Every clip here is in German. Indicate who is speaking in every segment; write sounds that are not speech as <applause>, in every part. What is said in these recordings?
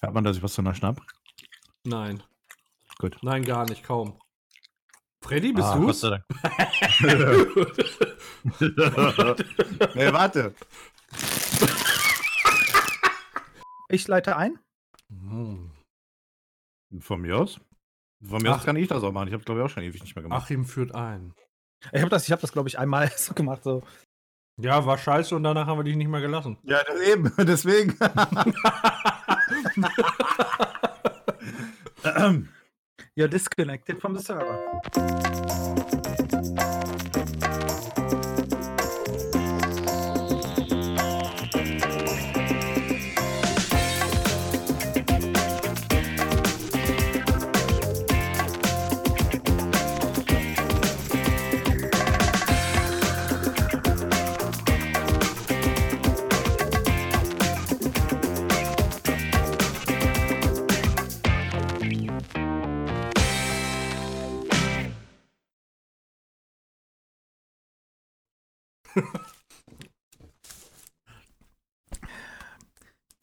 Speaker 1: Hört man, dass ich was zu einer schnapp?
Speaker 2: Nein.
Speaker 1: Gut.
Speaker 2: Nein, gar nicht, kaum. Freddy, bist
Speaker 1: Ah,
Speaker 2: du's?
Speaker 1: Dank. <laughs> nee, warte.
Speaker 3: Ich leite ein.
Speaker 2: Hm.
Speaker 1: Von mir aus? Von mir
Speaker 2: Ach.
Speaker 1: aus kann ich das auch machen. Ich habe glaube ich auch schon ewig nicht mehr gemacht.
Speaker 2: <laughs> Achim führt ein.
Speaker 3: Ich habe das, ich hab das glaube ich, einmal <laughs> so gemacht. So.
Speaker 2: Ja, war scheiße und danach haben wir dich nicht mehr gelassen.
Speaker 1: Ja, das eben, <laughs> deswegen.
Speaker 3: You're disconnected from the server.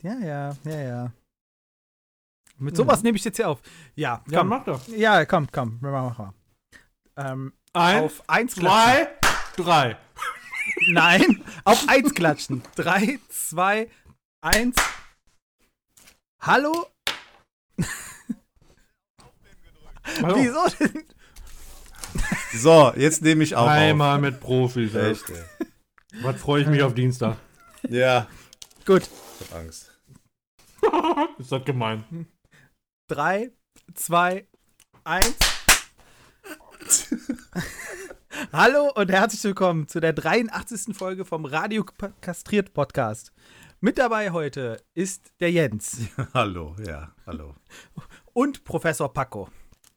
Speaker 3: Ja, ja, ja, ja. Mit sowas nehme ich jetzt hier auf. Ja,
Speaker 2: Ja,
Speaker 3: komm.
Speaker 2: mach doch.
Speaker 3: Ja, komm, komm. Mach mal. Ähm,
Speaker 2: Ein,
Speaker 3: auf eins klatschen.
Speaker 2: zwei, drei.
Speaker 3: Nein, auf eins <laughs> klatschen. Drei, zwei, eins. Hallo?
Speaker 2: Hallo.
Speaker 3: Wieso denn?
Speaker 1: so, jetzt nehme ich auch auf.
Speaker 2: Einmal mit Profis. ey.
Speaker 1: Echt, ey.
Speaker 2: Was freue ich mich auf Dienstag?
Speaker 1: Ja,
Speaker 3: Gut.
Speaker 1: ich hab Angst.
Speaker 2: Ist das gemein?
Speaker 3: Drei, zwei, eins. Hallo und herzlich willkommen zu der 83. Folge vom Radio K- Kastriert Podcast. Mit dabei heute ist der Jens
Speaker 1: <laughs> Hallo, ja, hallo.
Speaker 3: und Professor Paco.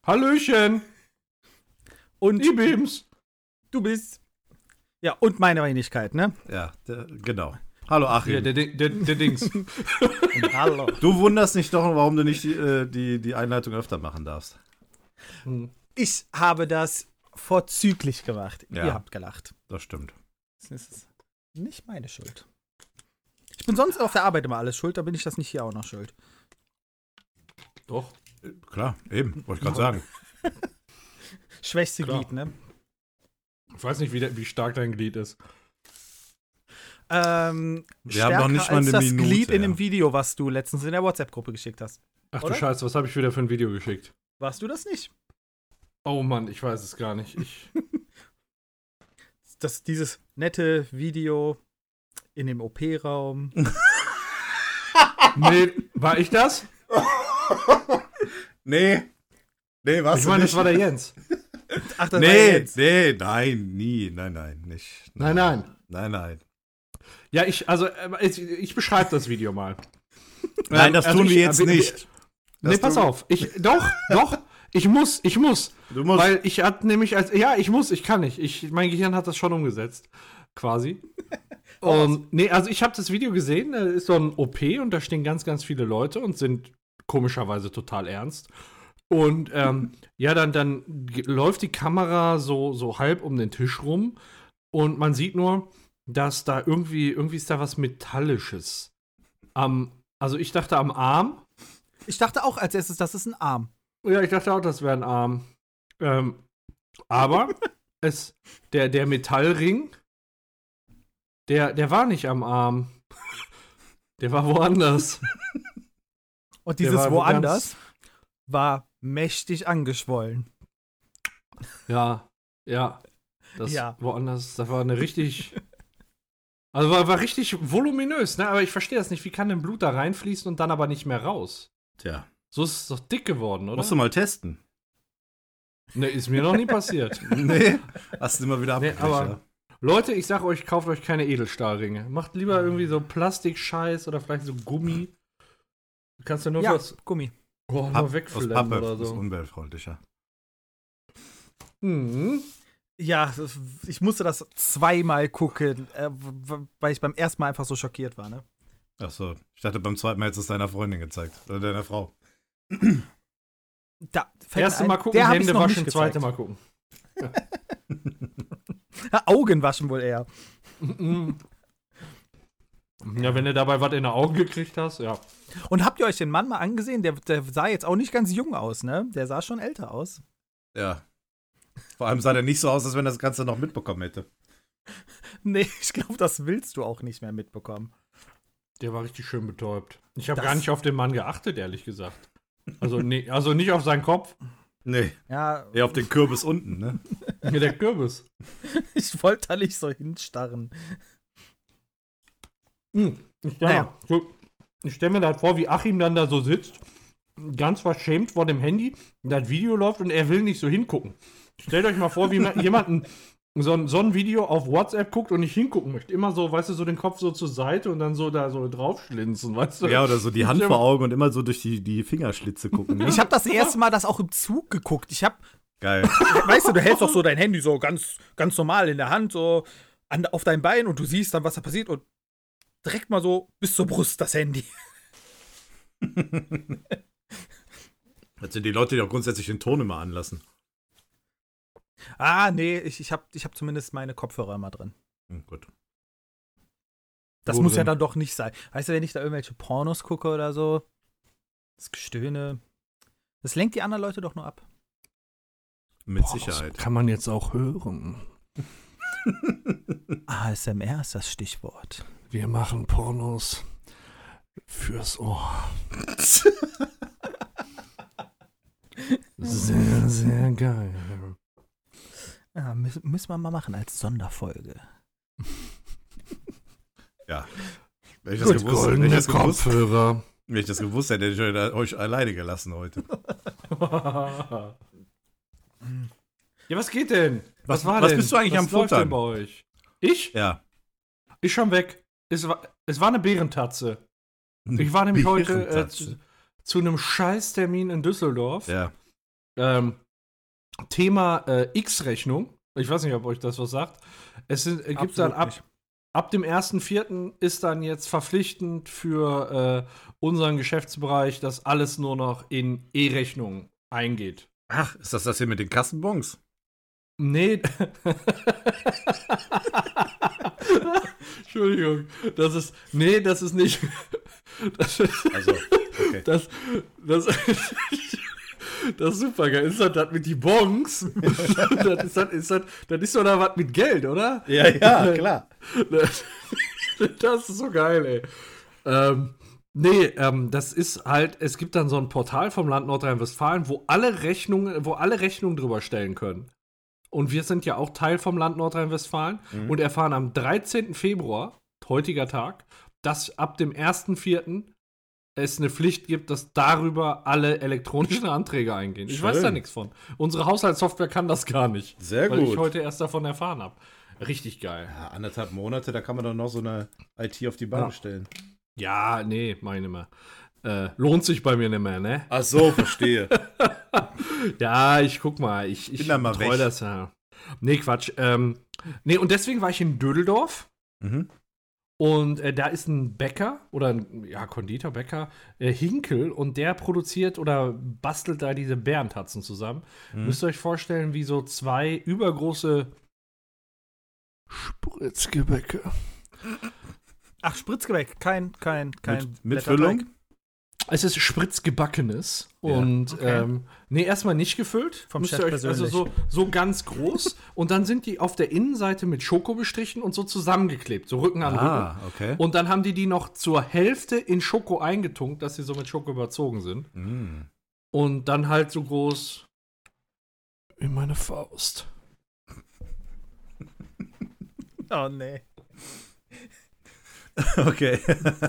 Speaker 2: Hallöchen,
Speaker 3: Und
Speaker 2: die Beams.
Speaker 3: du bist. Ja, und meine Wenigkeit, ne?
Speaker 1: Ja, der, genau. Hallo Achim.
Speaker 2: Ja, der, Ding- der, der <laughs> Dings.
Speaker 3: Hallo.
Speaker 1: du wunderst dich doch, warum du nicht äh, die, die Einleitung öfter machen darfst.
Speaker 2: Hm,
Speaker 3: Ich habe das vorzüglich gemacht.
Speaker 1: Ja.
Speaker 3: Ihr habt gelacht.
Speaker 1: Das stimmt.
Speaker 3: Das ist nicht meine Schuld. Ich bin sonst auf der Arbeit immer alles schuld, da bin ich das nicht hier auch noch schuld.
Speaker 2: Doch.
Speaker 1: Äh, Klar, eben, wollte ich gerade sagen.
Speaker 3: Schwächste
Speaker 2: Klar.
Speaker 3: Glied, ne?
Speaker 2: Ich weiß nicht, wie, der, wie stark dein Glied ist.
Speaker 3: Ähm,
Speaker 1: Wir haben noch nicht mal
Speaker 3: als
Speaker 1: eine
Speaker 3: das
Speaker 1: Minute,
Speaker 3: Glied in
Speaker 1: ja.
Speaker 3: dem Video, was du letztens in der WhatsApp-Gruppe geschickt hast.
Speaker 2: Ach
Speaker 3: Oder?
Speaker 2: du Scheiße, was habe ich wieder für ein Video geschickt?
Speaker 3: Warst du das nicht?
Speaker 2: Oh Mann, ich weiß es gar nicht. Ich,
Speaker 3: Das, dieses nette Video in dem OP-Raum.
Speaker 2: <laughs> nee, war ich das?
Speaker 1: Nee. Nee, was?
Speaker 2: Ich meine, das war der Jens.
Speaker 3: <laughs> Ach, das war
Speaker 1: Nee,
Speaker 3: jetzt.
Speaker 1: nee, nein, nie, nein, nein, nicht.
Speaker 2: Nein, nein.
Speaker 1: Nein, nein.
Speaker 2: Ja, ich, also, äh, ich, ich beschreibe das Video mal.
Speaker 1: <laughs> Nein, das
Speaker 2: also
Speaker 1: tun
Speaker 2: ich-
Speaker 1: wir jetzt
Speaker 2: äh, wir-
Speaker 1: nicht.
Speaker 2: nee,
Speaker 1: Das
Speaker 2: pass
Speaker 1: tun-
Speaker 2: auf. Ich, doch, doch. Ich muss, ich muss.
Speaker 1: Du musst-
Speaker 2: Weil ich hat nämlich als, ja, ich muss, ich kann nicht. Ich, mein Gehirn hat das schon umgesetzt.
Speaker 1: <laughs>
Speaker 2: Quasi.
Speaker 1: Oh,
Speaker 2: Und, nee, also ich habe das Video gesehen, da ist so ein OP und da stehen ganz, ganz viele Leute und sind komischerweise total ernst. Und
Speaker 1: <laughs>
Speaker 2: ähm, ja, dann, dann g- läuft die Kamera so, so halb um den Tisch rum und man sieht nur, dass da irgendwie, irgendwie ist da was Metallisches. Am, also ich dachte am Arm,
Speaker 3: Ich dachte auch als erstes, das ist ein Arm.
Speaker 2: Oh ja, ich dachte auch, das wäre ein Arm. Ähm, aber
Speaker 1: <laughs>
Speaker 2: es, der, der Metallring, der, der war nicht am Arm. Der war woanders.
Speaker 3: Und
Speaker 2: Der
Speaker 3: dieses
Speaker 2: war
Speaker 3: woanders war mächtig angeschwollen.
Speaker 2: Ja, ja. Das
Speaker 3: Ja.
Speaker 2: woanders, das war eine richtig. Also war, war richtig voluminös, ne? Aber ich verstehe das nicht. Wie kann denn Blut da reinfließen und dann aber nicht mehr raus?
Speaker 1: Tja,
Speaker 2: So ist es doch dick geworden, oder?
Speaker 1: musst du mal testen.
Speaker 2: Ne, ist mir noch nie passiert.
Speaker 1: Nee, <laughs> hast du immer wieder
Speaker 2: Nee,
Speaker 1: abgekriegt.
Speaker 2: aber Leute, ich sag euch, kauft euch keine Edelstahlringe. Macht lieber
Speaker 3: Mhm.
Speaker 2: irgendwie so Plastikscheiß oder vielleicht so Gummi. Du kannst ja nur
Speaker 3: Ja,
Speaker 2: was
Speaker 3: Gummi.
Speaker 2: oh,
Speaker 1: ja. Papp,
Speaker 2: nur
Speaker 1: aus
Speaker 2: wegfüllen
Speaker 1: Pappe,
Speaker 2: oder
Speaker 1: ist
Speaker 2: so.
Speaker 1: umweltfreundlicher.
Speaker 2: Mhm.
Speaker 3: Ja, das- ich musste das zweimal gucken, äh, w- w- weil ich beim ersten Mal einfach so schockiert war, ne?
Speaker 1: Achso, ich dachte beim zweiten Mal hättest du es deiner Freundin gezeigt. Oder deiner Frau.
Speaker 3: Da fällt mir
Speaker 2: Erste
Speaker 3: ein,
Speaker 2: Mal gucken,
Speaker 3: der hab ich's
Speaker 2: Hände
Speaker 3: noch
Speaker 2: waschen,
Speaker 3: nicht
Speaker 2: zweite
Speaker 3: gezeigt.
Speaker 2: Mal gucken.
Speaker 3: Augen waschen wohl eher.
Speaker 2: Mhm. Ja, wenn du dabei was in die Augen gekriegt hast, ja.
Speaker 3: Und habt ihr euch den Mann mal angesehen? Der, der sah jetzt auch nicht ganz jung aus, ne? Der sah schon älter aus. <laughs>
Speaker 1: Ja. Vor allem sah der nicht so aus, als wenn das Ganze noch mitbekommen hätte.
Speaker 3: Nee, ich glaube, das willst du auch nicht mehr mitbekommen.
Speaker 2: Der war richtig schön betäubt. Ich habe
Speaker 3: Das-
Speaker 2: gar nicht auf den Mann geachtet, ehrlich gesagt. Also, nee, also nicht auf seinen Kopf,
Speaker 1: Nee,
Speaker 3: Ja,
Speaker 1: eher auf den Kürbis unten,
Speaker 2: <laughs>
Speaker 1: ne?
Speaker 2: mit der Kürbis.
Speaker 3: <laughs> ich wollte da nicht so hinstarren.
Speaker 2: Hm, Ich stelle
Speaker 3: Naja.
Speaker 2: stell mir das vor, wie Achim dann da so sitzt, ganz verschämt vor dem Handy, das Video läuft und er will nicht so hingucken. Stellt euch mal vor, wie <laughs> man jemanden so, ein- so ein Video auf WhatsApp guckt und nicht hingucken möchte. Immer so, weißt du, so den Kopf so zur Seite und dann so da so draufschlinzen, weißt du?
Speaker 1: Ja, oder so die Hand vor Augen und immer so durch die, die Fingerschlitze gucken. Ne?
Speaker 3: Ich habe <laughs> das erste Mal das auch im Zug geguckt. Ich habe,
Speaker 1: <laughs> Geil.
Speaker 3: <laughs> weißt du, du hältst doch so dein Handy so ganz, ganz normal in der Hand, so an, auf dein Bein und du siehst dann, was da passiert und direkt mal so bis zur Brust das Handy.
Speaker 1: Das sind die Leute, die auch grundsätzlich den Ton immer anlassen.
Speaker 3: Ah, nee, ich, ich habe ich hab zumindest meine Kopfhörer immer drin.
Speaker 1: Hm, gut.
Speaker 3: Das
Speaker 2: Wo
Speaker 3: muss ja
Speaker 2: denn?
Speaker 3: dann doch nicht sein. Weißt du, wenn ich da irgendwelche Pornos gucke oder so, das Gestöhne, das lenkt die anderen Leute doch nur ab.
Speaker 1: Mit
Speaker 2: Boah,
Speaker 1: Sicherheit.
Speaker 2: das Kann man jetzt auch hören.
Speaker 3: ASMR ist das Stichwort.
Speaker 2: Wir machen Pornos
Speaker 1: <laughs>
Speaker 2: fürs Ohr. Sehr, sehr geil.
Speaker 3: Ja, müssen, müssen wir mal machen als Sonderfolge.
Speaker 1: Wenn ich das
Speaker 2: Gut,
Speaker 1: gewusst, wenn ich
Speaker 2: goldene
Speaker 1: das gewusst,
Speaker 2: <laughs> Kopfhörer.
Speaker 1: wenn ich das gewusst hätte, hätte ich euch- euch alleine gelassen
Speaker 2: <laughs>
Speaker 1: heute.
Speaker 2: ja, was geht denn?
Speaker 1: Was- was bist du eigentlich
Speaker 2: was
Speaker 1: am
Speaker 2: läuft
Speaker 1: Futtern?
Speaker 2: denn bei euch? Ich?
Speaker 1: Ja.
Speaker 2: Ich schon weg. Es war, es war eine Bärentatze. Ich war nämlich heute äh, zu, zu einem Scheißtermin in Düsseldorf.
Speaker 1: Ja.
Speaker 2: Ähm, Thema äh, X-Rechnung. Ich weiß nicht, ob euch das was sagt. Es sind, äh, gibt
Speaker 3: Absolut
Speaker 2: dann ab,
Speaker 3: nicht.
Speaker 2: ab dem 1.4. ist dann jetzt verpflichtend für äh, unseren Geschäftsbereich, dass alles nur noch in E-Rechnung eingeht.
Speaker 1: Ach, ist das das hier mit den Kassenbons?
Speaker 3: <laughs>
Speaker 2: Nee. <laughs> Entschuldigung, das ist. Nee, das ist nicht. <laughs> Das ist,
Speaker 1: Also, okay.
Speaker 2: <laughs> das, das, das ist super geil. Ist das das mit die Bongs? <laughs> das, ist das, ist das, das ist doch da was mit Geld, oder?
Speaker 1: Ja, ja,
Speaker 2: <laughs>
Speaker 1: klar.
Speaker 2: Das, das ist so geil, ey. Ähm, nee, ähm, das ist halt, es gibt dann so ein Portal vom Land Nordrhein-Westfalen, wo alle Rechnungen, wo alle Rechnungen drüber stellen können. Und wir sind ja auch Teil vom Land Nordrhein-Westfalen
Speaker 1: Mhm.
Speaker 2: und erfahren am 13. Februar, heutiger Tag, dass ab dem 1.4. es eine Pflicht gibt, dass darüber alle elektronischen Anträge eingehen. Ich weiß
Speaker 1: Schön.
Speaker 2: da nichts von. Unsere Haushaltssoftware kann das gar nicht.
Speaker 1: Sehr
Speaker 2: weil ich
Speaker 1: gut.
Speaker 2: heute erst davon erfahren habe. Richtig geil.
Speaker 1: Ja, anderthalb Monate, da kann man doch noch so eine IT auf die Bahn
Speaker 2: Ja.
Speaker 1: stellen.
Speaker 2: Ja, nee, meine mal. Äh, lohnt sich bei mir nicht mehr, ne?
Speaker 1: Ach so, verstehe.
Speaker 2: Ja, ich guck mal, ich, ich
Speaker 1: Bin da mal
Speaker 2: betreue
Speaker 1: weg.
Speaker 2: das ja. Nee, Quatsch. Ähm, nee, und deswegen war ich in Dödeldorf
Speaker 1: <laughs> mhm.
Speaker 2: und äh, da ist ein Bäcker oder ein ja, Konditorbäcker, äh, Hinkel, und der produziert oder bastelt da diese Bärentatzen zusammen.
Speaker 1: Mhm.
Speaker 2: Müsst ihr euch vorstellen, wie so zwei übergroße Spritzgebäcke.
Speaker 3: Ach, Spritzgebäck, kein, kein, kein.
Speaker 1: Mit, mit
Speaker 3: Blätterteig.
Speaker 1: Füllung?
Speaker 2: Es ist spritzgebackenes
Speaker 1: Ja.
Speaker 2: und
Speaker 3: Okay.
Speaker 2: ähm, nee, erstmal nicht gefüllt.
Speaker 3: Vom
Speaker 2: Müsst
Speaker 3: Chef
Speaker 2: ihr euch,
Speaker 3: persönlich.
Speaker 2: also so, so ganz groß <laughs> und dann sind die auf der Innenseite mit Schoko bestrichen und so zusammengeklebt, so Rücken an Rücken.
Speaker 1: Ah, okay.
Speaker 2: Und dann haben die die noch zur Hälfte in Schoko eingetunkt, dass sie so mit Schoko überzogen sind.
Speaker 1: Mhm.
Speaker 2: Und dann halt so groß wie meine Faust.
Speaker 3: Oh, nee.
Speaker 1: <laughs> Okay.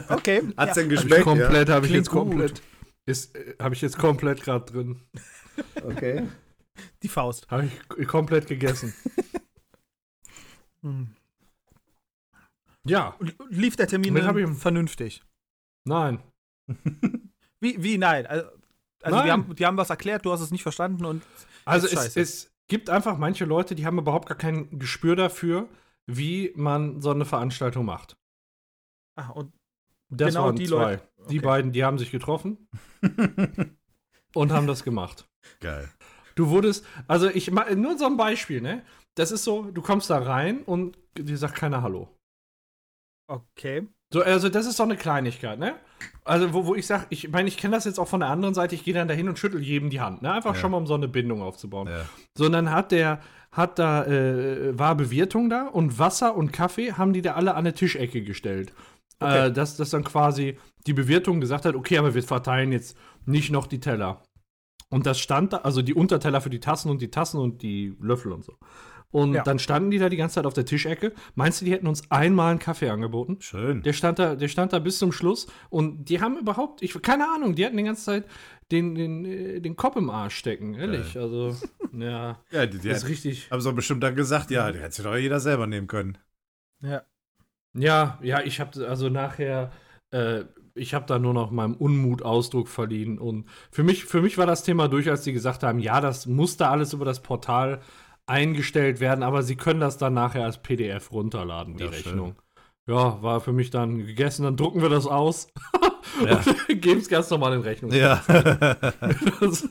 Speaker 3: Okay.
Speaker 1: Hat's denn
Speaker 3: ja.
Speaker 2: Hab ich
Speaker 1: geschmeckt?
Speaker 2: komplett, habe ich
Speaker 3: Klingt
Speaker 2: jetzt komplett. Ist, äh, habe ich jetzt komplett gerade drin.
Speaker 1: Ja. Okay.
Speaker 3: Die Faust.
Speaker 2: Habe ich äh, komplett gegessen.
Speaker 3: Hm.
Speaker 2: ja,
Speaker 3: L- Lief der Termin
Speaker 2: Mit hab ich-
Speaker 3: vernünftig?
Speaker 2: nein.
Speaker 3: Wie, wie, nein. Also, also
Speaker 2: Nein.
Speaker 3: Die, haben, die haben was erklärt, du hast es nicht verstanden und
Speaker 2: Also
Speaker 3: Ist
Speaker 2: es,
Speaker 3: scheiße.
Speaker 2: es gibt einfach manche Leute, die haben überhaupt gar kein Gespür dafür, wie man so eine Veranstaltung macht.
Speaker 3: Ah, und
Speaker 2: Das
Speaker 3: Genau
Speaker 2: waren
Speaker 3: die
Speaker 2: zwei.
Speaker 3: Leute.
Speaker 2: Die
Speaker 3: Okay.
Speaker 2: beiden, die haben sich
Speaker 3: <laughs>
Speaker 2: getroffen und haben das gemacht.
Speaker 1: Geil.
Speaker 2: Du wurdest, also ich ma- nur so ein Beispiel, ne? Das ist so, du kommst da rein und dir sagt keiner Hallo.
Speaker 3: okay.
Speaker 2: So, also das ist doch eine Kleinigkeit, ne? Also, wo, wo ich sage, ich meine, ich kenne das jetzt auch von der anderen Seite, ich gehe dann dahin und schüttel jedem die Hand, ne? Einfach schon mal, um so eine Bindung aufzubauen.
Speaker 1: Ja.
Speaker 2: Sondern hat der, hat da, äh, war Bewirtung da und Wasser und Kaffee haben die da alle an eine Tischecke gestellt. Äh, dass, dass dann quasi die Bewirtung gesagt hat, okay, aber wir verteilen jetzt nicht noch die Teller. Und das stand da, also die Unterteller für die Tassen und die Tassen und die Löffel und so. Und
Speaker 4: Ja.
Speaker 2: dann standen die da die ganze Zeit auf der Tischecke. Meinst du, die hätten uns einmal einen Kaffee angeboten?
Speaker 1: Schön.
Speaker 2: Der stand da, der stand da bis zum Schluss und die haben überhaupt, ich keine Ahnung, die hatten die ganze Zeit den, den, äh, den Kopf im Arsch stecken, ehrlich. Also, ja,
Speaker 1: ja, die, die
Speaker 2: das ist
Speaker 1: hat,
Speaker 2: richtig.
Speaker 1: haben so bestimmt dann gesagt, ja, die hätte sich doch jeder selber nehmen können.
Speaker 2: Ja, ja, ich habe also nachher, äh, ich habe da nur noch meinem Unmut Ausdruck verliehen und für mich, für mich war das Thema durch, als die gesagt haben, ja, das muss da alles über das Portal eingestellt werden, aber sie können das dann nachher als PDF runterladen, die
Speaker 1: Ja, schön.
Speaker 2: Rechnung. Ja, war für mich dann gegessen, dann drucken wir das aus <laughs>
Speaker 1: Ja.
Speaker 2: und geben es ganz normal in
Speaker 1: <laughs>
Speaker 2: Rechnung. <laughs>
Speaker 1: Ja.
Speaker 2: Das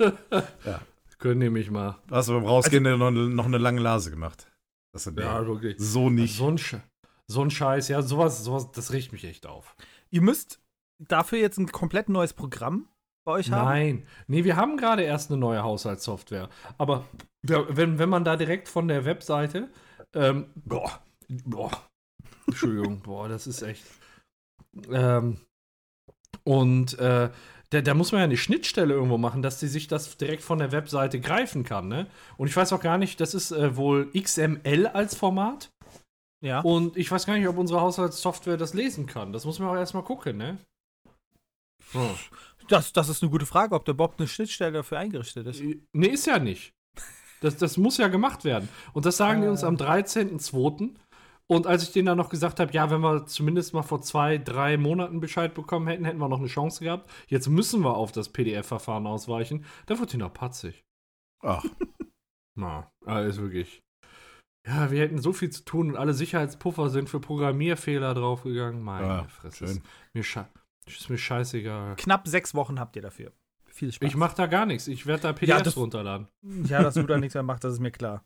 Speaker 1: Ja.
Speaker 2: Können die mich mal.
Speaker 1: Da Hast du beim Rausgehen noch, noch eine lange Nase gemacht? Das hat
Speaker 2: Ja,
Speaker 1: mir
Speaker 2: wirklich.
Speaker 1: so nicht.
Speaker 2: So ein, Sch- so ein Scheiß, ja, sowas, sowas, das riecht mich echt auf.
Speaker 4: Ihr müsst dafür jetzt ein komplett neues Programm bei euch haben.
Speaker 2: Nein. Nee, wir haben gerade erst eine neue Haushaltssoftware. Aber wer- wenn, wenn man da direkt von der Webseite, ähm, boah, boah, Entschuldigung, boah, das ist echt. Ähm, und äh, da, da muss man ja eine Schnittstelle irgendwo machen, dass sie sich das direkt von der Webseite greifen kann, ne? Und ich weiß auch gar nicht, das ist äh, wohl XML als Format.
Speaker 4: Ja.
Speaker 2: Und ich weiß gar nicht, ob unsere Haushaltssoftware das lesen kann. Das muss man auch erstmal gucken, ne? Hm.
Speaker 4: Das, das ist eine gute Frage, ob da überhaupt eine Schnittstelle dafür eingerichtet ist.
Speaker 2: Nee, ist ja nicht. Das, das muss ja gemacht werden. Und das sagen die uns
Speaker 4: Äh.
Speaker 2: am 13.02. Und als ich denen dann noch gesagt habe, ja, wenn wir zumindest mal vor zwei, drei Monaten Bescheid bekommen hätten, hätten wir noch eine Chance gehabt. Jetzt müssen wir auf das PDF-Verfahren ausweichen. Da wurde die noch patzig.
Speaker 1: Ach,
Speaker 2: Na, ah, ist wirklich. Ja, wir hätten so viel zu tun und alle Sicherheitspuffer sind für Programmierfehler draufgegangen. Meine
Speaker 1: Ja,
Speaker 2: Fresse.
Speaker 1: schön.
Speaker 2: Ist mir, sche ist mir scheißegal.
Speaker 4: Knapp sechs Wochen habt ihr dafür. Viel Spaß.
Speaker 2: Ich mach da gar nichts. Ich werde da PDFs
Speaker 4: das-
Speaker 2: runterladen.
Speaker 4: ja, dass du da nichts mehr machst, das ist mir klar.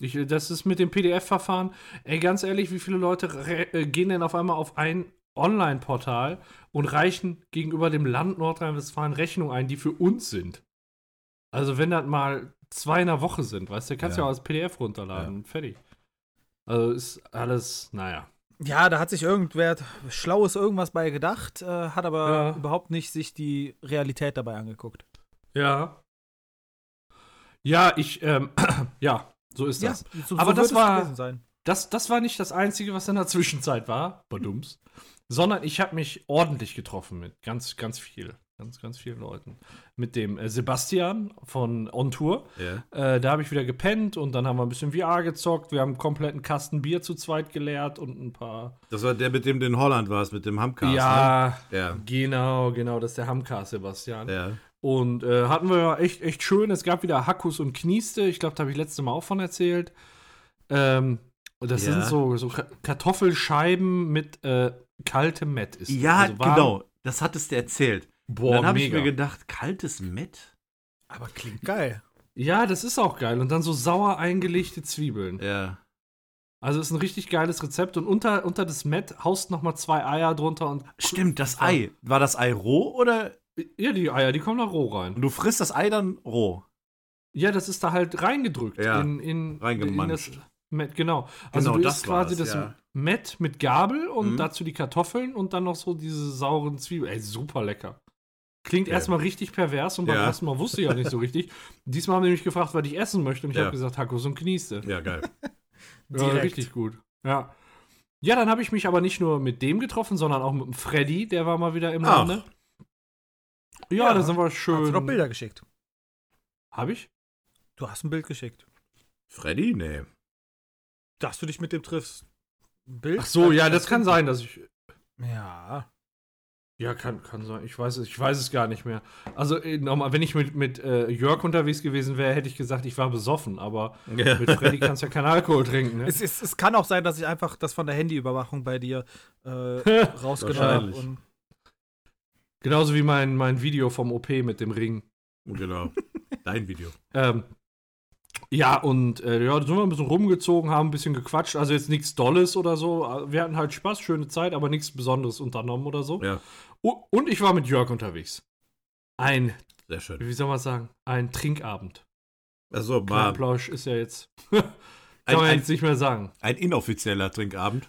Speaker 2: Ich, das ist mit dem PDF-Verfahren. Ey, ganz ehrlich, wie viele Leute re- äh, gehen denn auf einmal auf ein Online-Portal und reichen gegenüber dem Land Nordrhein-Westfalen Rechnungen ein, die für uns sind? Also, wenn das mal zwei in der Woche sind, weißt du, kannst du ja,
Speaker 1: Ja.
Speaker 2: auch als PDF runterladen und fertig. Also ist alles, naja.
Speaker 4: Ja, da hat sich irgendwer Schlaues irgendwas bei gedacht, äh, hat aber
Speaker 2: Ja.
Speaker 4: überhaupt nicht sich die Realität dabei angeguckt.
Speaker 2: Ja. Ja, ich, ähm, <clears throat> ja, so ist das.
Speaker 4: so,
Speaker 2: Aber das
Speaker 4: es
Speaker 2: war-
Speaker 4: gewesen sein.
Speaker 2: Das, das war nicht das Einzige, was in der <laughs> Zwischenzeit war. Badums. Sondern ich habe mich ordentlich getroffen mit ganz, ganz viel. Ganz, ganz vielen Leuten. Mit dem äh, Sebastian von On Tour.
Speaker 1: ja.
Speaker 2: Äh, da habe ich wieder gepennt und dann haben wir ein bisschen VR gezockt. Wir haben einen kompletten Kasten Bier zu zweit geleert und ein paar.
Speaker 1: Das war der, mit dem du in Holland warst, mit dem Hamcast.
Speaker 2: ja,
Speaker 1: Ne? Ja.
Speaker 2: genau, genau. Das ist der Hamka Sebastian.
Speaker 1: Ja.
Speaker 2: Und äh, hatten wir ja echt, echt schön. Es gab wieder Hackus und Knieste. Ich glaube, da habe ich letztes Mal auch von erzählt. Ähm, und das
Speaker 1: Ja.
Speaker 2: sind so, so Ka- Kartoffelscheiben mit äh, kaltem Mett. Ist das.
Speaker 1: Ja,
Speaker 2: Also warm-
Speaker 1: genau. Das hattest du erzählt.
Speaker 2: Boah,
Speaker 1: dann habe ich
Speaker 2: mega.
Speaker 1: mir gedacht, kaltes Met?
Speaker 4: Aber klingt geil.
Speaker 2: ja, das ist auch geil. Und dann so sauer eingelegte Zwiebeln.
Speaker 1: Ja.
Speaker 2: Also ist ein richtig geiles Rezept. Und unter, unter das Mett haust noch mal zwei Eier drunter. Und
Speaker 1: Stimmt, das Ei. War das Ei roh oder?
Speaker 2: ja, die Eier, die kommen da roh rein.
Speaker 1: Du frisst das Ei dann roh.
Speaker 2: Ja, das ist da halt reingedrückt.
Speaker 1: Ja,
Speaker 2: in, in,
Speaker 1: reingemanscht.
Speaker 2: in das Met, genau. Also
Speaker 1: Genau,
Speaker 2: du
Speaker 1: das
Speaker 2: isst quasi
Speaker 1: war's,
Speaker 2: das
Speaker 1: ja.
Speaker 2: Met mit Gabel und
Speaker 1: Mhm.
Speaker 2: dazu die Kartoffeln und dann noch so diese sauren Zwiebeln. Ey, super lecker. Klingt
Speaker 1: Ja.
Speaker 2: erstmal richtig pervers und beim
Speaker 1: Ja.
Speaker 2: ersten Mal wusste ich
Speaker 1: <laughs>
Speaker 2: auch nicht so richtig. Diesmal haben die mich gefragt, was ich essen möchte und ich
Speaker 1: Ja.
Speaker 2: habe gesagt, Hackos und Knieste.
Speaker 1: Ja, geil.
Speaker 2: Ja,
Speaker 4: Direkt.
Speaker 2: richtig gut. Ja. Ja, dann habe ich mich aber nicht nur mit dem getroffen, sondern auch mit dem Freddy, der war mal wieder im
Speaker 1: Ach.
Speaker 2: Lande. Ja,
Speaker 4: Ja,
Speaker 2: da sind wir
Speaker 4: Hast du doch
Speaker 2: schön.
Speaker 4: Bilder geschickt?
Speaker 2: Habe ich?
Speaker 4: Du hast ein Bild geschickt.
Speaker 1: <laughs> Freddy? Nee.
Speaker 4: Dass du dich mit dem triffst. Ein Bild?
Speaker 2: Ach so, ja, das kann sein, dass ich
Speaker 4: Ja.
Speaker 2: Ja, kann, kann sein. Ich weiß, es, ich weiß es gar nicht mehr. Also äh, nochmal, wenn ich mit, mit äh, Jörg unterwegs gewesen wäre, hätte ich gesagt, ich war besoffen. Aber
Speaker 1: Ja. <laughs>
Speaker 2: mit Freddy kannst du ja keinen Alkohol trinken. Ne?
Speaker 4: Es, es, es kann auch sein, dass ich einfach das von der Handyüberwachung bei dir
Speaker 2: <laughs>
Speaker 4: äh, rausgenommen
Speaker 1: Wahrscheinlich.
Speaker 4: habe.
Speaker 2: Genauso wie mein, mein Video vom OP mit dem Ring.
Speaker 1: Genau. Dein Video.
Speaker 2: Ähm, Ja, und äh, ja, da sind wir ein bisschen rumgezogen, haben ein bisschen gequatscht. Also jetzt nichts Dolles oder so. Wir hatten halt Spaß, schöne Zeit, aber nichts Besonderes unternommen oder so.
Speaker 1: Ja,
Speaker 2: U- Und ich war mit Jörg unterwegs. Ein,
Speaker 1: sehr schön.
Speaker 2: wie soll man sagen, ein Trinkabend.
Speaker 1: Also mal
Speaker 2: Plausch ist ja jetzt, kann
Speaker 1: ein,
Speaker 2: man
Speaker 1: ein,
Speaker 2: jetzt nicht mehr sagen.
Speaker 1: ein inoffizieller Trinkabend.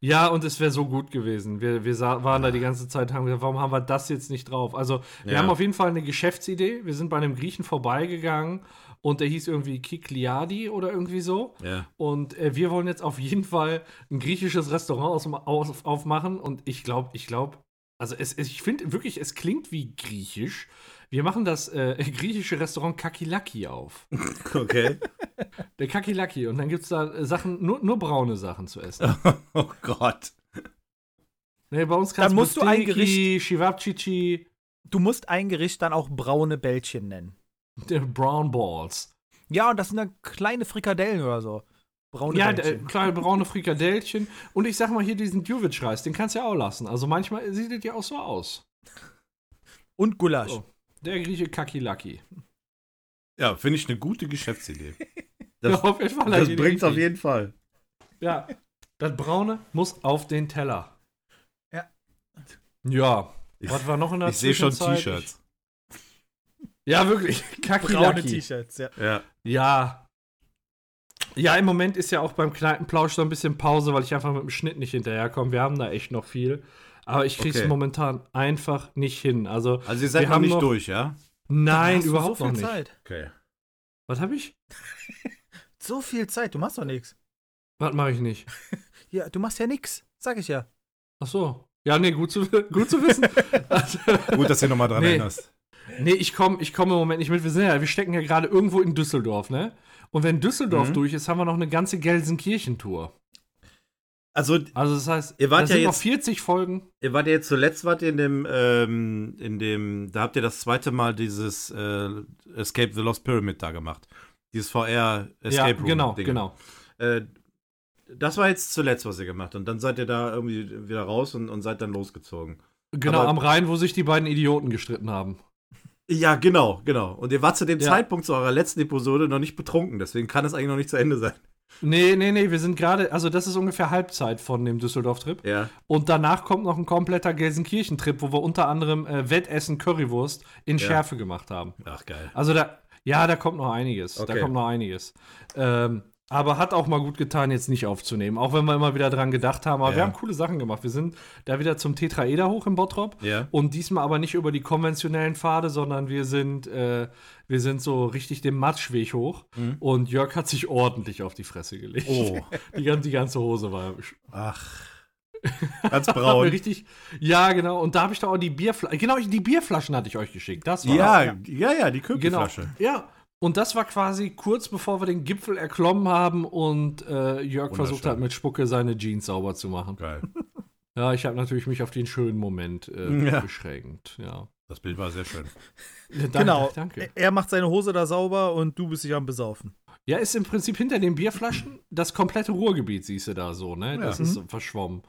Speaker 2: Ja, und es wäre so gut gewesen. Wir, wir sa- waren da die ganze Zeit, haben gesagt, warum haben wir das jetzt nicht drauf? Also, wir
Speaker 1: Ja.
Speaker 2: haben auf jeden Fall eine Geschäftsidee. Wir sind bei einem Griechen vorbeigegangen und der hieß irgendwie Kikliadi oder irgendwie so.
Speaker 1: Ja.
Speaker 2: Und äh, wir wollen jetzt auf jeden Fall ein griechisches Restaurant aus, aus, aufmachen. Und ich glaube, ich glaube, also es, es, ich finde wirklich, es klingt wie griechisch. Wir machen das äh, <laughs> griechische Restaurant Kakilaki auf.
Speaker 1: <laughs> Okay.
Speaker 2: Der Kakilaki. Und dann gibt es da äh, Sachen, nur, nur braune Sachen zu essen.
Speaker 1: Oh Gott.
Speaker 2: Nee, bei uns
Speaker 4: Dann
Speaker 2: kannst
Speaker 4: musst du ein
Speaker 2: Shivapchichi,
Speaker 4: Du musst ein Gericht dann auch braune Bällchen nennen.
Speaker 2: äh, Brown Balls.
Speaker 4: Ja, und das sind dann kleine Frikadellen oder so. Braune
Speaker 2: ja, d- äh,
Speaker 4: Bällchen.
Speaker 2: kleine braune Frikadellchen. Und ich sag mal hier diesen Djuwitsch-Reis, den kannst du ja auch lassen. Also manchmal sieht es ja auch so aus.
Speaker 4: Und Gulasch.
Speaker 2: So. Der grieche Kakilaki.
Speaker 1: Ja, finde ich eine gute <laughs> Geschäftsidee.
Speaker 2: ja, auf jeden
Speaker 1: <laughs>
Speaker 2: Fall.
Speaker 1: Das bringt's auf jeden Fall.
Speaker 2: Ja. Das Braune muss auf den Teller.
Speaker 4: Ja.
Speaker 2: Ja.
Speaker 1: Ich-
Speaker 2: Was war noch in der
Speaker 1: Ich sehe schon
Speaker 2: Zwischenzeit?
Speaker 1: T-Shirts.
Speaker 2: Ja, wirklich. <laughs>
Speaker 4: Braune
Speaker 2: Kakilaki.
Speaker 4: T-Shirts, ja.
Speaker 1: Ja.
Speaker 2: Ja. Ja, im Moment ist ja auch beim Kneipenplausch so ein bisschen Pause, weil ich einfach mit dem Schnitt nicht hinterherkomme. Wir haben da echt noch viel. Aber ich krieg's
Speaker 1: Okay.
Speaker 2: momentan einfach nicht hin. Also,
Speaker 1: Also ihr seid
Speaker 2: Wir
Speaker 1: noch
Speaker 2: haben
Speaker 1: nicht
Speaker 2: noch-
Speaker 1: durch, ja?
Speaker 2: nein,
Speaker 4: Hast du
Speaker 2: überhaupt
Speaker 4: so
Speaker 2: noch
Speaker 4: viel
Speaker 2: nicht.
Speaker 4: Zeit.
Speaker 1: Okay.
Speaker 2: Was hab ich?
Speaker 4: So viel Zeit, du machst doch nichts.
Speaker 2: Was mache ich nicht?
Speaker 4: Ja, du machst ja nichts, sag ich ja.
Speaker 2: Ach so. Ja, nee, gut zu, <laughs> gut zu
Speaker 1: <laughs>
Speaker 2: wissen. also,
Speaker 1: Gut, dass ihr nochmal dran
Speaker 2: Nee.
Speaker 1: erinnerst.
Speaker 2: nee, ich komme ich komm im Moment nicht mit. Wir, sind ja, wir stecken ja gerade irgendwo in Düsseldorf, ne? Und wenn Düsseldorf
Speaker 1: Mhm.
Speaker 2: durch ist, haben wir noch eine ganze Gelsenkirchen-Tour.
Speaker 1: Also
Speaker 2: Also, das heißt,
Speaker 1: Ihr wart
Speaker 2: das
Speaker 1: ja
Speaker 2: sind noch
Speaker 1: jetzt-
Speaker 2: 40 Folgen.
Speaker 1: Ihr wart ja jetzt zuletzt wart ihr in dem, ähm, in dem, da habt ihr das zweite Mal dieses äh, Escape the Lost Pyramid da gemacht. Dieses VR Escape
Speaker 2: ja,
Speaker 1: Room.
Speaker 2: genau,
Speaker 1: Ding.
Speaker 2: genau.
Speaker 1: Äh, das war jetzt zuletzt, was ihr gemacht habt. Und dann seid ihr da irgendwie wieder raus und, und seid dann losgezogen.
Speaker 2: Genau,
Speaker 1: Aber-
Speaker 2: am Rhein, wo sich die beiden Idioten gestritten haben.
Speaker 1: Ja, genau, genau. Und ihr wart zu dem
Speaker 2: Ja.
Speaker 1: Zeitpunkt zu eurer letzten Episode noch nicht betrunken, deswegen kann es eigentlich noch nicht zu Ende sein.
Speaker 2: Nee, nee, nee, wir sind gerade, also das ist ungefähr Halbzeit von dem Düsseldorf-Trip.
Speaker 1: Ja.
Speaker 2: Und danach kommt noch ein kompletter Gelsenkirchen-Trip, wo wir unter anderem äh, Wettessen Currywurst in
Speaker 1: Ja.
Speaker 2: Schärfe gemacht haben.
Speaker 1: Ach geil.
Speaker 2: Also da, ja, da kommt noch einiges. Da
Speaker 1: Okay.
Speaker 2: kommt noch einiges. Ähm, aber hat auch mal gut getan, jetzt nicht aufzunehmen. Auch wenn wir immer wieder dran gedacht haben. Aber
Speaker 1: Ja.
Speaker 2: wir haben coole Sachen gemacht. Wir sind da wieder zum Tetraeder hoch im Bottrop.
Speaker 1: Ja.
Speaker 2: Und diesmal aber nicht über die konventionellen Pfade, sondern wir sind, äh, wir sind so richtig den Matschweg hoch. Und Jörg hat sich ordentlich auf die Fresse gelegt.
Speaker 1: Mhm. Oh.
Speaker 2: <laughs> Die, gan- die ganze Hose war
Speaker 1: Ach. Ganz <laughs>
Speaker 2: hat mir
Speaker 1: braun.
Speaker 2: richtig. Ja, genau. Und da habe ich da auch die Bierflaschen. Genau, ich- die Bierflaschen hatte ich euch geschickt. Das war das.
Speaker 1: Ja, ja, ja, die
Speaker 2: genau.
Speaker 1: Köpflasche.
Speaker 2: Ja. Und das war quasi kurz bevor wir den Gipfel erklommen haben und äh, Jörg versucht
Speaker 1: Wunderschön.
Speaker 2: hat, mit Spucke seine Jeans sauber zu machen.
Speaker 1: Geil.
Speaker 2: Ja, ich habe natürlich mich auf den schönen Moment äh,
Speaker 1: <laughs> Ja.
Speaker 2: beschränkt. Ja.
Speaker 1: Das Bild war sehr schön.
Speaker 2: Ja, danke,
Speaker 4: genau.
Speaker 2: Danke.
Speaker 4: Er- Er macht seine Hose da sauber und du bist dich am Besaufen.
Speaker 2: Ja, ist im Prinzip hinter den Bierflaschen das komplette Ruhrgebiet, siehst du da so, ne? Das
Speaker 1: Ja. Mhm.
Speaker 2: ist so verschwommen.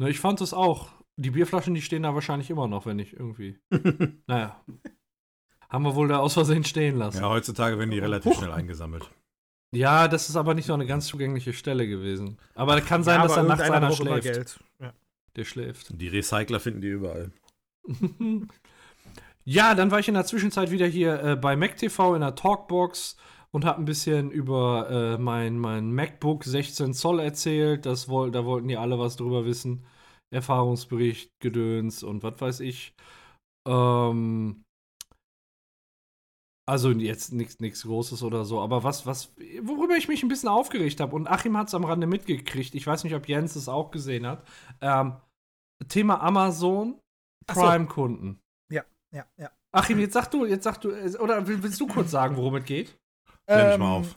Speaker 2: Ne, ich fand das auch. Die Bierflaschen, die stehen da wahrscheinlich immer noch, wenn
Speaker 1: <laughs>
Speaker 2: ich irgendwie. naja. Haben wir wohl da aus Versehen stehen lassen.
Speaker 1: Ja, heutzutage werden die relativ schnell eingesammelt.
Speaker 2: Ja, das ist aber nicht so eine ganz zugängliche Stelle gewesen. Aber kann sein, dass
Speaker 4: aber
Speaker 2: da nachts
Speaker 4: irgendeiner
Speaker 2: einer
Speaker 4: braucht immer
Speaker 2: schläft.
Speaker 4: Geld. Ja.
Speaker 2: Der schläft.
Speaker 1: Die Recycler finden die überall.
Speaker 2: ja, dann war ich in der Zwischenzeit wieder hier äh, bei MacTV in der Talkbox und habe ein bisschen über äh, mein, mein MacBook 16 Zoll erzählt. Das woll, da wollten die alle was drüber wissen. Erfahrungsbericht, Gedöns und was weiß ich. Ähm, also jetzt nichts Großes oder so, aber was, was, worüber ich mich ein bisschen aufgeregt habe, und Achim hat es am Rande mitgekriegt, ich weiß nicht, ob Jens es auch gesehen hat. Ähm, Thema Amazon,
Speaker 4: Ach so.
Speaker 2: Prime-Kunden.
Speaker 4: Ja, ja.
Speaker 2: Achim, jetzt sag du, jetzt sag du, äh, oder will- willst du kurz sagen, worum es geht?
Speaker 1: Klär mich
Speaker 4: Ähm,
Speaker 1: mal auf.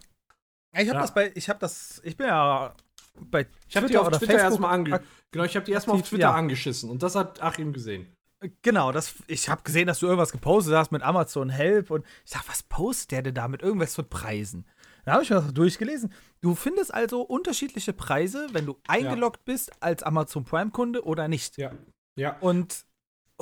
Speaker 4: Ich habe
Speaker 2: Ja.
Speaker 4: das bei, ich habe das, ich bin ja bei
Speaker 2: Ich habe die
Speaker 4: Twitter
Speaker 2: auf
Speaker 4: oder
Speaker 2: Twitter
Speaker 4: Facebook
Speaker 2: erstmal ange
Speaker 4: ak-
Speaker 2: genau, ich habe die erstmal auf
Speaker 4: aktiv,
Speaker 2: Twitter
Speaker 4: ja.
Speaker 2: angeschissen und das hat Achim gesehen.
Speaker 4: Genau, das, ich habe gesehen, dass du irgendwas gepostet hast mit Amazon Help und ich dachte, was postet der denn da mit irgendwas von Preisen? Da habe ich das durchgelesen. Du findest also unterschiedliche Preise, wenn du eingeloggt bist als Amazon Prime-Kunde oder nicht.
Speaker 2: Ja. Ja.
Speaker 4: Und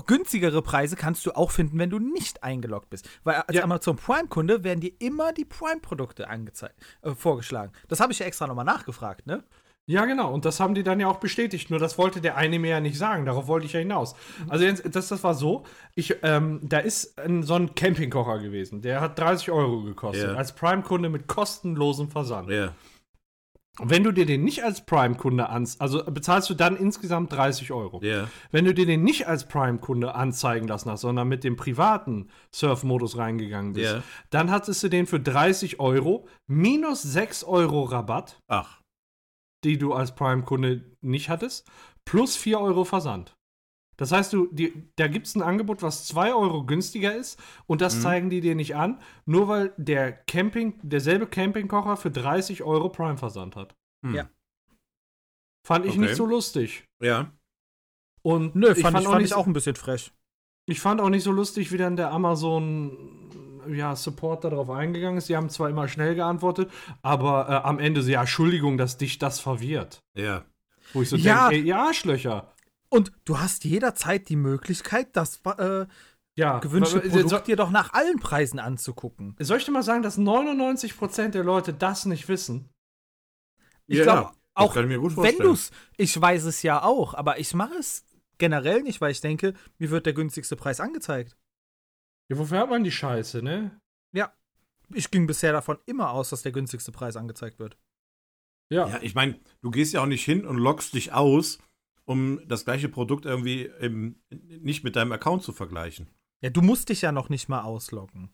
Speaker 4: günstigere Preise kannst du auch finden, wenn du nicht eingeloggt bist. Weil als
Speaker 2: Ja.
Speaker 4: Amazon Prime-Kunde werden dir immer die Prime-Produkte angezeigt, äh, vorgeschlagen. Das habe ich ja extra nochmal nachgefragt, ne?
Speaker 2: Ja, genau. Und das haben die dann ja auch bestätigt. Nur das wollte der eine mir ja nicht sagen. Darauf wollte ich ja hinaus. Also, Jens, das, das war so. Ich, ähm, da ist ein, so ein Campingkocher gewesen. Der hat 30 Euro gekostet.
Speaker 1: Ja.
Speaker 2: Als Prime-Kunde mit kostenlosem Versand.
Speaker 1: Ja.
Speaker 2: Und wenn du dir den nicht als Prime-Kunde ans, also bezahlst du dann insgesamt 30 Euro.
Speaker 1: Ja.
Speaker 2: Wenn du dir den nicht als Prime-Kunde anzeigen lassen hast, sondern mit dem privaten Surf-Modus reingegangen bist,
Speaker 1: Ja.
Speaker 2: dann hattest du den für 30 Euro minus 6 Euro Rabatt,
Speaker 1: Ach.
Speaker 2: die du als Prime-Kunde nicht hattest, plus 4 Euro Versand. Das heißt, du, die, da gibt es ein Angebot, was 2 Euro günstiger ist und
Speaker 1: Mhm.
Speaker 2: das zeigen die dir nicht an, nur weil der Camping, derselbe Campingkocher für 30 Euro Prime-Versand hat.
Speaker 1: Hm.
Speaker 4: Ja.
Speaker 2: Fand ich
Speaker 1: Okay.
Speaker 2: nicht so lustig.
Speaker 1: Ja.
Speaker 2: Und
Speaker 4: Nö, fand ich, fand
Speaker 2: nicht
Speaker 4: ich auch ein bisschen frech.
Speaker 2: Ich fand auch nicht so lustig, wie dann der Amazon ja, Support darauf eingegangen ist. Sie haben zwar immer schnell geantwortet, aber äh, am Ende so, ja, Entschuldigung, dass dich das verwirrt.
Speaker 1: Ja.
Speaker 2: Wo ich so
Speaker 4: Ja.
Speaker 2: denke, ey, ihr Arschlöcher.
Speaker 4: Und du hast jederzeit die Möglichkeit, das äh,
Speaker 2: Ja,
Speaker 4: gewünschte
Speaker 2: aber, äh,
Speaker 4: Produkt dir doch nach allen Preisen anzugucken.
Speaker 2: So, soll ich dir mal sagen, dass 99% der Leute das nicht wissen?
Speaker 4: Ich
Speaker 1: ja,
Speaker 4: glaube,
Speaker 1: ja. Das
Speaker 4: auch
Speaker 1: kann ich mir gut
Speaker 4: wenn
Speaker 1: vorstellen.
Speaker 4: du es, ich weiß es ja auch, aber ich mache es generell nicht, weil ich denke, mir wird der günstigste Preis angezeigt.
Speaker 2: Ja, wofür hat man die Scheiße, ne?
Speaker 4: Ich ging bisher davon immer aus, dass der günstigste Preis angezeigt wird.
Speaker 2: Ja.
Speaker 1: Ja, ich meine, du gehst ja auch nicht hin und loggst dich aus, um das gleiche Produkt irgendwie im, nicht mit deinem Account zu vergleichen.
Speaker 4: Ja, du musst dich ja noch nicht mal ausloggen.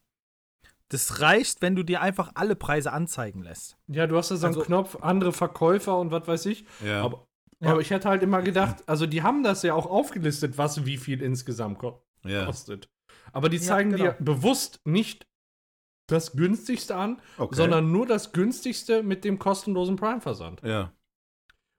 Speaker 4: Das reicht, wenn du dir einfach alle Preise anzeigen lässt.
Speaker 2: Ja, du hast da so einen
Speaker 4: Also-
Speaker 2: Knopf, andere Verkäufer und was weiß ich.
Speaker 1: Ja.
Speaker 2: Aber, aber ich hätte halt immer gedacht, also die haben das ja auch aufgelistet, was wie viel insgesamt kostet.
Speaker 1: ja.
Speaker 2: kostet. Aber die
Speaker 4: Ja,
Speaker 2: zeigen
Speaker 4: genau.
Speaker 2: dir bewusst nicht das günstigste an,
Speaker 1: Okay.
Speaker 2: sondern nur das günstigste mit dem kostenlosen Prime-Versand.
Speaker 1: Ja.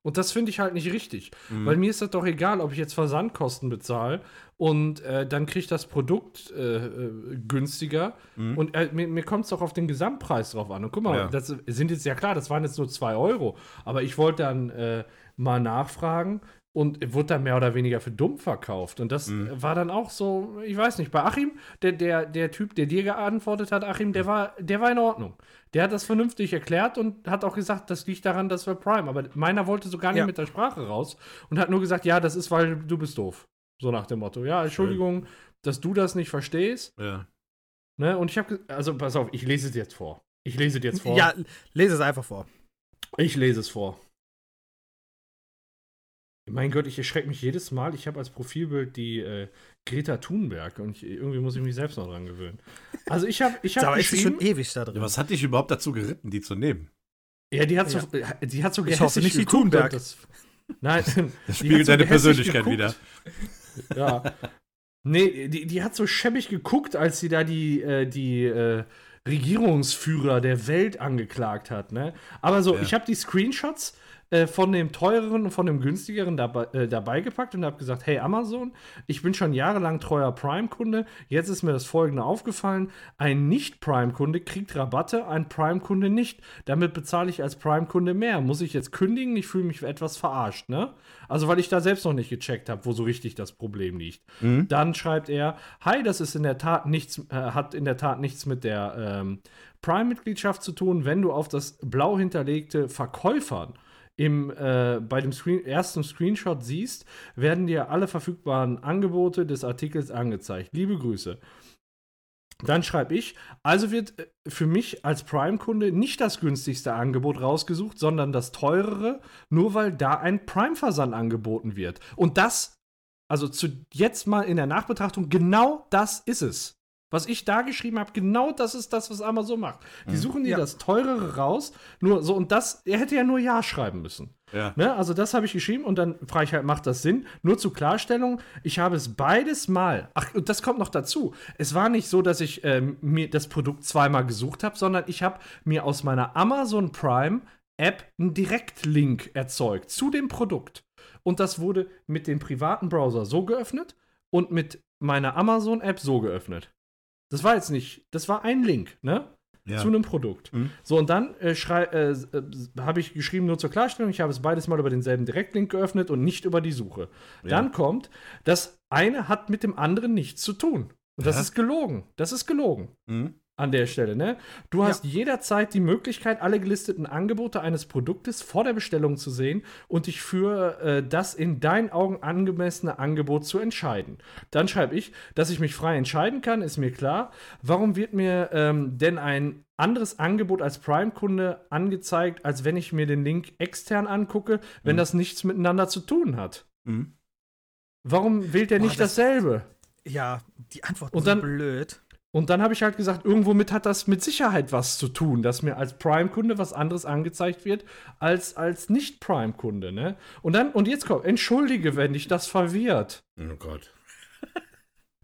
Speaker 2: Und das finde ich halt nicht richtig.
Speaker 1: Mhm.
Speaker 2: Weil mir ist das doch egal, ob ich jetzt Versandkosten bezahle und äh, dann kriege ich das Produkt äh, äh, günstiger.
Speaker 1: Mhm.
Speaker 2: Und äh, mir, mir kommt es doch auf den Gesamtpreis drauf an. Und guck mal,
Speaker 1: Ja.
Speaker 2: das sind jetzt ja klar, das waren jetzt nur 2 Euro. Aber ich wollte dann äh, mal nachfragen und wurde dann mehr oder weniger für dumm verkauft. Und das
Speaker 1: Mhm.
Speaker 2: äh, war dann auch so, ich weiß nicht, bei Achim, der, der, der Typ, der dir geantwortet hat, Achim,
Speaker 4: Mhm.
Speaker 2: der war, der war in Ordnung. Der hat das vernünftig erklärt und hat auch gesagt, das liegt daran, dass wir Prime. Aber meiner wollte so gar nicht
Speaker 4: Ja.
Speaker 2: mit der Sprache raus und hat nur gesagt, ja, das ist, weil du bist doof. So nach dem Motto. Ja, Entschuldigung, dass du das nicht verstehst.
Speaker 1: ja.
Speaker 2: Ne? Und ich habe, also pass auf, ich lese es jetzt vor. Ich lese es jetzt vor.
Speaker 4: Ja, lese es einfach vor.
Speaker 2: Ich lese es vor. Mein Gott, ich erschrecke mich jedes Mal. Ich habe als Profilbild die äh, Greta Thunberg und ich, irgendwie muss ich mich selbst noch dran gewöhnen. Also ich habe, ich habe
Speaker 4: Aber ist es
Speaker 2: geschrieben.
Speaker 4: schon ewig da
Speaker 1: Ja,
Speaker 4: drin.
Speaker 1: was hat dich überhaupt dazu geritten, die zu nehmen?
Speaker 2: Ja, die hat so, die hat so
Speaker 4: Ich
Speaker 2: gehässig
Speaker 4: hoffe nicht die
Speaker 2: geguckt und
Speaker 4: Thunberg.
Speaker 2: Das, nein,
Speaker 1: <laughs>
Speaker 2: das
Speaker 1: Spiegelt deine Persönlichkeit wieder.
Speaker 2: <laughs> Ja. Nee, die, die hat so schäbig geguckt, als sie da die, äh, die äh, Regierungsführer der Welt angeklagt hat, ne? Aber so,
Speaker 1: Ja.
Speaker 2: ich habe die Screenshots äh, von dem teureren und von dem günstigeren dabei, äh, dabei gepackt und habe gesagt, hey Amazon, ich bin schon jahrelang treuer Prime-Kunde, jetzt ist mir das folgende aufgefallen, ein Nicht-Prime-Kunde kriegt Rabatte, ein Prime-Kunde nicht. Damit bezahle ich als Prime-Kunde mehr. Muss ich jetzt kündigen? Ich fühle mich etwas verarscht, ne? Also, weil ich da selbst noch nicht gecheckt habe, wo so richtig das Problem liegt. Dann schreibt er, hi, das ist in der Tat nichts, äh, hat in der Tat nichts mit der ähm, Prime-Mitgliedschaft zu tun, wenn du auf das blau hinterlegte Verkäufern im, äh, bei dem Screen, ersten Screenshot siehst, werden dir alle verfügbaren Angebote des Artikels angezeigt. Liebe Grüße. Dann schreibe ich, also wird äh, für mich als Prime-Kunde nicht das günstigste Angebot rausgesucht, sondern das teurere, nur weil da ein Prime-Versand angeboten wird. Und das, also zu jetzt mal in der Nachbetrachtung, genau das ist es. Was ich da geschrieben habe, genau das ist das, was Amazon macht. Die suchen dir
Speaker 4: Ja.
Speaker 2: das teurere raus, nur so, und das, er hätte ja nur Ja schreiben müssen.
Speaker 1: Ja.
Speaker 2: Ne, also das habe ich geschrieben und dann frage ich halt, macht das Sinn? Nur zur Klarstellung, ich habe es beides mal, ach, und das kommt noch dazu, es war nicht so, dass ich ähm, mir das Produkt zweimal gesucht habe, sondern ich habe mir aus meiner Amazon Prime App einen Direktlink erzeugt zu dem Produkt. Und das wurde mit dem privaten Browser so geöffnet und mit meiner Amazon App so geöffnet. Das war jetzt nicht, das war ein Link, ne?
Speaker 1: Ja.
Speaker 2: zu einem Produkt.
Speaker 1: Mhm.
Speaker 2: So, und dann äh, schrei- äh, s- äh, s- habe ich geschrieben, nur zur Klarstellung, ich habe es beides mal über denselben Direktlink geöffnet und nicht über die Suche. Dann kommt, das eine hat mit dem anderen nichts zu tun. Und das
Speaker 1: Hä?
Speaker 2: ist gelogen. Das ist gelogen
Speaker 1: Mhm.
Speaker 2: an der Stelle, ne? Du hast jederzeit die Möglichkeit, alle gelisteten Angebote eines Produktes vor der Bestellung zu sehen und dich für äh, das in deinen Augen angemessene Angebot zu entscheiden. Dann schreibe ich, dass ich mich frei entscheiden kann, ist mir klar. Warum wird mir ähm, denn ein anderes Angebot als Prime-Kunde angezeigt, als wenn ich mir den Link extern angucke, wenn
Speaker 1: Mhm.
Speaker 2: das nichts miteinander zu tun hat?
Speaker 1: Mhm.
Speaker 2: Warum wählt er
Speaker 4: Boah,
Speaker 2: nicht
Speaker 4: das-
Speaker 2: dasselbe?
Speaker 4: Ja, die Antwort
Speaker 2: Und
Speaker 4: ist
Speaker 2: dann-
Speaker 4: blöd.
Speaker 2: Und dann habe ich halt gesagt, irgendwo mit hat das mit Sicherheit was zu tun, dass mir als Prime-Kunde was anderes angezeigt wird als als Nicht-Prime-Kunde, ne? Und dann, und jetzt kommt, entschuldige, wenn dich das verwirrt.
Speaker 1: Oh Gott.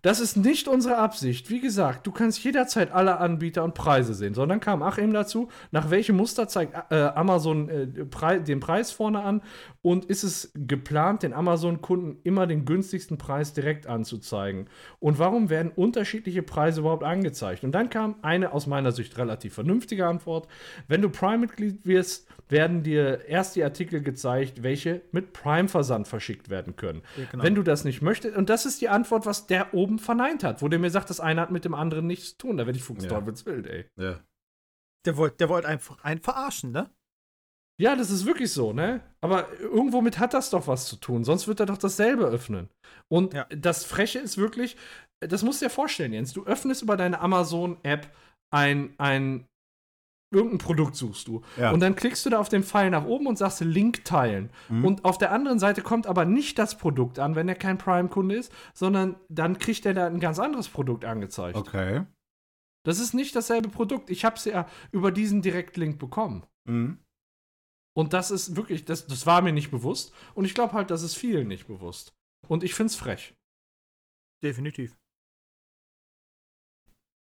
Speaker 2: Das ist nicht unsere Absicht. Wie gesagt, du kannst jederzeit alle Anbieter und Preise sehen. Sondern kam Achim dazu, nach welchem Muster zeigt äh, Amazon äh, Pre den Preis vorne an und ist es geplant, den Amazon-Kunden immer den günstigsten Preis direkt anzuzeigen? Und warum werden unterschiedliche Preise überhaupt angezeigt? Und dann kam eine aus meiner Sicht relativ vernünftige Antwort. Wenn du Prime-Mitglied wirst, werden dir erst die Artikel gezeigt, welche mit Prime-Versand verschickt werden können.
Speaker 4: Ja, genau.
Speaker 2: Wenn du das nicht möchtest, und das ist die Antwort, was der oben verneint hat, wo der mir sagt, das eine hat mit dem anderen nichts zu tun. Da werde ich Fuchs
Speaker 1: Ja.
Speaker 2: Teufelswild, ey.
Speaker 1: Ja.
Speaker 4: Der wollte der wollt einfach einen verarschen, ne?
Speaker 2: Ja, das ist wirklich so, ne? Aber irgendwo mit hat das doch was zu tun, sonst wird er doch dasselbe öffnen. Und
Speaker 4: Ja.
Speaker 2: das Freche ist wirklich, das musst du dir vorstellen, Jens, du öffnest über deine Amazon-App ein, ein, irgendein Produkt suchst du.
Speaker 1: Ja.
Speaker 2: Und dann klickst du da auf den Pfeil nach oben und sagst Link teilen.
Speaker 1: Mhm.
Speaker 2: Und auf der anderen Seite kommt aber nicht das Produkt an, wenn er kein Prime-Kunde ist, sondern dann kriegt er da ein ganz anderes Produkt angezeigt.
Speaker 1: Okay.
Speaker 2: Das ist nicht dasselbe Produkt. Ich hab's ja über diesen Direktlink bekommen.
Speaker 1: Mhm.
Speaker 2: Und das ist wirklich, das, das war mir nicht bewusst. Und ich glaube halt, das ist vielen nicht bewusst. Und ich find's frech.
Speaker 4: Definitiv.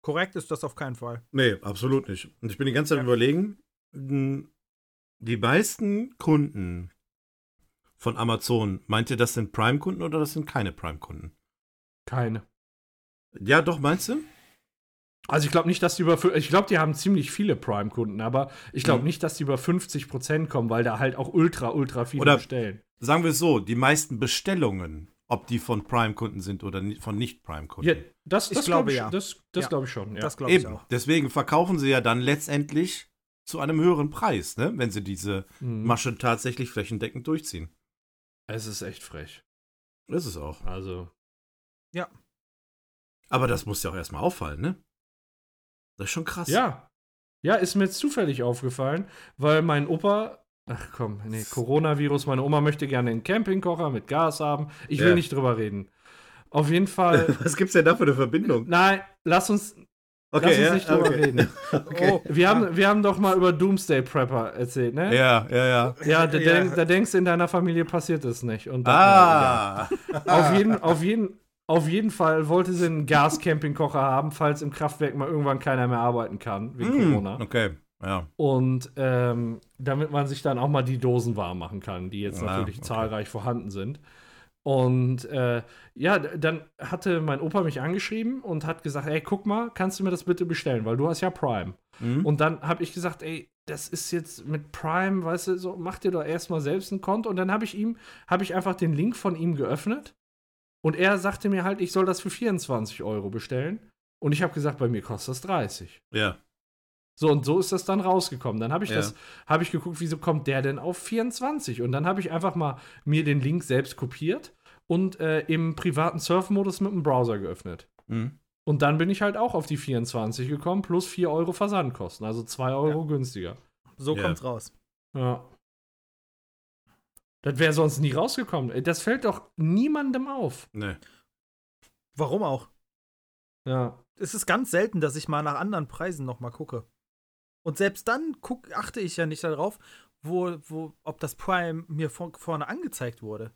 Speaker 4: Korrekt ist das auf keinen Fall.
Speaker 1: Nee, absolut nicht. Und ich bin die ganze Zeit
Speaker 4: Ja.
Speaker 1: am überlegen, mh, die meisten Kunden von Amazon, meint ihr, das sind Prime-Kunden oder das sind keine Prime-Kunden?
Speaker 2: Keine.
Speaker 1: Ja, doch, meinst du?
Speaker 2: Also ich glaube nicht, dass die über fü- ich glaube, die haben ziemlich viele Prime Kunden, aber ich glaube
Speaker 1: Mhm.
Speaker 2: nicht, dass die über 50 kommen, weil da halt auch ultra ultra viele
Speaker 1: Oder-
Speaker 2: bestellen.
Speaker 1: Sagen wir es so, die meisten Bestellungen, ob die von Prime-Kunden sind oder ni- von Nicht-Prime-Kunden.
Speaker 2: Ja, das,
Speaker 4: Ich
Speaker 2: das
Speaker 4: glaube,
Speaker 2: ich,
Speaker 4: ja.
Speaker 2: Das, das
Speaker 4: Ja.
Speaker 2: glaube ich schon. Ja.
Speaker 4: Das glaube ich
Speaker 1: Eben.
Speaker 4: auch.
Speaker 1: Deswegen verkaufen sie ja dann letztendlich zu einem höheren Preis, ne? wenn sie diese
Speaker 2: Mhm.
Speaker 1: Masche tatsächlich flächendeckend durchziehen.
Speaker 2: Es ist echt frech.
Speaker 1: Das ist es auch.
Speaker 2: Also
Speaker 1: Aber das muss ja auch erstmal auffallen, ne? Das ist schon krass.
Speaker 2: ja, ja, ist mir jetzt zufällig aufgefallen, weil mein Opa Ach komm, nee, Coronavirus, meine Oma möchte gerne einen Campingkocher mit Gas haben. Ich will
Speaker 1: Ja.
Speaker 2: nicht drüber reden. Auf jeden
Speaker 1: <laughs>
Speaker 2: Fall
Speaker 1: Was gibt's denn da für eine Verbindung?
Speaker 2: Nein, lass uns, lass uns
Speaker 1: ja,
Speaker 2: nicht drüber
Speaker 1: okay.
Speaker 2: reden.
Speaker 1: Okay.
Speaker 4: Oh,
Speaker 2: Wir haben, wir haben doch mal über Doomsday Prepper erzählt, ne?
Speaker 1: <laughs> Ja, ja, ja.
Speaker 2: Ja, da,
Speaker 4: Ja.
Speaker 2: Denk, da denkst du, in deiner Familie passiert es nicht. Und das-
Speaker 1: Ah.
Speaker 2: ja. auf, jeden, auf, jeden, auf jeden Fall wollte sie einen Gascampingkocher haben, falls im Kraftwerk mal irgendwann keiner mehr arbeiten kann, wegen
Speaker 1: Hm,
Speaker 2: Corona.
Speaker 1: Okay, ja.
Speaker 2: Und ähm, damit man sich dann auch mal die Dosen warm machen kann, die jetzt
Speaker 1: Ah,
Speaker 2: natürlich
Speaker 1: okay.
Speaker 2: zahlreich vorhanden sind. Und äh, ja, d- dann hatte mein Opa mich angeschrieben und hat gesagt, ey, guck mal, kannst du mir das bitte bestellen, weil du hast ja Prime.
Speaker 1: Mhm.
Speaker 2: Und dann habe ich gesagt, ey, das ist jetzt mit Prime, weißt du, so mach dir doch erstmal selbst ein Konto. Und dann habe ich ihm, habe ich einfach den Link von ihm geöffnet. Und er sagte mir halt, ich soll das für 24 Euro bestellen. Und ich habe gesagt, bei mir kostet das 30.
Speaker 1: ja.
Speaker 2: So, und so ist das dann rausgekommen. Dann habe ich
Speaker 1: Ja.
Speaker 2: das, habe ich geguckt, wieso kommt der denn auf 24? Und dann habe ich einfach mal mir den Link selbst kopiert und äh, im privaten Surfmodus mit dem Browser geöffnet.
Speaker 1: Mhm.
Speaker 2: Und dann bin ich halt auch auf die 24 gekommen, plus 4 Euro Versandkosten, also 2 Euro günstiger.
Speaker 4: so
Speaker 1: Ja.
Speaker 4: kommt's raus.
Speaker 2: Ja. Das wäre sonst nie rausgekommen. Äh, Das fällt doch niemandem auf.
Speaker 1: Nee.
Speaker 4: Warum auch?
Speaker 2: Ja.
Speaker 4: Es ist ganz selten, dass ich mal nach anderen Preisen noch mal gucke. Und selbst dann guck, achte ich ja nicht darauf, wo, wo, ob das Prime mir vor, vorne angezeigt wurde.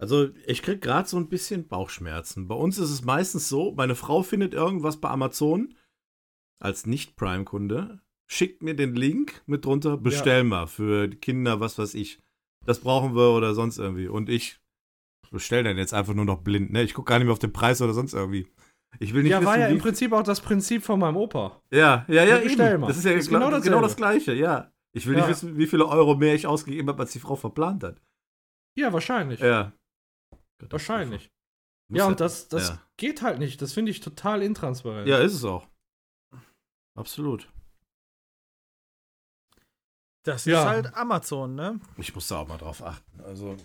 Speaker 1: Also ich krieg gerade so ein bisschen Bauchschmerzen. Bei uns ist es meistens so, meine Frau findet irgendwas bei Amazon als Nicht-Prime-Kunde, schickt mir den Link mit drunter, bestell mal für die Kinder, was weiß ich. Das brauchen wir oder sonst irgendwie. Und ich bestell dann jetzt einfach nur noch blind, ne? Ich gucke gar nicht mehr auf den Preis oder sonst irgendwie. Ich will nicht
Speaker 2: ja,
Speaker 1: wissen,
Speaker 2: war ja
Speaker 1: wie.
Speaker 2: im Prinzip auch das Prinzip von meinem Opa.
Speaker 1: ja, ja, ja,
Speaker 2: Ja, bestell
Speaker 1: eben.
Speaker 2: mal.
Speaker 1: Das ist ja
Speaker 2: Ist
Speaker 1: genau,
Speaker 2: genau
Speaker 1: das,
Speaker 2: dasselbe.
Speaker 1: genau das Gleiche, ja. Ich will
Speaker 2: Ja.
Speaker 1: nicht wissen, wie viele Euro mehr ich ausgegeben habe, als die Frau verplant hat.
Speaker 2: Ja, wahrscheinlich.
Speaker 1: Ja.
Speaker 2: Wahrscheinlich.
Speaker 1: Muss
Speaker 2: Ja, und das, das
Speaker 1: Ja.
Speaker 2: geht halt nicht. Das finde ich total intransparent.
Speaker 1: Ja, ist es auch. Absolut.
Speaker 3: Das
Speaker 2: Ja.
Speaker 3: ist halt Amazon, ne?
Speaker 1: Ich muss da auch mal drauf achten. Also,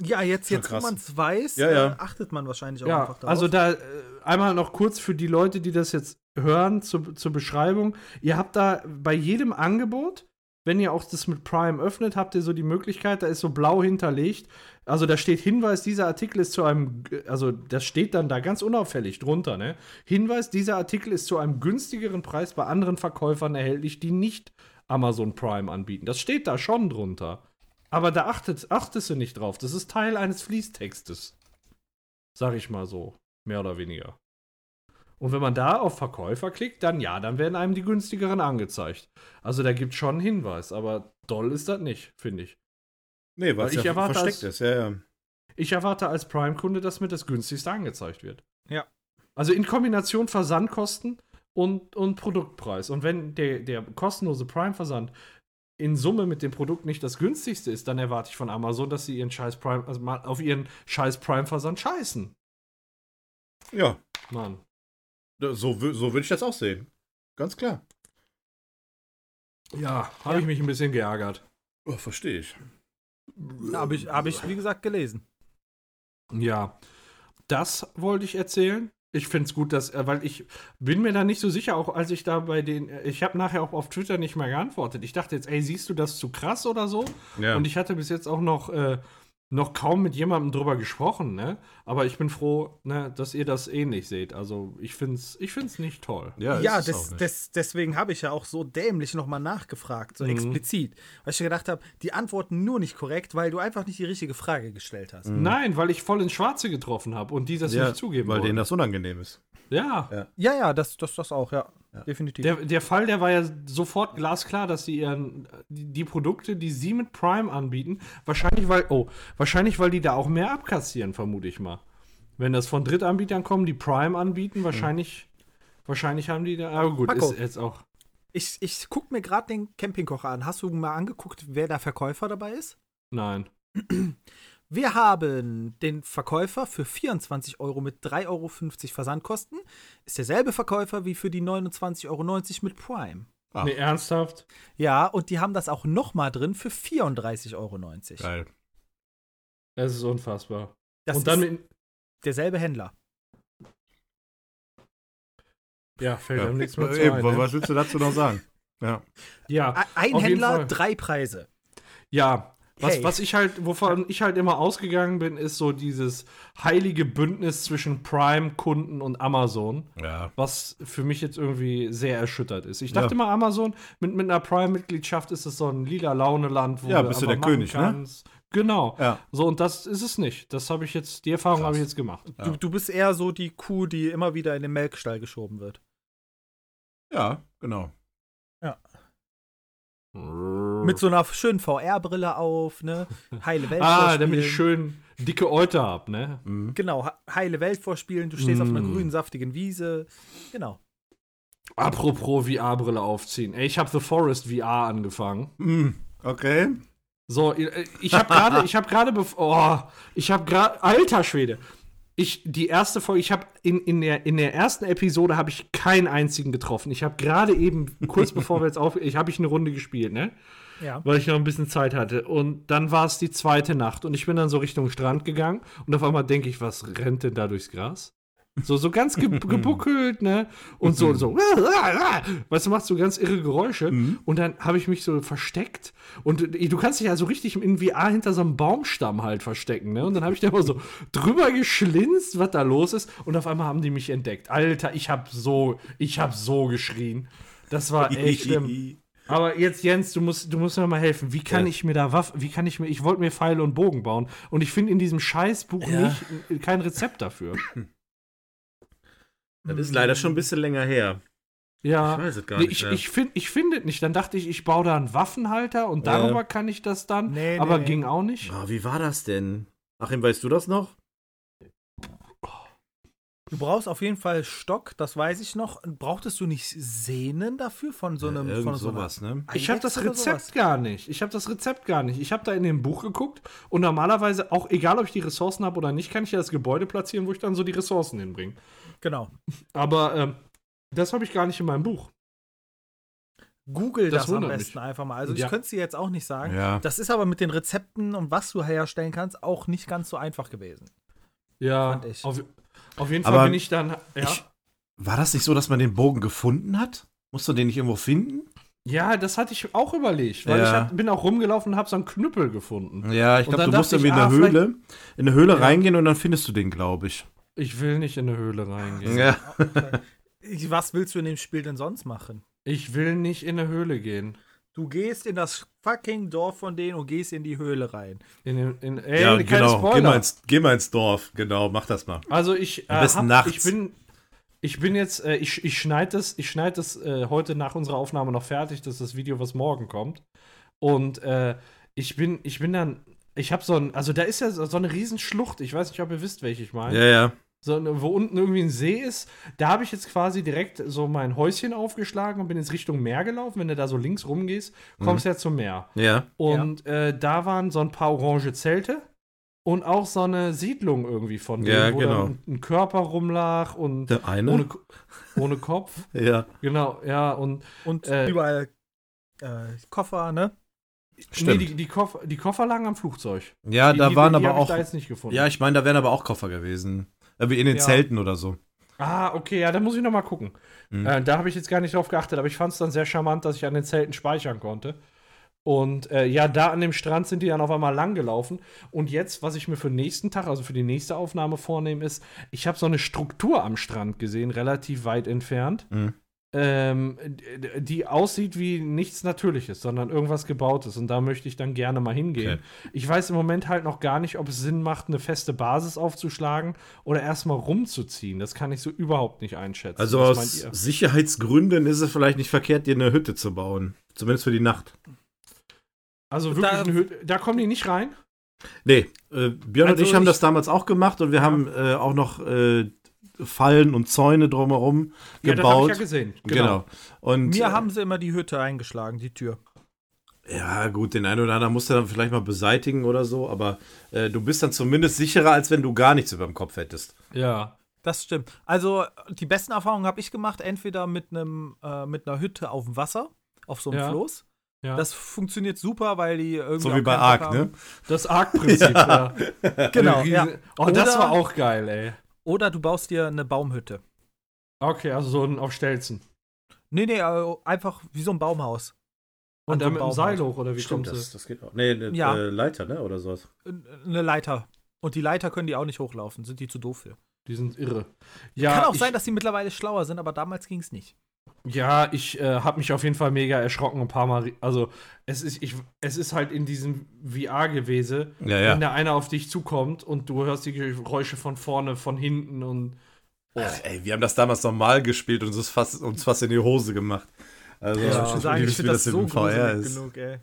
Speaker 3: Ja, jetzt,
Speaker 1: Schon
Speaker 3: jetzt wo
Speaker 1: krass.
Speaker 3: man es weiß,
Speaker 1: Ja, ja.
Speaker 3: äh, achtet man wahrscheinlich auch
Speaker 2: Ja,
Speaker 3: einfach darauf.
Speaker 2: also da äh, einmal noch kurz für die Leute, die das jetzt hören, zu, zur Beschreibung. Ihr habt da bei jedem Angebot, wenn ihr auch das mit Prime öffnet, habt ihr so die Möglichkeit, da ist so blau hinterlegt. Also da steht Hinweis, dieser Artikel ist zu einem, g- also das steht dann da ganz unauffällig drunter, ne? Hinweis, dieser Artikel ist zu einem günstigeren Preis bei anderen Verkäufern erhältlich, die nicht Amazon Prime anbieten. Das steht da schon drunter. Aber da achtet, achtest du nicht drauf. Das ist Teil eines Fließtextes sag ich mal so, mehr oder weniger. Und wenn man da auf Verkäufer klickt, dann ja, dann werden einem die günstigeren angezeigt. Also da gibt schon einen Hinweis, aber doll ist das nicht, finde ich.
Speaker 1: nee,
Speaker 2: Weil
Speaker 1: weil es
Speaker 2: ich
Speaker 1: ja
Speaker 2: erwarte,
Speaker 1: versteckt
Speaker 2: dass-
Speaker 1: ist. Ja, ja.
Speaker 2: Ich erwarte als Prime-Kunde, dass mir das günstigste angezeigt wird.
Speaker 3: Ja.
Speaker 2: Also in Kombination Versandkosten und, und Produktpreis. Und wenn der, der kostenlose Prime-Versand in Summe mit dem Produkt nicht das günstigste ist, dann erwarte ich von Amazon, dass sie ihren scheiß Prime, also mal auf ihren scheiß Prime-Versand scheißen.
Speaker 1: ja
Speaker 2: Mann.
Speaker 1: da- so, wü- so würde ich das auch sehen. Ganz klar.
Speaker 2: Ja, habe ich mich ein bisschen geärgert.
Speaker 1: Oh, Verstehe ich.
Speaker 3: Habe ich, hab ich, wie gesagt, gelesen.
Speaker 2: Ja, das wollte ich erzählen. Ich finde es gut, dass, äh, weil ich bin mir da nicht so sicher, auch als ich da bei den, äh, ich habe nachher auch auf Twitter nicht mehr geantwortet. Ich dachte jetzt, ey, siehst du das zu krass oder so?
Speaker 1: Ja.
Speaker 2: Und ich hatte bis jetzt auch noch, äh, noch kaum mit jemandem drüber gesprochen, ne? Aber ich bin froh, ne, dass ihr das ähnlich seht. Also ich finde es ich find's nicht toll.
Speaker 1: ja,
Speaker 3: Ja,
Speaker 1: ist es auch
Speaker 3: des,
Speaker 1: nicht.
Speaker 3: des, deswegen habe ich ja auch so dämlich nochmal nachgefragt, so
Speaker 2: Mhm.
Speaker 3: explizit. Weil ich gedacht habe, die antworten nur nicht korrekt, weil du einfach nicht die richtige Frage gestellt hast.
Speaker 1: Mhm.
Speaker 2: Nein, weil ich voll ins Schwarze getroffen habe und die das
Speaker 1: ja,
Speaker 2: nicht zugeben
Speaker 1: Weil
Speaker 2: wollen.
Speaker 1: denen das unangenehm ist.
Speaker 2: ja.
Speaker 3: Ja, ja, das, das, das auch, ja. Definitiv.
Speaker 2: Der, der Fall, der war ja sofort glasklar, dass sie ihren die, die Produkte, die sie mit Prime anbieten, wahrscheinlich weil oh, wahrscheinlich weil die da auch mehr abkassieren, vermute ich mal. Wenn das von Drittanbietern kommen, die Prime anbieten, wahrscheinlich wahrscheinlich haben die da aber gut,
Speaker 3: Marco.
Speaker 2: ist jetzt auch
Speaker 3: ich ich gucke mir gerade den Campingkocher an. Hast du mal angeguckt, wer da Verkäufer dabei ist?
Speaker 2: nein.
Speaker 3: Wir haben den Verkäufer für 24 Euro mit 3,50 Euro Versandkosten. Ist derselbe Verkäufer wie für die 29,90 Euro mit Prime.
Speaker 1: Ach.
Speaker 2: Nee, ernsthaft?
Speaker 3: Ja, und die haben das auch nochmal drin für 34,90 Euro.
Speaker 1: Geil.
Speaker 2: Das ist unfassbar.
Speaker 3: Das
Speaker 2: Und dann
Speaker 3: ist
Speaker 2: mit,
Speaker 3: derselbe Händler.
Speaker 2: ja, fällt einem
Speaker 1: <laughs>
Speaker 2: nichts mehr zu
Speaker 1: Eben,
Speaker 2: ein.
Speaker 1: wa-
Speaker 2: Ne?
Speaker 1: Äh, Was willst du dazu noch sagen? Ja.
Speaker 2: Ja,
Speaker 3: Ein
Speaker 2: auf jeden
Speaker 3: Händler,
Speaker 2: Fall.
Speaker 3: drei Preise.
Speaker 2: Ja, was,
Speaker 3: Hey.
Speaker 2: was ich halt, wovon ich halt immer ausgegangen bin, ist so dieses heilige Bündnis zwischen Prime-Kunden und Amazon,
Speaker 1: Ja.
Speaker 2: was für mich jetzt irgendwie sehr erschüttert ist. Ich dachte
Speaker 1: Ja.
Speaker 2: immer, Amazon mit, mit einer Prime-Mitgliedschaft ist es so ein lila Launeland, wo
Speaker 1: Ja, bist du
Speaker 2: einfach
Speaker 1: der
Speaker 2: machen
Speaker 1: König, ne?
Speaker 2: kannst. Genau.
Speaker 1: Ja.
Speaker 2: So, und das ist es nicht. Das habe ich jetzt, die Erfahrung habe ich jetzt gemacht.
Speaker 1: Ja.
Speaker 3: Du, du bist eher so die Kuh, die immer wieder in den Melkstall geschoben wird.
Speaker 1: Ja, genau.
Speaker 3: Mit so einer schönen VR-Brille auf, ne? Heile
Speaker 2: <laughs>
Speaker 3: Welt
Speaker 2: ah,
Speaker 3: vorspielen.
Speaker 2: damit ich schön dicke Euter habe, ne?
Speaker 1: Mhm.
Speaker 3: Genau, he- heile Welt vorspielen. Du stehst auf einer
Speaker 2: Mm.
Speaker 3: grünen, saftigen Wiese. Genau.
Speaker 2: Apropos VR-Brille aufziehen. Ey, ich habe The Forest VR angefangen.
Speaker 1: Mhm. Okay.
Speaker 2: So, äh, ich habe gerade, ich habe gerade, bef- oh, ich habe gerade, alter Schwede, ich die erste Folge, ich habe in, in der in der ersten Episode habe ich keinen einzigen getroffen. Ich habe gerade eben kurz bevor wir jetzt auf, ich habe ich eine Runde gespielt, ne?
Speaker 3: Ja.
Speaker 2: weil ich noch ein bisschen Zeit hatte. Und dann war es die zweite Nacht und ich bin dann so Richtung Strand gegangen und auf einmal denke ich, was rennt denn da durchs Gras? So, so ganz ge gebuckelt, ne? Und so, so, <laughs> weißt du, machst du ganz irre Geräusche. Und dann habe ich mich so versteckt. Und äh, du kannst dich ja so richtig in VR hinter so einem Baumstamm halt verstecken, ne? Und dann habe ich da mal so drüber geschlinzt, was da los ist. Und auf einmal haben die mich entdeckt. Alter, ich habe so, ich habe so geschrien.
Speaker 1: <laughs>
Speaker 2: Das war echt schlimm. Aber jetzt, Jens, du musst, du musst mir mal helfen. Wie kann
Speaker 1: Ja.
Speaker 2: ich mir da Waffen, wie kann ich mir, ich wollte mir Pfeile und Bogen bauen und ich finde in diesem Scheißbuch nicht, äh, kein Rezept dafür.
Speaker 1: Das ist leider schon ein bisschen länger her.
Speaker 2: Ja.
Speaker 1: Ich weiß es gar
Speaker 2: Ah. nee,
Speaker 1: nicht
Speaker 2: Ich,
Speaker 1: mehr.
Speaker 2: ich finde ich find es nicht. Dann dachte ich, ich baue da einen Waffenhalter und
Speaker 1: Ja.
Speaker 2: darüber kann ich das dann.
Speaker 3: Nee, nee,
Speaker 2: aber
Speaker 3: nee.
Speaker 2: ging auch nicht.
Speaker 1: Ah, wie war das denn? Achim, weißt du das noch?
Speaker 3: Du brauchst auf jeden Fall Stock, das weiß ich noch. Brauchtest du nicht Sehnen dafür von so einem.
Speaker 1: ja,
Speaker 3: von
Speaker 1: irgend
Speaker 3: so einer-
Speaker 1: sowas, ne?
Speaker 2: Ich habe
Speaker 3: Eidex
Speaker 2: das
Speaker 3: oder
Speaker 2: Rezept
Speaker 3: sowas?
Speaker 2: gar nicht. Ich habe das Rezept gar nicht. Ich habe da in dem Buch geguckt und normalerweise, auch egal ob ich die Ressourcen habe oder nicht, kann ich ja das Gebäude platzieren, wo ich dann so die Ressourcen hinbringe.
Speaker 3: Genau.
Speaker 2: Aber ähm, das habe ich gar nicht in meinem Buch.
Speaker 3: Google
Speaker 2: Das
Speaker 3: das, am
Speaker 2: wundert
Speaker 3: besten
Speaker 2: mich.
Speaker 3: einfach mal. Also
Speaker 2: Ja.
Speaker 3: ich könnte es dir jetzt auch nicht sagen.
Speaker 1: Ja.
Speaker 3: Das ist aber mit den Rezepten und was du herstellen kannst, auch nicht ganz so einfach gewesen.
Speaker 2: Ja,
Speaker 3: Fand ich.
Speaker 2: auf, auf jeden Fall
Speaker 1: Aber
Speaker 2: bin ich dann. Ja,
Speaker 1: Ich, war das nicht so, dass man den Bogen gefunden hat? Musst du den nicht irgendwo finden?
Speaker 2: ja das hatte ich auch überlegt, weil
Speaker 1: Ja.
Speaker 2: ich hab, bin auch rumgelaufen und habe so einen Knüppel gefunden.
Speaker 1: Ja, ich
Speaker 2: Und
Speaker 1: glaube,
Speaker 2: dann
Speaker 1: du musst
Speaker 2: dachte
Speaker 1: irgendwie
Speaker 2: ich,
Speaker 1: in eine
Speaker 2: ah, vielleicht-
Speaker 1: Höhle, in eine Höhle
Speaker 2: Ja.
Speaker 1: reingehen und dann findest du den, glaube ich.
Speaker 2: Ich will nicht in eine Höhle reingehen.
Speaker 1: Ja.
Speaker 3: Ich- Was willst du in dem Spiel denn sonst machen?
Speaker 2: Ich will nicht in eine Höhle gehen.
Speaker 3: Du gehst in das fucking Dorf von denen und gehst in die Höhle rein.
Speaker 2: In, den- in, ey,
Speaker 1: Ja,
Speaker 2: keine
Speaker 1: genau. Geh
Speaker 2: Spoiler.
Speaker 1: mal, ins, geh mal ins Dorf. Genau, mach das mal.
Speaker 2: Also ich,
Speaker 1: Am
Speaker 2: äh,
Speaker 1: besten nachts.
Speaker 2: ich bin, ich bin jetzt, äh, ich, ich schneide das, ich schneide das äh, heute nach unserer Aufnahme noch fertig, das ist das Video, was morgen kommt. Und äh, ich bin, ich bin dann, ich habe so ein, also da ist ja so so eine Riesenschlucht. Ich weiß nicht, ob ihr wisst, welche ich meine.
Speaker 1: Ja, ja.
Speaker 2: So, eine- wo unten irgendwie ein See ist, da habe ich jetzt quasi direkt so mein Häuschen aufgeschlagen und bin jetzt Richtung Meer gelaufen. Wenn du da so links rumgehst, kommst du ja zum Meer.
Speaker 1: Mhm. Ja.
Speaker 2: Und äh, da waren so ein paar orange Zelte und auch so eine Siedlung irgendwie von denen,
Speaker 1: Ja,
Speaker 2: wo
Speaker 1: genau.
Speaker 2: dann ein Körper rumlag und
Speaker 1: Der eine?
Speaker 2: ohne, Ko- <laughs> ohne Kopf.
Speaker 1: ja.
Speaker 2: Genau, ja. Und
Speaker 3: Und
Speaker 2: Äh.
Speaker 3: überall äh, Koffer, ne?
Speaker 1: Stimmt.
Speaker 2: die, die, Koffer, die Koffer lagen am Flugzeug.
Speaker 1: ja,
Speaker 2: die,
Speaker 1: da
Speaker 2: die,
Speaker 1: waren
Speaker 2: die
Speaker 1: aber
Speaker 2: hab
Speaker 1: auch.
Speaker 2: Ich da jetzt nicht gefunden.
Speaker 1: Ja, ich meine, da wären aber auch Koffer gewesen. Äh, Wie in den
Speaker 3: Ja.
Speaker 1: Zelten oder so.
Speaker 2: ah, okay, ja, da muss ich noch mal gucken.
Speaker 1: Mhm.
Speaker 2: Äh, da habe ich jetzt gar nicht drauf geachtet, aber ich fand es dann sehr charmant, dass ich an den Zelten speichern konnte. Und äh, ja, da an dem Strand sind die dann auf einmal lang gelaufen. Und jetzt, was ich mir für den nächsten Tag, also für die nächste Aufnahme vornehme, ist, ich habe so eine Struktur am Strand gesehen, relativ weit entfernt,
Speaker 1: Mhm.
Speaker 2: ähm, d- die aussieht wie nichts Natürliches, sondern irgendwas Gebautes. Und da möchte ich dann gerne mal hingehen. Ich weiß im Moment halt noch gar nicht, ob es Sinn macht, eine feste Basis aufzuschlagen oder erstmal rumzuziehen. Das kann ich so überhaupt nicht einschätzen.
Speaker 1: Also
Speaker 2: Was
Speaker 1: aus
Speaker 2: meint ihr?
Speaker 1: Sicherheitsgründen ist es vielleicht nicht verkehrt, dir eine Hütte zu bauen. Zumindest für die Nacht.
Speaker 2: Also wirklich,
Speaker 3: Da-
Speaker 2: da, eine Hütte, da kommen die nicht rein.
Speaker 1: Nee, äh, Björn
Speaker 3: Also
Speaker 1: und ich haben
Speaker 3: ich-
Speaker 1: das damals auch gemacht und wir haben äh, auch noch äh, Fallen und Zäune drumherum
Speaker 2: Ja, das habe
Speaker 1: gebaut.
Speaker 2: ich ja gesehen.
Speaker 1: genau. Und
Speaker 3: Mir haben sie immer die Hütte eingeschlagen, die Tür.
Speaker 1: Ja, gut, den einen oder anderen musst du dann vielleicht mal beseitigen oder so, aber äh, du bist dann zumindest sicherer, als wenn du gar nichts über dem Kopf hättest.
Speaker 2: Ja.
Speaker 3: Das stimmt. Also die besten Erfahrungen habe ich gemacht, entweder mit einem äh, mit einer Hütte auf dem Wasser, auf so einem
Speaker 2: Ja.
Speaker 3: Floß.
Speaker 2: Ja.
Speaker 3: Das funktioniert super, weil die irgendwie
Speaker 1: So
Speaker 3: auch
Speaker 1: wie bei
Speaker 3: keinen Bock
Speaker 1: Ark, ne?
Speaker 2: Das Arc-Prinzip, <laughs> ja.
Speaker 3: haben. Genau.
Speaker 2: Riesen-
Speaker 3: Ja.
Speaker 2: Oh, das
Speaker 3: Oder-
Speaker 2: war auch geil, ey.
Speaker 3: Oder du baust dir eine Baumhütte.
Speaker 2: Okay, also so ein auf Stelzen.
Speaker 3: Nee, nee, äh, einfach wie so ein Baumhaus.
Speaker 2: Und
Speaker 3: An
Speaker 2: dann mit
Speaker 3: so
Speaker 2: einem
Speaker 3: einem
Speaker 2: Seil
Speaker 3: Baumhaus.
Speaker 2: hoch, oder wie kommt das?
Speaker 1: das geht auch. Nee, ne,
Speaker 3: Ja.
Speaker 1: äh, Leiter, ne? Oder sowas.
Speaker 3: N- Eine Leiter. Und die Leiter können die auch nicht hochlaufen, sind die zu doof für.
Speaker 2: Die sind irre. Ja,
Speaker 3: Kann auch
Speaker 2: ich,
Speaker 3: sein, dass die mittlerweile schlauer sind, aber damals ging es nicht.
Speaker 2: Ja, ich äh, habe mich auf jeden Fall mega erschrocken ein paar Mal. ri- Also, es ist, ich, es ist halt in diesem VR-Gewese,
Speaker 1: Ja,
Speaker 2: wenn
Speaker 1: ja.
Speaker 2: da einer auf dich zukommt und du hörst die Geräusche von vorne, von hinten und. Oh.
Speaker 1: Ach, ey, wir haben das damals normal gespielt und es ist fast, uns fast in die Hose gemacht. Also,
Speaker 2: Ja.
Speaker 3: Ich
Speaker 2: Ich
Speaker 3: muss
Speaker 2: muss
Speaker 3: sagen, ich finde das, so
Speaker 1: VR
Speaker 3: gruselig
Speaker 1: ist.
Speaker 3: genug, ey.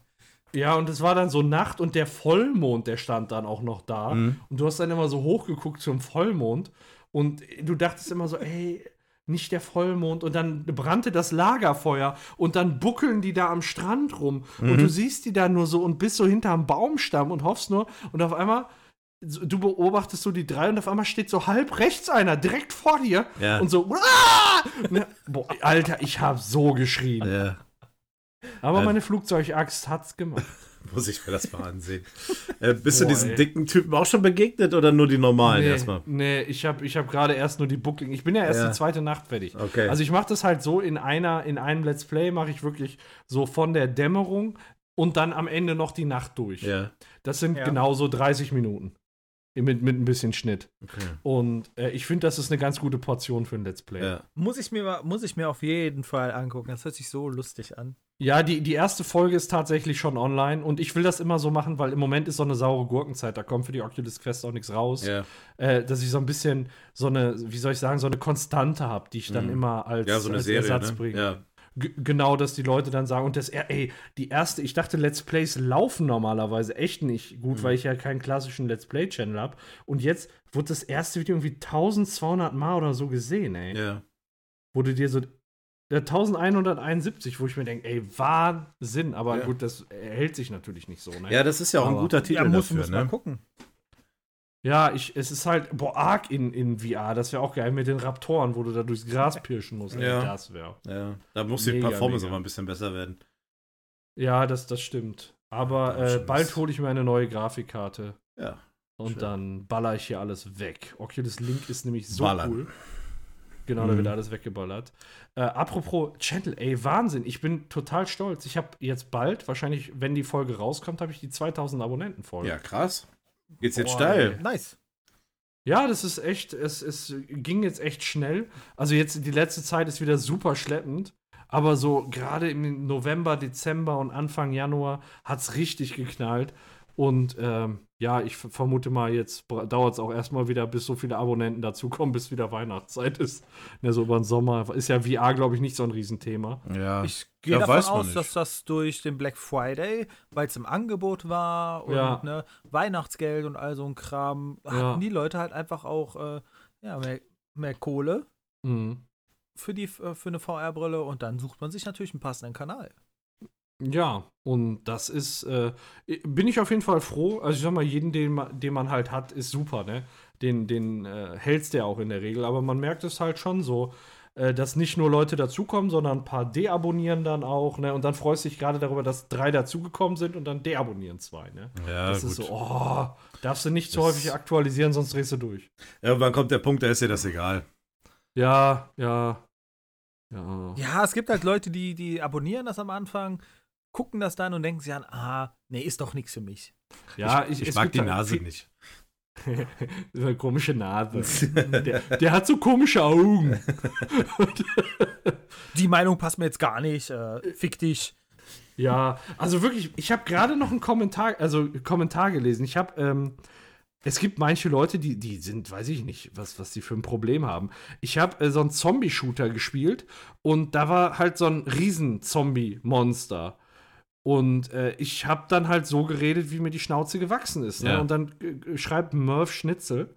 Speaker 2: Ja, und es war dann so Nacht und der Vollmond, der stand dann auch noch da.
Speaker 1: Mhm.
Speaker 2: Und du hast dann immer so hochgeguckt zum Vollmond und du dachtest immer so, ey, nicht der Vollmond. Und dann brannte das Lagerfeuer und dann buckeln die da am Strand rum.
Speaker 1: Mhm.
Speaker 2: Und du siehst die da nur so und bist so hinterm Baumstamm und hoffst nur. Und auf einmal, so- du beobachtest so die drei und auf einmal steht so halb rechts einer direkt vor dir
Speaker 1: Ja.
Speaker 2: und so, "Uah!" Ne, boah, Alter, ich hab so geschrien.
Speaker 1: Ja,
Speaker 2: Aber
Speaker 1: Ja.
Speaker 2: meine Flugzeugaxt hat's gemacht.
Speaker 1: muss ich mir das mal ansehen. äh, bist du
Speaker 2: Boah,
Speaker 1: diesen
Speaker 2: ey.
Speaker 1: dicken Typen auch schon begegnet oder nur die normalen
Speaker 2: nee,
Speaker 1: erstmal?
Speaker 2: Nee, ich habe ich hab gerade erst nur die Buckling. Ich bin ja erst
Speaker 1: Ja.
Speaker 2: die zweite Nacht fertig.
Speaker 1: Okay.
Speaker 2: Also ich mache das halt so in einer, in einem Let's Play mache ich wirklich so von der Dämmerung und dann am Ende noch die Nacht durch.
Speaker 1: ja.
Speaker 2: Das sind
Speaker 3: Ja.
Speaker 2: genau so 30 Minuten. Mit, mit ein bisschen Schnitt.
Speaker 1: Okay.
Speaker 2: Und äh, ich finde, das ist eine ganz gute Portion für ein Let's Play.
Speaker 1: ja.
Speaker 3: Muss ich, mir, mal- muss ich mir auf jeden Fall angucken. Das hört sich so lustig an.
Speaker 2: Ja, die, die erste Folge ist tatsächlich schon online und ich will das immer so machen, weil im Moment ist so eine saure Gurkenzeit, da kommt für die Oculus Quest auch nichts raus.
Speaker 1: Ja.
Speaker 2: Äh, dass ich so ein bisschen so eine, wie soll ich sagen, so eine Konstante habe, die ich dann
Speaker 1: Mhm.
Speaker 2: immer als,
Speaker 1: ja, so eine
Speaker 2: als
Speaker 1: Serie.
Speaker 2: Ersatz
Speaker 1: Ne?
Speaker 2: bringe.
Speaker 1: Ja.
Speaker 2: G genau, dass die Leute dann sagen, und das, ey, die erste, ich dachte, Let's Plays laufen normalerweise echt nicht gut,
Speaker 1: Mhm.
Speaker 2: weil ich ja keinen klassischen Let's Play-Channel habe. Und jetzt wurde das erste Video irgendwie 1200 Mal oder so gesehen, ey.
Speaker 1: Ja.
Speaker 2: Wo du dir so. Ja, 1171, wo ich mir denke, ey, Wahnsinn, aber
Speaker 1: Ja.
Speaker 2: gut, das hält sich natürlich nicht so, ne?
Speaker 1: ja, das ist ja auch ein
Speaker 2: Aber-
Speaker 1: guter Titel
Speaker 3: ja, muss,
Speaker 1: dafür,
Speaker 3: muss mal
Speaker 1: ne?
Speaker 3: gucken.
Speaker 2: Ja, ich, es ist halt, boah, arg in, in VR, das wäre auch geil mit den Raptoren, wo du da
Speaker 1: <laughs>
Speaker 2: durchs Gras pirschen musst.
Speaker 1: Ja.
Speaker 2: Ey, das wäre.
Speaker 1: Ja, da muss die
Speaker 2: Mega,
Speaker 1: Performance
Speaker 2: mega.
Speaker 1: aber ein bisschen besser werden.
Speaker 2: Ja, das, das stimmt. Aber
Speaker 1: Ja,
Speaker 2: äh,
Speaker 1: schon
Speaker 2: bald
Speaker 1: was.
Speaker 2: hole ich mir eine neue Grafikkarte
Speaker 1: Ja.
Speaker 2: und
Speaker 1: Schön.
Speaker 2: dann baller ich hier alles weg. Oculus Link ist nämlich so
Speaker 1: Ballern.
Speaker 2: cool. Genau, da
Speaker 1: Mhm.
Speaker 2: wird alles weggeballert. Äh, apropos Channel, ey, Wahnsinn, ich bin total stolz. Ich habe jetzt bald, wahrscheinlich, wenn die Folge rauskommt, habe ich die 2000 Abonnenten voll.
Speaker 1: Ja, krass. Geht's jetzt
Speaker 2: Boah,
Speaker 1: steil.
Speaker 3: Nice.
Speaker 2: Ja, das ist echt, es, es ging jetzt echt schnell. Also jetzt die letzte Zeit ist wieder super schleppend, aber so gerade im November, Dezember und Anfang Januar hat's richtig geknallt. Und ähm, ja, ich ver- vermute mal, jetzt dauert es auch erstmal wieder, bis so viele Abonnenten dazukommen, bis wieder Weihnachtszeit ist. Ne, so über den Sommer ist ja VR, glaube ich, nicht so ein Riesenthema.
Speaker 1: Ja.
Speaker 3: Ich gehe
Speaker 1: Ja, weiß
Speaker 3: davon
Speaker 1: man
Speaker 3: aus,
Speaker 1: nicht.
Speaker 3: dass das durch den Black Friday, weil es im Angebot war und
Speaker 2: Ja.
Speaker 3: ne, Weihnachtsgeld und all so ein Kram, hatten
Speaker 2: Ja.
Speaker 3: die Leute halt einfach auch äh, ja, mehr, mehr Kohle
Speaker 2: Mhm.
Speaker 3: für, die, äh, für eine VR-Brille und dann sucht man sich natürlich einen passenden Kanal.
Speaker 2: Ja, und das ist, äh, bin ich auf jeden Fall froh. Also ich sag mal, jeden, den, ma- den man halt hat, ist super, ne? Den, den äh, hältst der auch in der Regel, aber man merkt es halt schon so, äh, dass nicht nur Leute dazukommen, sondern ein paar deabonnieren dann auch, ne? Und dann freust du dich gerade darüber, dass drei dazugekommen sind und dann deabonnieren zwei, ne?
Speaker 1: Ja,
Speaker 2: das
Speaker 1: gut.
Speaker 2: ist so, oh, darfst du nicht zu
Speaker 1: Das-
Speaker 2: häufig aktualisieren, sonst drehst du durch.
Speaker 1: Irgendwann kommt der Punkt, da ist dir das egal.
Speaker 2: Ja, ja. Ja.
Speaker 3: Ja, es gibt halt Leute, die, die abonnieren das am Anfang, gucken das dann und denken sich an, ah, nee, ist doch nichts für mich.
Speaker 2: Ja,
Speaker 1: Ich
Speaker 2: es
Speaker 1: mag
Speaker 2: gibt
Speaker 1: die
Speaker 2: halt
Speaker 1: Nase
Speaker 2: viel-
Speaker 1: nicht.
Speaker 2: so eine komische Nase.
Speaker 1: <laughs>
Speaker 2: Der, der hat so komische Augen.
Speaker 3: Die Meinung passt mir jetzt gar nicht, äh, fick dich.
Speaker 2: Ja, also wirklich, ich habe gerade noch einen Kommentar, also Kommentar gelesen. Ich habe, ähm, es gibt manche Leute, die, die sind, weiß ich nicht, was, was die für ein Problem haben. Ich habe äh, so einen Zombie-Shooter gespielt und da war halt so ein Riesen-Zombie-Monster. Und äh, ich habe dann halt so geredet, wie mir die Schnauze gewachsen ist. Ne?
Speaker 1: Ja.
Speaker 2: Und dann äh, schreibt Murph Schnitzel,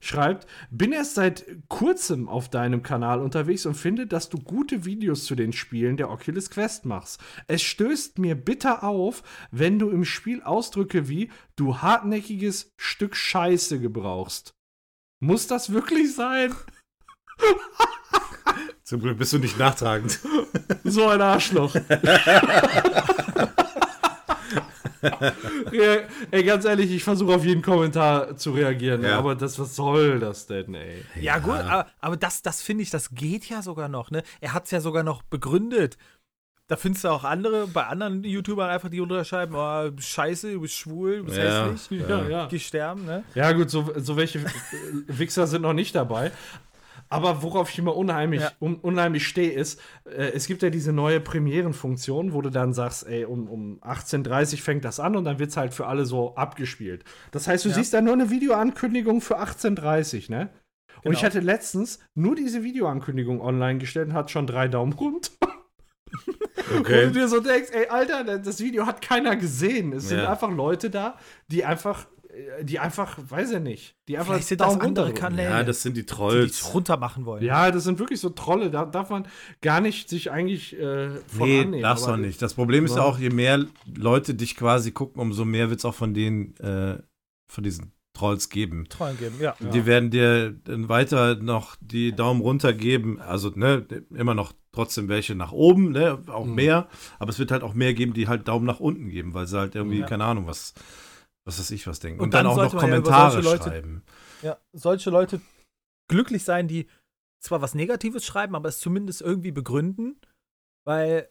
Speaker 2: schreibt, bin erst seit kurzem auf deinem Kanal unterwegs und finde, dass du gute Videos zu den Spielen der Oculus Quest machst. Es stößt mir bitter auf, wenn du im Spiel Ausdrücke wie du hartnäckiges Stück Scheiße gebrauchst. Muss das wirklich sein?
Speaker 1: Zum Glück bist du nicht nachtragend.
Speaker 2: So ein Arschloch. Ja, ey, ganz ehrlich, ich versuche auf jeden Kommentar zu reagieren,
Speaker 1: Ja.
Speaker 2: aber das, was soll das denn, ey?
Speaker 3: Ja, gut, aber, aber das, das finde ich, das geht ja sogar noch, ne? Er hat es ja sogar noch begründet. Da findest du auch andere, bei anderen YouTubern einfach die unterschreiben, oh, du bist scheiße, du bist schwul, du bist
Speaker 1: Ja.
Speaker 3: hässlich,
Speaker 2: Ja, ja.
Speaker 3: geh sterben, ne?
Speaker 2: Ja, gut, so, so welche Wichser sind noch nicht dabei. Aber worauf ich immer unheimlich,
Speaker 3: Ja.
Speaker 2: un, unheimlich stehe, ist, äh, es gibt ja diese neue Premierenfunktion, wo du dann sagst, ey, um, um 18.30 Uhr fängt das an und dann wird es halt für alle so abgespielt. Das heißt, du siehst dann nur eine Videoankündigung für 18.30 Uhr, ne? Und ich
Speaker 3: Genau.
Speaker 2: hatte letztens nur diese Videoankündigung online gestellt und hat schon drei Daumen runter. Wo du
Speaker 1: Okay.
Speaker 2: dir so denkst, ey, Alter, das Video hat keiner gesehen. Es sind
Speaker 1: Ja.
Speaker 2: einfach Leute da, die einfach, äh, die einfach, weiß ich nicht, die einfach
Speaker 3: Vielleicht sind das
Speaker 2: Daumen
Speaker 3: andere
Speaker 2: runter drücken.
Speaker 3: Kanäle,
Speaker 1: Ja, das sind die
Speaker 3: die
Speaker 1: Trolls.
Speaker 3: dich runter machen wollen.
Speaker 2: Ja, das sind wirklich so Trolle, da darf man gar nicht sich eigentlich äh, von
Speaker 1: nee,
Speaker 2: annehmen.
Speaker 1: darfst du
Speaker 2: aber-
Speaker 1: auch nicht. Das Problem ist ja
Speaker 2: Ja.
Speaker 1: auch, je mehr Leute dich quasi gucken, umso mehr wird es auch von denen, äh, von diesen Trolls geben.
Speaker 3: Trollen geben, ja.
Speaker 1: Die werden dir dann weiter noch die Daumen runter geben. Also, ne, immer noch trotzdem welche nach oben, ne, auch
Speaker 2: Mhm.
Speaker 1: mehr. Aber es wird halt auch mehr geben, die halt Daumen nach unten geben, weil sie halt irgendwie,
Speaker 3: Ja.
Speaker 1: keine Ahnung, was, was weiß ich was denken. Und,
Speaker 3: Und
Speaker 1: dann,
Speaker 3: dann
Speaker 1: auch noch
Speaker 3: sollte man ja über
Speaker 1: Kommentare
Speaker 3: solche Leute-
Speaker 1: schreiben.
Speaker 3: Ja, solche Leute glücklich sein, die zwar was Negatives schreiben, aber es zumindest irgendwie begründen, weil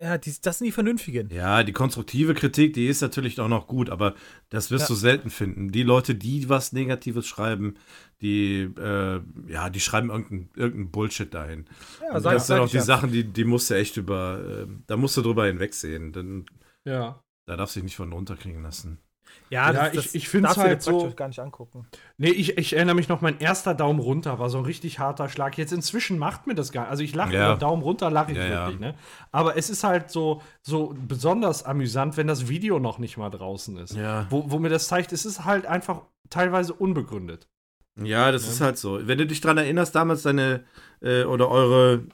Speaker 3: ja, die, das sind die Vernünftigen.
Speaker 1: Ja, die konstruktive Kritik, die ist natürlich auch noch gut, aber das wirst
Speaker 3: Ja.
Speaker 1: du selten finden. Die Leute, die was Negatives schreiben, die, äh, ja, die schreiben irgendeinen irgendein Bullshit dahin.
Speaker 3: Ja,
Speaker 1: Und
Speaker 3: sag-
Speaker 1: das sind
Speaker 3: sag
Speaker 1: auch
Speaker 3: ich
Speaker 1: die
Speaker 3: ja.
Speaker 1: Sachen, die, die musst du echt über, äh, da musst du drüber hinwegsehen. Denn
Speaker 2: Ja.
Speaker 1: da darfst du dich nicht von runterkriegen lassen.
Speaker 4: Ja,
Speaker 2: Ja,
Speaker 4: das, das
Speaker 2: ich- ich find's
Speaker 4: darfst du dir
Speaker 2: halt so-
Speaker 4: praktisch gar nicht angucken.
Speaker 2: Nee, ich, ich erinnere mich noch, mein erster Daumen runter war so ein richtig harter Schlag. Jetzt inzwischen macht mir das gar nicht. Also ich lache
Speaker 1: Ja.
Speaker 2: über Daumen runter, lache ich
Speaker 1: Ja, ja.
Speaker 2: wirklich, ne? Aber es ist halt so, so besonders amüsant, wenn das Video noch nicht mal draußen ist.
Speaker 1: Ja.
Speaker 2: Wo, wo mir das zeigt, es ist halt einfach teilweise unbegründet.
Speaker 1: Ja, das ist halt so. Wenn du dich dran erinnerst, damals deine äh, oder eure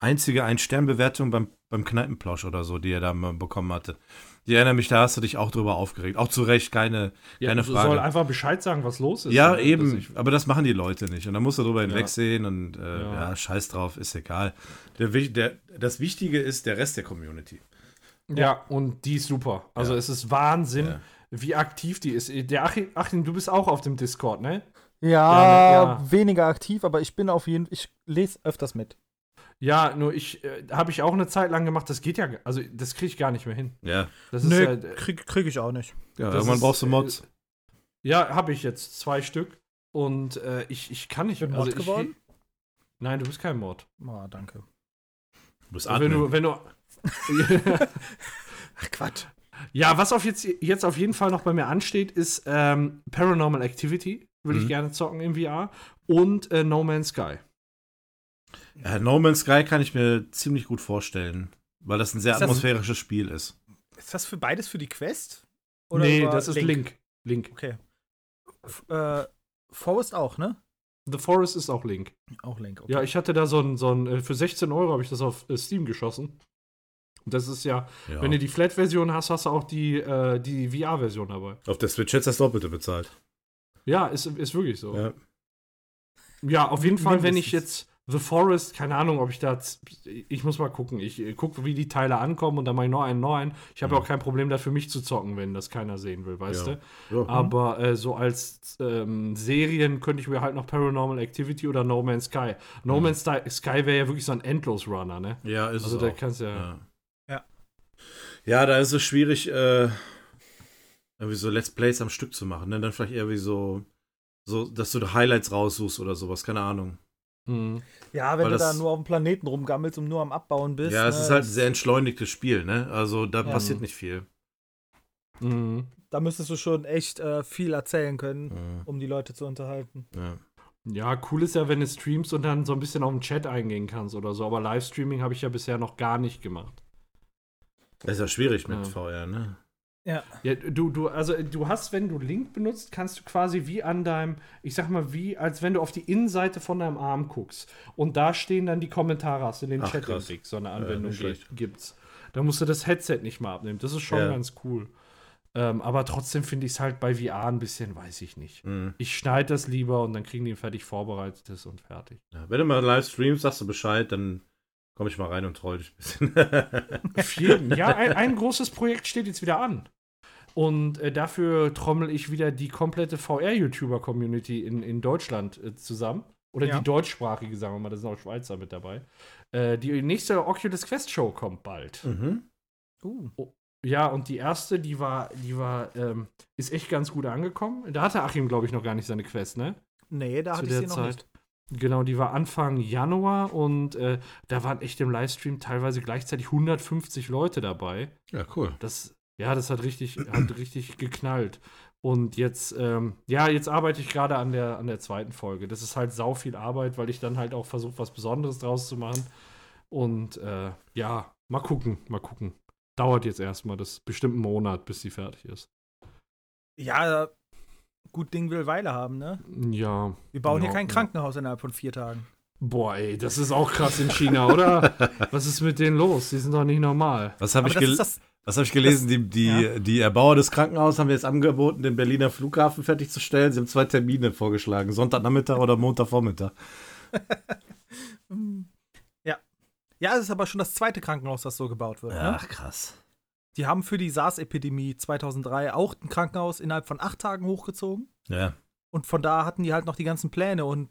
Speaker 1: einzige Ein-Stern-Bewertung beim, beim Kneipenplausch oder so, die ihr da mal bekommen hatte. Ich erinnere mich, da hast du dich auch drüber aufgeregt. Auch zu Recht, keine, keine
Speaker 2: so-
Speaker 1: Frage.
Speaker 2: soll einfach Bescheid sagen, was los ist.
Speaker 1: ja,
Speaker 2: ne?
Speaker 1: eben,
Speaker 2: Dass ich-
Speaker 1: aber das machen die Leute nicht. Und dann musst du drüber
Speaker 2: Ja.
Speaker 1: hinwegsehen und äh, ja.
Speaker 2: Ja.
Speaker 1: scheiß drauf, ist egal. Der, Wich- der, das Wichtige ist der Rest der Community.
Speaker 2: Ja, und die ist super. Also
Speaker 1: Ja.
Speaker 2: es ist Wahnsinn,
Speaker 1: Ja.
Speaker 2: wie aktiv die ist. Der Achim, Achim, du bist auch auf dem Discord, ne?
Speaker 3: Ja,
Speaker 4: ne,
Speaker 2: Ja, ja.
Speaker 3: weniger aktiv, aber ich bin auf jeden Fall, ich lese öfters mit.
Speaker 2: Ja, nur ich äh, habe ich auch eine Zeit lang gemacht, das geht ja, g- also das kriege ich gar nicht mehr hin.
Speaker 1: Ja,
Speaker 2: Das
Speaker 4: Nö,
Speaker 2: ist
Speaker 3: halt,
Speaker 2: ja, äh,
Speaker 4: krieg, krieg ich auch nicht.
Speaker 1: ja
Speaker 2: Das
Speaker 1: irgendwann
Speaker 2: ist, äh,
Speaker 1: brauchst du Mods.
Speaker 2: ja habe ich jetzt zwei Stück und äh, ich, ich kann nicht
Speaker 4: Bin
Speaker 2: mehr.
Speaker 4: Mod geworden?
Speaker 2: Ich, nein, du bist kein Mod.
Speaker 3: Ah, danke.
Speaker 1: Du bist
Speaker 2: Wenn
Speaker 1: Admin.
Speaker 2: du, wenn du <laughs>
Speaker 4: Ach Quatsch.
Speaker 2: Ja, was auf jetzt, jetzt auf jeden Fall noch bei mir ansteht, ist ähm, Paranormal Activity. Würde
Speaker 1: Mhm.
Speaker 2: ich gerne zocken im VR. Und äh, No Man's Sky.
Speaker 1: Ja, no Man's Sky kann ich mir ziemlich gut vorstellen, weil das ein sehr
Speaker 4: Ist das-
Speaker 1: atmosphärisches Spiel ist.
Speaker 4: Ist das für beides für die Quest?
Speaker 2: nee,
Speaker 4: über
Speaker 2: das ist Link. Link.
Speaker 4: Okay. F äh, Forest auch, ne?
Speaker 2: The Forest ist auch Link.
Speaker 4: Auch Link.
Speaker 2: Ja, ich hatte da so ein, so ein äh, für 16 Euro habe ich das auf äh, Steam geschossen. Und Das ist ja,
Speaker 1: Ja.
Speaker 2: wenn du die Flat-Version hast, hast du auch die, äh, die VR-Version dabei.
Speaker 1: Auf der Switch hättest du das Doppelte bezahlt.
Speaker 2: Ja, ist, ist wirklich so. Ja,
Speaker 1: Ja.
Speaker 2: auf jeden Fall, wenn ich
Speaker 4: Mindestens.
Speaker 2: jetzt The Forest, keine Ahnung, ob ich da, z- ich muss mal gucken. Ich äh, gucke, wie die Teile ankommen und dann mache ich noch einen neuen. Ich habe
Speaker 1: Mhm.
Speaker 2: ja auch kein Problem, da für mich zu zocken, wenn das keiner sehen will, weißt
Speaker 1: Ja.
Speaker 2: du? Aber äh, so als ähm, Serien könnte ich mir halt noch Paranormal Activity oder No Man's Sky. No
Speaker 1: Mhm.
Speaker 2: Man's Sky- Sky wäre ja wirklich so ein Endlos-Runner, ne?
Speaker 1: ja, ist
Speaker 2: Also
Speaker 1: es
Speaker 2: da
Speaker 1: auch.
Speaker 2: kannst du ja.
Speaker 1: ja.
Speaker 4: Ja.
Speaker 1: Ja, da ist es schwierig, äh, irgendwie so Let's Plays am Stück zu machen. Ne? Dann vielleicht eher wie so, so, dass du da Highlights raussuchst oder sowas, keine Ahnung.
Speaker 2: Mhm.
Speaker 3: Ja, wenn
Speaker 1: Weil
Speaker 3: du
Speaker 1: das-
Speaker 3: da nur auf dem Planeten rumgammelst und nur am Abbauen bist.
Speaker 1: ja, es
Speaker 3: ne,
Speaker 1: ist halt ein sehr entschleunigtes Spiel, ne? Also da
Speaker 3: Ja.
Speaker 1: passiert nicht viel.
Speaker 2: Mhm.
Speaker 3: Da müsstest du schon echt äh, viel erzählen können,
Speaker 1: Ja.
Speaker 3: um die Leute zu unterhalten.
Speaker 1: Mhm, Ja.
Speaker 2: Ja, cool ist ja, wenn du streamst und dann so ein bisschen auf den Chat eingehen kannst oder so. Aber Livestreaming habe ich ja bisher noch gar nicht gemacht.
Speaker 1: Das ist ja schwierig mit
Speaker 2: Ja.
Speaker 1: VR, ne?
Speaker 2: Ja, du, du, also äh, du hast, wenn du Link benutzt, kannst du quasi wie an deinem, ich sag mal, wie, als wenn du auf die Innenseite von deinem Arm guckst. Und da stehen dann die Kommentare, hast du in den
Speaker 1: Ach,
Speaker 2: Chat
Speaker 1: krass.
Speaker 2: gekriegt, so eine
Speaker 1: Ja,
Speaker 2: Anwendung
Speaker 1: nicht
Speaker 2: geht,
Speaker 1: schlecht.
Speaker 2: gibt's. Da musst du das Headset nicht mal abnehmen. Das ist schon
Speaker 1: Ja.
Speaker 2: ganz cool. Ähm, aber trotzdem finde ich es halt bei VR ein bisschen, weiß ich nicht.
Speaker 1: Mhm.
Speaker 2: Ich schneide das lieber und dann kriegen die ein fertig vorbereitetes und fertig.
Speaker 1: Ja. Wenn du mal live streamst, sagst du Bescheid, dann komme ich mal rein und troll dich ein bisschen. <laughs>
Speaker 2: Auf jeden. Ja, ein, ein großes Projekt steht jetzt wieder an. Und äh, dafür trommel ich wieder die komplette VR-YouTuber-Community in, in Deutschland äh, zusammen. Oder
Speaker 4: Ja.
Speaker 2: die deutschsprachige, sagen wir mal, da sind auch Schweizer mit dabei. Äh, die nächste Oculus Quest Show kommt bald.
Speaker 1: mhm.
Speaker 4: Uh.
Speaker 2: Ja, und die erste, die war, die war, ähm, ist echt ganz gut angekommen. Da hatte Achim, glaube ich, noch gar nicht seine Quest, ne?
Speaker 4: Nee, da
Speaker 2: Zu
Speaker 4: hatte ich
Speaker 2: der
Speaker 4: sie noch
Speaker 2: Zeit.
Speaker 4: nicht.
Speaker 2: Genau, die war Anfang Januar und äh, da waren echt im Livestream teilweise gleichzeitig 150 Leute dabei.
Speaker 1: Ja, cool.
Speaker 2: Das, ja, das hat richtig, hat richtig geknallt. Und jetzt, ähm, ja, jetzt arbeite ich gerade an der, an der zweiten Folge. Das ist halt sau viel Arbeit, weil ich dann halt auch versuche, was Besonderes draus zu machen. Und äh, ja, mal gucken, mal gucken. Dauert jetzt erstmal, das ist bestimmt einen Monat, bis die fertig ist.
Speaker 4: Ja, gut Ding will Weile haben, ne?
Speaker 2: Ja.
Speaker 4: Wir bauen
Speaker 2: Ja,
Speaker 4: hier kein
Speaker 2: ja.
Speaker 4: Krankenhaus innerhalb von vier Tagen.
Speaker 2: Boah, ey, das ist auch krass in China, oder?
Speaker 4: <laughs>
Speaker 2: Was ist mit denen los? Die sind doch nicht normal.
Speaker 1: Was habe ich,
Speaker 4: das
Speaker 1: gel
Speaker 4: ist das.
Speaker 1: Was habe ich gelesen? die, die, die Erbauer des Krankenhauses haben jetzt angeboten, den Berliner Flughafen fertigzustellen. Sie haben zwei Termine vorgeschlagen: Sonntagnachmittag oder Montagvormittag.
Speaker 4: Mm. Ja. Ja, es ist aber schon das zweite Krankenhaus, das so gebaut wird. Ne?
Speaker 1: krass.
Speaker 4: Die haben für die SARS-Epidemie 2003 auch ein Krankenhaus innerhalb von acht Tagen hochgezogen.
Speaker 1: Ja.
Speaker 4: Und von da hatten die halt noch die ganzen Pläne und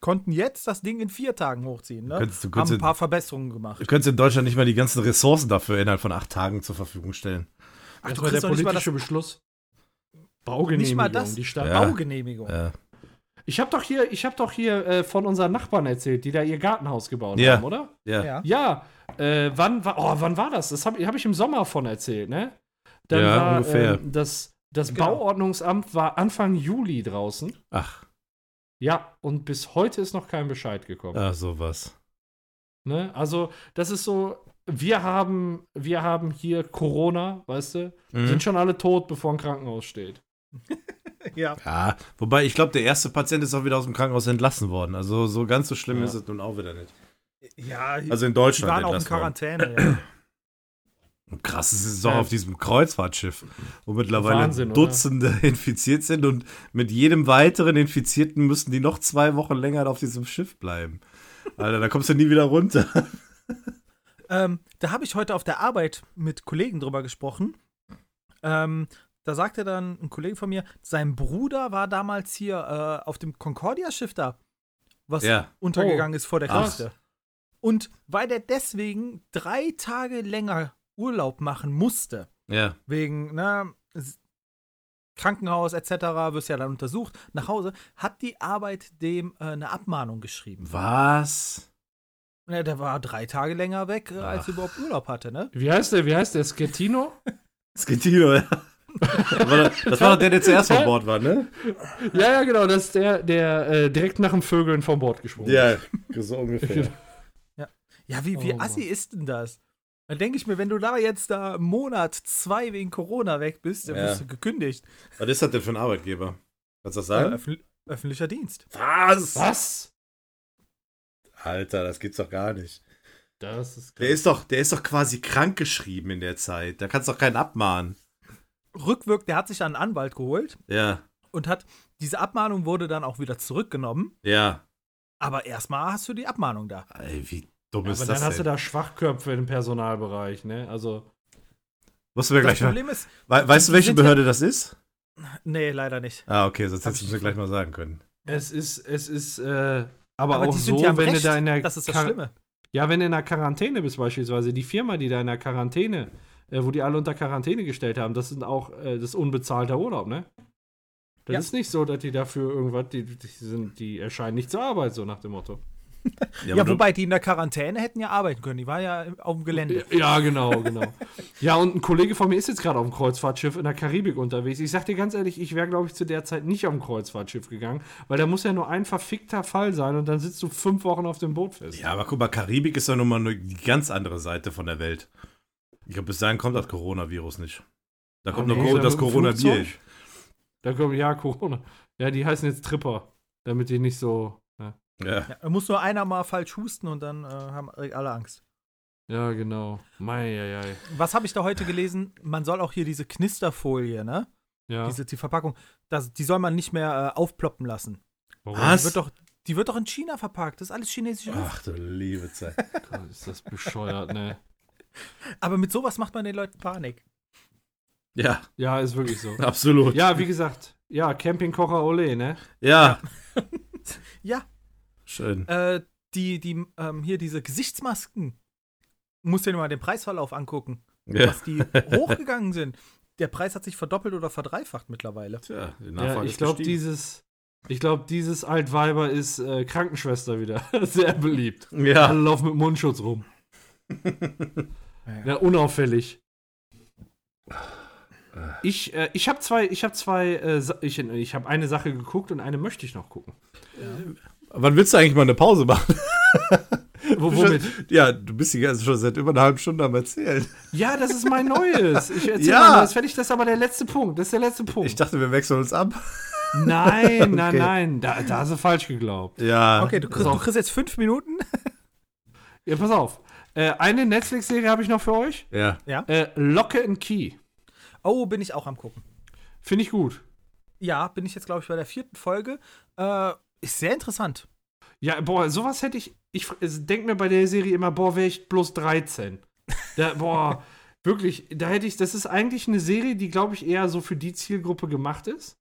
Speaker 4: konnten jetzt das Ding in vier Tagen hochziehen. Ne?
Speaker 1: Könntest du- könntest
Speaker 4: haben
Speaker 1: du-
Speaker 4: ein paar Verbesserungen gemacht.
Speaker 1: Du könntest in Deutschland nicht mal die ganzen Ressourcen dafür innerhalb von acht Tagen zur Verfügung stellen.
Speaker 2: Ach, das
Speaker 4: du
Speaker 2: war der
Speaker 4: kriegst doch nicht mal
Speaker 2: politische Beschluss. Baugenehmigung,
Speaker 4: Nicht mal das?
Speaker 2: die Stadt.
Speaker 1: Ja.
Speaker 4: Baugenehmigung.
Speaker 1: Ja,
Speaker 2: Ich habe doch hier, ich hab doch hier äh, von unseren Nachbarn erzählt, die da ihr Gartenhaus gebaut
Speaker 1: Ja.
Speaker 2: haben, oder?
Speaker 1: ja.
Speaker 4: Ja.
Speaker 2: Ja. Äh, wann, war, oh, wann war das? Das habe hab ich im Sommer von erzählt, ne? Dann
Speaker 1: Ja,
Speaker 2: war,
Speaker 1: ungefähr.
Speaker 2: ähm, das, Das
Speaker 3: Genau.
Speaker 2: Bauordnungsamt war Anfang Juli draußen.
Speaker 1: Ach,
Speaker 2: Ja, und bis heute ist noch kein Bescheid gekommen.
Speaker 1: ah, sowas.
Speaker 2: Ne? Also, das ist so, wir haben, wir haben hier Corona, weißt du,
Speaker 1: Mhm.
Speaker 2: sind schon alle tot, bevor ein Krankenhaus steht.
Speaker 3: Ja.
Speaker 1: Ja, wobei ich glaube, der erste Patient ist auch wieder aus dem Krankenhaus entlassen worden. Also so ganz so schlimm
Speaker 2: Ja.
Speaker 1: ist es nun auch wieder nicht.
Speaker 3: Ja,
Speaker 1: Also in
Speaker 3: die
Speaker 1: Deutschland
Speaker 3: waren auch in
Speaker 1: entlassen worden.
Speaker 3: Quarantäne. Ja.
Speaker 1: Und Krass, es ist doch
Speaker 2: Ja.
Speaker 1: auf diesem Kreuzfahrtschiff, wo mittlerweile
Speaker 2: Wahnsinn, oder?
Speaker 1: Dutzende <laughs> infiziert sind und mit jedem weiteren Infizierten müssen die noch zwei Wochen länger auf diesem Schiff bleiben. Alter, da kommst du nie wieder
Speaker 2: <laughs>
Speaker 1: runter.
Speaker 3: ähm, da habe ich heute auf der Arbeit mit Kollegen drüber gesprochen. Ähm, da sagte dann ein Kollege von mir, sein Bruder war damals hier äh, auf dem Concordia-Schiff da, was
Speaker 1: Ja.
Speaker 3: untergegangen ist vor der
Speaker 1: Ach.
Speaker 3: Küste. Und weil der deswegen drei Tage länger Urlaub machen musste,
Speaker 1: Ja,
Speaker 3: wegen ne, s- Krankenhaus etc., wirst ja dann untersucht, nach Hause, hat die Arbeit dem äh, eine Abmahnung geschrieben.
Speaker 1: was?
Speaker 3: Ne, der war drei Tage länger weg, äh, als
Speaker 1: Ach.
Speaker 3: er überhaupt Urlaub hatte, ne?
Speaker 2: Wie heißt der? Wie heißt
Speaker 1: <laughs>
Speaker 2: der? Schettino?
Speaker 1: Skintino, ja. Das war, doch, das war doch der, der zuerst an Bord war, ne?
Speaker 2: ja, ja, genau, das ist der, der äh, direkt nach dem Vögeln vom Bord gesprungen ist.
Speaker 1: Ja,
Speaker 2: <laughs>
Speaker 1: so ungefähr.
Speaker 3: Ja, wie, wie
Speaker 2: Oh,
Speaker 3: assi
Speaker 2: Mann.
Speaker 3: ist denn das? Dann denke ich mir, wenn du da jetzt da einen Monat, zwei wegen Corona weg bist, dann
Speaker 1: Ja.
Speaker 3: wirst du gekündigt.
Speaker 1: Was ist das denn für ein Arbeitgeber? Kannst du das
Speaker 3: Äh,
Speaker 1: sagen?
Speaker 3: öffentlich- öffentlicher Dienst.
Speaker 1: Was?
Speaker 2: Was?
Speaker 1: Alter, das gibt's doch gar nicht.
Speaker 2: Das ist
Speaker 1: Der ist doch, der ist doch quasi krankgeschrieben in der Zeit. Da kannst du doch keinen abmahnen.
Speaker 3: Rückwirkend, der hat sich einen Anwalt geholt
Speaker 1: Ja,
Speaker 3: und hat, diese Abmahnung wurde dann auch wieder zurückgenommen,
Speaker 1: ja.
Speaker 3: aber erstmal hast du die Abmahnung da.
Speaker 1: Ey, wie dumm
Speaker 2: aber
Speaker 1: ist
Speaker 2: dann
Speaker 1: das
Speaker 2: hast du
Speaker 1: denn?
Speaker 2: da Schwachköpfe im Personalbereich, ne? Also,
Speaker 1: Musst du mir
Speaker 3: Das
Speaker 1: gleich mal.
Speaker 3: Problem ist,
Speaker 1: We weißt du, welche
Speaker 3: sind ja-
Speaker 1: Behörde das ist?
Speaker 3: nee, leider nicht.
Speaker 1: Ah, okay, sonst
Speaker 3: Hab
Speaker 1: hättest du
Speaker 3: ich-
Speaker 1: mir gleich mal sagen können.
Speaker 2: es ist, es ist, äh, aber,
Speaker 3: Aber
Speaker 2: auch
Speaker 3: die sind
Speaker 2: so,
Speaker 3: ja im
Speaker 2: wenn
Speaker 3: Recht,
Speaker 2: du da in der
Speaker 3: Das ist das
Speaker 2: Quar-
Speaker 3: Schlimme.
Speaker 2: Ja, wenn du in der Quarantäne bist beispielsweise, die Firma, die da in der Quarantäne, äh, wo die alle unter Quarantäne gestellt haben, das sind auch äh, das ist unbezahlter Urlaub, ne? Das
Speaker 3: Ja.
Speaker 2: ist nicht so, dass die dafür irgendwas, die, die sind, die erscheinen nicht zur Arbeit, so nach dem Motto.
Speaker 1: Ja,
Speaker 3: ja,
Speaker 1: aber du-
Speaker 3: wobei die in der Quarantäne hätten ja arbeiten können. Die waren ja auf dem Gelände.
Speaker 2: Ja, genau, genau. ja, und ein Kollege von mir ist jetzt gerade auf dem Kreuzfahrtschiff in der Karibik unterwegs. Ich sag dir ganz ehrlich, ich wäre, glaube ich, zu der Zeit nicht auf dem Kreuzfahrtschiff gegangen, weil da muss ja nur ein verfickter Fall sein und dann sitzt du fünf Wochen auf dem Boot fest.
Speaker 1: Ja, aber guck mal, Karibik ist doch nun mal eine ganz andere Seite von der Welt. Ich glaube, bis dahin kommt das Coronavirus nicht. Da kommt
Speaker 2: Ah,
Speaker 1: noch
Speaker 2: nee,
Speaker 1: Co-
Speaker 2: dann
Speaker 1: das
Speaker 2: mit dem
Speaker 1: Corona-Bier.
Speaker 2: Flugzeug? Da kommt ja Corona. Ja, die heißen jetzt Tripper, damit die nicht so. ne? Ja,
Speaker 1: Ja.
Speaker 3: Ja, muss nur einer mal falsch husten und dann äh, haben alle Angst.
Speaker 2: ja genau. Mei, ja, ja.
Speaker 3: Was habe ich da heute gelesen? Man soll auch hier diese Knisterfolie, ne?
Speaker 2: ja.
Speaker 3: Diese die Verpackung, das, die soll man nicht mehr äh, aufploppen lassen.
Speaker 2: Warum
Speaker 1: Was?
Speaker 3: Die wird, doch, die wird doch in China verpackt. Das ist alles chinesische Luft.
Speaker 1: Ach du liebe Zeit.
Speaker 2: Gott, ist das bescheuert, ne?
Speaker 3: Aber mit sowas macht man den Leuten Panik.
Speaker 1: Ja,
Speaker 2: Ja, ist wirklich so.
Speaker 1: absolut.
Speaker 2: Ja, wie gesagt, ja, Campingkocher Ole, ne?
Speaker 1: Ja.
Speaker 3: Ja.
Speaker 1: Schön.
Speaker 3: Äh, die, die, ähm, hier diese Gesichtsmasken. Muss dir mal den Preisverlauf angucken,
Speaker 1: Ja.
Speaker 3: Äh, was
Speaker 1: <laughs>
Speaker 3: die hochgegangen sind. Der Preis hat sich verdoppelt oder verdreifacht mittlerweile.
Speaker 1: Tja, die Nachfrage
Speaker 2: Ja, ich
Speaker 1: ist
Speaker 2: glaube,
Speaker 1: gestiegen.
Speaker 2: dieses, ich glaube, dieses Altweiber ist äh, Krankenschwester wieder. <laughs> Sehr beliebt.
Speaker 1: Ja.
Speaker 2: Alle laufen mit Mundschutz
Speaker 1: <laughs>
Speaker 2: rum.
Speaker 3: Ja.
Speaker 2: Ja, unauffällig.
Speaker 1: Äh.
Speaker 2: Ich, äh, ich habe zwei, ich habe zwei, äh, Sa- ich, ich habe eine Sache geguckt und eine möchte ich noch gucken.
Speaker 1: Wann willst du eigentlich mal eine Pause machen? <laughs>
Speaker 2: Wo, womit?
Speaker 1: Ja, du bist die ganze schon seit über einer halben Stunde am Erzählen.
Speaker 2: Ja, das ist mein neues. Ich erzähle
Speaker 1: Ja.
Speaker 2: mal neues fertig. Das ist aber der letzte Punkt. Das ist der letzte
Speaker 1: Ich
Speaker 2: Punkt.
Speaker 1: dachte, wir wechseln uns ab. <laughs>
Speaker 2: Nein, nein,
Speaker 1: Okay.
Speaker 2: nein. Da, da hast du falsch geglaubt.
Speaker 1: Ja.
Speaker 3: Okay, du kriegst,
Speaker 2: So.
Speaker 3: du kriegst jetzt fünf Minuten. <laughs>
Speaker 2: Ja, pass auf. Äh, eine Netflix-Serie habe ich noch für euch.
Speaker 1: Ja.
Speaker 2: Äh, Lock and Key.
Speaker 3: Oh, bin ich auch am gucken.
Speaker 2: Finde ich gut.
Speaker 3: Ja, bin ich jetzt, glaube ich, bei der vierten Folge. Äh, ist sehr interessant.
Speaker 2: Ja, boah, sowas hätte ich. Ich fr- also denk mir bei der Serie immer, boah, wäre ich bloß 13. Da,
Speaker 1: <laughs>
Speaker 2: boah, wirklich, da hätte ich. Das ist eigentlich eine Serie, die, glaube ich, eher so für die Zielgruppe gemacht ist.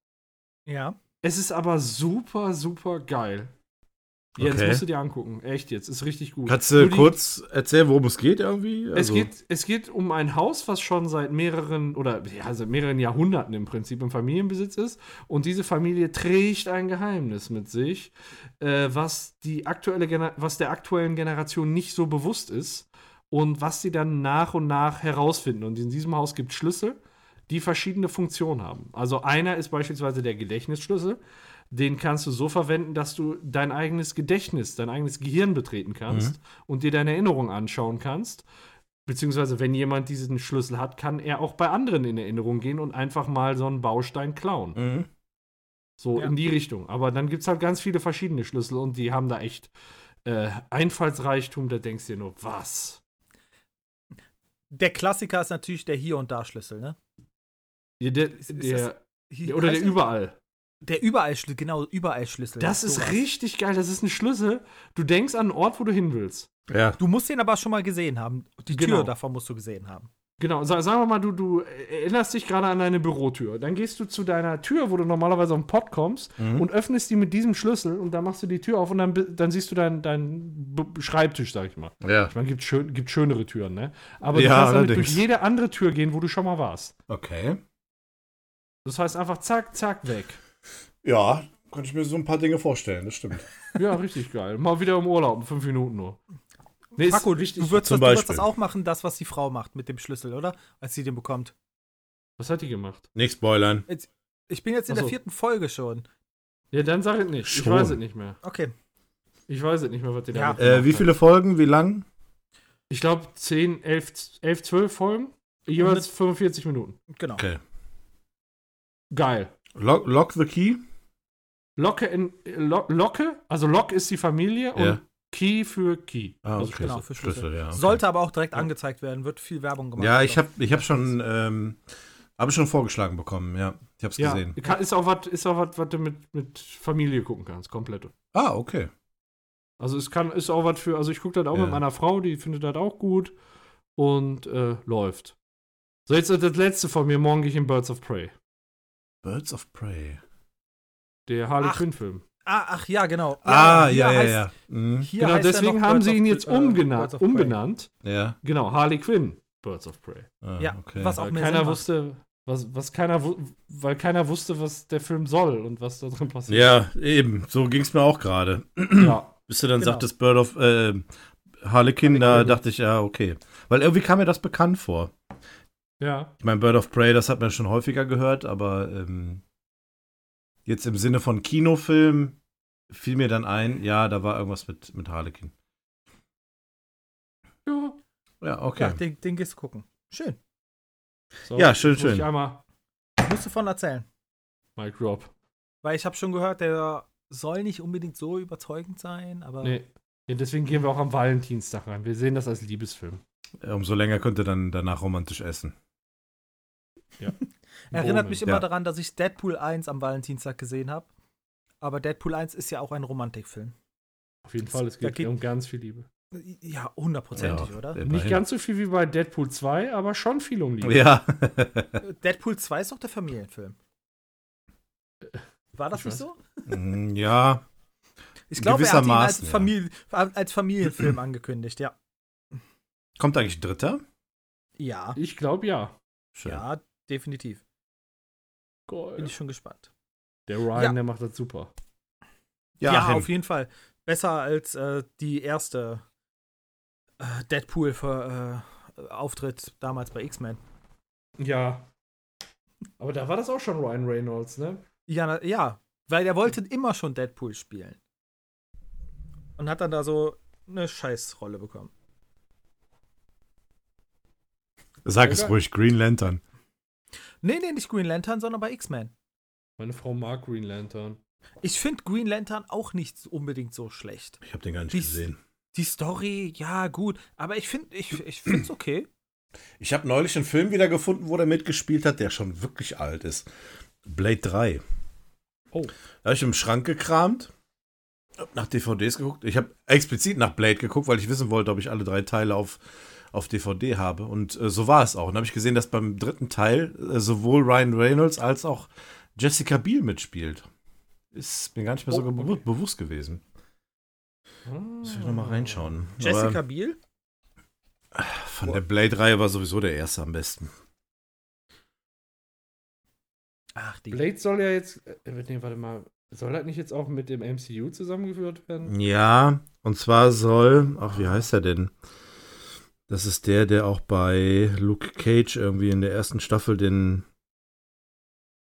Speaker 3: Ja.
Speaker 2: Es ist aber super, super geil. Ja, das
Speaker 1: Okay.
Speaker 2: musst du dir angucken. Echt jetzt. Ist richtig gut.
Speaker 1: Kannst
Speaker 2: Nur
Speaker 1: du
Speaker 2: die-
Speaker 1: kurz erzählen, worum es geht irgendwie? Also-
Speaker 2: Es, geht, es geht um ein Haus, was schon seit mehreren oder ja, seit mehreren Jahrhunderten im Prinzip im Familienbesitz ist. Und diese Familie trägt ein Geheimnis mit sich, äh, was, die aktuelle Gener was der aktuellen Generation nicht so bewusst ist und was sie dann nach und nach herausfinden. Und in diesem Haus gibt es Schlüssel, die verschiedene Funktionen haben. Also einer ist beispielsweise der Gedächtnisschlüssel. Den kannst du so verwenden, dass du dein eigenes Gedächtnis, dein eigenes Gehirn betreten kannst
Speaker 3: Mhm.
Speaker 2: und dir deine Erinnerung anschauen kannst. Beziehungsweise, wenn jemand diesen Schlüssel hat, kann er auch bei anderen in Erinnerung gehen und einfach mal so einen Baustein klauen.
Speaker 1: Mhm.
Speaker 2: So
Speaker 3: Ja.
Speaker 2: in die Richtung. Aber dann gibt es halt ganz viele verschiedene Schlüssel und die haben da echt äh, Einfallsreichtum. Da denkst du dir nur, was?
Speaker 3: Der Klassiker ist natürlich der Hier- und Da-Schlüssel, ne?
Speaker 2: Ja, der,
Speaker 3: Ist- ist
Speaker 2: der,
Speaker 3: Hier,
Speaker 2: oder der
Speaker 3: heißt
Speaker 2: überall.
Speaker 3: Der Überallschlüssel, genau, Überallschlüssel.
Speaker 2: Das ist
Speaker 3: sowas.
Speaker 2: richtig geil. Das ist ein Schlüssel. Du denkst an einen Ort, wo du hin willst.
Speaker 1: Ja.
Speaker 3: Du musst den aber schon mal gesehen haben. Die Tür
Speaker 2: Genau.
Speaker 3: davon musst du gesehen haben.
Speaker 2: Genau, sa- sagen wir mal, du, du erinnerst dich gerade an deine Bürotür. Dann gehst du zu deiner Tür, wo du normalerweise am Pott kommst und öffnest die mit diesem Schlüssel und dann machst du die Tür auf und dann, bi- dann siehst du deinen deinen B- Schreibtisch, sag ich mal.
Speaker 1: Ja.
Speaker 2: Ich meine, gibt, schön, gibt schönere Türen, ne? Aber
Speaker 1: Ja,
Speaker 2: du kannst damit
Speaker 1: allerdings.
Speaker 2: durch jede andere Tür gehen, wo du schon mal warst.
Speaker 1: Okay.
Speaker 2: Das heißt einfach zack, zack, weg.
Speaker 1: Ja, kann ich mir so ein paar Dinge vorstellen, das stimmt.
Speaker 2: Ja, richtig geil. Mal wieder im Urlaub, fünf Minuten nur. Nee, ist
Speaker 3: Paco, du würdest,
Speaker 2: wichtig.
Speaker 3: das, du
Speaker 1: Zum
Speaker 3: würdest
Speaker 1: Beispiel.
Speaker 3: das auch machen, das, was die Frau macht mit dem Schlüssel, oder? Als sie den bekommt.
Speaker 2: Was hat die gemacht?
Speaker 1: <laughs> Nicht spoilern.
Speaker 3: Ich bin jetzt in
Speaker 2: Ach so.
Speaker 3: der vierten Folge schon.
Speaker 2: Ja, dann sag es nicht.
Speaker 1: Schon.
Speaker 2: Ich weiß es nicht mehr.
Speaker 3: Okay.
Speaker 2: Ich weiß es nicht mehr, was die
Speaker 3: Ja.
Speaker 2: damit
Speaker 1: Äh,
Speaker 2: gemacht
Speaker 1: wie
Speaker 2: hat.
Speaker 1: viele Folgen, wie lang?
Speaker 2: Ich glaube 10, 11, 11, 12 Folgen. Jeweils 45 Minuten.
Speaker 3: Genau.
Speaker 1: Okay.
Speaker 2: Geil.
Speaker 1: Lock, lock the key?
Speaker 2: Locke, in, äh, Lo- Locke, also Lock ist die Familie
Speaker 1: Ja.
Speaker 2: und Key für Key.
Speaker 1: Ah,
Speaker 2: also Schlüssel.
Speaker 3: Genau, für Schlüssel.
Speaker 1: ja. okay.
Speaker 3: Sollte aber auch direkt angezeigt werden, wird viel Werbung gemacht.
Speaker 1: Ja, ich habe ich hab schon, ähm, hab schon vorgeschlagen bekommen, ja. Ich hab's
Speaker 2: Ja,
Speaker 1: gesehen.
Speaker 2: kann, ist auch was, ist auch was, was du mit, mit Familie gucken kannst, komplett.
Speaker 1: Ah, okay.
Speaker 2: Also es kann, ist auch was für, also ich gucke das auch
Speaker 1: Ja.
Speaker 2: mit meiner Frau, die findet das auch gut und äh, läuft. So, jetzt das letzte von mir, morgen gehe ich in Birds of Prey.
Speaker 1: Birds of Prey.
Speaker 2: Der Harley
Speaker 3: Ach,
Speaker 2: Quinn-Film.
Speaker 3: Ah, ach, ja, genau.
Speaker 1: ah,
Speaker 3: hier
Speaker 1: ja, ja,
Speaker 3: heißt-
Speaker 1: ja. Mhm.
Speaker 3: Hier
Speaker 2: Genau,
Speaker 3: heißt er
Speaker 2: deswegen
Speaker 3: noch
Speaker 2: haben
Speaker 3: Birds
Speaker 2: sie
Speaker 3: of
Speaker 2: ihn
Speaker 3: Pre-
Speaker 2: jetzt
Speaker 3: äh, Birds
Speaker 2: umgenannt,
Speaker 3: of Prey.
Speaker 2: umbenannt.
Speaker 1: Ja.
Speaker 2: Genau, Harley Quinn, Birds of Prey.
Speaker 1: Ah,
Speaker 3: Ja,
Speaker 1: okay.
Speaker 3: was auch
Speaker 2: Weil
Speaker 3: mehr
Speaker 2: keiner
Speaker 3: Sinn macht.
Speaker 2: wusste, was, was keiner, wu- weil keiner wusste, was der Film soll und was da drin passiert.
Speaker 1: Ja, eben. So ging's mir auch gerade.
Speaker 2: Ja.
Speaker 1: Bis du dann
Speaker 3: Genau.
Speaker 1: sagtest Bird of äh, Harlequin, da
Speaker 2: Harlequin.
Speaker 1: dachte ich, ja, okay. Weil irgendwie kam mir das bekannt vor.
Speaker 2: ja.
Speaker 1: Ich meine, Bird of Prey, das hat man schon häufiger gehört, aber ähm, jetzt im Sinne von Kinofilm fiel mir dann ein, ja, da war irgendwas mit, mit Harlequin.
Speaker 2: Ja.
Speaker 1: Ja,
Speaker 3: Ja,
Speaker 1: okay.
Speaker 3: den, den gehst du gucken. Schön.
Speaker 2: So,
Speaker 1: Ja, schön,
Speaker 2: jetzt muss Ich
Speaker 1: schön.
Speaker 2: einmal
Speaker 3: Musst du von erzählen.
Speaker 2: Mike Rob.
Speaker 3: Weil ich habe schon gehört, der soll nicht unbedingt so überzeugend sein, aber
Speaker 2: Nee. Ja, deswegen gehen wir auch am Valentinstag rein. Wir sehen das als Liebesfilm.
Speaker 1: Umso länger könnt ihr dann danach romantisch essen.
Speaker 3: erinnert mich immer
Speaker 1: ja.
Speaker 3: daran, dass ich Deadpool 1 am Valentinstag gesehen habe. Aber Deadpool 1 ist ja auch ein Romantikfilm.
Speaker 2: Auf jeden Fall, es
Speaker 3: Da
Speaker 2: geht,
Speaker 3: geht-
Speaker 2: um ganz viel Liebe.
Speaker 3: Ja, hundertprozentig,
Speaker 1: Ja,
Speaker 3: oder?
Speaker 1: immerhin.
Speaker 2: Nicht ganz so viel wie bei Deadpool 2, aber schon viel um Liebe.
Speaker 1: Ja. <laughs>
Speaker 3: Äh, Deadpool 2 ist doch der Familienfilm. War das
Speaker 2: Ich
Speaker 3: nicht
Speaker 2: weiß.
Speaker 3: so?
Speaker 1: Mm, ja.
Speaker 3: Ich glaube, er hat ihn als,
Speaker 1: Gewissermaßen, ja.
Speaker 3: Familie, äh, als Familienfilm angekündigt, ja.
Speaker 1: Kommt eigentlich ein Dritter?
Speaker 3: Ja,
Speaker 2: Ich glaube ja.
Speaker 1: Schön.
Speaker 3: ja, definitiv. Bin
Speaker 2: Geil.
Speaker 3: ich schon gespannt.
Speaker 2: Der Ryan,
Speaker 3: Ja.
Speaker 2: der macht das super.
Speaker 3: Ja,
Speaker 1: Hen.
Speaker 3: auf jeden Fall. Besser als äh, die erste äh, Deadpool-Auftritt damals bei X-Men.
Speaker 2: Ja. Aber da war das auch schon Ryan Reynolds, ne?
Speaker 3: Ja, na, ja, weil er wollte immer schon Deadpool spielen. Und hat dann da so eine Scheißrolle bekommen.
Speaker 1: Sag es
Speaker 2: Egal.
Speaker 1: ruhig, Green Lantern.
Speaker 3: Nee, nee, nicht Green Lantern, sondern bei X-Men.
Speaker 2: Meine Frau mag Green Lantern.
Speaker 3: Ich finde Green Lantern auch nicht unbedingt so schlecht.
Speaker 1: Ich habe den gar nicht
Speaker 3: Die-
Speaker 1: gesehen.
Speaker 3: Die Story, ja, gut. Aber ich finde ich, ich find's okay.
Speaker 1: Ich habe neulich einen Film wieder gefunden, wo der mitgespielt hat, der schon wirklich alt ist. Blade 3.
Speaker 2: Oh.
Speaker 1: Da habe ich im Schrank gekramt, hab nach DVDs geguckt. Ich habe explizit nach Blade geguckt, weil ich wissen wollte, ob ich alle drei Teile auf, auf DVD habe. Und äh, so war es auch. Und habe ich gesehen, dass beim dritten Teil äh, sowohl Ryan Reynolds als auch Jessica Biel mitspielt. Ist mir gar nicht mehr so
Speaker 2: Oh,
Speaker 1: gebu-
Speaker 2: okay.
Speaker 1: bewusst gewesen. Muss ich nochmal reinschauen.
Speaker 3: Jessica
Speaker 1: Aber
Speaker 3: Biel?
Speaker 1: von der Blade-Reihe war sowieso der erste am besten.
Speaker 3: Ach, die.
Speaker 2: Blade soll ja jetzt. Äh, nee, warte mal. Soll das nicht jetzt auch mit dem MCU zusammengeführt
Speaker 1: Hm.
Speaker 2: werden?
Speaker 1: Ja, und zwar soll, ach, wie heißt er denn? Das ist der, der auch bei Luke Cage irgendwie in der ersten Staffel den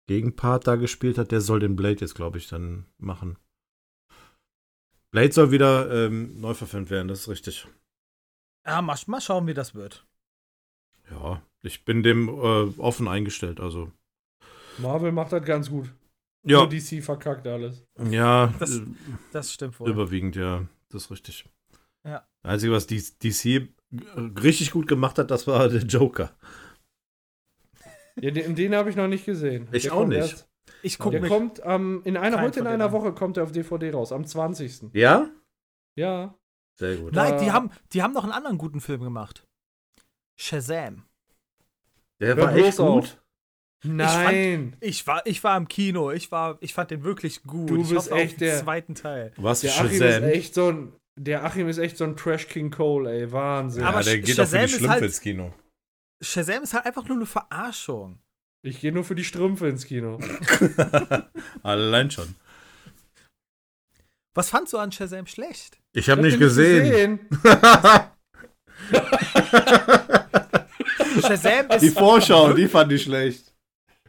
Speaker 1: Gegenpart da gespielt hat, der soll den Blade jetzt, glaube ich, dann machen. Blade soll wieder ähm, neu verfilmt werden, das ist richtig.
Speaker 3: Ja, Ah, mal, mal schauen, wie das wird.
Speaker 1: Ja, ich bin dem äh, offen eingestellt, also.
Speaker 2: Marvel macht das ganz gut.
Speaker 1: Ja,
Speaker 2: Nur DC verkackt alles.
Speaker 1: ja
Speaker 3: Das-
Speaker 1: äh,
Speaker 3: Das stimmt wohl.
Speaker 1: überwiegend, ja, das ist richtig.
Speaker 3: Ja.
Speaker 1: Das Einzige, was die- DC richtig gut gemacht hat, das war der Joker.
Speaker 2: Ja, den, den habe ich noch nicht gesehen.
Speaker 1: Ich auch
Speaker 2: kommt
Speaker 1: nicht.
Speaker 2: Erst,
Speaker 3: Ich gucke
Speaker 2: der
Speaker 3: mir.
Speaker 2: kommt am- in einer,
Speaker 3: Kein
Speaker 2: heute in
Speaker 3: von
Speaker 2: einer
Speaker 3: denen.
Speaker 2: Woche kommt er auf DVD raus, am 20.
Speaker 1: Ja?
Speaker 2: Ja.
Speaker 1: Sehr gut.
Speaker 3: Nein,
Speaker 2: Äh,
Speaker 3: die haben, die haben noch einen anderen guten Film gemacht. Shazam.
Speaker 1: Der
Speaker 2: Hör
Speaker 1: war echt
Speaker 2: bloß auf.
Speaker 1: gut.
Speaker 2: Nein!
Speaker 3: Ich war, ich war im Kino. Ich war, ich fand den wirklich gut.
Speaker 2: Du
Speaker 3: ich
Speaker 2: bist
Speaker 3: auf
Speaker 2: echt
Speaker 3: den
Speaker 2: der-
Speaker 3: zweiten Teil.
Speaker 1: Was für
Speaker 2: Der Achim ist
Speaker 1: Shazam?
Speaker 2: echt so ein. Der Achim ist echt so ein Trash King Cole, ey. Wahnsinn.
Speaker 1: Ja,
Speaker 3: Aber
Speaker 1: der
Speaker 3: Sh-
Speaker 1: geht
Speaker 3: Shazam
Speaker 1: auch für
Speaker 3: ist
Speaker 1: die Schlümpfe
Speaker 3: halt-
Speaker 1: ins Kino.
Speaker 3: Shazam ist halt einfach nur eine Verarschung.
Speaker 2: Ich gehe nur für die Strümpfe ins Kino.
Speaker 1: Allein schon.
Speaker 3: Was fandst du an Shazam schlecht?
Speaker 1: Ich habe
Speaker 2: Habt ihr
Speaker 1: nicht gesehen.
Speaker 2: <laughs>
Speaker 3: Shazam
Speaker 1: Die
Speaker 3: ist.
Speaker 1: Vorschau, die fand ich schlecht.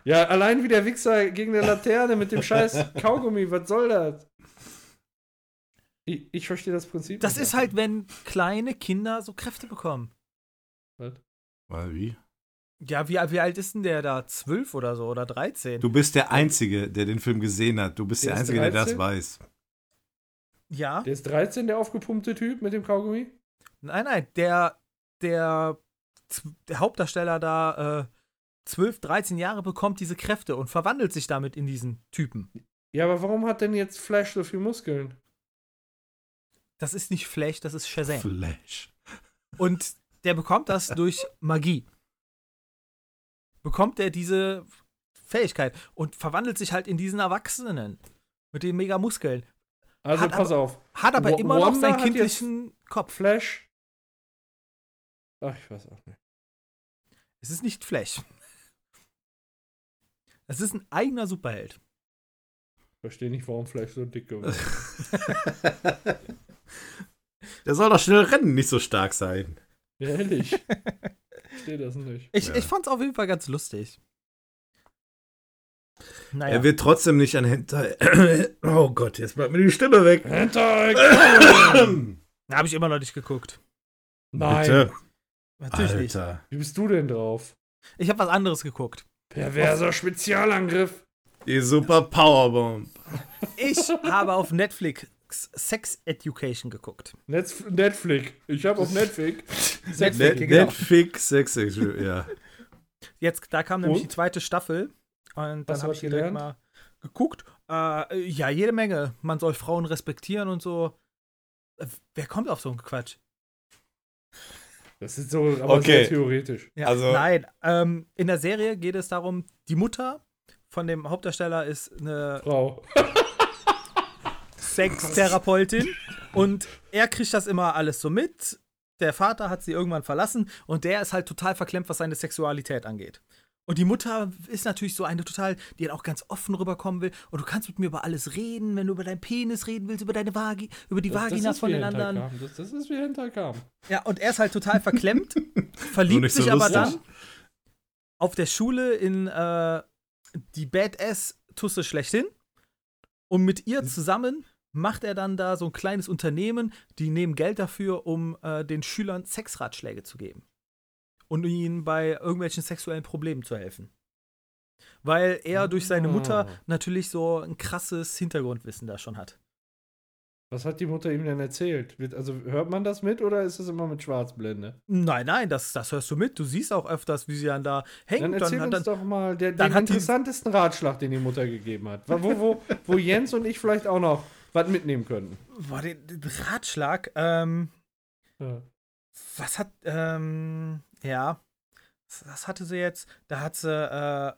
Speaker 2: Ja, allein wie der Wichser gegen der Laterne mit dem scheiß Kaugummi, was soll das? Ich, ich verstehe das Prinzip.
Speaker 3: Das
Speaker 2: nicht.
Speaker 3: ist halt, wenn kleine Kinder so Kräfte bekommen.
Speaker 1: Weil wie?
Speaker 3: Ja, wie, wie alt ist denn der da? Zwölf oder so oder 13?
Speaker 1: Du bist der Einzige, der den Film gesehen hat. Du bist
Speaker 2: Der
Speaker 1: der,
Speaker 2: ist
Speaker 1: Einzige, der das
Speaker 2: 13?
Speaker 1: weiß.
Speaker 3: ja.
Speaker 2: Der ist 13, der aufgepumpte Typ mit dem Kaugummi?
Speaker 3: Nein, nein, der, der, Z- der Hauptdarsteller da äh, 12, 13 Jahre bekommt diese Kräfte und verwandelt sich damit in diesen Typen.
Speaker 2: Ja, aber warum hat denn jetzt Flash so viel Muskeln?
Speaker 3: Das ist nicht Flash, das ist Shazam.
Speaker 1: Flash.
Speaker 3: Und der bekommt das durch Magie. Bekommt er diese Fähigkeit und verwandelt sich halt in diesen Erwachsenen mit den mega Muskeln.
Speaker 2: Also
Speaker 3: Hat
Speaker 2: pass auf,
Speaker 3: Hat aber
Speaker 2: Wa-
Speaker 3: immer noch
Speaker 2: Wanda
Speaker 3: seinen
Speaker 2: hat
Speaker 3: kindlichen Kopf.
Speaker 2: Flash. Ach, ich weiß auch nicht.
Speaker 3: Es ist nicht Flash. <laughs> Es ist ein eigener Superheld.
Speaker 2: Verstehe nicht, warum Flash so dick geworden ist.
Speaker 1: <laughs> Der soll doch schnell rennen, nicht so stark sein.
Speaker 2: Ja,
Speaker 3: <laughs>
Speaker 2: ehrlich. Verstehe das nicht.
Speaker 3: Ich,
Speaker 1: Ja.
Speaker 3: ich fand's auf jeden Fall ganz lustig. Naja, Ah,
Speaker 1: Er wird trotzdem nicht an Hentai. <coughs> Oh Gott, jetzt bleibt mir die Stimme weg.
Speaker 3: <laughs> da habe ich immer noch nicht geguckt.
Speaker 2: Nein,
Speaker 1: Bitte.
Speaker 3: Natürlich nicht.
Speaker 1: Alter.
Speaker 2: wie bist du denn drauf?
Speaker 3: Ich habe was anderes geguckt.
Speaker 2: Perverser Spezialangriff.
Speaker 1: Die Super Powerbomb.
Speaker 3: Ich habe auf Netflix Sex Education geguckt.
Speaker 2: Netz Netflix. Ich habe auf Netflix. Sex
Speaker 1: Net
Speaker 3: genau.
Speaker 1: Netflix Sex Education, ja.
Speaker 3: Jetzt, da kam nämlich
Speaker 2: Und?
Speaker 3: die zweite Staffel und dann
Speaker 2: Was
Speaker 3: habe
Speaker 2: hast
Speaker 3: ich
Speaker 2: du
Speaker 3: direkt
Speaker 2: gelernt?
Speaker 3: mal geguckt. Äh, ja, jede Menge. Man soll Frauen respektieren und so. Äh, Wer kommt auf so einen Quatsch?
Speaker 2: Das ist so, aber
Speaker 1: Okay.
Speaker 2: sehr theoretisch.
Speaker 3: Ja,
Speaker 1: Also-
Speaker 3: nein, ähm, in der Serie geht es darum, die Mutter von dem Hauptdarsteller ist eine <laughs>
Speaker 2: Frau.
Speaker 3: Sextherapeutin und er kriegt das immer alles so mit. Der Vater hat sie irgendwann verlassen und der ist halt total verklemmt, was seine Sexualität angeht. Und die Mutter ist natürlich so eine total, die dann auch ganz offen rüberkommen will. Und du kannst mit mir über alles reden, wenn du über deinen Penis reden willst, über deine Vagi, über die Vagina
Speaker 2: ist
Speaker 3: von
Speaker 2: wie
Speaker 3: den anderen.
Speaker 2: Hinterkam. Das, das ist wie Hinterkam.
Speaker 3: Ja, und er ist halt total verklemmt,
Speaker 1: Nur
Speaker 3: verliebt
Speaker 1: nicht so
Speaker 3: sich aber
Speaker 1: lustig.
Speaker 3: dann auf der Schule in äh, die Badass-Tusse schlechthin. Und mit ihr zusammen macht er dann da so ein kleines Unternehmen, die nehmen Geld dafür, um äh, den Schülern Sexratschläge zu geben. Und ihnen bei irgendwelchen sexuellen Problemen zu helfen. Weil er durch seine
Speaker 2: Ah.
Speaker 3: Mutter natürlich so ein krasses Hintergrundwissen da schon hat.
Speaker 2: Was hat die Mutter ihm denn erzählt? Wird, also hört man das mit oder ist das immer mit Schwarzblende?
Speaker 3: Nein, nein, das, das hörst du mit. Du siehst auch öfters, wie sie dann da
Speaker 2: Dann
Speaker 3: hängt.
Speaker 2: erzähl
Speaker 3: dann,
Speaker 2: uns
Speaker 3: dann,
Speaker 2: doch mal der,
Speaker 3: dann
Speaker 2: den
Speaker 3: hat die-
Speaker 2: interessantesten Ratschlag, den die Mutter gegeben hat. Wo, wo, wo, wo Jens und ich vielleicht auch noch was mitnehmen könnten.
Speaker 3: war den, den Ratschlag. Ähm,
Speaker 2: Ja.
Speaker 3: was hat, ähm, ja, was- was hatte sie jetzt? Da hat sie äh,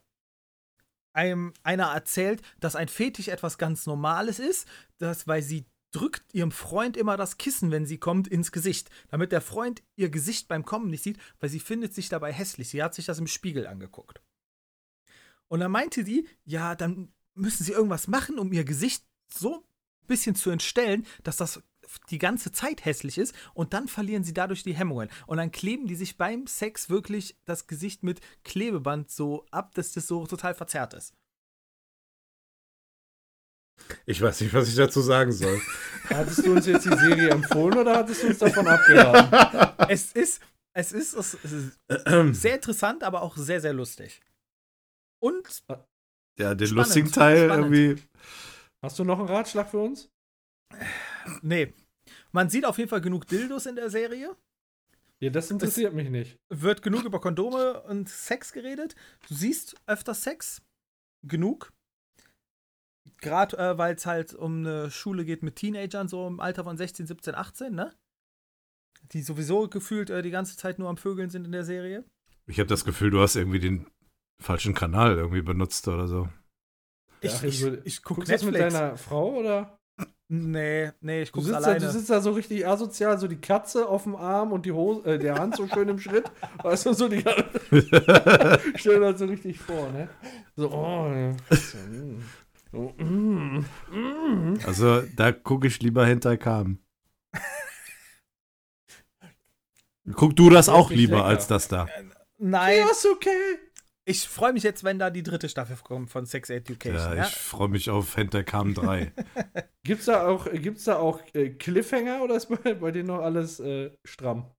Speaker 3: einem, einer erzählt, dass ein Fetisch etwas ganz Normales ist, dass, weil sie drückt ihrem Freund immer das Kissen, wenn sie kommt, ins Gesicht, damit der Freund ihr Gesicht beim Kommen nicht sieht, weil sie findet sich dabei hässlich. Sie hat sich das im Spiegel angeguckt. Und dann meinte die, ja, dann müssen sie irgendwas machen, um ihr Gesicht so ein bisschen zu entstellen, dass das die ganze Zeit hässlich ist und dann verlieren sie dadurch die Hemmungen. Und dann kleben die sich beim Sex wirklich das Gesicht mit Klebeband so ab, dass das so total verzerrt ist.
Speaker 1: Ich weiß nicht, was ich dazu sagen soll.
Speaker 2: Hattest du uns jetzt die Serie empfohlen oder hattest du uns davon abgeraten?
Speaker 3: Es ist, es ist, es ist sehr interessant, aber auch sehr, sehr lustig. Und
Speaker 1: Ja, den
Speaker 3: Spannend,
Speaker 1: lustigen Teil
Speaker 3: spannend.
Speaker 1: irgendwie.
Speaker 2: Hast du noch einen Ratschlag für uns?
Speaker 3: nee, man sieht auf jeden Fall genug Dildos in der Serie.
Speaker 2: Ja, das interessiert mich nicht.
Speaker 3: Wird genug über Kondome und Sex geredet. Du siehst öfter Sex. Genug. Gerade äh, weil es halt um eine Schule geht mit Teenagern, so im Alter von 16, 17, 18, ne? Die sowieso gefühlt äh, die ganze Zeit nur am Vögeln sind in der Serie.
Speaker 1: Ich habe das Gefühl, du hast irgendwie den falschen Kanal irgendwie benutzt oder so.
Speaker 2: Ach,
Speaker 3: Ich, ich,
Speaker 2: also,
Speaker 3: ich guck
Speaker 2: Guckst du das mit
Speaker 3: Netflix.
Speaker 2: deiner Frau oder?
Speaker 3: Nee, nee, ich
Speaker 2: Du
Speaker 3: guck's
Speaker 2: sitzt, da, du
Speaker 3: alleine.
Speaker 2: sitzt da so richtig asozial, so die Katze auf dem Arm und die Hose, äh, der Hand so schön im
Speaker 3: <laughs>
Speaker 2: Schritt. Weißt du, so die Stell dir das so richtig vor, ne? So, oh, ja. So, mm. So, mm, mm.
Speaker 1: Also, da gucke ich lieber hinter Kam. Guck du das auch
Speaker 2: Wirklich
Speaker 1: lieber
Speaker 2: lecker.
Speaker 1: als das da.
Speaker 3: Nein,
Speaker 2: Ja, ist okay.
Speaker 3: ich freue mich jetzt, wenn da die dritte Staffel kommt von Sex Education.
Speaker 1: Ja,
Speaker 3: Ja,
Speaker 1: ich freue mich auf Hinter Kam 3.
Speaker 2: Gibt's da auch, gibt's da auch äh, Cliffhanger oder ist bei, bei denen noch alles äh, stramm?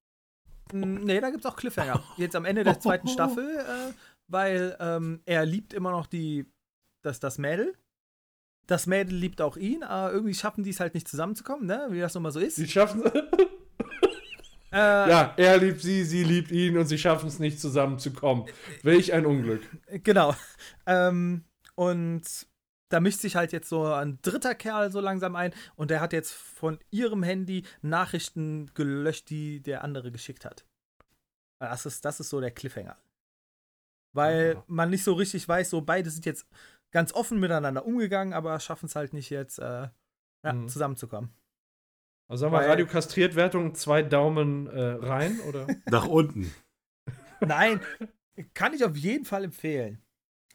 Speaker 3: Mm, Nee, da gibt's auch Cliffhanger. Jetzt am Ende der zweiten Staffel, äh, weil ähm, er liebt immer noch die, das, das Mädel. Das Mädel liebt auch ihn, aber irgendwie schaffen die es halt nicht zusammenzukommen, ne? wie das nun mal so ist.
Speaker 2: Sie schaffen
Speaker 3: <laughs> Äh,
Speaker 2: Ja, er liebt sie, sie liebt ihn und sie schaffen es nicht zusammenzukommen. Welch ein Unglück.
Speaker 3: Genau. <laughs> Ähm, und da mischt sich halt jetzt so ein dritter Kerl so langsam ein und der hat jetzt von ihrem Handy Nachrichten gelöscht, die der andere geschickt hat. Das ist, das ist so der Cliffhanger. Weil
Speaker 2: Aha.
Speaker 3: man nicht so richtig weiß, so beide sind jetzt ganz offen miteinander umgegangen, aber schaffen es halt nicht jetzt äh, ja,
Speaker 2: Mhm.
Speaker 3: zusammenzukommen.
Speaker 2: Also sagen wir
Speaker 3: Weil-
Speaker 2: Radio kastriert Wertung zwei Daumen äh, rein oder?
Speaker 1: Nach unten.
Speaker 3: Nein, kann ich auf jeden Fall empfehlen.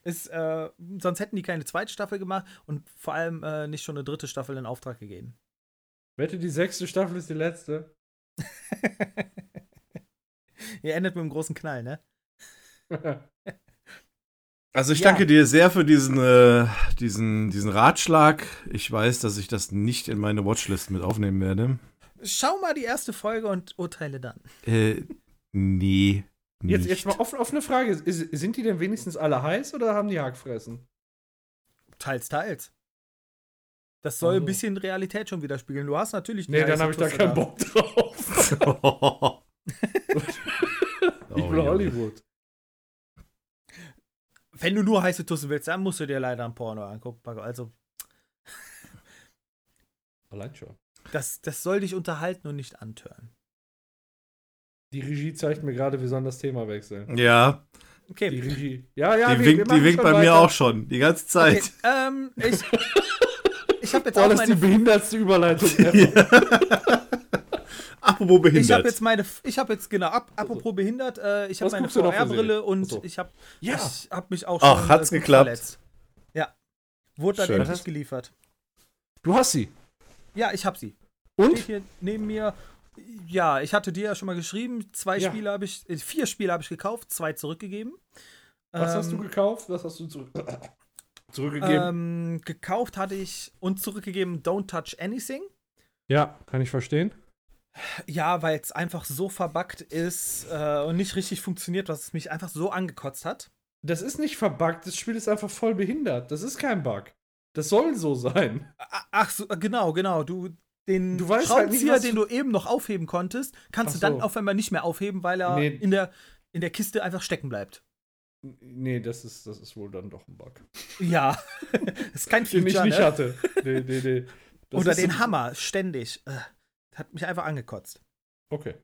Speaker 3: Ist, äh, sonst hätten die keine zweite Staffel gemacht und vor allem äh, nicht schon eine dritte Staffel in Auftrag gegeben.
Speaker 2: Wette, die sechste Staffel ist die letzte. <laughs>
Speaker 3: Ihr endet mit einem großen Knall, ne?
Speaker 1: Also ich
Speaker 3: Ja.
Speaker 1: danke dir sehr für diesen, äh, diesen, diesen Ratschlag. Ich weiß, dass ich das nicht in meine Watchlist mit aufnehmen werde.
Speaker 3: Schau mal die erste Folge und urteile dann.
Speaker 1: Äh, nee. Nicht.
Speaker 2: Jetzt, jetzt mal offen, offene Frage. Ist, sind die denn wenigstens alle heiß oder haben die Hackfressen?
Speaker 3: Teils, teils. Das soll
Speaker 2: Also.
Speaker 3: ein bisschen Realität schon widerspiegeln. Du hast natürlich die
Speaker 2: Nee, dann
Speaker 3: heiße
Speaker 2: habe ich da
Speaker 3: Tusse
Speaker 2: keinen Bock drauf.
Speaker 1: <laughs> oh,
Speaker 2: ich will
Speaker 1: Junge.
Speaker 2: Hollywood.
Speaker 3: Wenn du nur heiße Tussen willst, dann musst du dir leider ein Porno angucken. Paco. Also,
Speaker 2: Allein schon.
Speaker 3: das, das soll dich unterhalten und nicht antören.
Speaker 2: Die Regie zeigt mir gerade, wir sollen das Thema wechseln.
Speaker 1: Ja,
Speaker 2: Die
Speaker 3: Okay.
Speaker 2: Regie. Ja, ja,
Speaker 1: die
Speaker 2: wir- wir
Speaker 1: winkt,
Speaker 2: machen
Speaker 1: die winkt bei
Speaker 2: schon
Speaker 1: mir
Speaker 2: weiter.
Speaker 1: auch schon, die ganze Zeit.
Speaker 3: okay ähm,
Speaker 2: <laughs>
Speaker 3: ich ich habe jetzt
Speaker 2: Boah,
Speaker 3: auch
Speaker 2: das ist die
Speaker 3: meine.
Speaker 1: <laughs>
Speaker 2: behindertste Überleitung. ever.
Speaker 1: <laughs> Apropos
Speaker 2: äh,
Speaker 1: behindert.
Speaker 3: Ich habe jetzt meine. Ich habe jetzt, genau, ab, apropos behindert, äh, ich habe
Speaker 2: Was
Speaker 3: meine
Speaker 2: guckst du noch für
Speaker 3: VR-Brille und
Speaker 2: Achso.
Speaker 3: ich habe
Speaker 2: ja.
Speaker 3: ich hab mich auch äh,
Speaker 1: Ach, hat's
Speaker 3: gut
Speaker 1: geklappt?
Speaker 3: verletzt. Ja. Wurde dann
Speaker 1: Schön.
Speaker 3: endlich geliefert.
Speaker 2: Du hast sie.
Speaker 3: Ja, ich hab sie. Steht
Speaker 2: Und?
Speaker 3: hier neben mir. Ja, ich hatte dir ja schon mal geschrieben, zwei
Speaker 2: Ja.
Speaker 3: Spiele habe ich, äh, vier Spiele habe ich gekauft, zwei zurückgegeben.
Speaker 2: Was hast du
Speaker 3: Ähm,
Speaker 2: gekauft? Was hast du zurück zurückgegeben?
Speaker 3: ähm, gekauft hatte ich und zurückgegeben Don't Touch Anything.
Speaker 2: ja, kann ich verstehen.
Speaker 3: Ja, weil es einfach so verbuggt ist äh, und nicht richtig funktioniert, was es mich einfach so angekotzt hat.
Speaker 2: Das ist nicht verbuggt, das Spiel ist einfach voll behindert. Das ist kein Bug. Das soll so sein.
Speaker 3: A- Ach so, äh, genau, genau. Du den
Speaker 2: Du weißt halt nicht,
Speaker 3: Schraubenzieher,
Speaker 2: was
Speaker 3: den du eben noch aufheben konntest, kannst
Speaker 2: Ach
Speaker 3: du dann
Speaker 2: so.
Speaker 3: auf einmal nicht mehr aufheben, weil er
Speaker 2: Nee.
Speaker 3: in der in der Kiste einfach stecken bleibt.
Speaker 2: Nee, das ist, das ist wohl dann doch ein Bug. <laughs>
Speaker 3: Ja, <laughs> ist kein
Speaker 2: Den
Speaker 3: Feature,
Speaker 2: ich nicht
Speaker 3: ne?
Speaker 2: hatte. Nee, nee, nee. Das
Speaker 3: Oder
Speaker 2: ist
Speaker 3: den
Speaker 2: so-
Speaker 3: Hammer, ständig. Äh, Hat mich einfach angekotzt.
Speaker 2: Okay.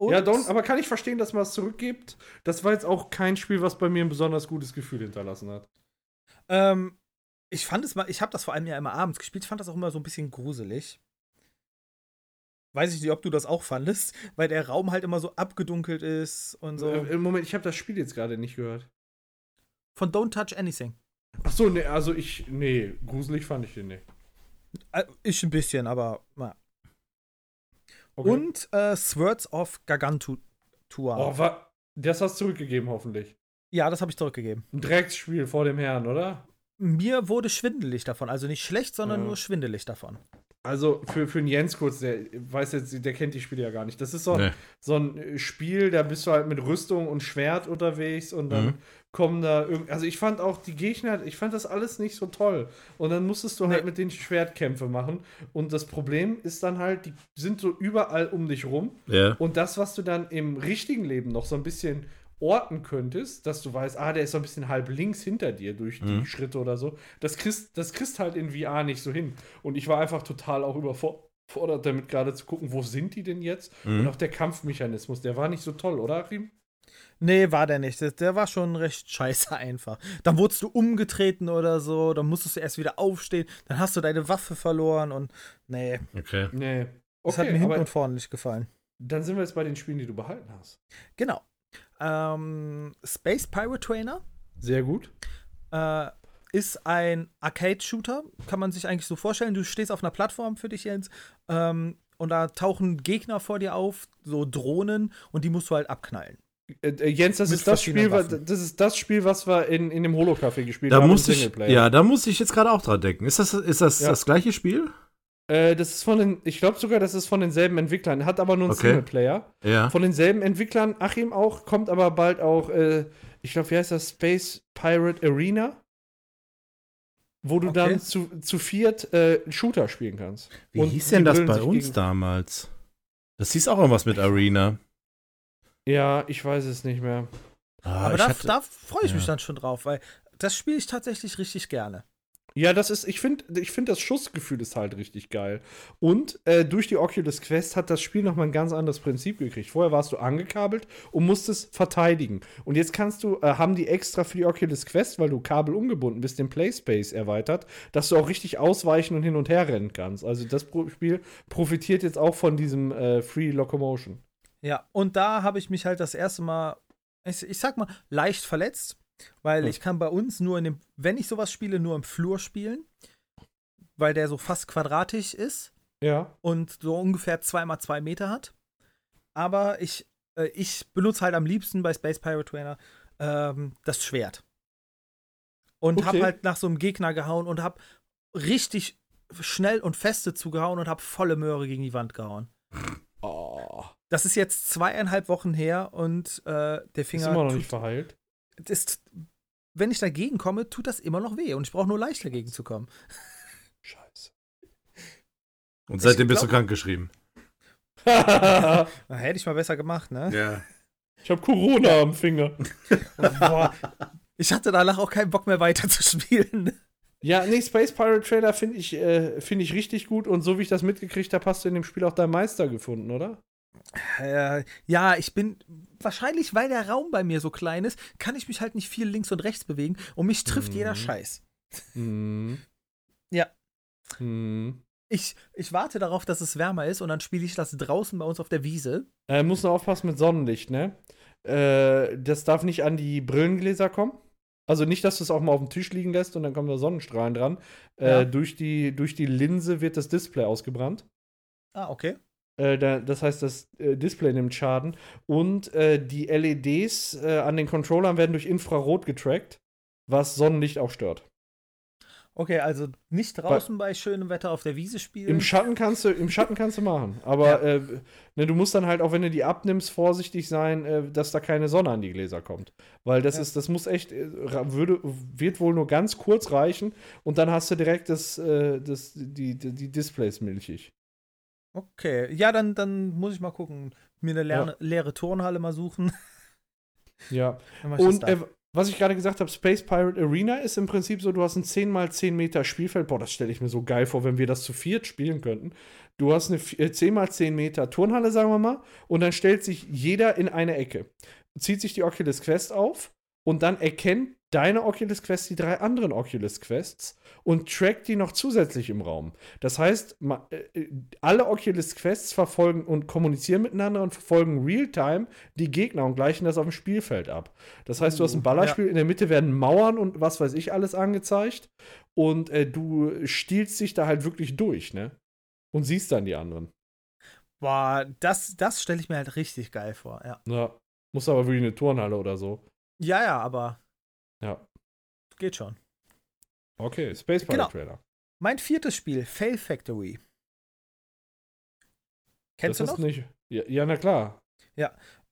Speaker 3: Und
Speaker 2: Ja, Don, aber kann ich verstehen, dass man es zurückgibt? Das war jetzt auch kein Spiel, was bei mir ein besonders gutes Gefühl hinterlassen hat.
Speaker 3: ähm, ich fand es mal, ich habe das vor allem ja immer abends gespielt, ich fand das auch immer so ein bisschen gruselig. Weiß ich nicht, ob du das auch fandest, weil der Raum halt immer so abgedunkelt ist und so.
Speaker 2: Äh, Im Moment, ich habe das Spiel jetzt gerade nicht gehört.
Speaker 3: Von Don't Touch Anything.
Speaker 2: Ach so, nee, also ich, nee, gruselig fand ich den nicht.
Speaker 3: Äh, Ich ein bisschen, aber. Na.
Speaker 2: Okay.
Speaker 3: Und äh, Swords of Gargantua.
Speaker 2: Oh, wa das hast du zurückgegeben, hoffentlich.
Speaker 3: Ja, das habe ich zurückgegeben.
Speaker 2: Ein Drecksspiel vor dem Herrn, oder?
Speaker 3: mir wurde schwindelig davon. Also nicht schlecht, sondern
Speaker 2: Ja.
Speaker 3: nur schwindelig davon.
Speaker 2: Also für, für den Jens kurz, der weiß jetzt, der kennt die Spiele ja gar nicht. Das ist so ein,
Speaker 1: Nee.
Speaker 2: so ein Spiel, da bist du halt mit Rüstung und Schwert unterwegs und dann
Speaker 1: Mhm.
Speaker 2: kommen da irgendwie. Also ich fand auch die Gegner, ich fand das alles nicht so toll. Und dann musstest du halt mit denen Schwertkämpfe machen. Und das Problem ist dann halt, die sind so überall um dich rum.
Speaker 1: Ja.
Speaker 2: Und das, was du dann im richtigen Leben noch so ein bisschen orten könntest, dass du weißt, ah, der ist so ein bisschen halb links hinter dir durch die
Speaker 1: Mhm.
Speaker 2: Schritte oder so, das kriegst, das kriegst halt in VR nicht so hin. Und ich war einfach total auch überfordert damit, gerade zu gucken, wo sind die denn jetzt? Und
Speaker 1: Mhm.
Speaker 2: auch der Kampfmechanismus, der war nicht so toll, oder, Achim?
Speaker 3: Nee, war der nicht. Der, der war schon recht scheiße <laughs> einfach. Dann wurdest du umgetreten oder so, dann musstest du erst wieder aufstehen, dann hast du deine Waffe verloren und nee,
Speaker 1: Okay.
Speaker 2: Nee.
Speaker 3: das hat mir
Speaker 2: Okay,
Speaker 3: hinten
Speaker 2: aber
Speaker 3: und vorne nicht gefallen.
Speaker 2: dann sind wir jetzt bei den Spielen, die du behalten hast.
Speaker 3: Genau. Ähm, Space Pirate Trainer
Speaker 2: Sehr gut.
Speaker 3: äh, ist ein Arcade-Shooter, kann man sich eigentlich so vorstellen. Du stehst auf einer Plattform für dich, Jens, ähm, und da tauchen Gegner vor dir auf, so Drohnen, und die musst du halt abknallen.
Speaker 2: Äh, äh, Jens, das
Speaker 3: Mit
Speaker 2: ist das
Speaker 3: verschiedenen
Speaker 2: Spiel, was,
Speaker 3: Waffen.
Speaker 2: das ist das Spiel, was wir in, in dem Holo-Café gespielt
Speaker 1: Da
Speaker 2: haben. im
Speaker 1: muss ich,
Speaker 2: Singleplayer.
Speaker 1: ja, da muss ich jetzt gerade auch dran denken. Ist das, ist das
Speaker 2: Ja.
Speaker 1: das gleiche Spiel?
Speaker 2: Äh, das ist von den, ich glaube sogar, das ist von denselben Entwicklern, hat aber nur einen
Speaker 1: Okay.
Speaker 2: Singleplayer.
Speaker 1: Ja.
Speaker 2: Von denselben Entwicklern, Achim auch, kommt aber bald auch, äh, ich glaube, wie heißt das? Space Pirate Arena? Wo du
Speaker 3: Okay.
Speaker 2: dann zu, zu viert äh, Shooter spielen kannst.
Speaker 1: Wie
Speaker 2: Und
Speaker 1: hieß
Speaker 2: die
Speaker 1: denn das
Speaker 2: brillen
Speaker 1: bei
Speaker 2: sich
Speaker 1: uns
Speaker 2: gegen-
Speaker 1: damals? Das hieß auch irgendwas mit Arena.
Speaker 2: Ja, ich weiß es nicht mehr.
Speaker 1: Ah,
Speaker 3: Aber
Speaker 1: ich
Speaker 3: da,
Speaker 1: hatte-
Speaker 3: da freue ich mich
Speaker 1: ja.
Speaker 3: dann schon drauf, weil das spiele ich tatsächlich richtig gerne.
Speaker 2: Ja, das ist, ich finde, ich finde das Schussgefühl ist halt richtig geil. Und äh, durch die Oculus Quest hat das Spiel nochmal ein ganz anderes Prinzip gekriegt. Vorher warst du angekabelt und musstest verteidigen. Und jetzt kannst du, äh, haben die extra für die Oculus Quest, weil du Kabel umgebunden bist, den Playspace erweitert, dass du auch richtig ausweichen und hin und her rennen kannst. Also das Pro Spiel profitiert jetzt auch von diesem äh, Free Locomotion.
Speaker 3: Ja, und da habe ich mich halt das erste Mal, ich, ich sag mal, leicht verletzt, weil
Speaker 2: Hm.
Speaker 3: ich kann bei uns nur in dem, wenn ich sowas spiele, nur im Flur spielen, weil der so fast quadratisch ist
Speaker 2: Ja.
Speaker 3: und so ungefähr 2x2 Meter hat. Aber ich, äh, ich benutze halt am liebsten bei Space Pirate Trainer ähm, das Schwert. Und hab
Speaker 2: Okay.
Speaker 3: halt nach so einem Gegner gehauen und hab richtig schnell und feste zugehauen und hab volle Möhre gegen die Wand gehauen.
Speaker 2: Oh,
Speaker 3: Das ist jetzt zweieinhalb Wochen her und äh, der
Speaker 2: ist
Speaker 3: Finger
Speaker 2: immer noch
Speaker 3: tut-
Speaker 2: nicht verheilt.
Speaker 3: ist, wenn ich dagegen komme, tut das immer noch weh und ich brauche nur leicht dagegen zu kommen.
Speaker 2: Scheiße.
Speaker 1: und seitdem
Speaker 3: ich
Speaker 1: bist du
Speaker 3: glaub-
Speaker 1: krank geschrieben.
Speaker 2: <laughs> ich
Speaker 3: Na, hätte ich mal besser gemacht, ne?
Speaker 1: Ja.
Speaker 2: habe Corona am Finger.
Speaker 3: <laughs> Boah. Ich hatte danach auch keinen Bock mehr weiter zu spielen.
Speaker 2: Ja, nee, Space Pirate Trailer finde ich, äh, find ich richtig gut und so wie ich das mitgekriegt habe, hast du in dem Spiel auch deinen Meister gefunden, oder?
Speaker 3: Äh, ja, ich bin wahrscheinlich, weil der Raum bei mir so klein ist, kann ich mich halt nicht viel links und rechts bewegen und mich trifft
Speaker 2: Mhm.
Speaker 3: jeder Scheiß.
Speaker 2: Mhm.
Speaker 3: Ja.
Speaker 2: Mhm.
Speaker 3: Ich, ich warte darauf, dass es wärmer ist und dann spiele ich das draußen bei uns auf der Wiese.
Speaker 2: Äh, muss nur aufpassen mit Sonnenlicht, ne? Äh, das darf nicht an die Brillengläser kommen. Also nicht, dass du es auch mal auf dem Tisch liegen lässt und dann kommen da Sonnenstrahlen dran. Äh,
Speaker 3: Ja.
Speaker 2: durch, die, durch die Linse wird das Display ausgebrannt.
Speaker 3: Ah, okay.
Speaker 2: Äh, da, das heißt, das äh, Display nimmt Schaden. Und äh, die LEDs äh, an den Controllern werden durch Infrarot getrackt, was Sonnenlicht auch stört.
Speaker 3: Okay, also nicht draußen bei schönem Wetter auf der Wiese spielen.
Speaker 2: Im Schatten kannst du, im Schatten kannst du machen. Aber äh, ne, du musst dann halt, auch wenn du die abnimmst, vorsichtig sein, äh, dass da keine Sonne an die Gläser kommt. Weil das
Speaker 3: Ja.
Speaker 2: ist, das muss echt, äh, ra- würde, wird wohl nur ganz kurz reichen und dann hast du direkt das, äh, das, die, die, die Displays milchig.
Speaker 3: Okay, ja, dann, dann muss ich mal gucken. Mir eine leere, leere Turnhalle mal <laughs> suchen.
Speaker 2: Ja.
Speaker 3: Dann mach ich das
Speaker 2: Und
Speaker 3: da.
Speaker 2: äh, was ich gerade gesagt habe, Space Pirate Arena ist im Prinzip so, du hast ein 10x10 Meter Spielfeld. Boah, das stelle ich mir so geil vor, wenn wir das zu viert spielen könnten. Du hast eine vi- äh, 10x10 Meter Turnhalle, sagen wir mal, und dann stellt sich jeder in eine Ecke. Zieht sich die Oculus Quest auf und dann erkennt deine Oculus Quest die drei anderen Oculus Quests und trackt die noch zusätzlich im Raum. Das heißt, ma- äh, äh, alle Oculus Quests verfolgen und kommunizieren miteinander und verfolgen real-time die Gegner und gleichen das auf dem Spielfeld ab. Das heißt, du hast ein Ballerspiel, in der Mitte werden Mauern und was weiß ich alles angezeigt und äh, du stiehlst dich da halt wirklich durch, ne? Und siehst dann die anderen.
Speaker 3: Boah, das, das stelle ich mir halt richtig geil vor. Ja,
Speaker 2: Ja. Muss aber wirklich eine Turnhalle oder so.
Speaker 3: ja, ja aber
Speaker 2: Ja.
Speaker 3: geht schon.
Speaker 2: Okay, Space Pirate
Speaker 3: Genau.
Speaker 2: Trailer.
Speaker 3: Mein viertes Spiel, Fail Factory. Kennst
Speaker 2: das
Speaker 3: du
Speaker 2: ist
Speaker 3: noch?
Speaker 2: Nicht, ja, ja, na klar.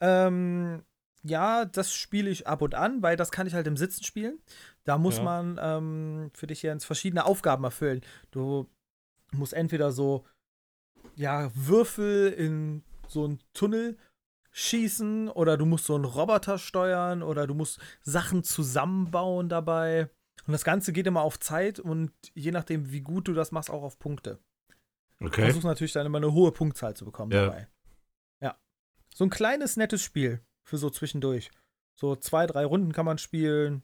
Speaker 3: Ähm, ja, das spiele ich ab und an, weil das kann ich halt im Sitzen spielen. Da muss
Speaker 2: Ja.
Speaker 3: man ähm, für dich ja verschiedene Aufgaben erfüllen. Du musst entweder so ja, Würfel in so einen Tunnel schießen oder du musst so einen Roboter steuern oder du musst Sachen zusammenbauen dabei. Und das Ganze geht immer auf Zeit und je nachdem, wie gut du das machst, auch auf Punkte. Du
Speaker 1: Okay.
Speaker 3: versuchst natürlich dann immer eine hohe Punktzahl zu bekommen
Speaker 1: Ja.
Speaker 3: dabei. Ja. So ein kleines, nettes Spiel für so zwischendurch. So zwei, drei Runden kann man spielen.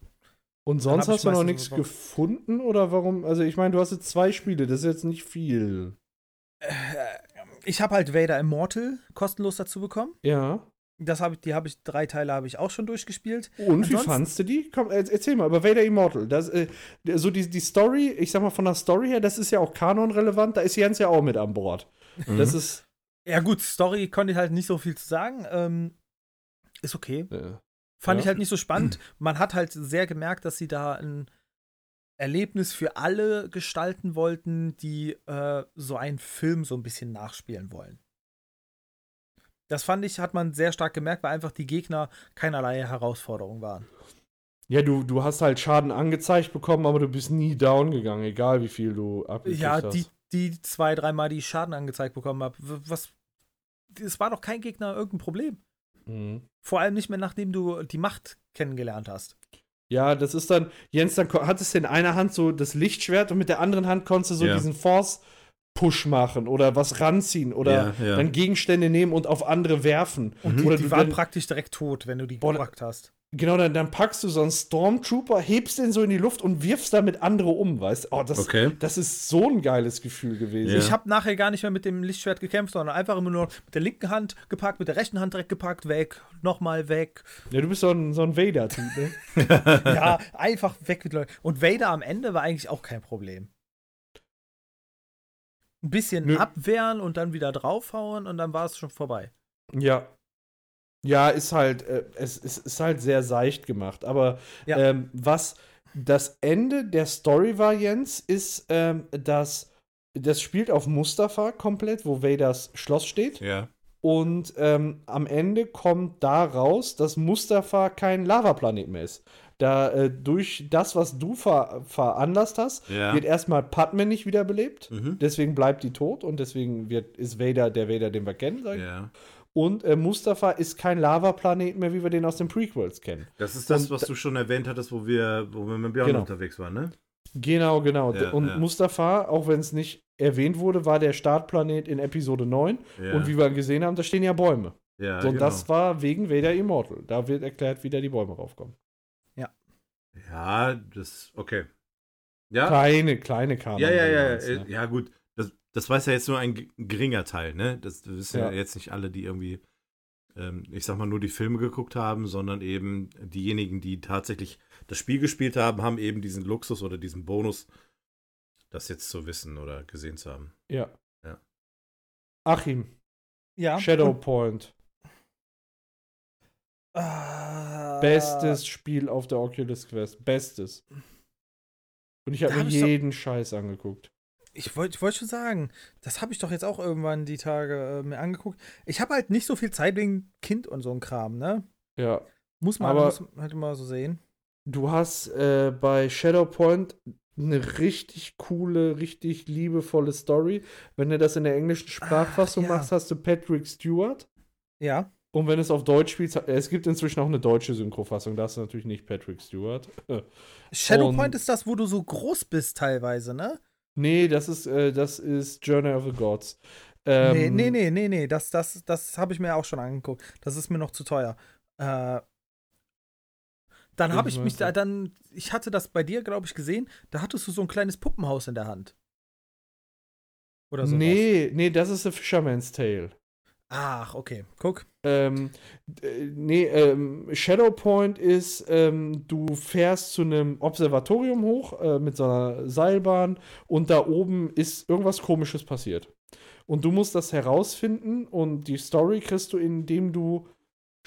Speaker 2: Und
Speaker 3: Dann
Speaker 2: sonst
Speaker 3: hab ich
Speaker 2: hast du noch
Speaker 3: meistens
Speaker 2: nichts
Speaker 3: so-
Speaker 2: gefunden oder warum? Also ich meine, du hast jetzt zwei Spiele, das ist jetzt nicht viel.
Speaker 3: Ich habe halt Vader Immortal kostenlos dazu bekommen.
Speaker 2: Ja.
Speaker 3: Das habe ich, die habe ich, drei Teile habe ich auch schon durchgespielt.
Speaker 2: Und wie
Speaker 3: Ansonsten-
Speaker 2: fandst du die? Komm, er- erzähl mal über Vader Immortal. Das, äh, so die, die Story, ich sag mal von der Story her, das ist ja auch kanonrelevant, da ist Jens ja auch mit an Bord.
Speaker 3: Mhm.
Speaker 2: Das ist.
Speaker 3: Ja, gut, Story konnte ich halt nicht so viel zu sagen. Ähm, ist okay.
Speaker 2: Äh,
Speaker 3: Fand
Speaker 2: Ja.
Speaker 3: ich halt nicht so spannend. Man hat halt sehr gemerkt, dass sie da ein Erlebnis für alle gestalten wollten, die äh, so einen Film so ein bisschen nachspielen wollen. Das fand ich, hat man sehr stark gemerkt, weil einfach die Gegner keinerlei Herausforderung waren.
Speaker 2: ja, du, du hast halt Schaden angezeigt bekommen, aber du bist nie down gegangen, egal wie viel du abgekriegt
Speaker 3: Ja,
Speaker 2: hast.
Speaker 3: die, die zwei, dreimal, die ich Schaden angezeigt bekommen habe, was. Es war doch kein Gegner irgendein Problem.
Speaker 2: Mhm.
Speaker 3: Vor allem nicht mehr, nachdem du die Macht kennengelernt hast.
Speaker 2: Ja, das ist dann, Jens, dann ko- hattest du in einer Hand so das Lichtschwert und mit der anderen Hand konntest du so
Speaker 1: Ja.
Speaker 2: diesen Force-Push machen oder was ranziehen oder
Speaker 1: Ja, ja.
Speaker 2: dann Gegenstände nehmen und auf andere werfen.
Speaker 3: Und Mhm. die,
Speaker 2: Mhm. oder
Speaker 3: die
Speaker 2: du
Speaker 3: waren
Speaker 2: dann-
Speaker 3: praktisch direkt tot, wenn du die
Speaker 2: Boah,
Speaker 3: gepackt hast.
Speaker 2: Genau, dann, dann packst du so einen Stormtrooper, hebst den so in die Luft und wirfst damit andere um, weißt Oh, das,
Speaker 1: Okay.
Speaker 2: das ist so ein geiles Gefühl gewesen.
Speaker 1: Ja.
Speaker 3: Ich habe nachher gar nicht mehr mit dem Lichtschwert gekämpft, sondern einfach immer nur mit der linken Hand gepackt, mit der rechten Hand direkt gepackt, weg,
Speaker 2: <laughs>
Speaker 3: nochmal weg.
Speaker 2: Ja, du bist so ein, so ein Vader-Typ, ne?
Speaker 3: Ja, einfach weg mit Leuten. Und Vader am Ende war eigentlich auch kein Problem. Ein bisschen
Speaker 2: Nö.
Speaker 3: abwehren und dann wieder draufhauen und dann war es schon vorbei.
Speaker 2: Ja. Ja, ist halt, äh, es ist, ist halt sehr seicht gemacht. Aber
Speaker 3: Ja.
Speaker 2: ähm, was das Ende der Story war, Jens, ist, ähm, dass das spielt auf Mustafa komplett, wo Vaders Schloss steht.
Speaker 1: Ja.
Speaker 2: Und ähm, am Ende kommt da raus, dass Mustafa kein Lavaplanet mehr ist. Da äh, durch das, was du ver veranlasst hast,
Speaker 1: Ja.
Speaker 2: wird erstmal Padme nicht wiederbelebt.
Speaker 1: Mhm.
Speaker 2: Deswegen bleibt die tot und deswegen wird, ist Vader der Vader, den wir kennen, sag ich
Speaker 1: Ja.
Speaker 2: und äh, Mustafa ist kein Lavaplanet mehr, wie wir den aus den Prequels kennen.
Speaker 1: Das ist das, was du schon erwähnt hattest, wo wir, wo wir mit Björn
Speaker 2: Genau.
Speaker 1: unterwegs waren, ne?
Speaker 2: Genau, genau.
Speaker 1: Ja,
Speaker 2: und
Speaker 1: ja.
Speaker 2: Mustafa, auch wenn es nicht erwähnt wurde, war der Startplanet in Episode 9.
Speaker 1: Ja.
Speaker 2: Und wie wir gesehen haben, da stehen ja Bäume.
Speaker 1: ja,
Speaker 2: so, und
Speaker 1: genau.
Speaker 2: das war wegen Vader Immortal. Da wird erklärt, wie da die Bäume raufkommen.
Speaker 1: ja, das, okay. Ja,
Speaker 2: Kleine, kleine Kanon.
Speaker 1: Ah. Ja, ja, ja,
Speaker 2: Relevanz,
Speaker 1: ja,
Speaker 2: ne?
Speaker 1: ja, gut. Das, das weiß ja jetzt nur ein g- geringer Teil, ne? Das wissen ja.
Speaker 2: Ja.
Speaker 1: jetzt nicht alle, die irgendwie, ähm, ich sag mal, nur die Filme geguckt haben, sondern eben diejenigen, die tatsächlich das Spiel gespielt haben, haben eben diesen Luxus oder diesen Bonus, das jetzt zu wissen oder gesehen zu haben.
Speaker 2: ja.
Speaker 1: Ja.
Speaker 2: Achim,
Speaker 3: Ja.
Speaker 2: Shadowpoint.
Speaker 3: Äh, Ah,
Speaker 2: Bestes Spiel auf der Oculus Quest. Bestes. Und ich
Speaker 3: Da
Speaker 2: habe mir
Speaker 3: hab ich doch-
Speaker 2: jeden Scheiß angeguckt.
Speaker 3: Ich wollte ich wollt schon sagen, das habe ich doch jetzt auch irgendwann die Tage äh, mir angeguckt. Ich habe halt nicht so viel Zeit wegen Kind und so ein Kram, ne?
Speaker 2: Ja.
Speaker 3: Muss man,
Speaker 2: Aber-
Speaker 3: muss man halt immer so sehen.
Speaker 2: du hast äh, bei Shadowpoint eine richtig coole, richtig liebevolle Story. Wenn du das in der englischen Sprachfassung
Speaker 3: ja.
Speaker 2: machst, hast du Patrick Stewart.
Speaker 3: Ja.
Speaker 2: Und wenn du es auf Deutsch spielst, ha- es gibt inzwischen auch eine deutsche Synchrofassung, da hast du natürlich nicht Patrick Stewart. <laughs> Und-
Speaker 3: Shadowpoint ist das, wo du so groß bist teilweise, ne?
Speaker 2: nee, das ist, äh, das ist Journey of the Gods. Ähm,
Speaker 3: nee, nee, nee, nee, nee. Das, das, das habe ich mir auch schon angeguckt. Das ist mir noch zu teuer. Äh, dann habe
Speaker 2: Ich
Speaker 3: ich
Speaker 2: weiß
Speaker 3: mich da,
Speaker 2: nicht.
Speaker 3: dann, ich hatte das bei dir, glaube ich, gesehen. Da hattest du so ein kleines Puppenhaus in der Hand. Oder so.
Speaker 2: Nee, nee, das ist The Fisherman's Tale.
Speaker 3: Ach, okay. Guck.
Speaker 2: Ähm, d- äh, nee, ähm, Shadowpoint ist, ähm, du fährst zu einem Observatorium hoch äh, mit so einer Seilbahn und da oben ist irgendwas Komisches passiert. Und du musst das herausfinden und die Story kriegst du, indem du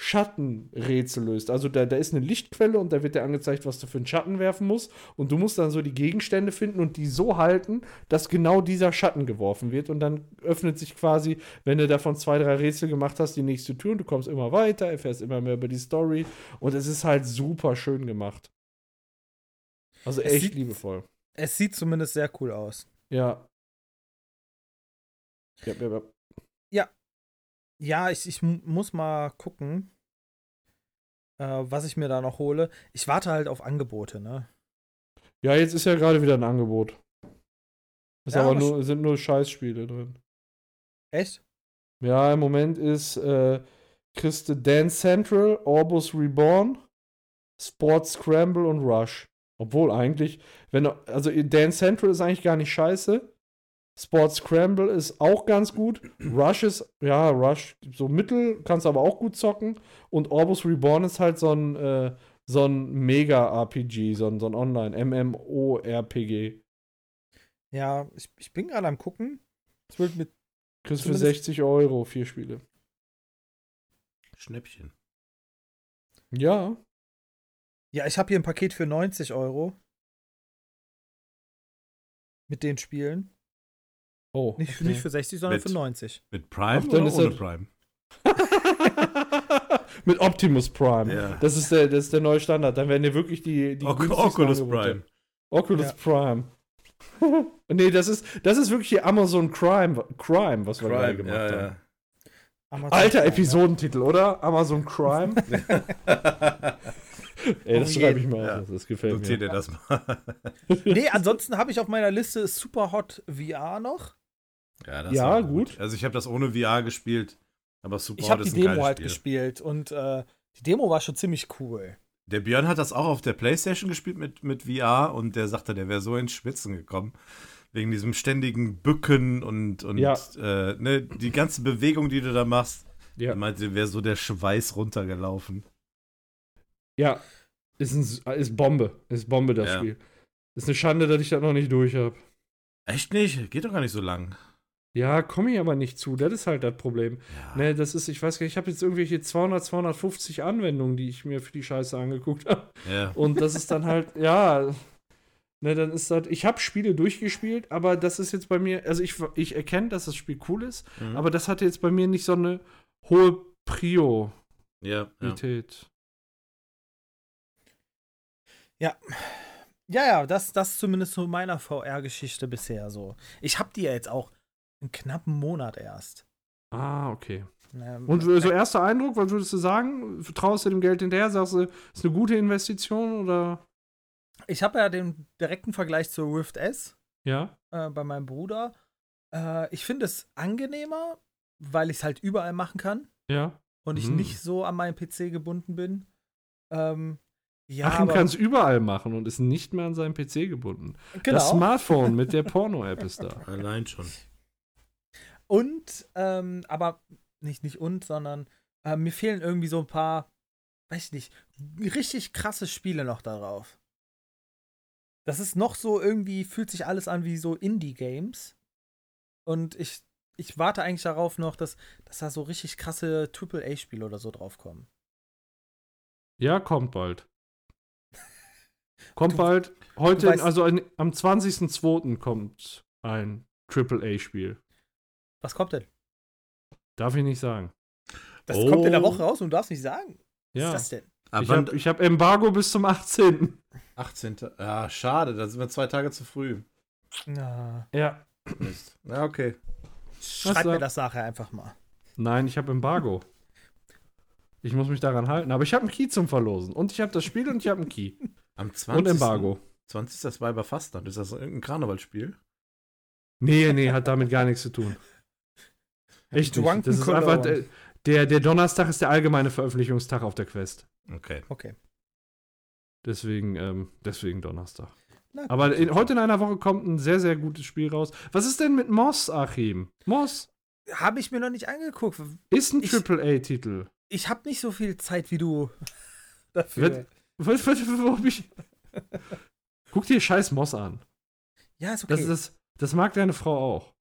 Speaker 2: Schattenrätsel löst. Also da, da ist eine Lichtquelle und da wird dir angezeigt, was du für einen Schatten werfen musst. Und du musst dann so die Gegenstände finden und die so halten, dass genau dieser Schatten geworfen wird. Und dann öffnet sich quasi, wenn du davon zwei, drei Rätsel gemacht hast, die nächste Tür und du kommst immer weiter, erfährst immer mehr über die Story. Und es ist halt super schön gemacht. Also
Speaker 3: Es
Speaker 2: echt
Speaker 3: sieht-
Speaker 2: liebevoll.
Speaker 3: Es sieht zumindest sehr cool aus.
Speaker 2: Ja. Ja, ja, ja.
Speaker 3: Ja, ich, ich mu- muss mal gucken, äh, was ich mir da noch hole. Ich warte halt auf Angebote, ne?
Speaker 2: ja jetzt ist ja gerade wieder ein Angebot. Ist
Speaker 3: Ja,
Speaker 2: aber
Speaker 3: aber
Speaker 2: nur, sind nur Scheißspiele drin.
Speaker 3: Echt?
Speaker 2: Ja, im Moment ist äh, Christe Dance Central, Orbus Reborn, Sports Scramble und Rush. Obwohl eigentlich, wenn du- also Dance Central ist eigentlich gar nicht scheiße. Sports Scramble ist auch ganz gut. Rush ist, ja, Rush so mittel, kannst aber auch gut zocken. Und Orbus Reborn ist halt so ein, äh, so ein Mega-RPG, so ein, so ein Online-MMORPG.
Speaker 3: Ja, ich, ich bin gerade am gucken. Es wird mit.
Speaker 2: Kriegst für
Speaker 3: Zumindest-
Speaker 2: 60 Euro vier Spiele.
Speaker 1: Schnäppchen.
Speaker 2: Ja.
Speaker 3: Ja, ich habe hier ein Paket für 90 Euro. Mit den Spielen.
Speaker 2: Oh.
Speaker 3: Nicht,
Speaker 2: okay.
Speaker 3: nicht für 60, sondern
Speaker 1: Mit-
Speaker 3: für 90.
Speaker 1: Mit Prime
Speaker 2: Ach, dann
Speaker 1: oder
Speaker 2: ist
Speaker 1: ohne
Speaker 2: das-
Speaker 1: Prime?
Speaker 2: <laughs> Mit Optimus Prime.
Speaker 1: Ja.
Speaker 2: Das, ist der, das ist der neue Standard. Dann werden dir wirklich die, die
Speaker 1: Oc-
Speaker 2: günstigsten
Speaker 1: Oculus
Speaker 2: Angebote.
Speaker 1: Prime.
Speaker 2: Oculus
Speaker 3: Ja.
Speaker 2: Prime. <laughs> nee, das ist, das ist wirklich hier Amazon Crime, Crime was wir gerade gemacht haben.
Speaker 3: Amazon
Speaker 2: Alter
Speaker 3: Prime,
Speaker 2: Episodentitel, oder? Amazon
Speaker 1: <laughs>
Speaker 2: Crime? Ey, das
Speaker 3: Auf
Speaker 2: schreibe
Speaker 3: jeden.
Speaker 2: ich mal
Speaker 1: Ja.
Speaker 2: auf. Das gefällt
Speaker 1: Notiert
Speaker 2: mir.
Speaker 1: ihr das mal.
Speaker 3: Ja. Nee, ansonsten habe ich auf meiner Liste Superhot VR noch.
Speaker 1: Ja, das
Speaker 2: Ja,
Speaker 1: war
Speaker 2: gut.
Speaker 1: Also ich habe das ohne VR gespielt, aber super
Speaker 3: Ich habe
Speaker 1: das
Speaker 3: die
Speaker 1: ist ein
Speaker 3: Demo
Speaker 1: geiles
Speaker 3: halt
Speaker 1: Spiel.
Speaker 3: gespielt und äh, die Demo war schon ziemlich cool.
Speaker 1: Der Björn hat das auch auf der Playstation gespielt mit, mit VR und der sagte, der wäre so ins Schwitzen gekommen. Wegen diesem ständigen Bücken und, und
Speaker 2: Ja.
Speaker 1: äh, ne, die ganze Bewegung, die du da machst. Er
Speaker 2: Ja.
Speaker 1: meinte, der wäre so der Schweiß runtergelaufen.
Speaker 2: ja. Ist, ein, ist Bombe. Ist Bombe das
Speaker 1: Ja.
Speaker 2: Spiel. Ist eine Schande, dass ich das noch nicht durch habe.
Speaker 1: Echt nicht? Geht doch gar nicht so lang.
Speaker 2: Ja, komme ich aber nicht zu. Das ist halt das Problem.
Speaker 1: Ja.
Speaker 2: Ne, das ist, ich weiß gar nicht, ich habe jetzt irgendwelche 200, 250 Anwendungen, die ich mir für die Scheiße angeguckt habe.
Speaker 1: Ja.
Speaker 2: Und das ist dann halt, ja, ne, dann ist das, ich habe Spiele durchgespielt, aber das ist jetzt bei mir, also ich, ich erkenne, dass das Spiel cool ist,
Speaker 1: Mhm.
Speaker 2: aber das hatte jetzt bei mir nicht so eine hohe Priorität.
Speaker 1: ja, ja.
Speaker 3: Ja, ja, das, das zumindest zu meiner VR-Geschichte bisher so. Ich habe die ja jetzt auch einen knappen Monat erst.
Speaker 2: Ah, okay.
Speaker 3: Ähm,
Speaker 2: Und so erster Eindruck, was würdest du sagen? Traust du dem Geld hinterher? Sagst du, ist eine gute Investition oder?
Speaker 3: ich habe ja den direkten Vergleich zur Rift S
Speaker 2: Ja.
Speaker 3: äh, bei meinem Bruder. Äh, ich finde es angenehmer, weil ich es halt überall machen kann
Speaker 2: Ja.
Speaker 3: und ich
Speaker 2: Mhm.
Speaker 3: nicht so an meinen PC gebunden bin. Ähm, ja,
Speaker 2: Achim
Speaker 3: aber-
Speaker 2: kann es überall machen und ist nicht mehr an seinen PC gebunden.
Speaker 3: genau.
Speaker 2: Das
Speaker 3: <laughs>
Speaker 2: Smartphone mit der Porno-App ist da.
Speaker 1: Allein schon.
Speaker 3: Und, ähm, aber nicht, nicht und, sondern äh, mir fehlen irgendwie so ein paar, weiß ich nicht, richtig krasse Spiele noch darauf. Das ist noch so irgendwie, fühlt sich alles an wie so Indie-Games. Und ich, ich warte eigentlich darauf noch, dass, dass da so richtig krasse AAA-Spiele oder so draufkommen.
Speaker 2: Ja, kommt bald. Kommt
Speaker 3: Du-
Speaker 2: bald. Heute,
Speaker 3: du weißt-
Speaker 2: also ein, am 20.02. kommt ein AAA-Spiel.
Speaker 3: Was kommt denn?
Speaker 2: Darf ich nicht sagen.
Speaker 3: Das kommt in der
Speaker 1: Oh.
Speaker 3: Woche raus und du darfst nicht sagen.
Speaker 2: Ja.
Speaker 3: Was ist das denn?
Speaker 1: Aber
Speaker 2: ich habe ich hab Embargo bis zum 18.
Speaker 1: 18. Ja, Ah, schade, da sind wir zwei Tage zu früh.
Speaker 3: Na,
Speaker 2: Ja.
Speaker 1: Mist. Ja, okay.
Speaker 3: schreib mir
Speaker 2: sagt-
Speaker 3: das nachher einfach mal.
Speaker 2: Nein, ich habe Embargo. Ich muss mich daran halten. Aber ich habe einen Key zum Verlosen. Und ich habe das Spiel und ich habe einen Key.
Speaker 1: Am 20.
Speaker 2: Und Embargo.
Speaker 1: 20. Das war bei Fastnacht. Ist das irgendein <laughs> Karnevalsspiel?
Speaker 2: Nee, nee, hat damit gar nichts zu tun. Echt nicht. Das ist
Speaker 3: Drunken
Speaker 2: einfach, äh,
Speaker 3: Cologne.
Speaker 2: der, der Donnerstag ist der allgemeine Veröffentlichungstag auf der Quest.
Speaker 1: Okay.
Speaker 3: Okay.
Speaker 2: Deswegen, ähm, deswegen Donnerstag.
Speaker 3: Na,
Speaker 2: Aber in, heute in einer Woche kommt ein sehr, sehr gutes Spiel raus. Was ist denn mit Moss, Achim? Moss
Speaker 3: Habe ich mir noch nicht angeguckt.
Speaker 2: ist ein
Speaker 3: Ich-
Speaker 2: Triple-A-Titel.
Speaker 3: ich habe nicht so viel Zeit wie du <laughs> dafür.
Speaker 2: Wird- Was- was- wo hab ich- Guck dir scheiß Moss an.
Speaker 3: ja, ist okay.
Speaker 2: Das, ist, das mag deine Frau auch.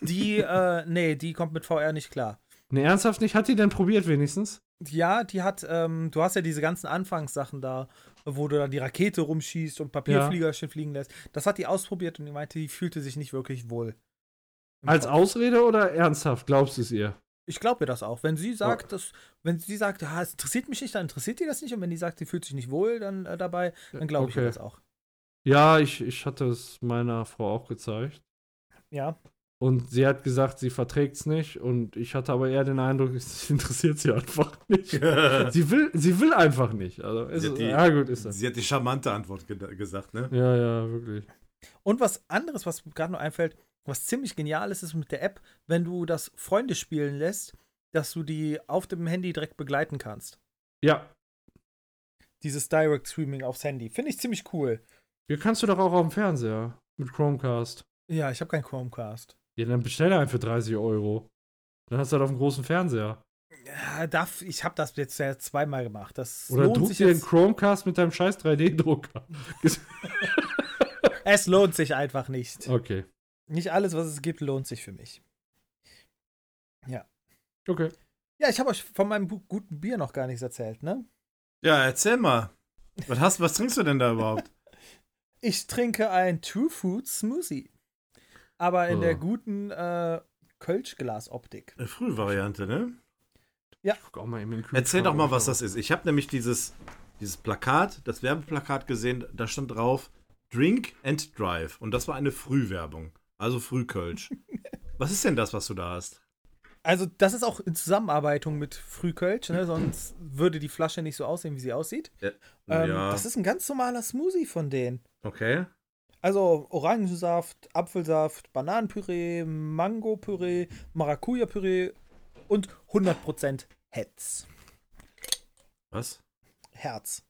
Speaker 3: die, äh, nee, die kommt mit VR nicht klar.
Speaker 2: Ne, ernsthaft nicht? Hat die denn probiert wenigstens?
Speaker 3: Ja, die hat, ähm, du hast ja diese ganzen Anfangssachen da, wo du dann die Rakete rumschießt und Papierfliegerchen fliegen lässt. Das hat die ausprobiert und die meinte, die fühlte sich nicht wirklich wohl. Im
Speaker 2: Als
Speaker 3: Kopf.
Speaker 2: Ausrede oder ernsthaft? Glaubst du es ihr?
Speaker 3: Ich glaube ihr das auch. Wenn sie
Speaker 2: Oh.
Speaker 3: sagt, dass, wenn sie sagt, ja, es interessiert mich nicht, dann interessiert die das nicht. Und wenn die sagt, sie fühlt sich nicht wohl dann äh, dabei, dann glaube ich ihr
Speaker 2: Okay.
Speaker 3: das auch.
Speaker 2: Ja, ich, ich hatte es meiner Frau auch gezeigt.
Speaker 3: Ja.
Speaker 2: Und sie hat gesagt, sie verträgt es nicht. Und ich hatte aber eher den Eindruck, <laughs> es interessiert sie einfach
Speaker 1: <laughs>
Speaker 2: nicht. sie, will, sie will einfach nicht. Also, es
Speaker 1: Sie hat
Speaker 2: ist,
Speaker 1: die-
Speaker 2: ja, gut, ist das.
Speaker 1: Sie hat die charmante Antwort ge gesagt, ne?
Speaker 2: Ja, ja, wirklich.
Speaker 3: Und was anderes, was mir gerade noch einfällt, was ziemlich genial ist, ist mit der App, wenn du das Freunde spielen lässt, dass du die auf dem Handy direkt begleiten kannst.
Speaker 2: Ja,
Speaker 3: Dieses Direct Streaming aufs Handy. Finde ich ziemlich cool.
Speaker 2: hier kannst du doch auch auf dem Fernseher mit Chromecast.
Speaker 3: Ja, ich habe keinen Chromecast.
Speaker 2: Ja, dann bestell einen für 30 Euro. Dann hast du halt auf dem großen Fernseher.
Speaker 3: Ja, darf, ich habe das jetzt ja zweimal gemacht. Das
Speaker 2: Oder
Speaker 3: lohnt
Speaker 2: druck
Speaker 3: sich
Speaker 2: dir einen
Speaker 3: jetzt,
Speaker 2: Chromecast mit deinem scheiß
Speaker 1: <laughs>
Speaker 2: 3D-Drucker.
Speaker 3: Es lohnt sich einfach nicht.
Speaker 2: Okay.
Speaker 3: Nicht alles, was es gibt, lohnt sich für mich.
Speaker 2: Okay.
Speaker 3: Ja, ich habe euch von meinem bu- guten Bier noch gar nichts erzählt, ne?
Speaker 1: Ja, erzähl mal. Was, hast, was trinkst du denn da überhaupt?
Speaker 3: Ich trinke ein True Fruit Smoothie. Aber in
Speaker 2: Oh.
Speaker 3: der guten äh, Kölschglas-Optik.
Speaker 1: <laughs> Eine Frühvariante, ne?
Speaker 2: Guck auch mal eben in den Kühlschrank.
Speaker 1: Erzähl doch mal, was das ist. Ich habe nämlich dieses, dieses Plakat, das Werbeplakat gesehen, da stand drauf Drink and Drive. Und das war eine Frühwerbung. Also <laughs> Frühkölsch. was ist denn das, was du da hast?
Speaker 3: Also, das ist auch in Zusammenarbeitung mit Frühkölsch, ne? Sonst würde die Flasche nicht so aussehen, wie sie aussieht.
Speaker 1: Äh,
Speaker 3: Ähm, Das ist ein ganz normaler Smoothie von denen.
Speaker 1: okay.
Speaker 3: Also Orangensaft, Apfelsaft, Bananenpüree, Mangopüree, Maracuja-Püree und 100% Hetz.
Speaker 1: Was?
Speaker 3: Herz.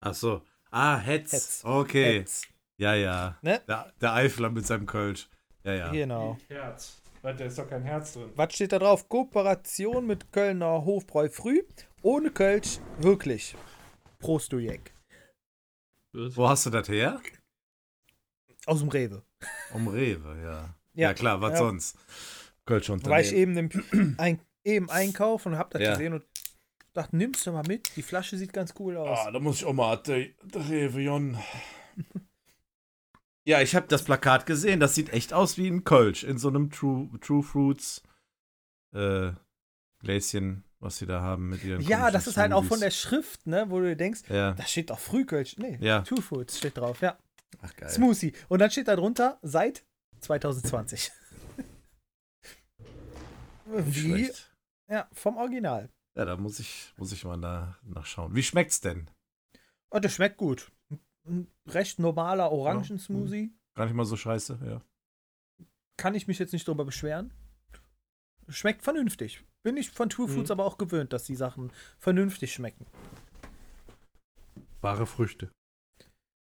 Speaker 1: Ach so. Ah, Hetz.
Speaker 3: Hetz.
Speaker 1: Okay.
Speaker 3: Hetz.
Speaker 1: Ja, ja.
Speaker 3: Ne?
Speaker 1: Der, der Eifler mit seinem Kölsch. Ja, ja.
Speaker 3: Genau.
Speaker 2: Herz. Warte, da ist doch kein Herz drin.
Speaker 3: Was steht da drauf? Kooperation mit Kölner Hofbräu Früh. Ohne Kölsch wirklich. Prost, du Jack.
Speaker 1: Wo hast du das her?
Speaker 3: Aus dem Rewe.
Speaker 1: Um Rewe, ja.
Speaker 3: Ja.
Speaker 1: Ja, klar, was
Speaker 3: Ja.
Speaker 1: sonst? Kölsch
Speaker 3: Da war ich
Speaker 1: Unternehmen.
Speaker 3: eben im ein, eben einkaufen und hab das
Speaker 1: Ja.
Speaker 3: gesehen und dachte, nimm's doch mal mit. Die Flasche sieht ganz cool aus.
Speaker 1: Ah, da muss ich auch mal der Rewe, Jon. <laughs> Ja, ich habe das Plakat gesehen. Das sieht echt aus wie ein Kölsch in so einem True, True Fruits äh, Gläschen, was sie da haben mit ihren
Speaker 3: ja,
Speaker 1: komischen
Speaker 3: das ist halt auch von der
Speaker 1: Smoothies.
Speaker 3: Schrift, ne, wo du dir denkst,
Speaker 1: Ja,
Speaker 3: da steht doch Frühkölsch. Nee,
Speaker 1: ja.
Speaker 3: Two Foods steht drauf, ja.
Speaker 1: Ach, geil.
Speaker 3: Smoothie. Und dann steht da drunter seit 2020.
Speaker 1: Nicht
Speaker 3: Wie?
Speaker 1: schlecht.
Speaker 3: Ja, vom Original.
Speaker 1: Ja, da muss ich, muss ich mal nach, nachschauen. Wie schmeckt's denn?
Speaker 3: Und das schmeckt gut. Ein recht normaler Orangensmoothie.
Speaker 1: Gar nicht mal so scheiße, ja.
Speaker 3: Kann ich mich jetzt nicht drüber beschweren. Schmeckt vernünftig. Bin ich von Two
Speaker 2: Mhm.
Speaker 3: Foods aber auch gewöhnt, dass die Sachen vernünftig schmecken.
Speaker 2: Wahre Früchte.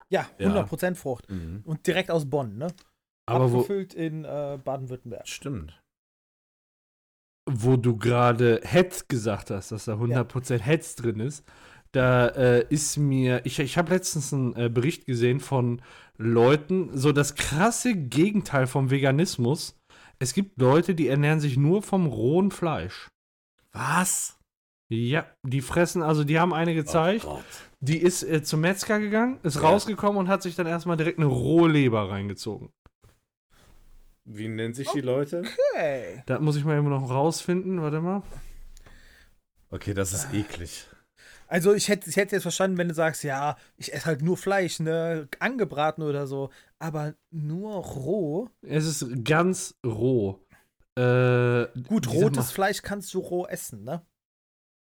Speaker 3: Ja,
Speaker 1: Ja.
Speaker 3: 100% Frucht.
Speaker 1: Mhm.
Speaker 3: Und direkt aus Bonn, ne?
Speaker 2: Aber wo,
Speaker 3: Abgefüllt in äh, Baden-Württemberg.
Speaker 1: Stimmt.
Speaker 2: wo du gerade Hetz gesagt hast, dass da 100% Hetz drin ist, da äh, ist mir, ich, ich habe letztens einen äh, Bericht gesehen von Leuten, so das krasse Gegenteil vom Veganismus. Es gibt Leute, die ernähren sich nur vom rohen Fleisch.
Speaker 1: Was?
Speaker 2: Ja, die fressen, also die haben eine gezeigt, die ist äh, zum Metzger gegangen, ist rausgekommen und hat sich dann erstmal direkt eine rohe Leber reingezogen.
Speaker 1: Wie nennen sich die Leute?
Speaker 3: Hey.
Speaker 2: Das muss ich mal eben noch rausfinden, warte mal.
Speaker 1: Okay, das ist eklig.
Speaker 3: Also ich hätte ich hätte jetzt verstanden, wenn du sagst, ja, ich esse halt nur Fleisch, ne, angebraten oder so, aber nur roh.
Speaker 2: Es ist ganz roh. Äh,
Speaker 3: Gut,
Speaker 2: ich sag
Speaker 3: rotes
Speaker 2: mal-
Speaker 3: Fleisch kannst du roh essen, ne?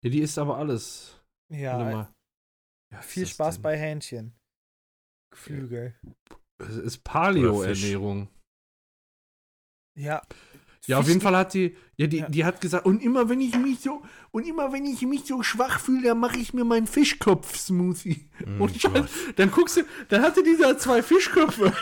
Speaker 2: Ja, die isst aber alles. Warte
Speaker 3: Ja,
Speaker 2: mal. Ja, was
Speaker 3: viel
Speaker 2: ist das
Speaker 3: Spaß
Speaker 2: denn?
Speaker 3: bei Hähnchen. Geflügel.
Speaker 2: Es ist
Speaker 1: Oder Fisch.
Speaker 2: Paleo-Ernährung.
Speaker 3: Ja.
Speaker 2: Ja, auf
Speaker 3: Fisch-
Speaker 2: jeden Fall hat die, ja, die,
Speaker 3: Ja.
Speaker 2: die hat gesagt, und immer wenn ich mich so, und immer wenn ich mich so schwach fühle, dann mache ich mir meinen Fischkopf-Smoothie.
Speaker 1: Mm,
Speaker 2: und dann, dann guckst du, dann hatte die da zwei Fischköpfe.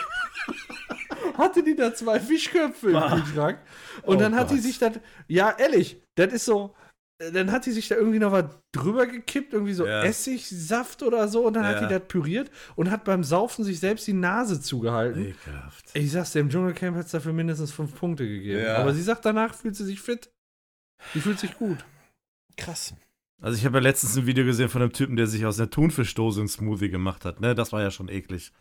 Speaker 2: <laughs> hatte die da zwei Fischköpfe im Kühlschrank. Und
Speaker 1: Oh
Speaker 2: dann hat die
Speaker 1: Gott.
Speaker 2: sich das, ja, ehrlich, das ist so, äh, dann hat die sich da irgendwie noch was drüber gekippt, irgendwie so
Speaker 1: Ja.
Speaker 2: Essig, Saft oder so, und dann hat
Speaker 1: Ja.
Speaker 2: die das püriert und hat beim Saufen sich selbst die Nase zugehalten.
Speaker 1: Ekelhaft.
Speaker 2: Ich sag's dir, im Dschungelcamp hat's dafür mindestens fünf Punkte gegeben.
Speaker 1: Ja.
Speaker 2: Aber sie sagt, danach fühlt sie sich fit. Die fühlt sich gut.
Speaker 3: Krass.
Speaker 1: Also ich habe ja letztens ein Video gesehen von einem Typen, der sich aus einer Thunfischdose einen Smoothie gemacht hat. Ne, das war ja schon eklig.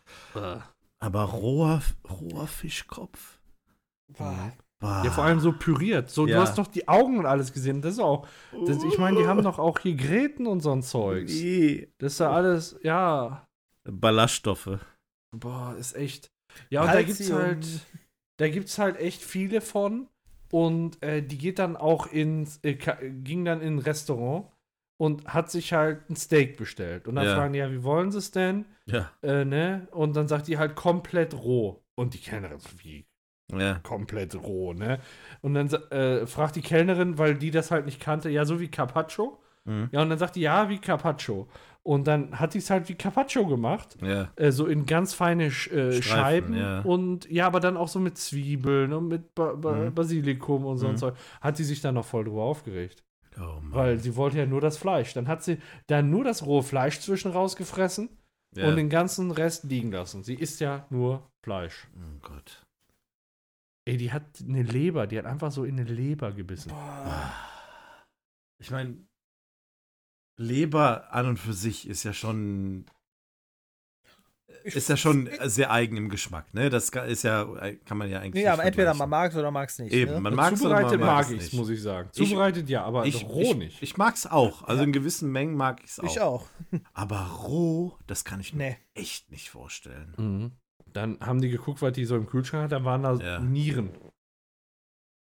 Speaker 1: Aber roher, roher Fischkopf.
Speaker 2: Mhm.
Speaker 3: Wow.
Speaker 1: Bah.
Speaker 2: Ja, vor allem so püriert. So,
Speaker 1: Ah. Ja.
Speaker 2: du hast doch die Augen und alles gesehen. Das ist auch. Das, ich meine, die haben doch auch hier Gräten und so ein
Speaker 1: Oh,
Speaker 2: Zeugs.
Speaker 1: I.
Speaker 2: Das ist ja alles, ja.
Speaker 1: Ballaststoffe.
Speaker 2: Boah, ist echt. Ja, und da gibt's
Speaker 3: Calcium.
Speaker 2: halt. Da gibt's halt echt viele von. Und äh, die geht dann auch ins, äh, ka- ging dann in ein Restaurant und hat sich halt ein Steak bestellt. Und dann
Speaker 1: Ja.
Speaker 2: fragen die, ja, wie wollen sie es denn?
Speaker 1: Ja.
Speaker 2: Äh, ne? Und dann sagt die halt komplett roh. Und die Kellnerin, so, wie
Speaker 1: Ja.
Speaker 2: komplett roh, ne? Und dann sa- äh, fragt die Kellnerin, weil die das halt nicht kannte, ja, so wie Carpaccio.
Speaker 1: Mhm.
Speaker 2: Ja, und dann sagt die, ja, wie Carpaccio. Und dann hat die es halt wie Carpaccio gemacht.
Speaker 1: Ja.
Speaker 2: Äh, so in ganz feine Sch äh,
Speaker 1: Streifen,
Speaker 2: Scheiben.
Speaker 1: ja.
Speaker 2: Und ja, aber dann auch so mit Zwiebeln und mit ba ba
Speaker 1: Mhm.
Speaker 2: Basilikum und so
Speaker 1: Mhm.
Speaker 2: ein Zeug. Hat die sich dann noch voll drüber aufgeregt.
Speaker 1: Oh Mann.
Speaker 2: Weil sie wollte ja nur das Fleisch. Dann hat sie dann nur das rohe Fleisch zwischen rausgefressen
Speaker 1: ja.
Speaker 2: und den ganzen Rest liegen lassen. Sie isst ja nur Fleisch.
Speaker 1: oh Gott.
Speaker 2: Ey, die hat eine Leber, die hat einfach so in eine Leber gebissen.
Speaker 1: Ah. Ich meine, Leber an und für sich ist ja schon ist ja schon äh, sehr eigen im Geschmack, ne? Das ga- ist ja kann man ja eigentlich
Speaker 3: Nee,
Speaker 1: nicht
Speaker 3: aber entweder man
Speaker 1: vergleichen.
Speaker 3: mag es oder mag es nicht.
Speaker 1: Eben,
Speaker 3: ne?
Speaker 1: man mag es oder man
Speaker 2: Zubereitet
Speaker 1: mag
Speaker 2: mag
Speaker 1: es
Speaker 2: ich's,
Speaker 1: nicht.
Speaker 2: muss ich sagen.
Speaker 1: Ich-
Speaker 2: Zubereitet ja, aber
Speaker 1: ich,
Speaker 2: roh
Speaker 1: ich,
Speaker 2: nicht.
Speaker 1: Ich mag's auch. Also in gewissen Mengen mag ich's auch.
Speaker 3: Ich auch.
Speaker 1: Aber roh, das kann ich mir
Speaker 3: Nee.
Speaker 1: echt nicht vorstellen.
Speaker 2: Mhm. Dann haben die geguckt, was die so im Kühlschrank hat, dann waren da
Speaker 1: Ja.
Speaker 2: Nieren.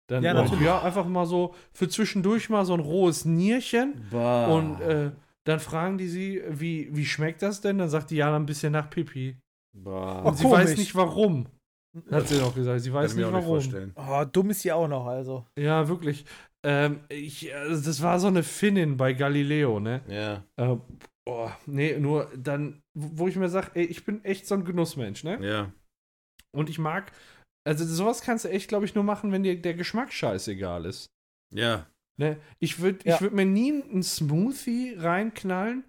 Speaker 2: Dann
Speaker 3: Ja,
Speaker 2: ja,
Speaker 3: natürlich.
Speaker 2: ja, einfach mal so für zwischendurch mal so ein rohes Nierchen.
Speaker 1: Ah.
Speaker 2: Und äh, dann fragen die sie, wie, wie schmeckt das denn? Dann sagt die Jana ein bisschen nach Pipi. Und
Speaker 3: Oh,
Speaker 2: sie
Speaker 3: komisch.
Speaker 2: weiß nicht warum. Hat sie doch gesagt, sie weiß
Speaker 1: Kann ich
Speaker 2: nicht
Speaker 1: mir auch nicht vorstellen.
Speaker 2: warum.
Speaker 3: Oh, dumm ist sie auch noch, also.
Speaker 2: ja, wirklich. Ähm, ich, also das war so eine Finnin bei Galileo, ne?
Speaker 1: Ja,
Speaker 2: Äh, boah, nee, nur dann, wo wo ich mir sage, ey, ich bin echt so ein Genussmensch, ne?
Speaker 1: ja.
Speaker 2: Und ich mag, also sowas kannst du echt, glaube ich, nur machen, wenn dir der Geschmack scheißegal ist.
Speaker 1: Ja.
Speaker 2: Ne? Ich würde
Speaker 3: Ja.
Speaker 2: ich würd mir nie einen Smoothie reinknallen,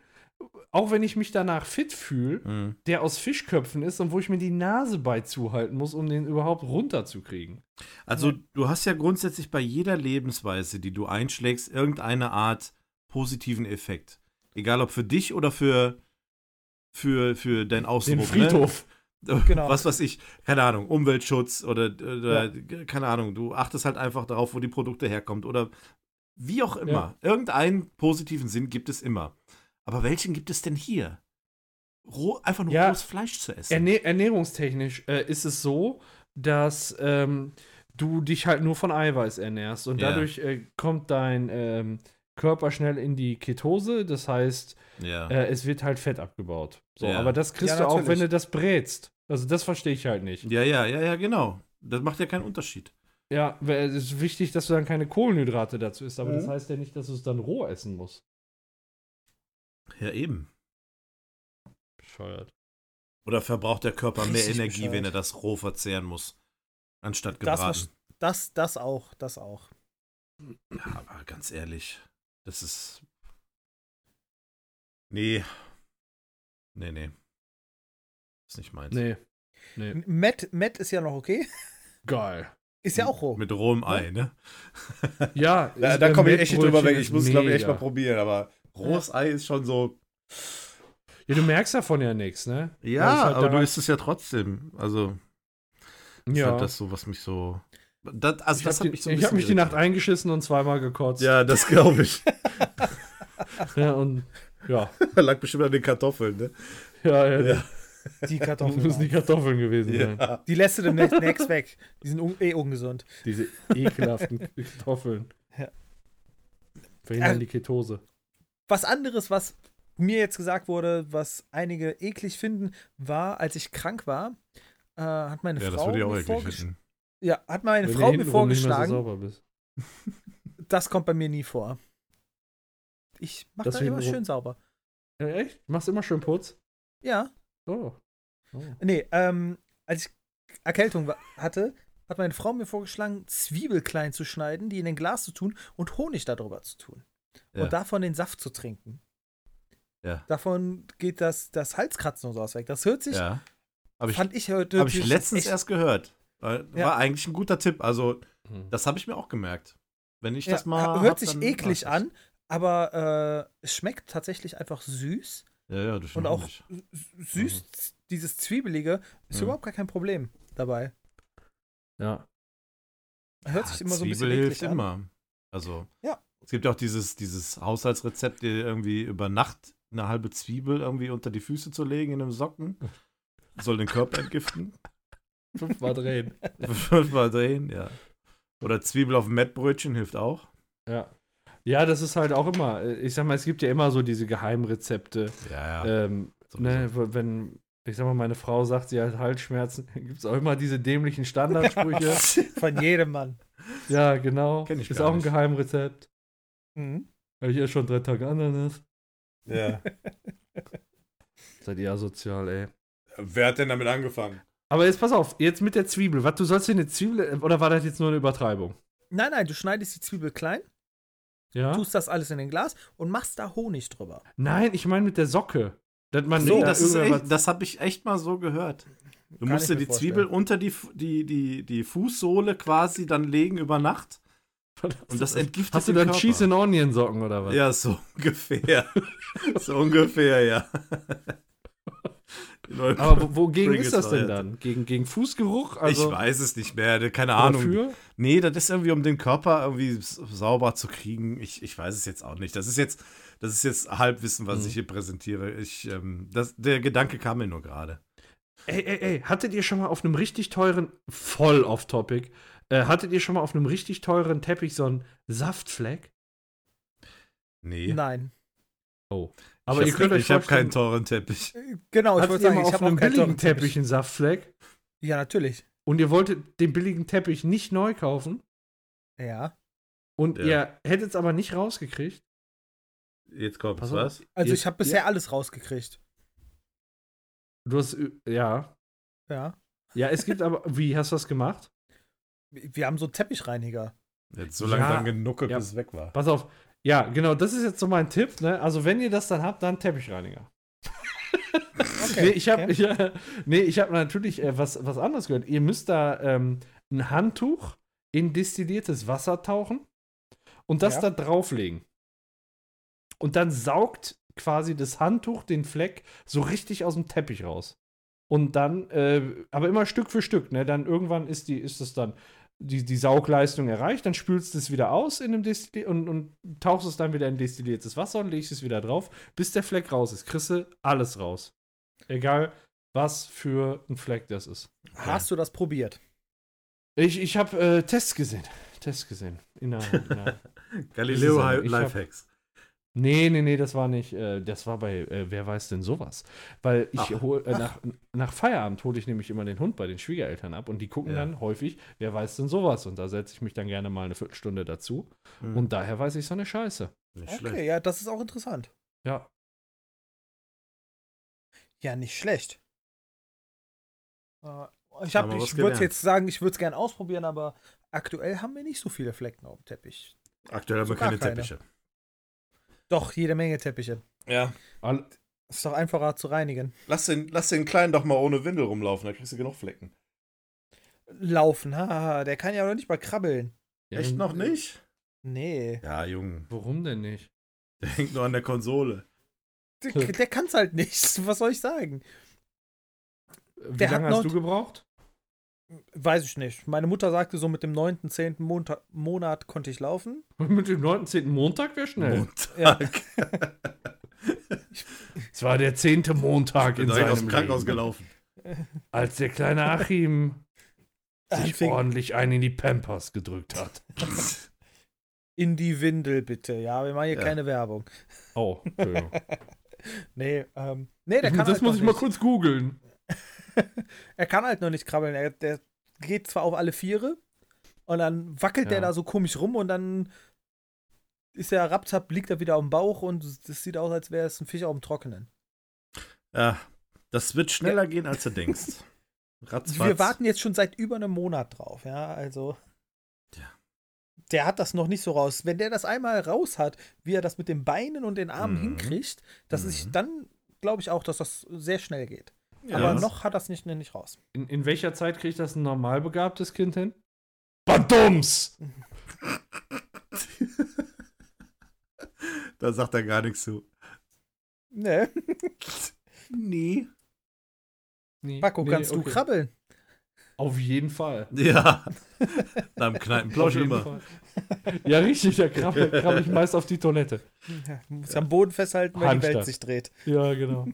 Speaker 2: auch wenn ich mich danach fit fühle,
Speaker 1: Mhm.
Speaker 2: der aus Fischköpfen ist und wo ich mir die Nase bei zuhalten muss, um den überhaupt runterzukriegen.
Speaker 1: Also du hast ja grundsätzlich bei jeder Lebensweise, die du einschlägst, irgendeine Art positiven Effekt. Egal ob für dich oder für, für, für deinen Ausdruck.
Speaker 2: Den
Speaker 1: Ne?
Speaker 2: Friedhof.
Speaker 3: Genau.
Speaker 1: Was weiß ich, keine Ahnung, Umweltschutz oder, oder keine Ahnung, du achtest halt einfach darauf, wo die Produkte herkommen oder wie auch immer. Irgendeinen positiven Sinn gibt es immer. Aber welchen gibt es denn hier? Roh, einfach nur
Speaker 2: Ja.
Speaker 1: rohes Fleisch zu essen.
Speaker 2: Erne ernährungstechnisch äh, ist es so, dass ähm, du dich halt nur von Eiweiß ernährst und
Speaker 1: Ja.
Speaker 2: dadurch äh, kommt dein ähm, Körper schnell in die Ketose, das heißt,
Speaker 1: ja.
Speaker 2: äh, es wird halt Fett abgebaut. So,
Speaker 1: Ja.
Speaker 2: aber das kriegst
Speaker 3: Ja,
Speaker 2: du auch,
Speaker 3: natürlich.
Speaker 2: wenn du das brätst. Also das verstehe ich halt nicht.
Speaker 1: ja, ja, ja, ja, genau. Das macht ja keinen Unterschied.
Speaker 2: Ja, weil es ist wichtig, dass du dann keine Kohlenhydrate dazu isst, aber
Speaker 3: Mhm.
Speaker 2: das heißt ja nicht, dass du es dann roh essen musst.
Speaker 1: Ja, eben.
Speaker 2: Bescheuert.
Speaker 1: Oder verbraucht der Körper mehr
Speaker 3: Richtig
Speaker 1: Energie, wenn
Speaker 3: bescheuert.
Speaker 1: er das roh verzehren muss, anstatt
Speaker 3: Das
Speaker 1: gebraten?
Speaker 3: Das, das auch, das auch.
Speaker 1: ja, aber ganz ehrlich, das ist. Nee. Nee, nee. Ist nicht meins.
Speaker 2: Nee. Nee.
Speaker 3: Matt, Matt ist ja noch okay. <laughs>
Speaker 1: <laughs>
Speaker 2: Geil.
Speaker 3: Ist ja auch roh.
Speaker 1: Mit rohem Ei, ne?
Speaker 2: Ja,
Speaker 1: Da,
Speaker 2: ist-
Speaker 1: da
Speaker 2: äh,
Speaker 1: komme ich echt nicht drüber weg.
Speaker 2: Mettbrötchen
Speaker 1: Ich muss es, glaube ich, echt
Speaker 2: mega.
Speaker 1: mal probieren. Aber rohes Ei ist schon so.
Speaker 2: Ja, du merkst davon ja nichts, ne? Weil es
Speaker 1: Ja,
Speaker 2: halt
Speaker 1: aber du
Speaker 2: daran-
Speaker 1: isst es ja trotzdem. Also, ist
Speaker 2: ja.
Speaker 1: halt das so, was mich so. Das, also,
Speaker 2: Ich
Speaker 1: das
Speaker 2: habe
Speaker 1: hat
Speaker 2: mich,
Speaker 1: mich so
Speaker 2: die,
Speaker 1: ein
Speaker 2: ich hab
Speaker 1: bisschen
Speaker 2: mich die Nacht
Speaker 1: irritiert.
Speaker 2: eingeschissen und zweimal gekotzt.
Speaker 1: Ja, das glaube ich. <laughs>
Speaker 2: Ja, und, ja,
Speaker 1: Lag bestimmt an den Kartoffeln, ne?
Speaker 2: ja, ja,
Speaker 1: Ja. <laughs>
Speaker 3: Die
Speaker 2: Das
Speaker 3: Kartoffeln.
Speaker 2: müssen die
Speaker 3: waren.
Speaker 2: Kartoffeln gewesen sein.
Speaker 3: Die lässt du demnächst next weg. Die sind un eh ungesund.
Speaker 2: Diese ekelhaften Kartoffeln.
Speaker 3: Ja.
Speaker 2: Verhindern
Speaker 3: Äh.
Speaker 2: die Ketose.
Speaker 3: Was anderes, was mir jetzt gesagt wurde, was einige eklig finden, war, als ich krank war, äh, hat meine
Speaker 1: Ja, das
Speaker 3: Frau
Speaker 1: würde ich auch
Speaker 3: mir
Speaker 1: eigentlich
Speaker 3: vorgeschlagen.
Speaker 1: finden.
Speaker 3: Ja, hat meine
Speaker 2: Wenn
Speaker 3: Frau
Speaker 2: du
Speaker 3: mir
Speaker 2: hintenrum nicht mehr so
Speaker 3: vorgeschlagen.
Speaker 2: sauber bist.
Speaker 3: das kommt bei mir nie vor. Ich mache
Speaker 2: Das
Speaker 3: das immer
Speaker 2: hintenrum.
Speaker 3: schön sauber.
Speaker 2: Ja, echt? Machst immer schön Putz?
Speaker 3: Ja,
Speaker 2: Oh. oh.
Speaker 3: nee, ähm, als ich Erkältung wa- hatte, hat meine Frau mir vorgeschlagen, Zwiebel klein zu schneiden, die in ein Glas zu tun und Honig darüber zu tun.
Speaker 1: Ja.
Speaker 3: Und davon den Saft zu trinken.
Speaker 1: Ja.
Speaker 3: Davon geht das, das Halskratzen und sowas weg. Das hört sich,
Speaker 1: Ja. Habe ich,
Speaker 3: fand ich heute.
Speaker 1: hab ich letztens
Speaker 3: echt-
Speaker 1: erst gehört. Weil- War
Speaker 3: Ja.
Speaker 1: eigentlich ein guter Tipp. Also,
Speaker 2: Hm.
Speaker 1: das habe ich mir auch gemerkt. Wenn ich
Speaker 3: Ja,
Speaker 1: das mal.
Speaker 3: hört
Speaker 1: hab,
Speaker 3: sich
Speaker 1: dann
Speaker 3: eklig
Speaker 1: war's
Speaker 3: an, aber äh, es schmeckt tatsächlich einfach
Speaker 1: das.
Speaker 3: süß.
Speaker 1: Ja, ja, das
Speaker 3: Und
Speaker 1: stimmt.
Speaker 3: auch
Speaker 1: nicht.
Speaker 3: süß,
Speaker 1: Mhm.
Speaker 3: dieses Zwiebelige, ist
Speaker 1: Ja.
Speaker 3: überhaupt gar kein Problem dabei.
Speaker 2: Ja.
Speaker 3: Hört
Speaker 1: Ah,
Speaker 3: sich immer so ein bisschen
Speaker 1: Zwiebel hilft
Speaker 3: eklig an.
Speaker 1: immer. Also.
Speaker 3: Ja.
Speaker 1: Es gibt ja auch dieses, dieses Haushaltsrezept, dir irgendwie über Nacht eine halbe Zwiebel irgendwie unter die Füße zu legen in einem Socken. Soll den Körper entgiften.
Speaker 3: <laughs>
Speaker 2: Fünfmal drehen.
Speaker 1: Fünfmal drehen, ja. Oder Zwiebel auf dem Mettbrötchen hilft auch.
Speaker 2: <laughs> Ja. Ja, das ist halt auch immer. äh, Ich sag mal, es gibt ja immer so diese Geheimrezepte.
Speaker 1: Ja,
Speaker 2: Ähm, ne, wo- wenn, ich sag mal, meine Frau sagt, sie hat Halsschmerzen, <laughs> gibt es auch immer diese dämlichen Standardsprüche.
Speaker 3: Von jedem Mann.
Speaker 2: ja, genau.
Speaker 1: Kenn ich
Speaker 2: ist
Speaker 1: gar
Speaker 2: auch ein
Speaker 1: nicht.
Speaker 2: Geheimrezept.
Speaker 3: Mhm.
Speaker 2: Habe ich ja schon drei Tage Ananas.
Speaker 1: <laughs> ja.
Speaker 2: Seid ihr asozial, ey.
Speaker 1: Wer hat denn damit angefangen?
Speaker 2: Aber jetzt pass auf, jetzt mit der Zwiebel. Was, du sollst dir eine Zwiebel, oder war das jetzt nur eine Übertreibung?
Speaker 3: Nein, nein, du schneidest die Zwiebel klein,
Speaker 2: Ja?
Speaker 3: tust das alles in ein Glas und machst da Honig drüber.
Speaker 2: Nein, ich meine mit der Socke. Dass man
Speaker 1: Nee,
Speaker 2: da
Speaker 1: das ist
Speaker 2: irgendwas-
Speaker 1: echt, das habe ich echt mal so gehört. Du
Speaker 3: Kann
Speaker 1: musst dir
Speaker 3: ich mir
Speaker 1: die Zwiebel unter die, Fu- die, die, die Fußsohle quasi dann legen über Nacht und das entgiftet
Speaker 2: Hast du
Speaker 1: den
Speaker 2: dann
Speaker 1: Körper.
Speaker 2: Cheese and Onion Socken oder was?
Speaker 1: Ja, so <laughs>
Speaker 2: <laughs>
Speaker 1: ungefähr. so ungefähr, ja. In eurem-
Speaker 2: Aber wo, wogegen
Speaker 1: Bring
Speaker 2: ist
Speaker 1: it
Speaker 2: das denn
Speaker 1: on.
Speaker 2: dann? Gegen, gegen Fußgeruch? Also,
Speaker 1: ich weiß es nicht mehr, ne, keine
Speaker 2: oder
Speaker 1: Ahnung.
Speaker 2: für?
Speaker 1: Nee, das ist irgendwie, um den Körper irgendwie s- sauber zu kriegen. Ich, ich weiß es jetzt auch nicht. Das ist jetzt, das ist jetzt Halbwissen, was
Speaker 2: Mhm.
Speaker 1: ich hier präsentiere. Ich, ähm, das, der Gedanke kam mir nur gerade.
Speaker 2: Ey, ey, ey, hattet ihr schon mal auf einem richtig teuren, voll off-topic, äh, hattet ihr schon mal auf einem richtig teuren Teppich so einen Saftfleck?
Speaker 1: Nee.
Speaker 3: Nein.
Speaker 2: Aber
Speaker 1: ich
Speaker 2: ihr könnt
Speaker 1: hab-
Speaker 2: euch
Speaker 1: ich habe keinen teuren
Speaker 2: vorstellen,
Speaker 1: Teppich.
Speaker 3: Genau, ich
Speaker 2: hattet
Speaker 3: wollte
Speaker 2: ihr
Speaker 3: sagen,
Speaker 2: mal
Speaker 3: ich
Speaker 2: auf
Speaker 3: habe auch
Speaker 2: einem
Speaker 3: keinen
Speaker 2: billigen
Speaker 3: teuren
Speaker 2: Teppich einen Saftfleck
Speaker 3: Ja, natürlich.
Speaker 2: und ihr wolltet den billigen Teppich nicht neu kaufen
Speaker 3: Ja.
Speaker 2: und
Speaker 1: Ja.
Speaker 2: ihr hättet es aber nicht rausgekriegt?
Speaker 1: Jetzt kommt
Speaker 2: Pass auf.
Speaker 1: was.
Speaker 3: Also
Speaker 2: Ihr-
Speaker 3: ich habe bisher alles rausgekriegt.
Speaker 2: Du hast, äh, ja.
Speaker 3: Ja.
Speaker 2: Ja, es gibt aber, wie hast du das gemacht?
Speaker 3: Wir haben so einen Teppichreiniger.
Speaker 1: Jetzt so lange
Speaker 2: Ja.
Speaker 1: dran genuckelt,
Speaker 2: Ja.
Speaker 1: bis es weg war.
Speaker 2: Pass auf. Ja, genau, das ist jetzt so mein Tipp, ne? Also, wenn ihr das dann habt, dann Teppichreiniger.
Speaker 3: Okay.
Speaker 2: Nee, ich habe <laughs>
Speaker 3: okay.
Speaker 2: ich, äh, nee, ich hab natürlich äh, was, was anderes gehört. Ihr müsst da ähm, ein Handtuch in destilliertes Wasser tauchen und das
Speaker 3: Ja.
Speaker 2: da drauflegen. Und dann saugt quasi das Handtuch den Fleck so richtig aus dem Teppich raus. Und dann, äh, aber immer Stück für Stück, ne? Dann irgendwann ist die, ist es dann die, die Saugleistung erreicht, dann spülst du es wieder aus in einem Destilli und, und tauchst es dann wieder in destilliertes Wasser und legst es wieder drauf, bis der Fleck raus ist. Kriegst du alles raus. Egal, was für ein Fleck das ist.
Speaker 3: Hast du das probiert?
Speaker 2: Ich, ich habe äh, Tests gesehen. Tests gesehen. In der, in
Speaker 1: <laughs>
Speaker 2: der
Speaker 1: Galileo
Speaker 2: Das ist ein- ich hab-
Speaker 1: Lifehacks.
Speaker 2: nee, nee, nee, das war nicht. Äh, das war bei äh, Wer weiß denn sowas? Weil ich
Speaker 1: Ach.
Speaker 2: hol, äh, nach, nach Feierabend hole ich nämlich immer den Hund bei den Schwiegereltern ab und die gucken
Speaker 1: Ja.
Speaker 2: dann häufig, wer weiß denn sowas? Und da setze ich mich dann gerne mal eine Viertelstunde dazu.
Speaker 1: Hm,
Speaker 2: Und daher weiß ich so eine Scheiße.
Speaker 1: nicht
Speaker 3: Okay, ja, das ist auch interessant.
Speaker 2: Ja.
Speaker 3: Ja, nicht schlecht. Äh, Ich,
Speaker 1: Haben
Speaker 3: hab-
Speaker 1: wir was
Speaker 3: ich würde
Speaker 1: gelernt.
Speaker 3: jetzt sagen, ich würde es gerne ausprobieren, aber aktuell haben wir nicht so viele Flecken auf dem Teppich.
Speaker 1: Aktuell haben wir
Speaker 3: Gar
Speaker 1: keine,
Speaker 3: keine.
Speaker 1: Teppiche.
Speaker 3: Doch, jede Menge Teppiche.
Speaker 1: Ja.
Speaker 2: All,
Speaker 3: Ist doch einfacher zu reinigen.
Speaker 1: Lass den, lass den Kleinen doch mal ohne Windel rumlaufen, da kriegst du genug Flecken.
Speaker 3: Laufen, haha, der kann ja noch nicht mal krabbeln.
Speaker 2: ja,
Speaker 1: Echt noch nicht?
Speaker 3: Nee.
Speaker 1: Ja, Junge.
Speaker 2: Warum denn nicht?
Speaker 1: Der hängt nur an der Konsole.
Speaker 3: Der, der kann's halt nicht. <laughs> Was soll ich sagen?
Speaker 2: Wie
Speaker 3: Der hat
Speaker 2: lange hast
Speaker 3: noch-
Speaker 2: du gebraucht? <laughs>
Speaker 3: Weiß ich nicht. Meine Mutter sagte, so mit dem 9., 10. Monta Monat konnte ich laufen.
Speaker 2: Mit dem 19. Montag wäre schnell.
Speaker 1: <laughs> Montag.
Speaker 2: Es war der 10. Montag
Speaker 1: Bin
Speaker 2: in
Speaker 1: direkt aus dem
Speaker 2: seinem
Speaker 1: Krankenhaus
Speaker 2: Leben,
Speaker 1: gelaufen.
Speaker 2: als der kleine Achim sich
Speaker 3: <laughs> Anfing-
Speaker 2: ordentlich einen in die Pampers gedrückt hat.
Speaker 3: In die Windel bitte, ja. Wir machen hier
Speaker 1: Ja.
Speaker 3: keine Werbung.
Speaker 2: <laughs> Oh, Entschuldigung.
Speaker 3: Nee, ähm, nee, der kann
Speaker 2: das
Speaker 3: halt
Speaker 2: muss ich
Speaker 3: noch
Speaker 2: mal
Speaker 3: nicht.
Speaker 2: kurz googeln.
Speaker 3: Er kann halt noch nicht krabbeln. Er, der geht zwar auf alle Viere und dann wackelt der
Speaker 2: Ja.
Speaker 3: da so komisch rum und dann ist er rapzap, liegt er wieder auf dem Bauch und das sieht aus, als wäre es ein Fisch auf dem Trockenen.
Speaker 1: Ja, das wird schneller gehen, als du denkst. Ratzfatz.
Speaker 3: Also Wir warten jetzt schon seit über einem Monat drauf, ja, also.
Speaker 1: Tja.
Speaker 3: Der hat das noch nicht so raus. Wenn der das einmal raus hat, wie er das mit den Beinen und den Armen
Speaker 1: Mhm.
Speaker 3: hinkriegt, das
Speaker 1: Mhm.
Speaker 3: ist dann, glaube ich auch, dass das sehr schnell geht.
Speaker 1: Ja.
Speaker 3: Aber noch hat das nicht, nicht raus.
Speaker 2: In, in welcher Zeit kriegt das ein normal begabtes Kind hin? Badums!
Speaker 1: Da sagt er gar nichts zu.
Speaker 3: Nee.
Speaker 1: Nee.
Speaker 2: Nee,
Speaker 3: Paco,
Speaker 2: nee,
Speaker 3: kannst du
Speaker 2: okay.
Speaker 3: krabbeln?
Speaker 2: Auf jeden Fall.
Speaker 1: Ja. Beim
Speaker 2: Auf
Speaker 1: Kneipenplausch
Speaker 2: jeden
Speaker 1: immer.
Speaker 2: Fall. Ja, richtig, da <laughs> krabbel, krabbel ich meist auf die Toilette.
Speaker 3: Ja, muss am Boden festhalten, weil die Welt
Speaker 2: Hamster.
Speaker 3: sich dreht.
Speaker 2: Ja, genau.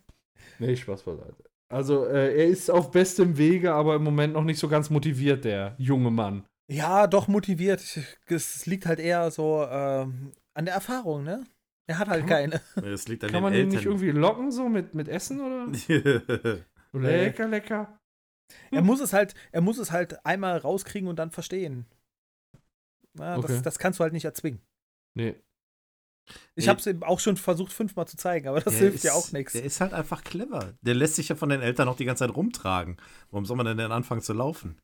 Speaker 2: <laughs> nee, Spaß beiseite. Also, äh, er ist auf bestem Wege, aber im Moment noch nicht so ganz motiviert, der junge Mann.
Speaker 3: Ja, doch motiviert. Es liegt halt eher so ähm, an der Erfahrung, ne? Er hat halt
Speaker 2: Kann
Speaker 3: keine.
Speaker 1: Es liegt an
Speaker 2: Kann
Speaker 1: den
Speaker 2: man ihn nicht
Speaker 1: Eltern.
Speaker 2: irgendwie locken, so mit, mit Essen oder?
Speaker 1: <laughs>
Speaker 2: Lecker, lecker.
Speaker 3: Er muss es halt, er muss es halt einmal rauskriegen und dann verstehen. Na,
Speaker 2: Okay.
Speaker 3: das, das kannst du halt nicht erzwingen.
Speaker 2: Nee.
Speaker 3: Ich
Speaker 1: Nee.
Speaker 3: habe es eben auch schon versucht, fünfmal zu zeigen, aber das
Speaker 1: Der
Speaker 3: hilft
Speaker 1: ist-
Speaker 3: ja auch nichts.
Speaker 1: Der ist halt einfach clever. Der lässt sich ja von den Eltern auch die ganze Zeit rumtragen. Warum soll man denn dann anfangen zu laufen?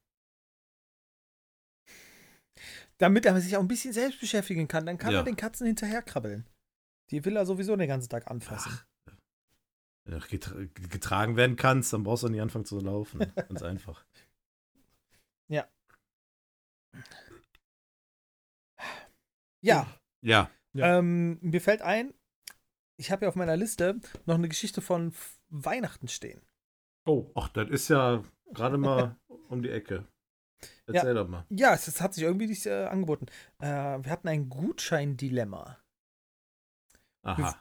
Speaker 3: Damit er sich auch ein bisschen selbst beschäftigen kann, dann kann
Speaker 1: Ja.
Speaker 3: er den Katzen hinterherkrabbeln. Die will er sowieso den ganzen Tag anfassen.
Speaker 1: Wenn du getra- getragen werden kannst, dann brauchst du nicht anfangen zu
Speaker 3: <laughs>
Speaker 1: laufen. Ganz einfach.
Speaker 3: Ja,
Speaker 1: Ja.
Speaker 2: Ja.
Speaker 3: Ähm, mir fällt ein, ich habe ja auf meiner Liste noch eine Geschichte von F- Weihnachten stehen.
Speaker 2: Oh.
Speaker 1: Ach, das ist ja gerade
Speaker 3: <laughs>
Speaker 1: mal um die Ecke. Erzähl doch mal.
Speaker 3: Ja, es, es hat sich irgendwie nicht äh, angeboten. Äh, wir hatten ein Gutscheindilemma.
Speaker 1: Aha.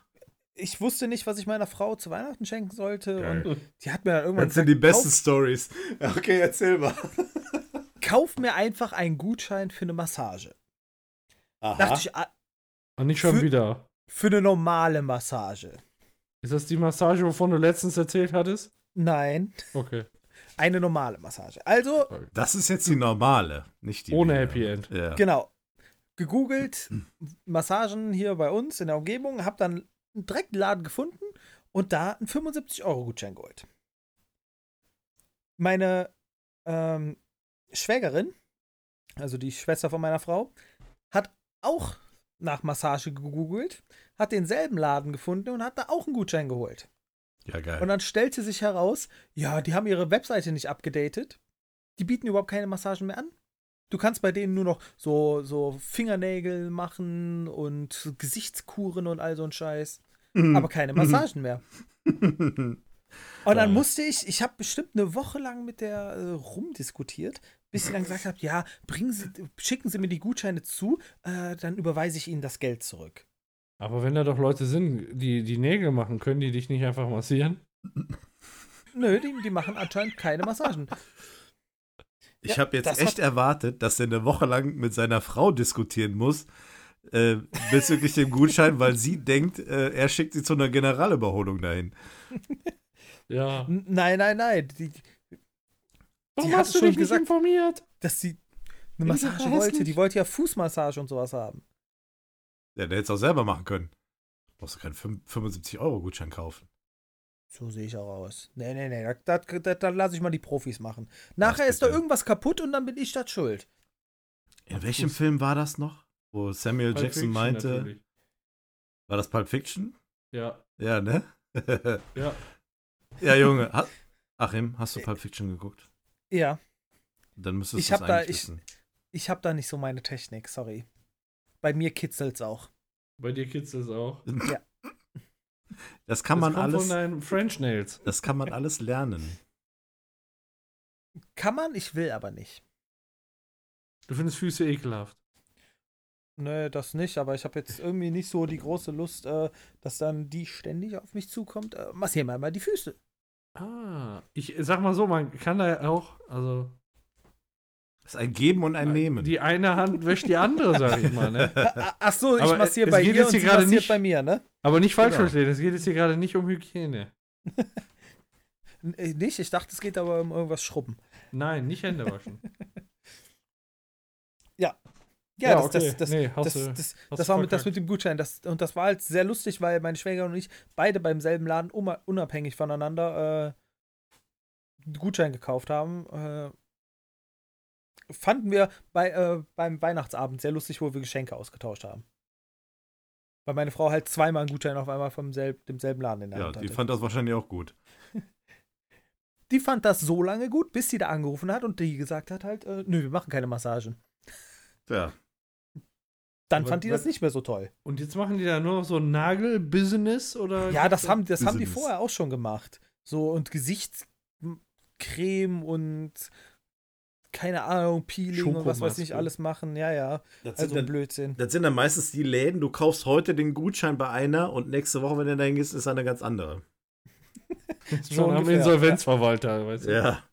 Speaker 3: Ich wusste nicht, was ich meiner Frau zu Weihnachten schenken sollte.
Speaker 1: Geil.
Speaker 3: Und die hat mir dann irgendwann
Speaker 1: Das sind die besten
Speaker 3: <laughs>
Speaker 1: Stories. Okay, erzähl mal.
Speaker 3: kauf, kauf mir einfach einen Gutschein für eine Massage. Dachte ich, ah,
Speaker 2: Ah, nicht schon
Speaker 3: Für-
Speaker 2: wieder.
Speaker 3: für eine normale Massage.
Speaker 2: Ist das die Massage, wovon du letztens erzählt hattest?
Speaker 3: Nein,
Speaker 2: Okay.
Speaker 3: eine normale Massage. Also,
Speaker 1: Das ist jetzt die normale, nicht die.
Speaker 2: Ohne
Speaker 1: die-
Speaker 2: Happy End.
Speaker 1: Ja.
Speaker 3: Genau. Gegoogelt, Massagen hier bei uns in der Umgebung, hab dann direkt einen Laden gefunden und da einen 75-Euro-Gutschein geholt. Meine ähm, Schwägerin, also die Schwester von meiner Frau, hat auch nach Massage gegoogelt, hat denselben Laden gefunden und hat da auch einen Gutschein geholt.
Speaker 1: ja,
Speaker 3: Und
Speaker 1: geil.
Speaker 3: dann stellte sich heraus, ja, die haben ihre Webseite nicht abgedatet. Die bieten überhaupt keine Massagen mehr an. Du kannst bei denen nur noch so, so Fingernägel machen und Gesichtskuren und all so ein Scheiß. Aber keine Massagen mehr. Und dann
Speaker 1: Ja.
Speaker 3: musste ich, ich habe bestimmt eine Woche lang mit der äh, rumdiskutiert, bis sie dann gesagt hat, ja, bringen Sie, schicken Sie mir die Gutscheine zu, äh, dann überweise ich Ihnen das Geld zurück.
Speaker 2: Aber wenn da doch Leute sind, die die Nägel machen, können die dich nicht einfach massieren?
Speaker 3: Nö, die, die machen anscheinend keine Massagen.
Speaker 1: Ich
Speaker 3: Ja,
Speaker 1: habe jetzt
Speaker 3: das
Speaker 1: echt erwartet, dass er eine Woche lang mit seiner Frau diskutieren muss äh, bezüglich dem Gutschein, weil sie denkt, äh, er schickt sie zu einer Generalüberholung dahin.
Speaker 2: Ja.
Speaker 3: N- Nein, nein, nein. Die,
Speaker 2: Warum
Speaker 3: hat
Speaker 2: hast du
Speaker 3: schon
Speaker 2: dich
Speaker 3: gesagt-
Speaker 2: nicht informiert?
Speaker 3: dass sie eine
Speaker 2: Bin ich
Speaker 3: Massage
Speaker 2: aber
Speaker 3: wollte.
Speaker 2: hässlich?
Speaker 3: Die wollte ja Fußmassage und sowas haben.
Speaker 1: Ja, der hätte es auch selber machen können. Du brauchst du keinen 75-Euro-Gutschein kaufen.
Speaker 3: So sehe ich auch aus. Nee, nee, nee, da, da, da, da lasse ich mal die Profis machen. Nachher
Speaker 1: Ach,
Speaker 3: ist da
Speaker 1: bitte.
Speaker 3: irgendwas kaputt und dann bin ich das schuld.
Speaker 1: In welchem Film war das noch? Wo Samuel
Speaker 2: Pulp
Speaker 1: Jackson
Speaker 2: Fiction
Speaker 1: meinte,
Speaker 2: natürlich.
Speaker 1: war das Pulp Fiction?
Speaker 2: Ja,
Speaker 1: Ja, ne? <laughs>
Speaker 2: ja.
Speaker 1: ja, Junge. Ha Achim, hast du Pulp Fiction geguckt?
Speaker 3: Ja,
Speaker 1: Dann müsstest
Speaker 3: Äh, Ich
Speaker 1: du es
Speaker 3: hab da-
Speaker 1: eigentlich
Speaker 3: ich-
Speaker 1: wissen.
Speaker 3: ich habe da nicht so meine Technik, sorry. Bei mir kitzelt's auch.
Speaker 2: Bei dir kitzelt es auch.
Speaker 1: Das kann
Speaker 2: das
Speaker 1: man
Speaker 2: kommt
Speaker 1: alles,
Speaker 2: von deinen French Nails.
Speaker 1: das kann man alles lernen.
Speaker 3: Kann man, ich will aber nicht.
Speaker 2: Du findest Füße ekelhaft.
Speaker 3: Nö, das nicht, aber ich habe jetzt irgendwie nicht so die große Lust, äh, dass dann die ständig auf mich zukommt. Äh, massier mir mal die <laughs> Füße.
Speaker 2: Ah, ich sag mal so, man kann da auch, also
Speaker 1: Das ist ein Geben und ein Nehmen.
Speaker 2: die eine Hand wäscht die andere, sag ich mal. Ne?
Speaker 1: <laughs>
Speaker 3: Ach Ah, ach so, ich
Speaker 2: Aber
Speaker 3: massiere
Speaker 2: es
Speaker 3: bei
Speaker 2: geht
Speaker 3: ihr
Speaker 2: jetzt
Speaker 3: und
Speaker 2: hier
Speaker 3: sie
Speaker 2: gerade
Speaker 3: massiert
Speaker 2: nicht-
Speaker 3: bei mir, ne?
Speaker 2: Aber nicht falsch
Speaker 1: Genau.
Speaker 2: verstehen, es geht jetzt hier gerade nicht um Hygiene.
Speaker 3: N- äh, Nicht, ich dachte, es geht aber um irgendwas Schrubben.
Speaker 2: Nein, nicht Hände waschen.
Speaker 3: <laughs> Ja, das, das, das,
Speaker 2: nee, hast
Speaker 3: Das,
Speaker 2: du.
Speaker 3: das,
Speaker 2: hast
Speaker 3: das
Speaker 2: du
Speaker 3: war mit, das
Speaker 2: verkackt.
Speaker 3: mit dem Gutschein. Das, und das war halt sehr lustig, weil meine Schwägerin und ich beide beim selben Laden uma- unabhängig voneinander äh, einen Gutschein gekauft haben. Äh, fanden wir bei, äh, beim Weihnachtsabend sehr lustig, wo wir Geschenke ausgetauscht haben. Weil meine Frau halt zweimal einen Gutschein auf einmal vom selb, demselben Laden in der
Speaker 1: ja,
Speaker 3: Hand
Speaker 1: die
Speaker 3: hatte.
Speaker 1: fand das wahrscheinlich auch gut.
Speaker 3: die fand das so lange gut, bis sie da angerufen hat und die gesagt hat halt, äh, nö, wir machen keine Massagen.
Speaker 1: Ja.
Speaker 3: dann
Speaker 2: Aber
Speaker 3: fand die das nicht mehr so toll.
Speaker 2: Und jetzt machen die da nur noch so ein Nagel-Business oder.
Speaker 3: Ja, das haben, das haben die
Speaker 1: Business.
Speaker 3: vorher auch schon gemacht. So und Gesichtscreme und keine Ahnung, Peeling und was weiß ich
Speaker 2: Schokomaske.
Speaker 3: alles machen. Ja, ja.
Speaker 1: Das sind,
Speaker 3: Also
Speaker 1: dann,
Speaker 3: Blödsinn.
Speaker 1: das sind dann meistens die Läden, du kaufst heute den Gutschein bei einer und nächste Woche, wenn du dahin gehst, ist eine ganz andere.
Speaker 2: <laughs> schon
Speaker 3: so
Speaker 2: haben
Speaker 3: ungefähr,
Speaker 2: Insolvenzverwalter, weißt du?
Speaker 1: Ja.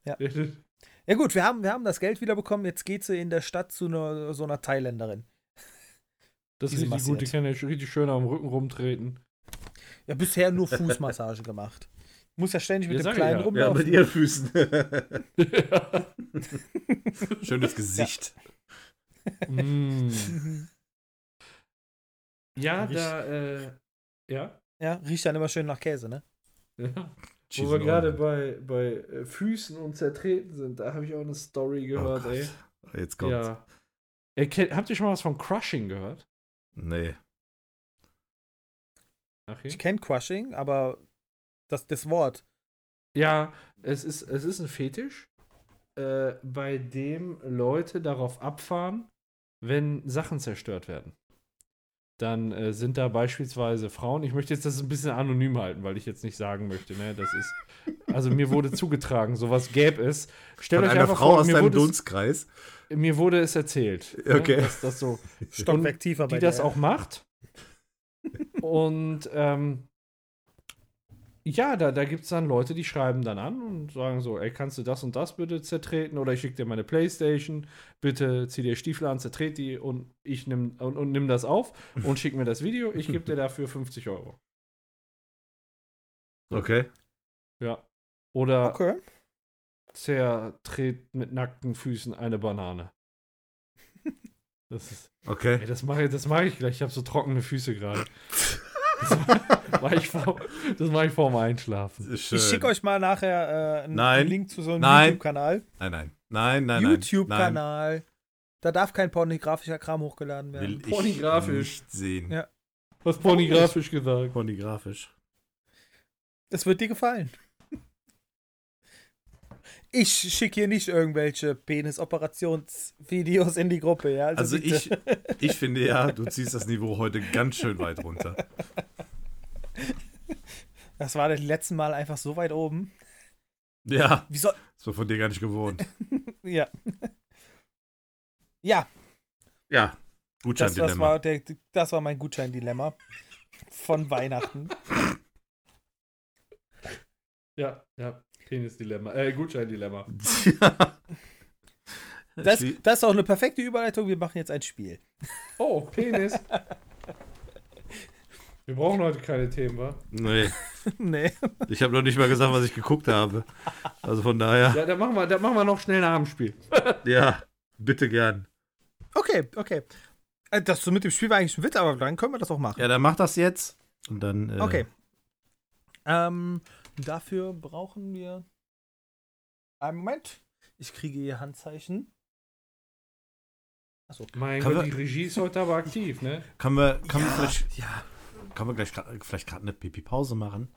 Speaker 3: Ja gut, wir haben, wir haben das Geld wiederbekommen. Jetzt geht sie in der Stadt zu einer, so einer Thailänderin.
Speaker 2: Das
Speaker 3: Die
Speaker 2: ist
Speaker 3: sind
Speaker 2: richtig gut, die
Speaker 3: massiert.
Speaker 2: kann ja schon richtig schön am Rücken
Speaker 3: <laughs>
Speaker 2: rumtreten.
Speaker 3: Ja, bisher nur Fußmassage gemacht. Muss ja ständig mit
Speaker 2: Ja, sag ich
Speaker 3: dem Kleinen
Speaker 2: ja.
Speaker 1: Ja,
Speaker 3: rumlaufen.
Speaker 1: mit ihren Füßen. <laughs>
Speaker 2: Ja.
Speaker 1: Schönes Gesicht.
Speaker 2: mm. ja
Speaker 1: Riecht-
Speaker 2: da, äh, ja.
Speaker 3: Ja, riecht dann immer schön nach Käse, ne?
Speaker 2: ja. Wo
Speaker 1: Cheese
Speaker 2: wir
Speaker 1: and
Speaker 2: gerade
Speaker 1: Onion.
Speaker 2: bei, bei äh, Füßen und Zertreten sind, da habe ich auch eine Story gehört,
Speaker 1: Gott.
Speaker 2: ey.
Speaker 1: Jetzt kommt's.
Speaker 2: Ja. Ihr kennt- habt ihr schon mal was von Crushing gehört?
Speaker 1: Nee.
Speaker 2: Ach,
Speaker 3: Ich kenne Crushing, aber das, das Wort.
Speaker 2: Ja, es ist, es ist ein Fetisch, äh, bei dem Leute darauf abfahren, wenn Sachen zerstört werden. Dann äh, sind da beispielsweise Frauen. Ich möchte jetzt das ein bisschen anonym halten, weil ich jetzt nicht sagen möchte, ne? Das ist. Also
Speaker 1: <laughs>
Speaker 2: mir wurde zugetragen, sowas gäbe es. Stellt
Speaker 1: Von
Speaker 2: euch
Speaker 1: einer
Speaker 2: einfach
Speaker 1: Frau
Speaker 2: vor,
Speaker 1: aus
Speaker 2: mir
Speaker 1: deinem
Speaker 2: wurde,
Speaker 1: Dunstkreis.
Speaker 2: es, mir wurde es erzählt,
Speaker 1: Okay.
Speaker 2: ne? dass das
Speaker 1: <laughs>
Speaker 2: so
Speaker 3: Stockwerk tiefer bei
Speaker 2: die das
Speaker 3: der.
Speaker 2: auch macht. und ähm, ja, da, da gibt es dann Leute, die schreiben dann an und sagen so, ey, kannst du das und das bitte zertreten oder ich schicke dir meine Playstation, bitte zieh dir Stiefel an, zertret die und ich nimm, und, und nimm das auf und schick mir das Video, ich gebe dir dafür 50 Euro.
Speaker 1: Okay.
Speaker 2: Ja. Oder
Speaker 3: Okay.
Speaker 2: zertret mit nackten Füßen eine Banane. Das ist
Speaker 1: Okay.
Speaker 2: Ey, das mache ich, das mach ich gleich. Ich habe so trockene Füße <laughs> gerade. Das mache ich, vor- das mach ich vor dem Einschlafen.
Speaker 1: Ist schön.
Speaker 3: Ich schicke euch mal nachher äh, einen
Speaker 1: Nein.
Speaker 3: Link zu so einem
Speaker 1: Nein.
Speaker 3: YouTube-Kanal.
Speaker 1: Nein, nein. Nein, nein, nein. Nein.
Speaker 3: YouTube-Kanal. Da darf kein pornografischer Kram hochgeladen werden.
Speaker 1: Will ich
Speaker 2: Pornografisch.
Speaker 1: nicht sehen.
Speaker 3: Ja.
Speaker 2: Was pornografisch gesagt.
Speaker 1: Pornografisch.
Speaker 3: Das wird dir gefallen. <laughs> Ich schicke hier nicht irgendwelche Penis-Operations-Videos in die Gruppe, ja?
Speaker 1: Also
Speaker 3: bitte.
Speaker 1: ich, ich finde ja, du ziehst das Niveau heute ganz schön weit runter.
Speaker 3: Das war das letzte Mal einfach so weit oben.
Speaker 1: Ja,
Speaker 3: Wie soll.
Speaker 1: das war von dir gar nicht gewohnt.
Speaker 3: Ja. Ja,
Speaker 1: Ja,
Speaker 3: das, das,
Speaker 1: Gutscheindilemma.
Speaker 3: war, der, das war mein Gutscheindilemma
Speaker 1: <laughs>
Speaker 3: von Weihnachten.
Speaker 2: Ja, ja. Penis-Dilemma. Äh, Gutschein-Dilemma.
Speaker 1: <laughs> Ja.
Speaker 3: Das,
Speaker 1: Schlie-
Speaker 3: das ist auch eine perfekte Überleitung. Wir machen jetzt ein Spiel.
Speaker 2: Oh, Penis. Wir brauchen heute keine Themen, wa?
Speaker 1: Nee,
Speaker 3: <laughs> nee.
Speaker 1: ich habe noch nicht mal gesagt, was ich geguckt habe. Also von daher,
Speaker 2: Ja, da machen wir, da machen wir noch schnell ein Abendspiel.
Speaker 1: ja, bitte gern.
Speaker 3: Okay, okay. Äh, Das so mit dem Spiel war eigentlich ein Witz, aber dann können wir das auch machen.
Speaker 1: Ja, dann mach das jetzt. Und dann. Äh,
Speaker 3: Okay. Ähm, dafür brauchen wir. Einen Moment. Ich kriege hier Handzeichen. Achso.
Speaker 2: Mein
Speaker 1: Kann
Speaker 2: Gott,
Speaker 1: wir-
Speaker 2: die Regie ist heute aber aktiv, ne?
Speaker 1: Können wir, können wir vielleicht,
Speaker 3: Ja.
Speaker 1: können wir gleich, grad- vielleicht gerade eine Pipi-Pause machen?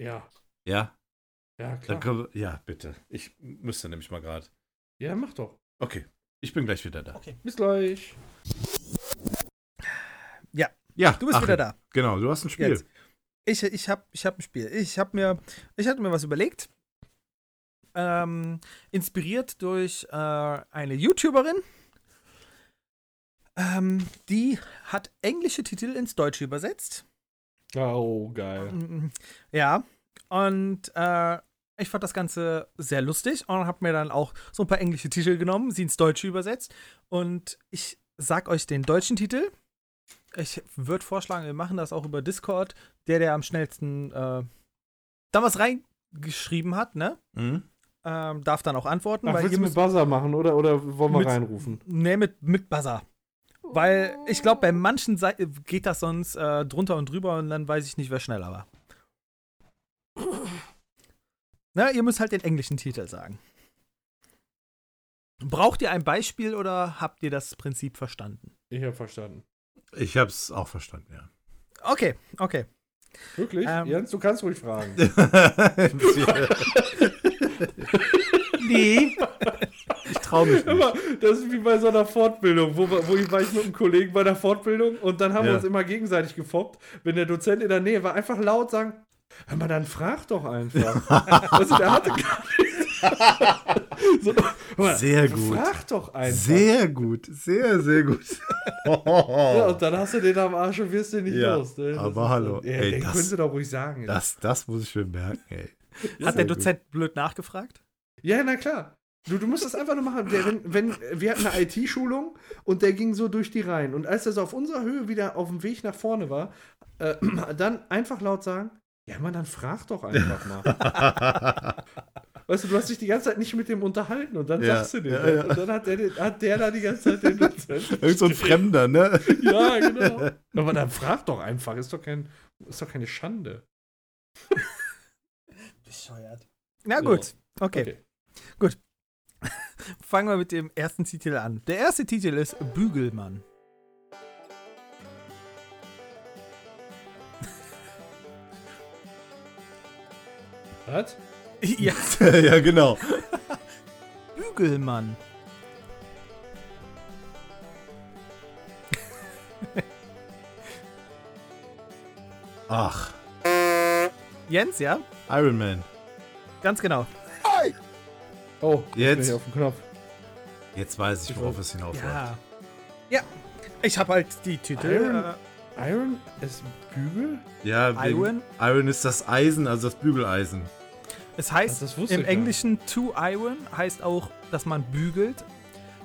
Speaker 2: Ja.
Speaker 1: Ja,
Speaker 2: Ja,
Speaker 1: dann
Speaker 2: klar.
Speaker 1: können wir, ja, bitte. Ich müsste nämlich mal gerade.
Speaker 2: Ja, mach doch.
Speaker 1: Okay, ich bin gleich wieder da.
Speaker 2: Bis gleich.
Speaker 1: Ja,
Speaker 3: Du bist
Speaker 1: Achim,
Speaker 3: wieder da.
Speaker 1: Genau, du hast ein Spiel.
Speaker 3: Jetzt. Ich, ich habe ich hab ein Spiel. Ich, hab mir, ich hatte mir was überlegt. Ähm, inspiriert durch äh, eine YouTuberin. Ähm, die hat englische Titel ins Deutsche übersetzt.
Speaker 2: Oh, geil.
Speaker 3: Mm, Ja, und äh, ich fand das Ganze sehr lustig und habe mir dann auch so ein paar englische Titel genommen, sie ins Deutsche übersetzt. Und ich sag euch den deutschen Titel. Ich würde vorschlagen, wir machen das auch über Discord. Der, der am schnellsten äh, da was reingeschrieben hat, ne?
Speaker 1: Mhm.
Speaker 3: Ähm, darf dann auch antworten.
Speaker 2: Ach,
Speaker 3: weil
Speaker 2: willst
Speaker 3: ihr
Speaker 2: du mit
Speaker 3: müsst,
Speaker 2: Buzzer machen oder, oder wollen wir
Speaker 3: Mit-
Speaker 2: reinrufen?
Speaker 3: nee, mit, mit Buzzer. Weil ich glaube, bei manchen Sei geht das sonst äh, drunter und drüber und dann weiß ich nicht, wer schneller war. Na, ihr müsst halt den englischen Titel sagen. Braucht ihr ein Beispiel oder habt ihr das Prinzip verstanden?
Speaker 2: Ich habe verstanden.
Speaker 1: Ich habe es auch verstanden, ja.
Speaker 3: Okay, okay.
Speaker 2: Wirklich?
Speaker 3: Ähm.
Speaker 2: Jens, du kannst ruhig fragen.
Speaker 1: ich
Speaker 3: Nee.
Speaker 1: traue mich nicht.
Speaker 2: Immer, das ist wie bei so einer Fortbildung, wo, wir- wo ich war ich mit einem Kollegen bei einer Fortbildung und dann haben wir
Speaker 1: Ja.
Speaker 2: uns immer gegenseitig gefoppt, wenn der Dozent in der Nähe war, einfach laut sagen, hör mal, dann frag
Speaker 1: <laughs>
Speaker 2: doch einfach. also der hatte gar nicht. so, hör mal,
Speaker 1: Sehr gut.
Speaker 2: Frag doch einfach.
Speaker 1: Sehr gut, sehr, sehr gut.
Speaker 2: <laughs> ja, und dann hast du den am Arsch und wirst den nicht
Speaker 1: Ja,
Speaker 2: los. Ne? Das
Speaker 1: aber
Speaker 2: ist-
Speaker 1: hallo,
Speaker 2: Ja,
Speaker 1: ey,
Speaker 2: den
Speaker 1: das-
Speaker 2: können sie doch ruhig sagen.
Speaker 1: Das, das muss ich mir merken, ey.
Speaker 3: Hat der Dozent blöd nachgefragt?
Speaker 2: Ja, na klar. Du, du musst das einfach nur machen. Der, wenn, wenn, wir hatten eine IT-Schulung und der ging so durch die Reihen. Und als er so auf unserer Höhe wieder auf dem Weg nach vorne war, äh, <clears throat> dann einfach laut sagen, ja Mann, dann frag doch einfach mal.
Speaker 1: <laughs>
Speaker 2: weißt du, du hast dich die ganze Zeit nicht mit dem unterhalten und dann
Speaker 1: Ja,
Speaker 2: sagst du dem.
Speaker 1: ja, ja.
Speaker 2: Und dann hat der, den- hat der da die ganze Zeit
Speaker 1: <laughs>
Speaker 2: den Dozenten.
Speaker 1: Irgend
Speaker 2: <laughs>
Speaker 1: so ein Fremder, ne? <laughs>
Speaker 2: ja, genau. Aber dann frag doch einfach, ist doch, kein, ist doch keine Schande.
Speaker 5: Bescheuert.
Speaker 3: Na
Speaker 2: So.
Speaker 3: gut, okay.
Speaker 2: Okay.
Speaker 3: Gut. Fangen wir mit dem ersten Titel an. Der erste Titel ist Bügelmann.
Speaker 2: Was?
Speaker 3: ja,
Speaker 1: ja, genau.
Speaker 3: Bügelmann.
Speaker 1: Ach,
Speaker 3: Jens, ja?
Speaker 1: Iron Man.
Speaker 3: Ganz genau.
Speaker 2: Oh,
Speaker 1: Jetzt.
Speaker 2: bin ich auf den Knopf.
Speaker 1: Jetzt weiß ich, worauf es hinaus läuft.
Speaker 3: Ja. Ja. Ich habe halt die Titel.
Speaker 2: Iron-
Speaker 3: äh,
Speaker 2: Iron ist Bügel?
Speaker 1: Ja,
Speaker 3: Iron?
Speaker 1: Iron? Iron ist das Eisen, also das Bügeleisen.
Speaker 3: Es heißt
Speaker 2: Ach, das wusste
Speaker 3: im
Speaker 2: ich gar
Speaker 3: Englischen to iron heißt auch, dass man bügelt.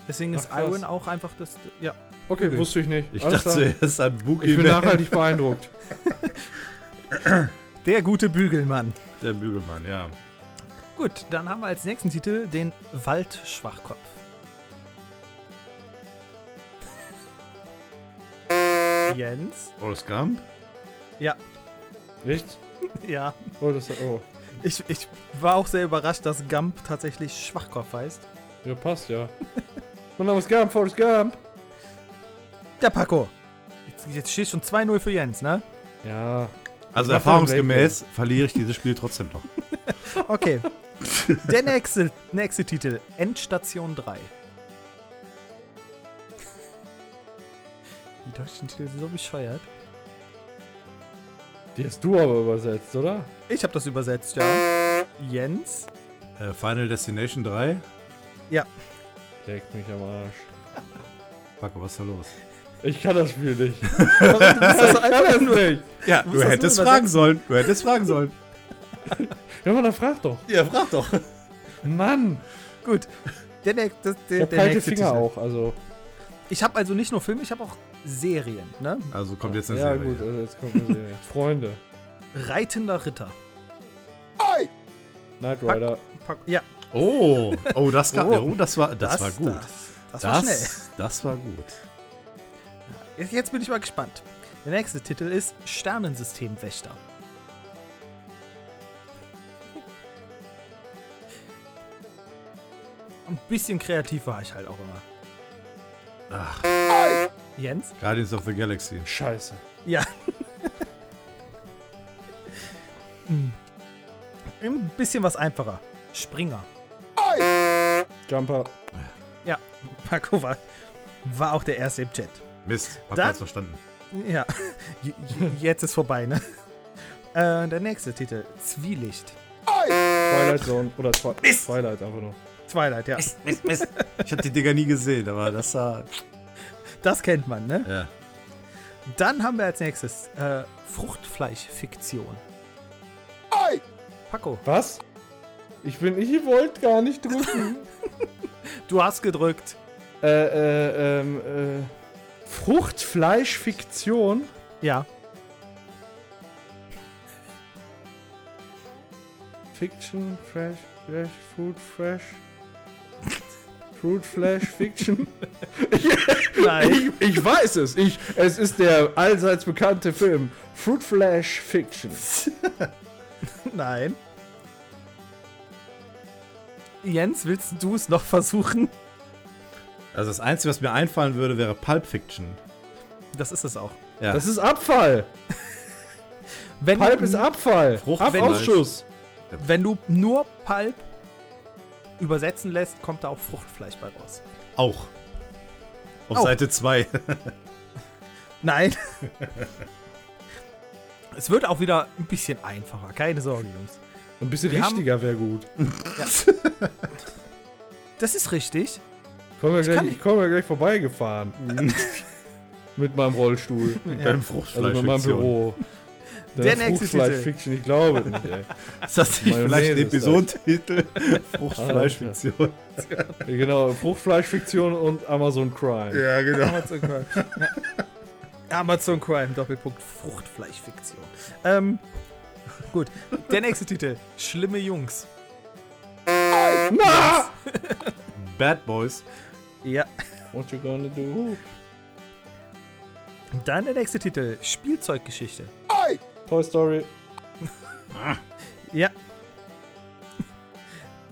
Speaker 3: Deswegen
Speaker 2: Ach,
Speaker 3: ist
Speaker 2: krass.
Speaker 3: iron auch einfach das. Ja.
Speaker 2: Okay, wusste ich nicht.
Speaker 1: Ich
Speaker 2: Alles
Speaker 1: dachte
Speaker 2: klar.
Speaker 1: <laughs> zuerst an
Speaker 2: Ich bin
Speaker 1: Boogeyman.
Speaker 2: nachhaltig beeindruckt.
Speaker 3: Der gute Bügelmann.
Speaker 1: Der Bügelmann, ja.
Speaker 3: Gut, dann haben wir als nächsten Titel den Waldschwachkopf. Jens?
Speaker 1: Forrest Gump?
Speaker 2: Echt?
Speaker 3: Ja.
Speaker 2: Oh, das oh.
Speaker 3: Ich, ich war auch sehr überrascht, dass Gump tatsächlich Schwachkopf heißt.
Speaker 2: Ja, passt ja. mein Name ist Gump, Forrest Gump.
Speaker 3: Der Paco. Jetzt, jetzt steht schon 2-0 für Jens, ne?
Speaker 2: Ja.
Speaker 1: Also
Speaker 2: mach
Speaker 1: erfahrungsgemäß verliere ich dieses Spiel trotzdem noch.
Speaker 3: Okay. Der nächste, nächste Titel, Endstation 3. Die deutschen Titel sind so bescheuert.
Speaker 2: Die hast du aber übersetzt, oder?
Speaker 3: Ich habe das übersetzt, ja. Jens?
Speaker 1: Äh, Final Destination 3?
Speaker 2: Leck mich am Arsch.
Speaker 1: Paco, was ist da los?
Speaker 2: Ich kann das Spiel nicht.
Speaker 3: Du musst das einfach nur-
Speaker 2: nicht.
Speaker 1: Ja,
Speaker 3: musst das nur übersetzen.
Speaker 1: sollen. Du hättest fragen sollen.
Speaker 2: Ja, aber dann frag doch.
Speaker 1: Ja, frag doch.
Speaker 2: Mann.
Speaker 3: Gut. Der, näch- das,
Speaker 2: Ich
Speaker 3: der,
Speaker 2: hab
Speaker 3: der
Speaker 2: kalte
Speaker 3: nächste
Speaker 2: Finger
Speaker 3: Titel.
Speaker 2: auch, also.
Speaker 3: Ich habe also nicht nur Filme, ich habe auch Serien. Ne?
Speaker 1: Also kommt jetzt eine
Speaker 2: ja,
Speaker 1: Serie.
Speaker 2: gut, also jetzt kommt eine Serie. Freunde.
Speaker 3: Reitender Ritter.
Speaker 2: Knight Rider.
Speaker 3: Paco- Ja,
Speaker 1: Oh, oh, das, gab,
Speaker 3: Oh.
Speaker 1: oh, das, war, das, war gut.
Speaker 3: Das, das war schnell.
Speaker 1: das war gut.
Speaker 3: Jetzt, jetzt bin ich mal gespannt. Der nächste Titel ist Sternensystemwächter. Ein bisschen kreativ war ich halt auch immer.
Speaker 1: Ach,
Speaker 3: Jens?
Speaker 1: Guardians of the Galaxy.
Speaker 2: Scheiße.
Speaker 3: Ja. Hm. Ein bisschen was einfacher. Springer.
Speaker 2: Jumper.
Speaker 3: Ja, Paco war, war auch der erste im Chat.
Speaker 1: Mist, hab
Speaker 3: Dann-
Speaker 1: das verstanden.
Speaker 3: Ja, <laughs> J- j- jetzt ist vorbei, ne? <laughs> Äh, der nächste Titel, Zwielicht.
Speaker 2: Twilight Zone. Oder Twi Twilight einfach nur.
Speaker 3: Twilight, ja.
Speaker 1: Mist, Mist. Ich hab die Dinger nie gesehen, aber das war.
Speaker 3: Das kennt man, ne?
Speaker 1: Ja.
Speaker 3: Dann haben wir als nächstes äh, Fruchtfleischfiktion. Paco,
Speaker 2: Was? Ich bin. Ich wollte gar nicht drücken.
Speaker 3: du hast gedrückt.
Speaker 2: äh, äh, ähm, äh, Fruchtfleischfiktion.
Speaker 3: Ja,
Speaker 2: Fiction, Fresh, Fresh, Fruit, Fresh. Fruit Flash Fiction.
Speaker 3: <laughs> nein. <laughs>
Speaker 2: Ich, ich weiß es. Ich, es ist der allseits bekannte Film Fruit Flash Fiction.
Speaker 3: nein. Jens, willst du es noch versuchen?
Speaker 1: Also das Einzige, was mir einfallen würde, wäre Pulp Fiction.
Speaker 3: Das ist es auch.
Speaker 1: Ja.
Speaker 2: Das ist Abfall.
Speaker 3: Wenn,
Speaker 2: Pulp ist Abfall.
Speaker 1: Frucht-
Speaker 2: Ab
Speaker 1: wenn-
Speaker 2: Ausschuss.
Speaker 3: wenn du nur Pulp übersetzen lässt, kommt da auch Fruchtfleisch bei raus.
Speaker 1: Auch. Auf
Speaker 3: Auch.
Speaker 1: Seite 2.
Speaker 3: Nein. <laughs> es wird auch wieder ein bisschen einfacher, keine Sorge, Jungs.
Speaker 2: Ein bisschen
Speaker 3: Wir haben-
Speaker 2: richtiger wäre gut.
Speaker 3: Das ist richtig.
Speaker 2: Komm ja gleich,
Speaker 3: kann
Speaker 2: ich komme ja gleich
Speaker 3: <laughs>
Speaker 2: vorbeigefahren. mit meinem Rollstuhl.
Speaker 1: <laughs> Mit deinem
Speaker 2: Also mit meinem
Speaker 1: Fruchtfleisch.
Speaker 3: <laughs>
Speaker 2: Büro.
Speaker 3: Der nächste Titel.
Speaker 2: Fruchtfleisch-Fiction, ich glaube nicht, ey.
Speaker 1: Ist das nicht
Speaker 2: Mayonnaise
Speaker 1: vielleicht ein
Speaker 2: ist das.
Speaker 1: Episodentitel?
Speaker 2: <laughs>
Speaker 1: Fruchtfleischfiktion.
Speaker 2: Genau, Fruchtfleischfiktion und Amazon Crime.
Speaker 1: Ja, genau.
Speaker 3: Amazon Crime. Ja. <laughs> Amazon Crime, Doppelpunkt, Fruchtfleischfiktion. Ähm, gut, der nächste Titel. Schlimme Jungs.
Speaker 2: Na!
Speaker 1: Bad Boys.
Speaker 3: Ja.
Speaker 2: What you gonna do?
Speaker 3: Dann der nächste Titel. Spielzeuggeschichte.
Speaker 2: Toy Story.
Speaker 3: Ja.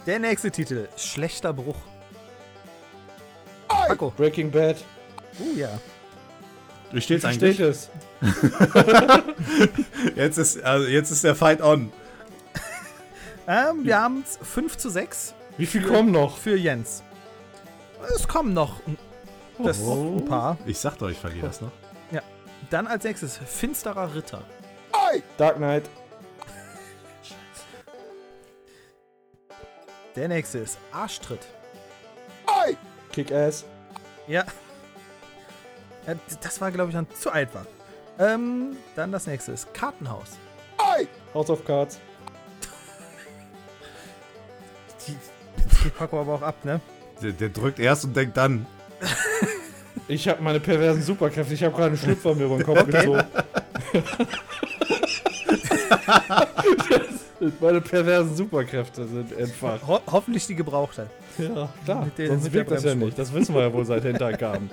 Speaker 3: Der nächste Titel. Schlechter Bruch. Paco.
Speaker 2: Breaking Bad.
Speaker 3: Uh, ja.
Speaker 1: Wie steht's
Speaker 2: Wie steht es?
Speaker 1: Jetzt ist, also jetzt ist der Fight on.
Speaker 3: Ähm, wir haben es 5 zu 6
Speaker 2: Wie viel kommen noch?
Speaker 3: für Jens. Es kommen noch ein- das
Speaker 1: Oh.
Speaker 3: ein paar.
Speaker 1: Ich sag doch, ich verliere das noch.
Speaker 3: Dann als nächstes Finsterer Ritter.
Speaker 2: Dark Knight.
Speaker 3: Der nächste ist Arschtritt.
Speaker 2: Kick Ass.
Speaker 3: Ja. Ja, d- Das war, glaube ich, dann zu alt war. Ähm, dann das nächste ist Kartenhaus.
Speaker 2: House of Cards.
Speaker 3: Die, die packen wir aber auch ab, ne?
Speaker 1: Der, der drückt erst und denkt dann.
Speaker 2: Ich habe meine perversen Superkräfte. Ich habe gerade einen Schlüpfer mir über den Kopf <laughs> gezogen. Das sind meine perversen Superkräfte sind entfacht.
Speaker 3: Ho hoffentlich die gebrauchte.
Speaker 2: Ja, klar.
Speaker 3: Mit der-
Speaker 2: Sonst
Speaker 3: mit der
Speaker 2: wirkt das ja
Speaker 3: Bremsspur.
Speaker 2: nicht. Das wissen wir ja wohl seit Hinterkamen.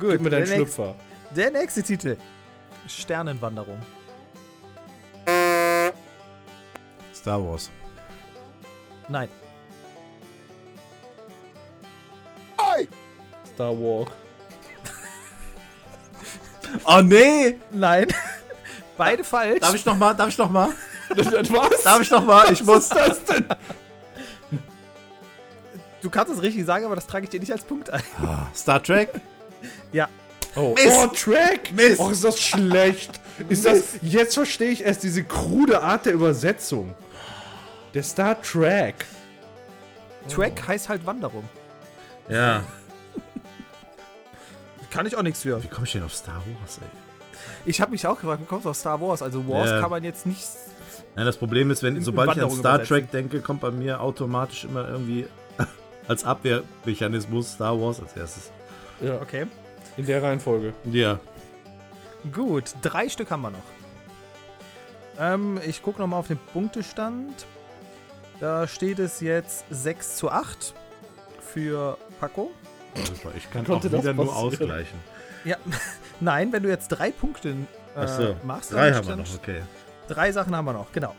Speaker 3: Gut,
Speaker 2: Gib mir deinen
Speaker 3: der, nächste,
Speaker 2: Schlüpfer.
Speaker 3: der nächste Titel. Sternenwanderung.
Speaker 1: Star Wars.
Speaker 3: Nein.
Speaker 2: Star <laughs> Walk.
Speaker 1: Oh nee!
Speaker 3: Nein. <laughs> Beide falsch.
Speaker 1: Darf ich nochmal? Darf ich nochmal?
Speaker 2: Das, das war's.
Speaker 1: <laughs> Darf ich nochmal? Ich muss.
Speaker 2: das denn?
Speaker 3: Du kannst es richtig sagen, aber das trage ich dir nicht als Punkt ein.
Speaker 1: Star Trek?
Speaker 2: Oh,
Speaker 1: Mist.
Speaker 2: oh Track!
Speaker 1: Mist.
Speaker 2: Oh, ist das schlecht! Ist das, jetzt verstehe ich erst diese krude Art der Übersetzung. Der Star Trek.
Speaker 3: Track heißt halt Wanderung.
Speaker 1: Ja.
Speaker 3: Kann ich auch nichts für.
Speaker 1: Wie komme ich denn auf Star Wars, ey?
Speaker 3: Ich habe mich auch gefragt, wie kommst du auf Star Wars? Also Wars
Speaker 1: Ja.
Speaker 3: kann man jetzt nicht.
Speaker 1: Nein, das Problem ist, wenn,
Speaker 3: In-
Speaker 1: sobald ich an
Speaker 3: Wanderung
Speaker 1: Star
Speaker 3: übersetzen.
Speaker 1: Trek denke, kommt bei mir automatisch immer irgendwie <laughs> als Abwehrmechanismus Star Wars als erstes.
Speaker 2: Ja,
Speaker 3: Okay.
Speaker 2: in der Reihenfolge.
Speaker 1: Ja.
Speaker 3: Gut, drei Stück haben wir noch. Ähm, ich gucke nochmal auf den Punktestand. Da steht es jetzt 6 zu 8 für Paco.
Speaker 1: Oh, Super. Ich kann
Speaker 2: Wie konnte
Speaker 1: auch wieder
Speaker 2: das
Speaker 1: nur
Speaker 2: passieren?
Speaker 1: ausgleichen.
Speaker 3: Ja. <laughs> Nein, wenn du jetzt drei Punkte äh, machst,
Speaker 1: Drei
Speaker 3: dann-
Speaker 1: haben wir
Speaker 3: dann-
Speaker 1: noch, okay.
Speaker 3: Drei Sachen haben wir noch, genau.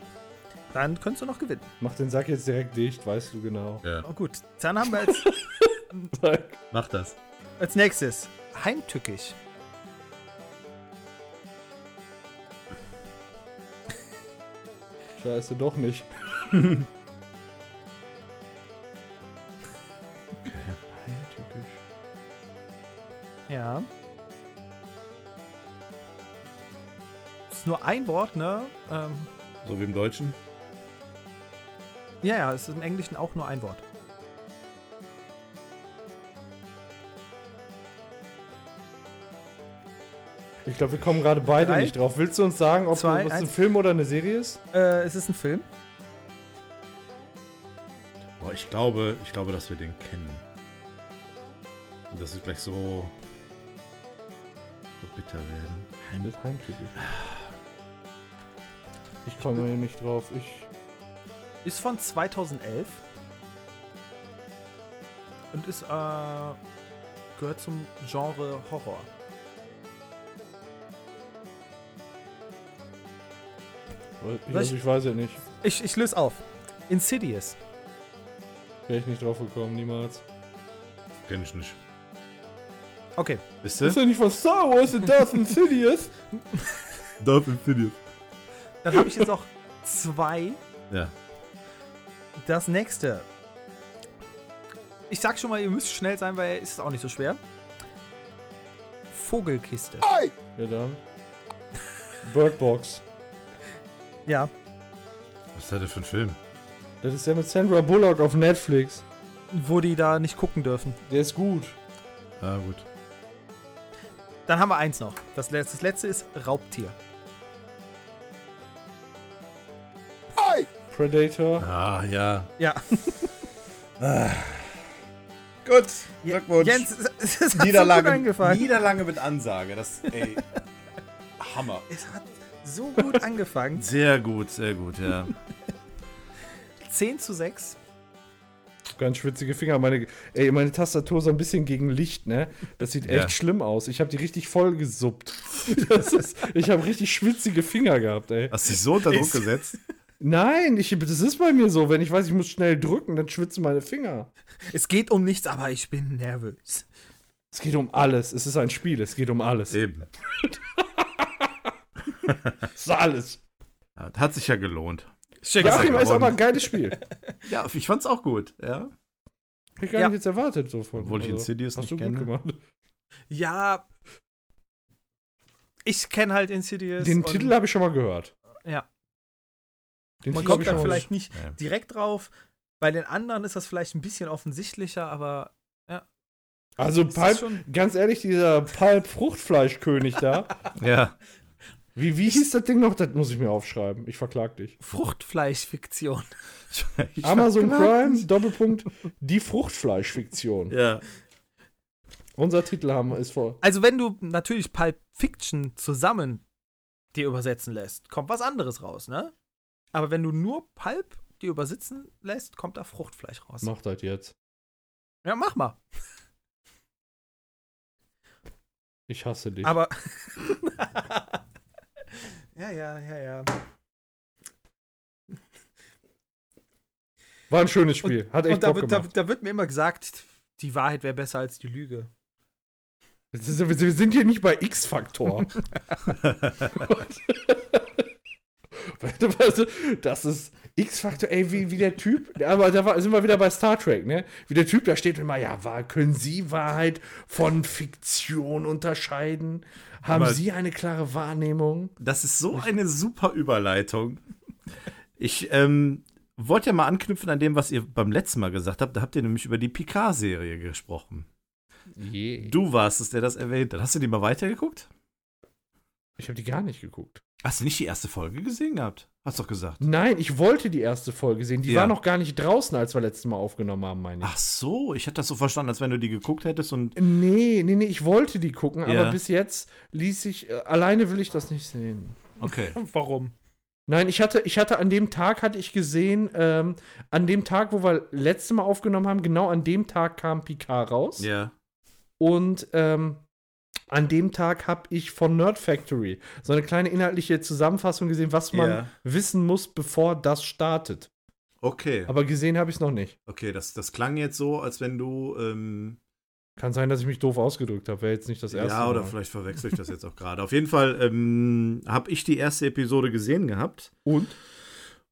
Speaker 3: Dann könntest du noch gewinnen.
Speaker 2: Mach den Sack jetzt direkt dicht, weißt du genau.
Speaker 1: Ja.
Speaker 3: Oh, gut, dann haben wir als,
Speaker 1: <laughs> Mach das.
Speaker 3: als nächstes heimtückisch.
Speaker 2: <laughs> Scheiße, doch nicht.
Speaker 3: Ja. Ist nur ein Wort, ne? Ähm,
Speaker 1: So wie im Deutschen.
Speaker 3: ja, ja, es ist im Englischen auch nur ein Wort.
Speaker 2: Ich glaube, wir kommen gerade beide
Speaker 3: Drei,
Speaker 2: nicht drauf. Willst du uns sagen, ob
Speaker 3: zwei,
Speaker 2: es ein
Speaker 3: eins.
Speaker 2: Film oder eine Serie ist?
Speaker 3: Äh, es ist ein Film.
Speaker 1: Boah, ich glaube, ich glaube, dass wir den kennen. Und dass es gleich so, so bitter werden.
Speaker 2: Ich komme hier nicht drauf. Ich
Speaker 3: Ist von 2011. Und ist, äh, gehört zum Genre Horror.
Speaker 2: Ich,
Speaker 3: Was?
Speaker 2: also ich weiß ja nicht.
Speaker 3: Ich, ich löse auf. Insidious.
Speaker 2: Wäre ich nicht drauf gekommen, niemals.
Speaker 1: Kenn ich nicht.
Speaker 3: Okay.
Speaker 1: Wisst
Speaker 2: Ist ja nicht von Star Wars in Darth Insidious?
Speaker 1: Darth Insidious.
Speaker 3: <laughs> Dann habe ich jetzt noch zwei.
Speaker 1: Ja.
Speaker 3: Das nächste. Ich sag schon mal, ihr müsst schnell sein, weil es ist auch nicht so schwer. Vogelkiste.
Speaker 2: Ja, dann. Birdbox.
Speaker 3: Ja.
Speaker 1: Was ist das denn für ein Film?
Speaker 2: Das ist der mit Sandra Bullock auf Netflix.
Speaker 3: Wo die da nicht gucken dürfen.
Speaker 2: Der ist gut.
Speaker 1: Ah, gut.
Speaker 3: Dann haben wir eins noch. Das letzte, das letzte ist Raubtier.
Speaker 2: Predator.
Speaker 1: Ah, ja.
Speaker 3: Ja.
Speaker 1: Gut. Glückwunsch.
Speaker 3: <laughs> Jens, es- es hat so gut eingefallen.
Speaker 1: Niederlage mit Ansage. Das, ey. <laughs> Hammer.
Speaker 3: Es hat so gut angefangen.
Speaker 1: Sehr gut, sehr gut, ja.
Speaker 3: 10 zu 6.
Speaker 2: Ganz schwitzige Finger. Meine, ey, meine Tastatur so ein bisschen gegen Licht, ne? Das sieht echt
Speaker 1: Ja.
Speaker 2: schlimm aus. Ich habe die richtig voll gesuppt. Das ist, ich habe richtig schwitzige Finger gehabt, ey.
Speaker 1: Hast dich so unter Druck <laughs>
Speaker 3: Ist-
Speaker 1: gesetzt?
Speaker 2: Nein, ich, das ist bei mir so. Wenn ich weiß, ich muss schnell drücken, dann schwitzen meine Finger.
Speaker 3: Es geht um nichts, aber ich bin nervös.
Speaker 2: Es geht um alles. Es ist ein Spiel. Es geht um alles.
Speaker 1: Eben.
Speaker 2: Es ist alles.
Speaker 1: Ja, Hat sich ja gelohnt.
Speaker 2: Joachim
Speaker 1: ja
Speaker 2: ist aber
Speaker 1: gewonnen.
Speaker 2: ein geiles Spiel. Hätte
Speaker 1: Ja, ich fand's auch gut, ja.
Speaker 2: ich gar
Speaker 3: Ja.
Speaker 2: nicht jetzt erwartet so von. also.
Speaker 1: Obwohl ich Insidious
Speaker 2: hast
Speaker 1: nicht
Speaker 2: du gut
Speaker 1: kenne.
Speaker 2: gemacht.
Speaker 3: Ja. Ich kenne halt Insidious.
Speaker 2: Den
Speaker 3: und
Speaker 2: Titel habe ich schon mal gehört.
Speaker 3: Ja.
Speaker 2: Den Titel
Speaker 3: Man
Speaker 2: hab
Speaker 3: kommt
Speaker 2: ich
Speaker 3: dann
Speaker 2: schon mal
Speaker 3: vielleicht nicht
Speaker 1: Ja.
Speaker 3: direkt drauf. Bei den anderen ist das vielleicht ein bisschen offensichtlicher, aber
Speaker 2: gehört. Also
Speaker 3: ist das
Speaker 2: Pulp,
Speaker 3: schon.
Speaker 2: ganz ehrlich, dieser Pulp Fruchtfleischkönig da.
Speaker 3: <laughs>
Speaker 1: Ja.
Speaker 2: Wie, wie hieß das Ding noch? Das muss ich mir aufschreiben. Ich verklag dich.
Speaker 3: Fruchtfleischfiktion.
Speaker 1: Ich
Speaker 2: Amazon
Speaker 1: hab gemerkt.
Speaker 2: Prime, Doppelpunkt, die Fruchtfleischfiktion.
Speaker 1: Ja.
Speaker 2: Unser Titel haben ist vor.
Speaker 3: Also, wenn du natürlich Pulp Fiction zusammen dir übersetzen lässt, kommt was anderes raus, ne? Aber wenn du nur Pulp dir übersetzen lässt, kommt da Fruchtfleisch raus.
Speaker 2: Macht das jetzt.
Speaker 3: Ja, mach mal.
Speaker 2: Ich hasse dich.
Speaker 3: Aber. <laughs> ja, ja, ja, ja.
Speaker 2: War ein schönes Spiel. Hat echt
Speaker 3: Und da
Speaker 2: Bock
Speaker 3: wird, da,
Speaker 2: gemacht.
Speaker 3: da wird mir immer gesagt, die Wahrheit wäre besser als die Lüge.
Speaker 2: Das ist, wir sind hier nicht bei
Speaker 1: <laughs>
Speaker 2: X-Faktor. <laughs> Warte, warte, das ist X-Faktor, ey, wie, wie der Typ, aber da war, sind wir wieder bei Star Trek, ne? Wie der Typ da steht und immer, ja, wahr, können Sie Wahrheit von Fiktion unterscheiden? Haben
Speaker 1: Aber-
Speaker 2: Sie eine klare Wahrnehmung?
Speaker 1: Das ist so eine super Überleitung. Ich ähm, wollte ja mal anknüpfen an dem, was ihr beim letzten Mal gesagt habt. Da habt ihr nämlich über die Picard-Serie gesprochen. Du warst es, der das erwähnt hat. Hast du die mal weitergeguckt?
Speaker 2: Ich habe die gar nicht geguckt.
Speaker 1: Hast du nicht die erste Folge gesehen gehabt? Hast doch gesagt.
Speaker 2: Nein, ich wollte die erste Folge sehen. Die
Speaker 1: Ja.
Speaker 2: war noch gar nicht draußen, als wir letztes Mal aufgenommen haben, meine ich.
Speaker 1: Ach so, ich hätte das so verstanden, als wenn du die geguckt hättest und
Speaker 2: Nee, nee, nee, ich wollte die gucken,
Speaker 1: Ja.
Speaker 2: aber bis jetzt ließ ich, äh, alleine will ich das nicht sehen.
Speaker 1: okay.
Speaker 3: Warum?
Speaker 2: Nein, ich hatte, ich hatte an dem Tag hatte ich gesehen, ähm, an dem Tag, wo wir letzte Mal aufgenommen haben, genau an dem Tag kam Picard raus.
Speaker 1: Ja.
Speaker 2: Und ähm, an dem Tag habe ich von Nerd Factory so eine kleine inhaltliche Zusammenfassung gesehen, was man
Speaker 1: Ja.
Speaker 2: wissen muss, bevor das startet.
Speaker 1: Okay.
Speaker 2: Aber gesehen habe ich es noch nicht.
Speaker 1: Okay, das, das klang jetzt so, als wenn du ähm,
Speaker 2: Kann sein, dass ich mich doof ausgedrückt habe. Wäre jetzt nicht das erste
Speaker 1: Ja, oder
Speaker 2: Mal.
Speaker 1: vielleicht verwechsel ich das jetzt auch gerade. Auf jeden Fall ähm, habe ich die erste Episode gesehen gehabt
Speaker 2: Und?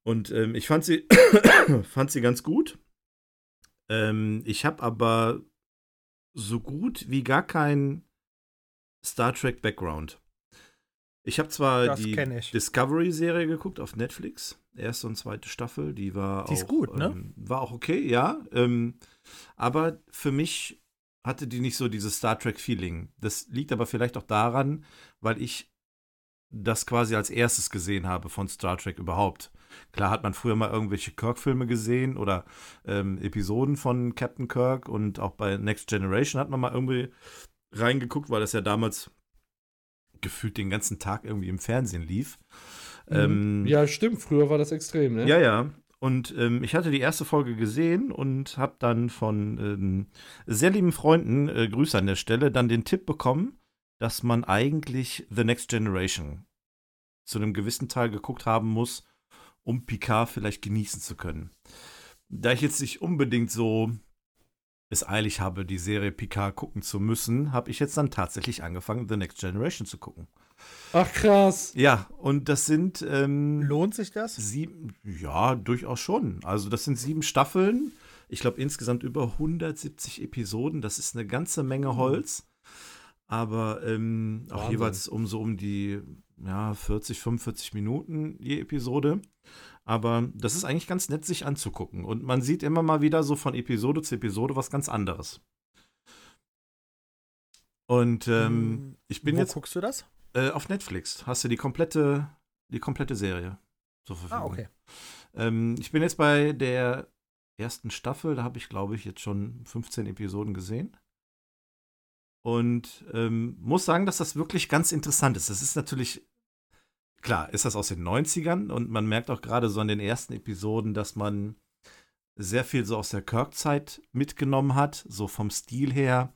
Speaker 1: und ähm, ich fand sie, <coughs> fand sie ganz gut. Ähm, ich habe aber so gut wie gar keinen Star Trek Background. Ich habe zwar
Speaker 3: Das
Speaker 1: die
Speaker 3: kenne ich.
Speaker 1: Discovery-Serie geguckt auf Netflix, erste und zweite Staffel, die war
Speaker 3: Die
Speaker 1: auch,
Speaker 3: ist gut, ne?
Speaker 1: ähm, war auch okay, ja. Ähm, aber für mich hatte die nicht so dieses Star Trek-Feeling. Das liegt aber vielleicht auch daran, weil ich das quasi als erstes gesehen habe von Star Trek überhaupt. Klar hat man früher mal irgendwelche Kirk-Filme gesehen oder ähm, Episoden von Captain Kirk und auch bei Next Generation hat man mal irgendwie reingeguckt, weil das ja damals gefühlt den ganzen Tag irgendwie im Fernsehen lief. Ähm,
Speaker 2: Mhm. ja, stimmt. Früher war das extrem, ne?
Speaker 1: ja, ja. Und ähm, ich hatte die erste Folge gesehen und habe dann von ähm, sehr lieben Freunden, äh, Grüße an der Stelle, dann den Tipp bekommen, dass man eigentlich The Next Generation zu einem gewissen Teil geguckt haben muss, um Picard vielleicht genießen zu können. Da ich jetzt nicht unbedingt so es eilig habe, die Serie Picard gucken zu müssen, habe ich jetzt dann tatsächlich angefangen, The Next Generation zu gucken.
Speaker 2: Ach, krass.
Speaker 1: Ja, und das sind ähm,
Speaker 3: Lohnt sich das?
Speaker 1: Sieben, ja, durchaus schon. Also das sind sieben Staffeln ich glaube, insgesamt über 170 Episoden. Das ist eine ganze
Speaker 3: Mhm.
Speaker 1: Menge Holz. Aber ähm, auch
Speaker 2: Wahnsinn.
Speaker 1: jeweils um so um die ja, 40, 45 Minuten je Episode. Aber das ist eigentlich ganz nett, sich anzugucken. Und man sieht immer mal wieder so von Episode zu Episode was ganz anderes. Und ähm, ich bin
Speaker 3: Hm. Wo
Speaker 1: jetzt
Speaker 3: guckst du das?
Speaker 1: äh, auf Netflix. Hast du die komplette, die komplette Serie zur Verfügung.
Speaker 3: Ah, okay.
Speaker 1: Ähm, ich bin jetzt bei der ersten Staffel, da habe ich, glaube ich, jetzt schon 15 Episoden gesehen. Und ähm, muss sagen, dass das wirklich ganz interessant ist. Das ist natürlich, klar, ist das aus den 90ern und man merkt auch gerade so an den ersten Episoden, dass man sehr viel so aus der Kirk-Zeit mitgenommen hat, so vom Stil her.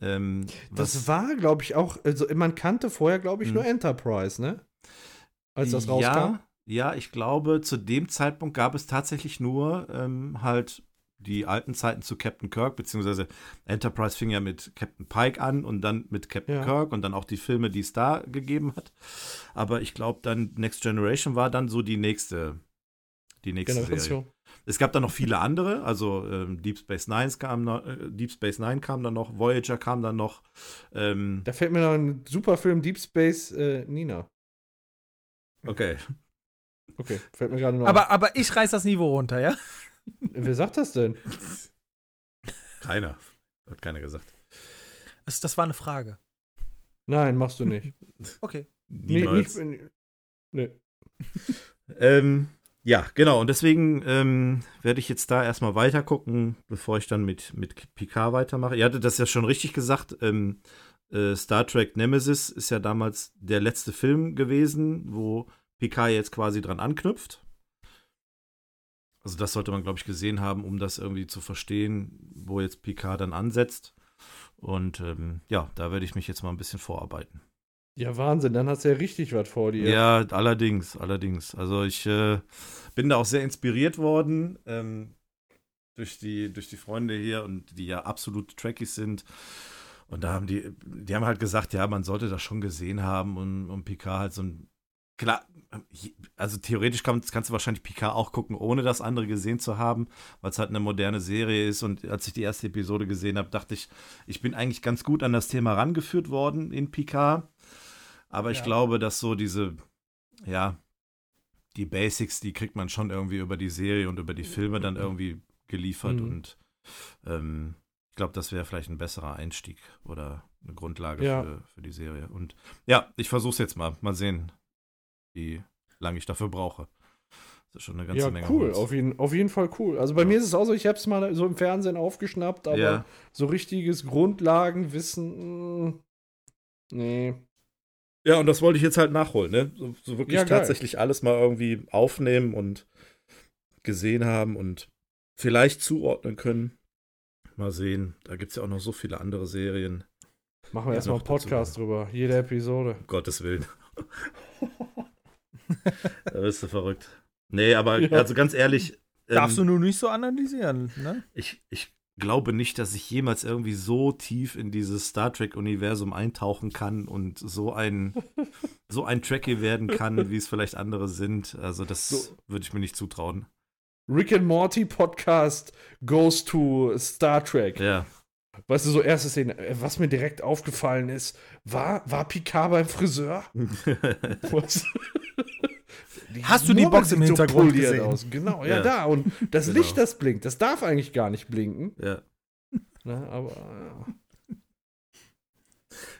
Speaker 1: Ähm,
Speaker 2: Das
Speaker 1: was-
Speaker 2: war, glaube ich, auch, also man kannte vorher, glaube ich,
Speaker 1: Mhm.
Speaker 2: nur Enterprise, ne? Als das rauskam.
Speaker 1: Ja, ja, ich glaube, zu dem Zeitpunkt gab es tatsächlich nur ähm, halt die alten Zeiten zu Captain Kirk, beziehungsweise Enterprise fing ja mit Captain Pike an und dann mit Captain
Speaker 2: Ja.
Speaker 1: Kirk und dann auch die Filme, die es da gegeben hat. Aber ich glaube, dann Next Generation war dann so die nächste, die nächste Serie.
Speaker 2: Generation.
Speaker 1: Es gab dann noch viele andere, also ähm, Deep Space Nine kam, noch- äh, Deep Space Nine kam dann noch, Voyager kam dann noch. Ähm,
Speaker 2: Da fällt mir noch ein super Film Deep Space äh, Nina.
Speaker 1: okay.
Speaker 2: Okay, fällt mir gerade noch.
Speaker 3: Aber, aber ich reiß das Niveau runter, ja?
Speaker 2: wer sagt das denn?
Speaker 1: Keiner. Hat keiner gesagt.
Speaker 3: Das, das war eine Frage.
Speaker 2: Nein, machst du nicht.
Speaker 3: Okay.
Speaker 1: <laughs>
Speaker 2: Nee,
Speaker 1: Niemals.
Speaker 2: nicht nee.
Speaker 1: Ähm, ja, genau. Und deswegen ähm, werde ich jetzt da erstmal weiter gucken, bevor ich dann mit, mit Picard weitermache. Ihr hattet das ja schon richtig gesagt. Ähm, äh, Star Trek Nemesis ist ja damals der letzte Film gewesen, wo Picard jetzt quasi dran anknüpft. Also das sollte man, glaube ich, gesehen haben, um das irgendwie zu verstehen, wo jetzt Picard dann ansetzt. Und ähm, ja, da werde ich mich jetzt mal ein bisschen vorarbeiten.
Speaker 2: Ja, Wahnsinn, dann hast du ja richtig was vor dir.
Speaker 1: Ja, allerdings, allerdings. Also ich äh, bin da auch sehr inspiriert worden ähm, durch, die, durch die Freunde hier und die ja absolute Trekkies sind. Und da haben die, die haben halt gesagt, ja, man sollte das schon gesehen haben und, und Picard halt so ein, klar, also theoretisch kann, kannst du wahrscheinlich Picard auch gucken, ohne das andere gesehen zu haben, weil es halt eine moderne Serie ist. Und als ich die erste Episode gesehen habe, dachte ich, ich bin eigentlich ganz gut an das Thema rangeführt worden in Picard. Aber ich
Speaker 3: Ja.
Speaker 1: glaube, dass so diese, ja, die Basics, die kriegt man schon irgendwie über die Serie und über die Filme dann irgendwie geliefert.
Speaker 2: Mhm.
Speaker 1: Und ähm, ich glaube, das wäre vielleicht ein besserer Einstieg oder eine Grundlage
Speaker 2: Ja.
Speaker 1: für, für die Serie. Und ja, ich versuche es jetzt mal. Mal sehen, wie lange ich dafür brauche. Das ist schon eine ganze
Speaker 2: Ja,
Speaker 1: Menge.
Speaker 2: cool,
Speaker 1: Holz.
Speaker 2: auf jeden, auf jeden Fall cool. Also bei
Speaker 1: Ja.
Speaker 2: mir ist es auch so, ich habe es mal so im Fernsehen aufgeschnappt, aber
Speaker 1: Ja.
Speaker 2: so richtiges Grundlagenwissen, mh, nee.
Speaker 1: Ja, und das wollte ich jetzt halt nachholen, ne? So, so wirklich
Speaker 2: Ja, geil.
Speaker 1: tatsächlich alles mal irgendwie aufnehmen und gesehen haben und vielleicht zuordnen können. Mal sehen. Da gibt es ja auch noch so viele andere Serien.
Speaker 2: Machen wir
Speaker 1: Ja,
Speaker 2: erstmal einen
Speaker 1: noch dazu.
Speaker 2: Podcast drüber, jede Episode.
Speaker 1: Um Gottes
Speaker 2: <laughs>
Speaker 1: Willen. da bist du verrückt. Nee, aber
Speaker 2: Ja.
Speaker 1: also ganz ehrlich. ähm,
Speaker 3: Darfst du nur nicht so analysieren, ne?
Speaker 1: ich, ich glaube nicht, dass ich jemals irgendwie so tief in dieses Star Trek-Universum eintauchen kann und so ein, so ein Trekkie werden kann, wie es vielleicht andere sind. Also, das
Speaker 2: So.
Speaker 1: würde ich mir nicht zutrauen.
Speaker 2: Rick and Morty Podcast goes to Star Trek.
Speaker 1: Ja.
Speaker 2: Weißt du, so erste Szene, äh, was mir direkt aufgefallen ist, war, war Picard beim Friseur? <laughs> Was?
Speaker 3: Hast du die
Speaker 2: Murmel
Speaker 3: Box im
Speaker 2: sieht so
Speaker 3: Hintergrund
Speaker 2: poliert
Speaker 3: gesehen?
Speaker 2: Aus. Genau, ja,
Speaker 1: Ja.
Speaker 2: da. Und das
Speaker 1: Genau.
Speaker 2: Licht, das blinkt, das darf eigentlich gar nicht blinken.
Speaker 1: ja.
Speaker 2: Ne? Aber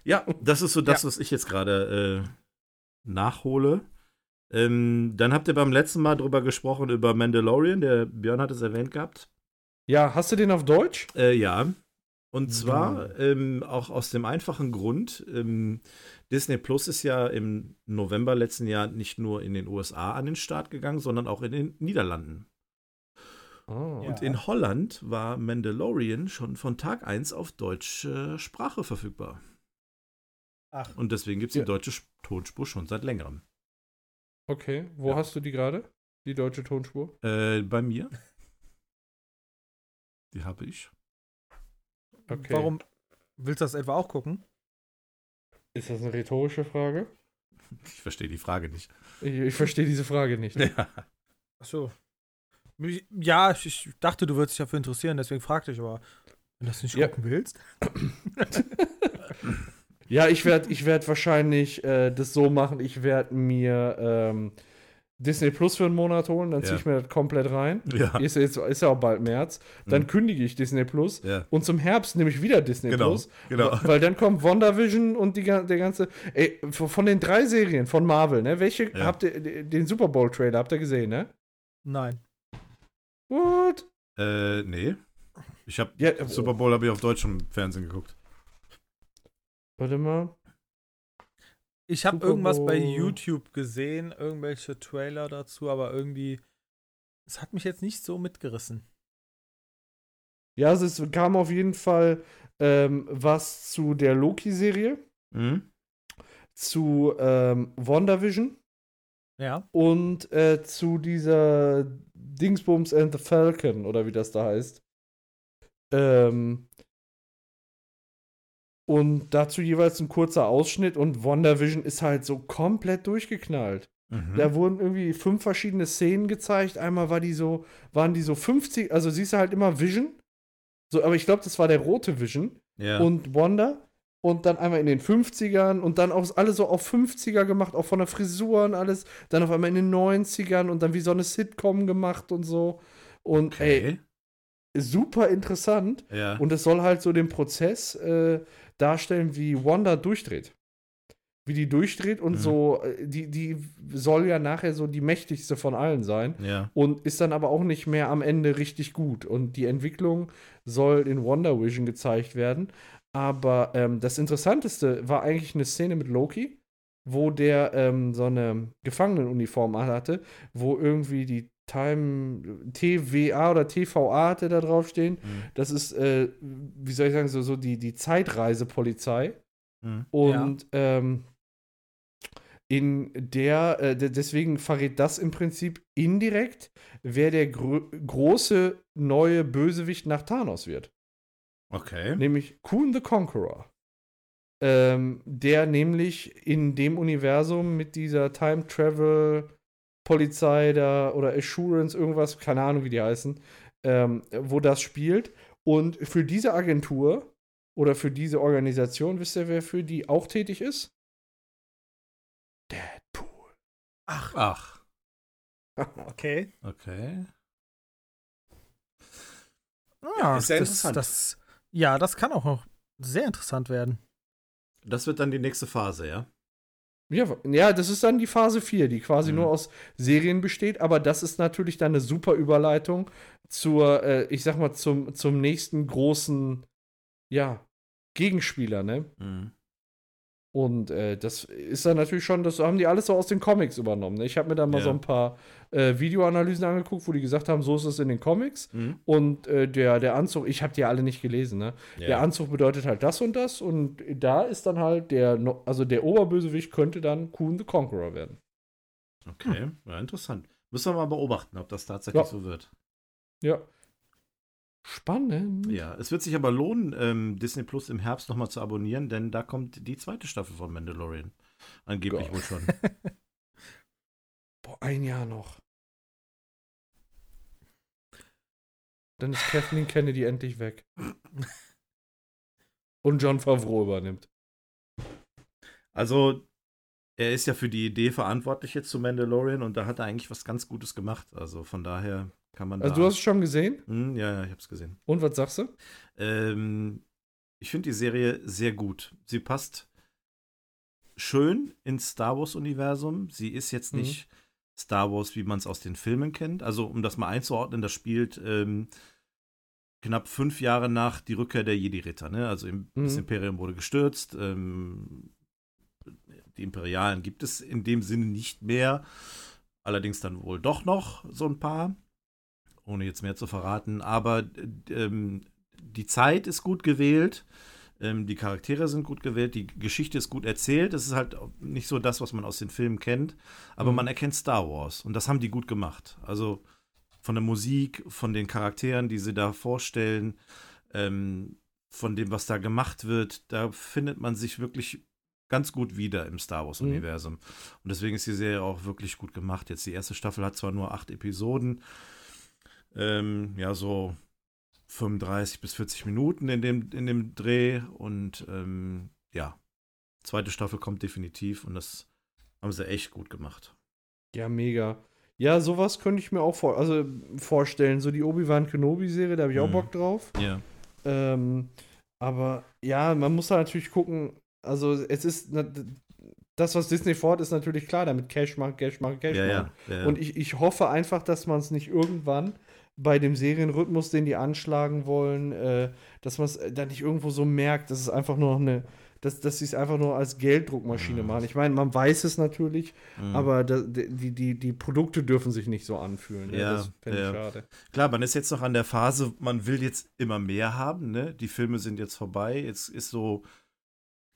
Speaker 2: ja.
Speaker 1: Ja, das ist so das, was ich jetzt gerade äh, nachhole. Ähm, dann habt ihr beim letzten Mal drüber gesprochen, über Mandalorian. Der Björn hat es erwähnt gehabt.
Speaker 2: ja, hast du den auf Deutsch?
Speaker 1: Äh, ja. Und zwar ähm, auch aus dem einfachen Grund, ähm, Disney Plus ist ja im November letzten Jahr nicht nur in den USA an den Start gegangen, sondern auch in den Niederlanden.
Speaker 2: Oh.
Speaker 3: Ja.
Speaker 1: Und in Holland war Mandalorian schon von Tag 1 auf deutsche Sprache verfügbar.
Speaker 3: Ach.
Speaker 1: Und deswegen gibt es
Speaker 2: Ja.
Speaker 1: die deutsche Sch- Tonspur schon seit längerem.
Speaker 2: Okay, wo
Speaker 1: Ja.
Speaker 2: hast du die gerade? Die deutsche Tonspur?
Speaker 1: Äh, bei mir. Die habe ich.
Speaker 2: Okay.
Speaker 3: Warum willst du das etwa auch gucken?
Speaker 2: Ist das eine rhetorische Frage?
Speaker 1: Ich verstehe die Frage nicht.
Speaker 2: Ich, ich verstehe diese Frage nicht.
Speaker 1: Ja.
Speaker 3: Ach so.
Speaker 4: Ja, ich, ich dachte, du würdest dich dafür interessieren, deswegen fragte ich, aber wenn du das nicht
Speaker 2: Ja.
Speaker 4: gucken willst.
Speaker 2: Ja, ich werde ich werd wahrscheinlich äh, das so machen. Ich werde mir ähm, Disney Plus für einen Monat holen, dann
Speaker 1: Ja.
Speaker 2: ziehe ich mir das komplett rein.
Speaker 1: Ja.
Speaker 2: Ist, ja jetzt, ist ja auch bald März.
Speaker 1: Mhm.
Speaker 2: Dann kündige ich Disney Plus
Speaker 1: Ja.
Speaker 2: und zum Herbst nehme ich wieder Disney
Speaker 1: Genau,
Speaker 2: Plus.
Speaker 1: genau.
Speaker 2: Weil dann kommt WandaVision und die, ga- der ganze. Ey, von von den drei Serien von Marvel, ne? Welche
Speaker 1: Ja.
Speaker 2: habt ihr. Den Super Bowl-Trailer habt ihr gesehen, ne?
Speaker 4: Nein.
Speaker 2: What?
Speaker 1: Äh, nee. Ich habe
Speaker 2: Ja, oh,
Speaker 1: Super Bowl habe ich auf deutschem Fernsehen geguckt.
Speaker 2: Warte mal.
Speaker 4: Ich habe
Speaker 2: Super
Speaker 4: irgendwas bei
Speaker 2: Bowl.
Speaker 4: YouTube gesehen, irgendwelche Trailer dazu, aber irgendwie. Es hat mich jetzt nicht so mitgerissen.
Speaker 2: Ja, es ist- kam auf jeden Fall ähm, was zu der Loki-Serie. Hm?
Speaker 1: Mhm.
Speaker 2: zu ähm, WandaVision
Speaker 4: Ja.
Speaker 2: und äh, zu dieser Dingsbums and the Falcon oder wie das da heißt. Ähm, und dazu jeweils ein kurzer Ausschnitt und WandaVision ist halt so komplett durchgeknallt.
Speaker 1: Mhm.
Speaker 2: Da wurden irgendwie fünf verschiedene Szenen gezeigt. Einmal war die so, waren die so 50, also siehst du halt immer Vision. So, aber ich glaube, das war der rote Vision
Speaker 1: ja.
Speaker 2: und Wanda. Und dann einmal in den 50ern und dann auch alle so auf 50er gemacht, auch von der Frisur und alles. Dann auf einmal in den 90ern und dann wie so eine Sitcom gemacht und so. Und
Speaker 1: okay.
Speaker 2: ey, super interessant.
Speaker 1: ja.
Speaker 2: Und es soll halt so den Prozess äh, darstellen, wie Wanda durchdreht. Wie die durchdreht und
Speaker 1: Mhm.
Speaker 2: so, äh, die, die soll ja nachher so die mächtigste von allen sein
Speaker 1: ja.
Speaker 2: und ist dann aber auch nicht mehr am Ende richtig gut. Und die Entwicklung soll in Wonder Vision gezeigt werden. Aber ähm, das Interessanteste war eigentlich eine Szene mit Loki, wo der ähm, so eine Gefangenenuniform hatte, wo irgendwie die Time TWA oder TVA hatte da draufstehen.
Speaker 1: Mhm.
Speaker 2: Das ist, äh, wie soll ich sagen, so, so die, die Zeitreisepolizei.
Speaker 1: Mhm.
Speaker 2: Und ähm, in der, äh, de- deswegen verrät das im Prinzip indirekt, wer der grö- große neue Bösewicht nach Thanos wird.
Speaker 1: Okay.
Speaker 2: Nämlich Kuhn the Conqueror. Ähm, der nämlich in dem Universum mit dieser Time Travel Polizei da oder Assurance irgendwas, keine Ahnung, wie die heißen, ähm, wo das spielt. Und für diese Agentur oder für diese Organisation, wisst ihr, wer für die auch tätig ist? Deadpool.
Speaker 1: Ach. Ach.
Speaker 4: Okay.
Speaker 1: Okay.
Speaker 4: Ja,
Speaker 1: ist sehr
Speaker 4: Ah, das,
Speaker 1: interessant.
Speaker 4: Das, ja, das kann auch noch sehr interessant werden.
Speaker 1: Das wird dann die nächste Phase, ja?
Speaker 2: Ja, wa- ja, das ist dann die Phase 4, die quasi
Speaker 1: Mhm.
Speaker 2: nur aus Serien besteht, aber das ist natürlich dann eine super Überleitung zur, äh, ich sag mal, zum, zum nächsten großen, ja, Gegenspieler, ne?
Speaker 1: Mhm.
Speaker 2: Und äh, das ist dann natürlich schon, das haben die alles so aus den Comics übernommen. Ne? Ich habe mir da mal
Speaker 1: Ja.
Speaker 2: so ein paar äh, Videoanalysen angeguckt, wo die gesagt haben, so ist es in den Comics.
Speaker 1: Mhm.
Speaker 2: Und äh, der, der Anzug, ich habe die alle nicht gelesen, ne? Der Anzug bedeutet halt das und das. Und da ist dann halt der, No- also der Oberbösewicht könnte dann Kuhn the Conqueror werden.
Speaker 1: Okay. Ja, interessant. Müssen wir mal beobachten, ob das tatsächlich
Speaker 2: Ja.
Speaker 1: so wird.
Speaker 2: Ja. Spannend.
Speaker 1: Ja, es wird sich aber lohnen, ähm, Disney Plus im Herbst nochmal zu abonnieren, denn da kommt die zweite Staffel von Mandalorian. Angeblich
Speaker 2: Gott.
Speaker 1: wohl schon.
Speaker 2: Boah, ein Jahr noch. Dann ist Kathleen Kennedy endlich <laughs> weg. Und John Favreau übernimmt.
Speaker 1: Also, er ist ja für die Idee verantwortlich jetzt zu Mandalorian und da hat er eigentlich was ganz Gutes gemacht. Also von daher kann man
Speaker 2: Also
Speaker 1: da.
Speaker 2: du hast es schon gesehen?
Speaker 1: Hm, ja, ja, ich hab's gesehen.
Speaker 2: Und was sagst du?
Speaker 1: Ähm, ich finde die Serie sehr gut. Sie passt schön ins Star Wars-Universum. Sie ist jetzt
Speaker 2: Mhm.
Speaker 1: nicht Star Wars, wie man es aus den Filmen kennt. Also, um das mal einzuordnen, das spielt ähm, knapp fünf Jahre nach die Rückkehr der Jedi-Ritter. Ne? Also, im, das
Speaker 2: Mhm.
Speaker 1: Imperium wurde gestürzt. Ähm, die Imperialen gibt es in dem Sinne nicht mehr. Allerdings dann wohl doch noch so ein paar, ohne jetzt mehr zu verraten. Aber äh, ähm, die Zeit ist gut gewählt, ähm, die Charaktere sind gut gewählt, die Geschichte ist gut erzählt. Es ist halt nicht so das, was man aus den Filmen kennt, aber
Speaker 2: Mhm.
Speaker 1: man erkennt Star Wars und das haben die gut gemacht. Also von der Musik, von den Charakteren, die sie da vorstellen, ähm, von dem, was da gemacht wird, da findet man sich wirklich ganz gut wieder im Star Wars-Universum. Und deswegen ist die Serie auch wirklich gut gemacht. Jetzt die erste Staffel hat zwar nur acht Episoden, Ähm, ja, so 35 bis 40 Minuten in dem, in dem Dreh. Und ähm, ja, zweite Staffel kommt definitiv und das haben sie echt gut gemacht.
Speaker 2: Ja, mega. Ja, sowas könnte ich mir auch vor also vorstellen. So die Obi-Wan Kenobi-Serie, da habe ich auch
Speaker 1: Mhm.
Speaker 2: Bock drauf.
Speaker 1: Ja.
Speaker 2: Ähm, aber ja, man muss da natürlich gucken. Also, es ist. na- Das, was Disney fort, ist natürlich klar, damit Cash machen, Cash machen, Cash
Speaker 1: Ja,
Speaker 2: machen.
Speaker 1: ja, ja, ja.
Speaker 2: Und ich, ich hoffe einfach, dass man es nicht irgendwann bei dem Serienrhythmus, den die anschlagen wollen, äh, dass man es dann nicht irgendwo so merkt, dass es einfach nur noch eine, dass, dass sie es einfach nur als Gelddruckmaschine machen. Ich meine, man weiß es natürlich,
Speaker 1: Mhm.
Speaker 2: aber da, die, die, die Produkte dürfen sich nicht so anfühlen. ne?
Speaker 1: Ja,
Speaker 2: das fände ich
Speaker 1: ja.
Speaker 2: schade.
Speaker 1: Klar, man ist jetzt noch an der Phase, man will jetzt immer mehr haben, ne? Die Filme sind jetzt vorbei. Jetzt ist so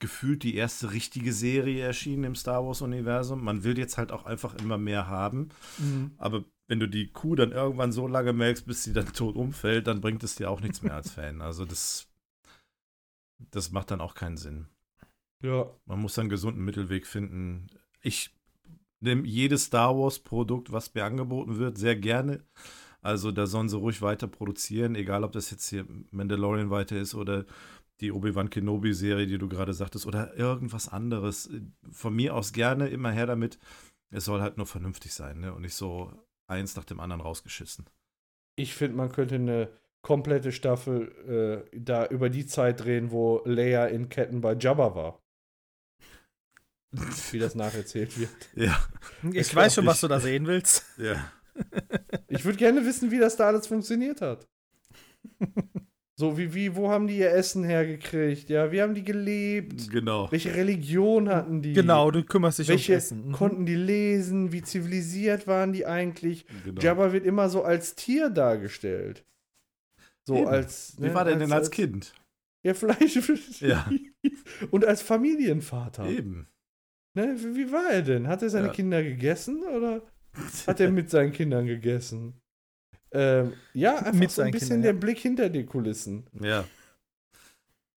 Speaker 1: gefühlt die erste richtige Serie erschienen im Star Wars-Universum. Man will jetzt halt auch einfach immer mehr haben. Aber wenn du die Kuh dann irgendwann so lange melkst, bis sie dann <laughs> tot umfällt, dann bringt es dir auch nichts mehr als Fan. Also das, das macht dann auch keinen Sinn.
Speaker 2: Ja.
Speaker 1: Man muss einen gesunden Mittelweg finden. Ich nehme jedes Star Wars-Produkt, was mir angeboten wird, sehr gerne. Also da sollen sie ruhig weiter produzieren, egal ob das jetzt hier Mandalorian weiter ist oder die Obi-Wan Kenobi-Serie, die du gerade sagtest, oder irgendwas anderes. Von mir aus gerne immer her damit. Es soll halt nur vernünftig sein ne? und nicht so eins nach dem anderen rausgeschissen.
Speaker 2: Ich finde, man könnte eine komplette Staffel äh, da über die Zeit drehen, wo Leia in Ketten bei Jabba war, wie das nacherzählt wird.
Speaker 1: ja,
Speaker 4: Ich
Speaker 1: glaub
Speaker 4: weiß schon, was
Speaker 1: nicht.
Speaker 4: du da sehen willst.
Speaker 1: <laughs> ja.
Speaker 2: Ich würde gerne wissen, wie das da alles
Speaker 1: <laughs>
Speaker 2: funktioniert hat. So, wie, wie, wo haben die ihr Essen hergekriegt? Ja, wie haben die gelebt?
Speaker 1: Genau.
Speaker 2: Welche Religion hatten die?
Speaker 4: Genau, du kümmerst dich
Speaker 2: Welche
Speaker 4: um Essen. Mhm.
Speaker 2: konnten die lesen? Wie zivilisiert waren die eigentlich?
Speaker 1: genau.
Speaker 2: Jabba wird immer so als Tier dargestellt. So
Speaker 1: Eben.
Speaker 2: als.
Speaker 1: Wie war der denn ne, als <laughs>
Speaker 2: Kind?
Speaker 1: Kind?
Speaker 2: Ja, vielleicht.
Speaker 1: Ja.
Speaker 2: <laughs> Und als Familienvater.
Speaker 1: Eben.
Speaker 2: Ne? Wie wie war er denn? Hat er seine
Speaker 1: Ja.
Speaker 2: Kinder gegessen
Speaker 4: <laughs>
Speaker 2: oder hat er mit seinen Kindern gegessen? Ähm, ja, einfach
Speaker 4: Mit
Speaker 2: so ein
Speaker 4: seinen
Speaker 2: bisschen
Speaker 4: Kindern,
Speaker 2: der
Speaker 4: ja.
Speaker 2: Blick hinter die Kulissen.
Speaker 1: Ja.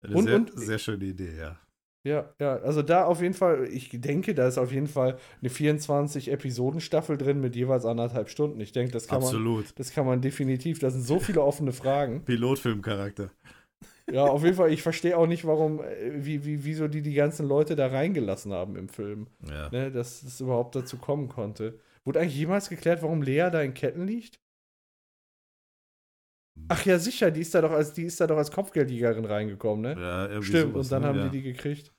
Speaker 1: Eine
Speaker 2: Und-
Speaker 1: sehr,
Speaker 2: und-
Speaker 1: sehr schöne Idee, ja.
Speaker 2: Ja, ja, also da auf jeden Fall, ich denke, da ist auf jeden Fall eine 24-Episoden-Staffel drin mit jeweils anderthalb Stunden. Ich denke, das kann man,
Speaker 1: Absolut.
Speaker 2: das kann man definitiv, da sind so viele offene Fragen.
Speaker 1: Pilotfilmcharakter.
Speaker 2: Ja, auf jeden Fall, ich verstehe auch nicht, warum, äh, wie, wie, wieso die die ganzen Leute da reingelassen haben im Film,
Speaker 1: Ja.
Speaker 2: ne, dass es überhaupt dazu kommen konnte. Wurde eigentlich jemals geklärt, warum Lea da in Ketten liegt?
Speaker 1: Hm.
Speaker 2: Ach ja, sicher, die ist da doch als, die ist da doch als Kopfgeldjägerin reingekommen, ne?
Speaker 1: Ja, irgendwie
Speaker 2: Stimmt,
Speaker 1: sowas,
Speaker 2: und dann
Speaker 1: ne?
Speaker 2: haben
Speaker 1: ja.
Speaker 2: die die gekriegt.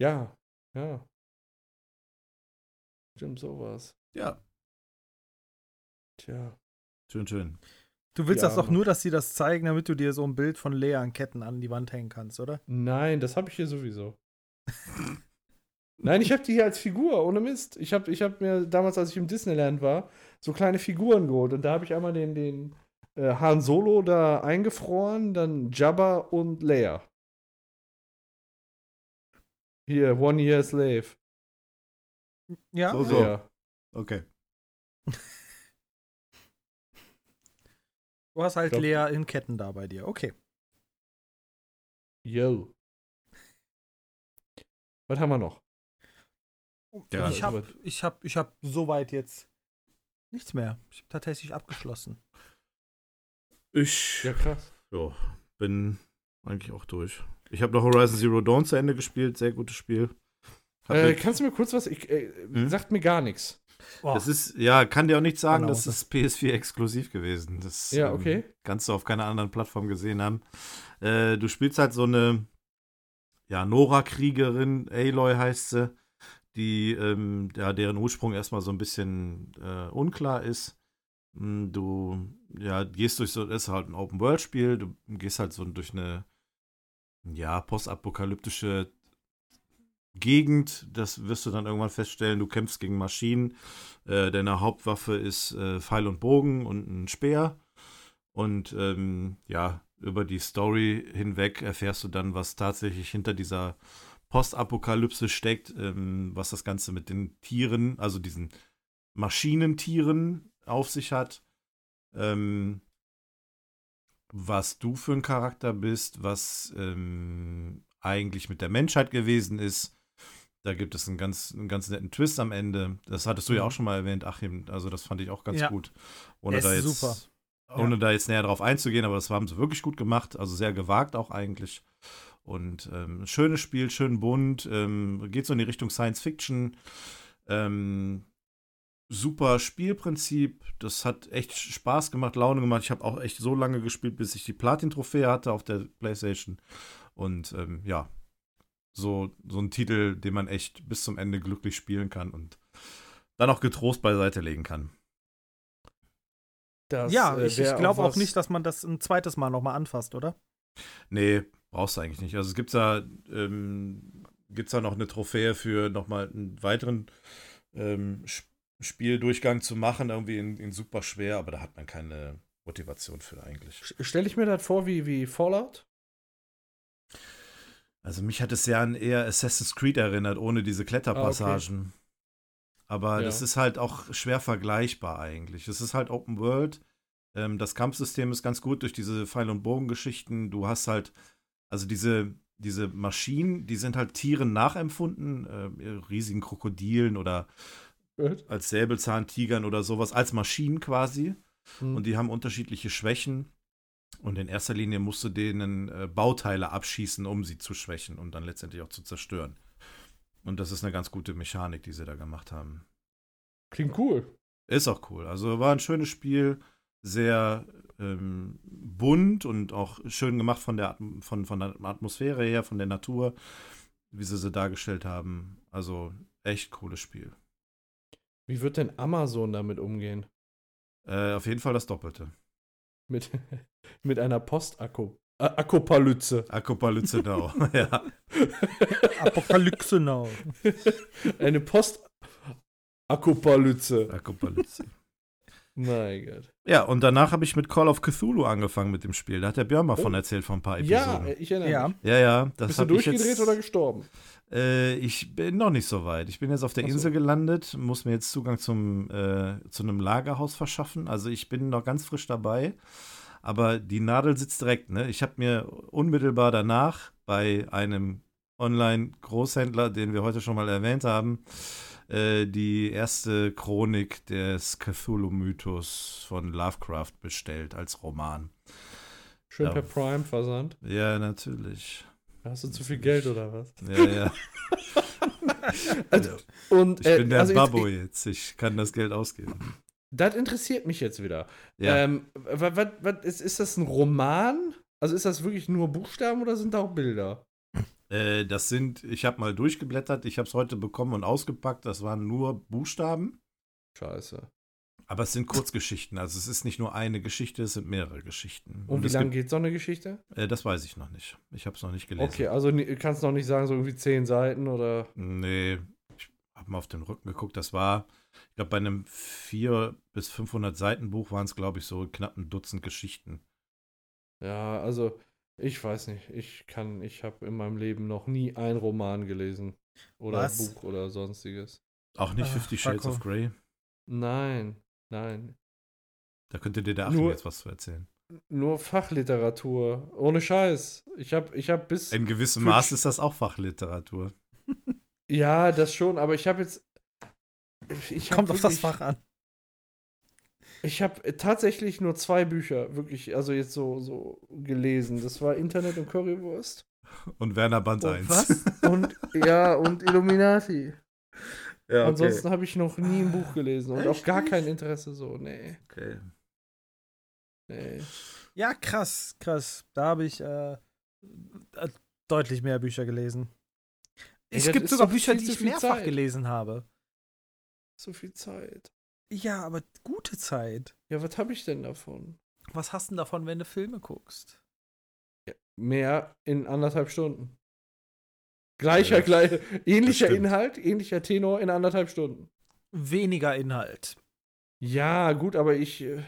Speaker 2: Ja, ja. Stimmt, sowas.
Speaker 1: Ja,
Speaker 2: Tja.
Speaker 1: schön, schön.
Speaker 4: Du willst
Speaker 2: Ja,
Speaker 4: das doch
Speaker 2: Mann.
Speaker 4: nur, dass sie das zeigen, damit du dir so ein Bild von Lea an Ketten an die Wand hängen kannst, oder?
Speaker 2: Nein, das habe ich hier sowieso. Nein, ich habe die hier als Figur, ohne Mist. Ich habe ich hab mir damals, als ich im Disneyland war, so kleine Figuren geholt. Und da habe ich einmal den, den äh, Han Solo da eingefroren, dann Jabba und Leia. Hier, One Year Slave.
Speaker 4: Ja.
Speaker 1: So, so.
Speaker 2: Ja.
Speaker 1: Okay.
Speaker 4: Du hast halt
Speaker 2: Ich
Speaker 4: Lea in Ketten da bei dir. Okay.
Speaker 2: Yo. Was haben wir noch?
Speaker 1: Ja,
Speaker 4: ich habe ich hab, ich hab soweit jetzt nichts mehr. Ich habe tatsächlich abgeschlossen.
Speaker 1: Ich
Speaker 2: Ja, krass.
Speaker 1: ja, bin eigentlich auch durch. Ich habe noch Horizon Zero Dawn zu Ende gespielt. Sehr gutes Spiel. Hat
Speaker 2: Äh,
Speaker 1: mir-
Speaker 2: kannst du mir kurz was? Ich, äh,
Speaker 1: Hm?
Speaker 2: Sagt mir gar nichts.
Speaker 4: Boah.
Speaker 1: das ist, ja, kann dir auch nicht sagen,
Speaker 4: Genau,
Speaker 1: das ist PS4-exklusiv gewesen. Das
Speaker 2: Ja,
Speaker 1: ähm,
Speaker 2: okay.
Speaker 1: kannst du auf keiner anderen Plattform gesehen haben. Äh, du spielst halt so eine ja, Nora-Kriegerin, Aloy heißt sie, die, ähm, ja, deren Ursprung erstmal so ein bisschen äh, unklar ist. Mm, Du ja, gehst durch so, das ist halt ein Open-World-Spiel, du gehst halt so durch eine ja, postapokalyptische Gegend, das wirst du dann irgendwann feststellen, du kämpfst gegen Maschinen, äh, deine Hauptwaffe ist äh, Pfeil und Bogen und ein Speer. Und ähm, ja, über die Story hinweg erfährst du dann, was tatsächlich hinter dieser Postapokalypse steckt, ähm, was das Ganze mit den Tieren, also diesen Maschinentieren auf sich hat, ähm, was du für ein Charakter bist, was ähm, eigentlich mit der Menschheit gewesen ist. Da gibt es einen ganz, einen ganz netten Twist am Ende. Das hattest du ja auch schon mal erwähnt, Achim. Also das fand ich auch ganz
Speaker 4: Ja.
Speaker 1: gut. Ohne
Speaker 4: Der
Speaker 1: da
Speaker 4: ist
Speaker 1: jetzt
Speaker 4: super.
Speaker 1: Ohne da jetzt näher drauf einzugehen, aber das haben sie wirklich gut gemacht. Also sehr gewagt auch eigentlich. Und ähm, schönes Spiel, schön bunt. Ähm, geht so in die Richtung Science Fiction. Ähm, super Spielprinzip. Das hat echt Spaß gemacht, Laune gemacht. Ich habe auch echt so lange gespielt, bis ich die Platin-Trophäe hatte auf der PlayStation. Und ähm, ja, so, so ein Titel, den man echt bis zum Ende glücklich spielen kann und dann auch getrost beiseite legen kann.
Speaker 3: Das, äh,
Speaker 2: äh,
Speaker 3: ja, ich, ich glaube auch, nicht, dass man das ein zweites Mal nochmal anfasst, oder?
Speaker 1: Nee, brauchst du eigentlich nicht. Also es gibt da, ähm, gibt's da noch eine Trophäe für nochmal einen weiteren ähm, Sp Spieldurchgang zu machen, irgendwie in, in super schwer, aber da hat man keine Motivation für eigentlich.
Speaker 2: Stelle ich mir das vor wie, wie Fallout?
Speaker 1: Also mich hat es ja an eher Assassin's Creed erinnert, ohne diese Kletterpassagen. Ah, okay. Aber
Speaker 2: Ja.
Speaker 1: das ist halt auch schwer vergleichbar eigentlich. Es ist halt Open World. Ähm, das Kampfsystem ist ganz gut durch diese Pfeil- und Bogengeschichten. Du hast halt, also diese, diese Maschinen, die sind halt Tieren nachempfunden, äh, riesigen Krokodilen oder als Säbelzahntigern oder sowas, als Maschinen quasi.
Speaker 2: Hm.
Speaker 1: Und die haben unterschiedliche Schwächen. Und in erster Linie musst du denen äh, Bauteile abschießen, um sie zu schwächen und dann letztendlich auch zu zerstören. Und das ist eine ganz gute Mechanik, die sie da gemacht haben.
Speaker 2: Klingt cool.
Speaker 1: Ist auch cool. Also war ein schönes Spiel, sehr ähm, bunt und auch schön gemacht von der, Atm- von, von der Atmosphäre her, von der Natur, wie sie sie dargestellt haben. Also echt cooles Spiel.
Speaker 2: Wie wird denn Amazon damit umgehen?
Speaker 1: Äh, auf jeden Fall das Doppelte.
Speaker 2: Mit, <laughs> mit einer Postakku. Äh, Akkupalyze.
Speaker 1: Akkupalyze Now, <laughs> ja.
Speaker 3: Apokalypse Now.
Speaker 2: <laughs> Eine Post. Akkupalyze.
Speaker 1: Akkupalyze.
Speaker 2: Mein Gott.
Speaker 1: Ja, und danach habe ich mit Call of Cthulhu angefangen mit dem Spiel. Da hat der Björn mal von erzählt von ein paar
Speaker 2: Oh. Ja, äh,
Speaker 1: Episoden.
Speaker 2: ich erinnere
Speaker 3: Ja.
Speaker 2: mich.
Speaker 1: Ja, ja, das
Speaker 2: Bist du
Speaker 1: habe ich
Speaker 2: durchgedreht
Speaker 1: jetzt.
Speaker 2: oder gestorben?
Speaker 1: äh, ich bin noch nicht so weit. Ich bin jetzt auf der
Speaker 2: Ach so.
Speaker 1: Insel gelandet, muss mir jetzt Zugang zum äh, zu einem Lagerhaus verschaffen. Also ich bin noch ganz frisch dabei. Aber die Nadel sitzt direkt. Ne? Ich habe mir unmittelbar danach bei einem Online-Großhändler, den wir heute schon mal erwähnt haben, äh, die erste Chronik des Cthulhu-Mythos von Lovecraft bestellt als Roman.
Speaker 2: Schön
Speaker 1: Ja.
Speaker 2: per Prime versandt.
Speaker 1: Ja, natürlich.
Speaker 2: Hast du zu viel Geld oder was?
Speaker 1: Ja,
Speaker 2: <laughs>
Speaker 1: ja.
Speaker 2: Also, Und
Speaker 1: Ich bin der
Speaker 2: also jetzt-
Speaker 1: Babbo jetzt. Ich kann das Geld ausgeben.
Speaker 2: Das interessiert mich jetzt wieder.
Speaker 1: Ja.
Speaker 2: Ähm, wa- wa- wa- ist, ist das ein Roman? Also ist das wirklich nur Buchstaben oder sind da auch Bilder?
Speaker 1: Äh, das sind, ich habe mal durchgeblättert, ich habe es heute bekommen und ausgepackt. Das waren nur Buchstaben,
Speaker 2: Scheiße.
Speaker 1: aber es sind Kurzgeschichten. Also es ist nicht nur eine Geschichte, es sind mehrere Geschichten.
Speaker 2: Und Oh, wie
Speaker 1: es
Speaker 2: lange
Speaker 1: gibt-
Speaker 2: geht so eine Geschichte?
Speaker 1: Äh, das weiß ich noch nicht. Ich habe es noch nicht gelesen.
Speaker 2: Okay, also ni- kannst noch nicht sagen, so irgendwie zehn Seiten oder.
Speaker 1: Nee, ich habe mal auf den Rücken geguckt. Das war, ich glaube, bei einem 400 bis 500 Seiten Buch waren es, glaube ich, so knapp ein Dutzend Geschichten.
Speaker 2: Ja, also ich weiß nicht. Ich kann, ich habe in meinem Leben noch nie einen Roman gelesen. Oder
Speaker 3: Was?
Speaker 2: Buch oder sonstiges.
Speaker 1: Auch nicht
Speaker 3: Ach,
Speaker 2: Ah,
Speaker 1: Fifty Shades
Speaker 3: Marco.
Speaker 1: of Grey.
Speaker 2: Nein, nein.
Speaker 1: Da könnte dir der Achim
Speaker 2: Nur-
Speaker 1: jetzt was zu erzählen.
Speaker 2: Nur Fachliteratur. Ohne Scheiß. Ich habe ich hab bis.
Speaker 1: In gewissem
Speaker 2: Für-
Speaker 1: Maß ist das auch Fachliteratur.
Speaker 2: Ja, das schon, aber ich habe jetzt. Ich hab
Speaker 3: Kommt auf das
Speaker 2: wirklich-
Speaker 3: Fach an.
Speaker 2: Ich habe tatsächlich nur zwei Bücher wirklich, also jetzt so, so gelesen. Das war Internet und Currywurst.
Speaker 1: Und Werner Band
Speaker 2: Oh,
Speaker 3: Und
Speaker 1: 1.
Speaker 3: was?
Speaker 2: Und ja, und Illuminati.
Speaker 1: Ja,
Speaker 2: Ansonsten habe ich noch nie ein Buch gelesen und auch gar kein Interesse so. Nee,
Speaker 1: okay.
Speaker 2: nee.
Speaker 3: Ja, krass, krass. Da habe ich äh, äh, deutlich mehr Bücher gelesen.
Speaker 2: Ey,
Speaker 3: es
Speaker 2: das
Speaker 3: gibt
Speaker 2: ist
Speaker 3: sogar
Speaker 2: doch
Speaker 3: Bücher,
Speaker 2: viel
Speaker 3: die
Speaker 2: zu
Speaker 3: ich
Speaker 2: viel
Speaker 3: mehrfach
Speaker 2: Zeit.
Speaker 3: gelesen habe.
Speaker 2: So viel Zeit.
Speaker 3: Ja, aber gute Zeit.
Speaker 2: Ja, was habe ich denn davon?
Speaker 3: Was hast du denn davon, wenn du Filme guckst?
Speaker 2: Mehr in anderthalb Stunden. Gleicher,
Speaker 1: Ja,
Speaker 2: gleich, ähnlicher
Speaker 1: stimmt.
Speaker 2: Inhalt, ähnlicher Tenor in anderthalb Stunden.
Speaker 3: Weniger Inhalt.
Speaker 2: Ja, gut, aber ich. äh,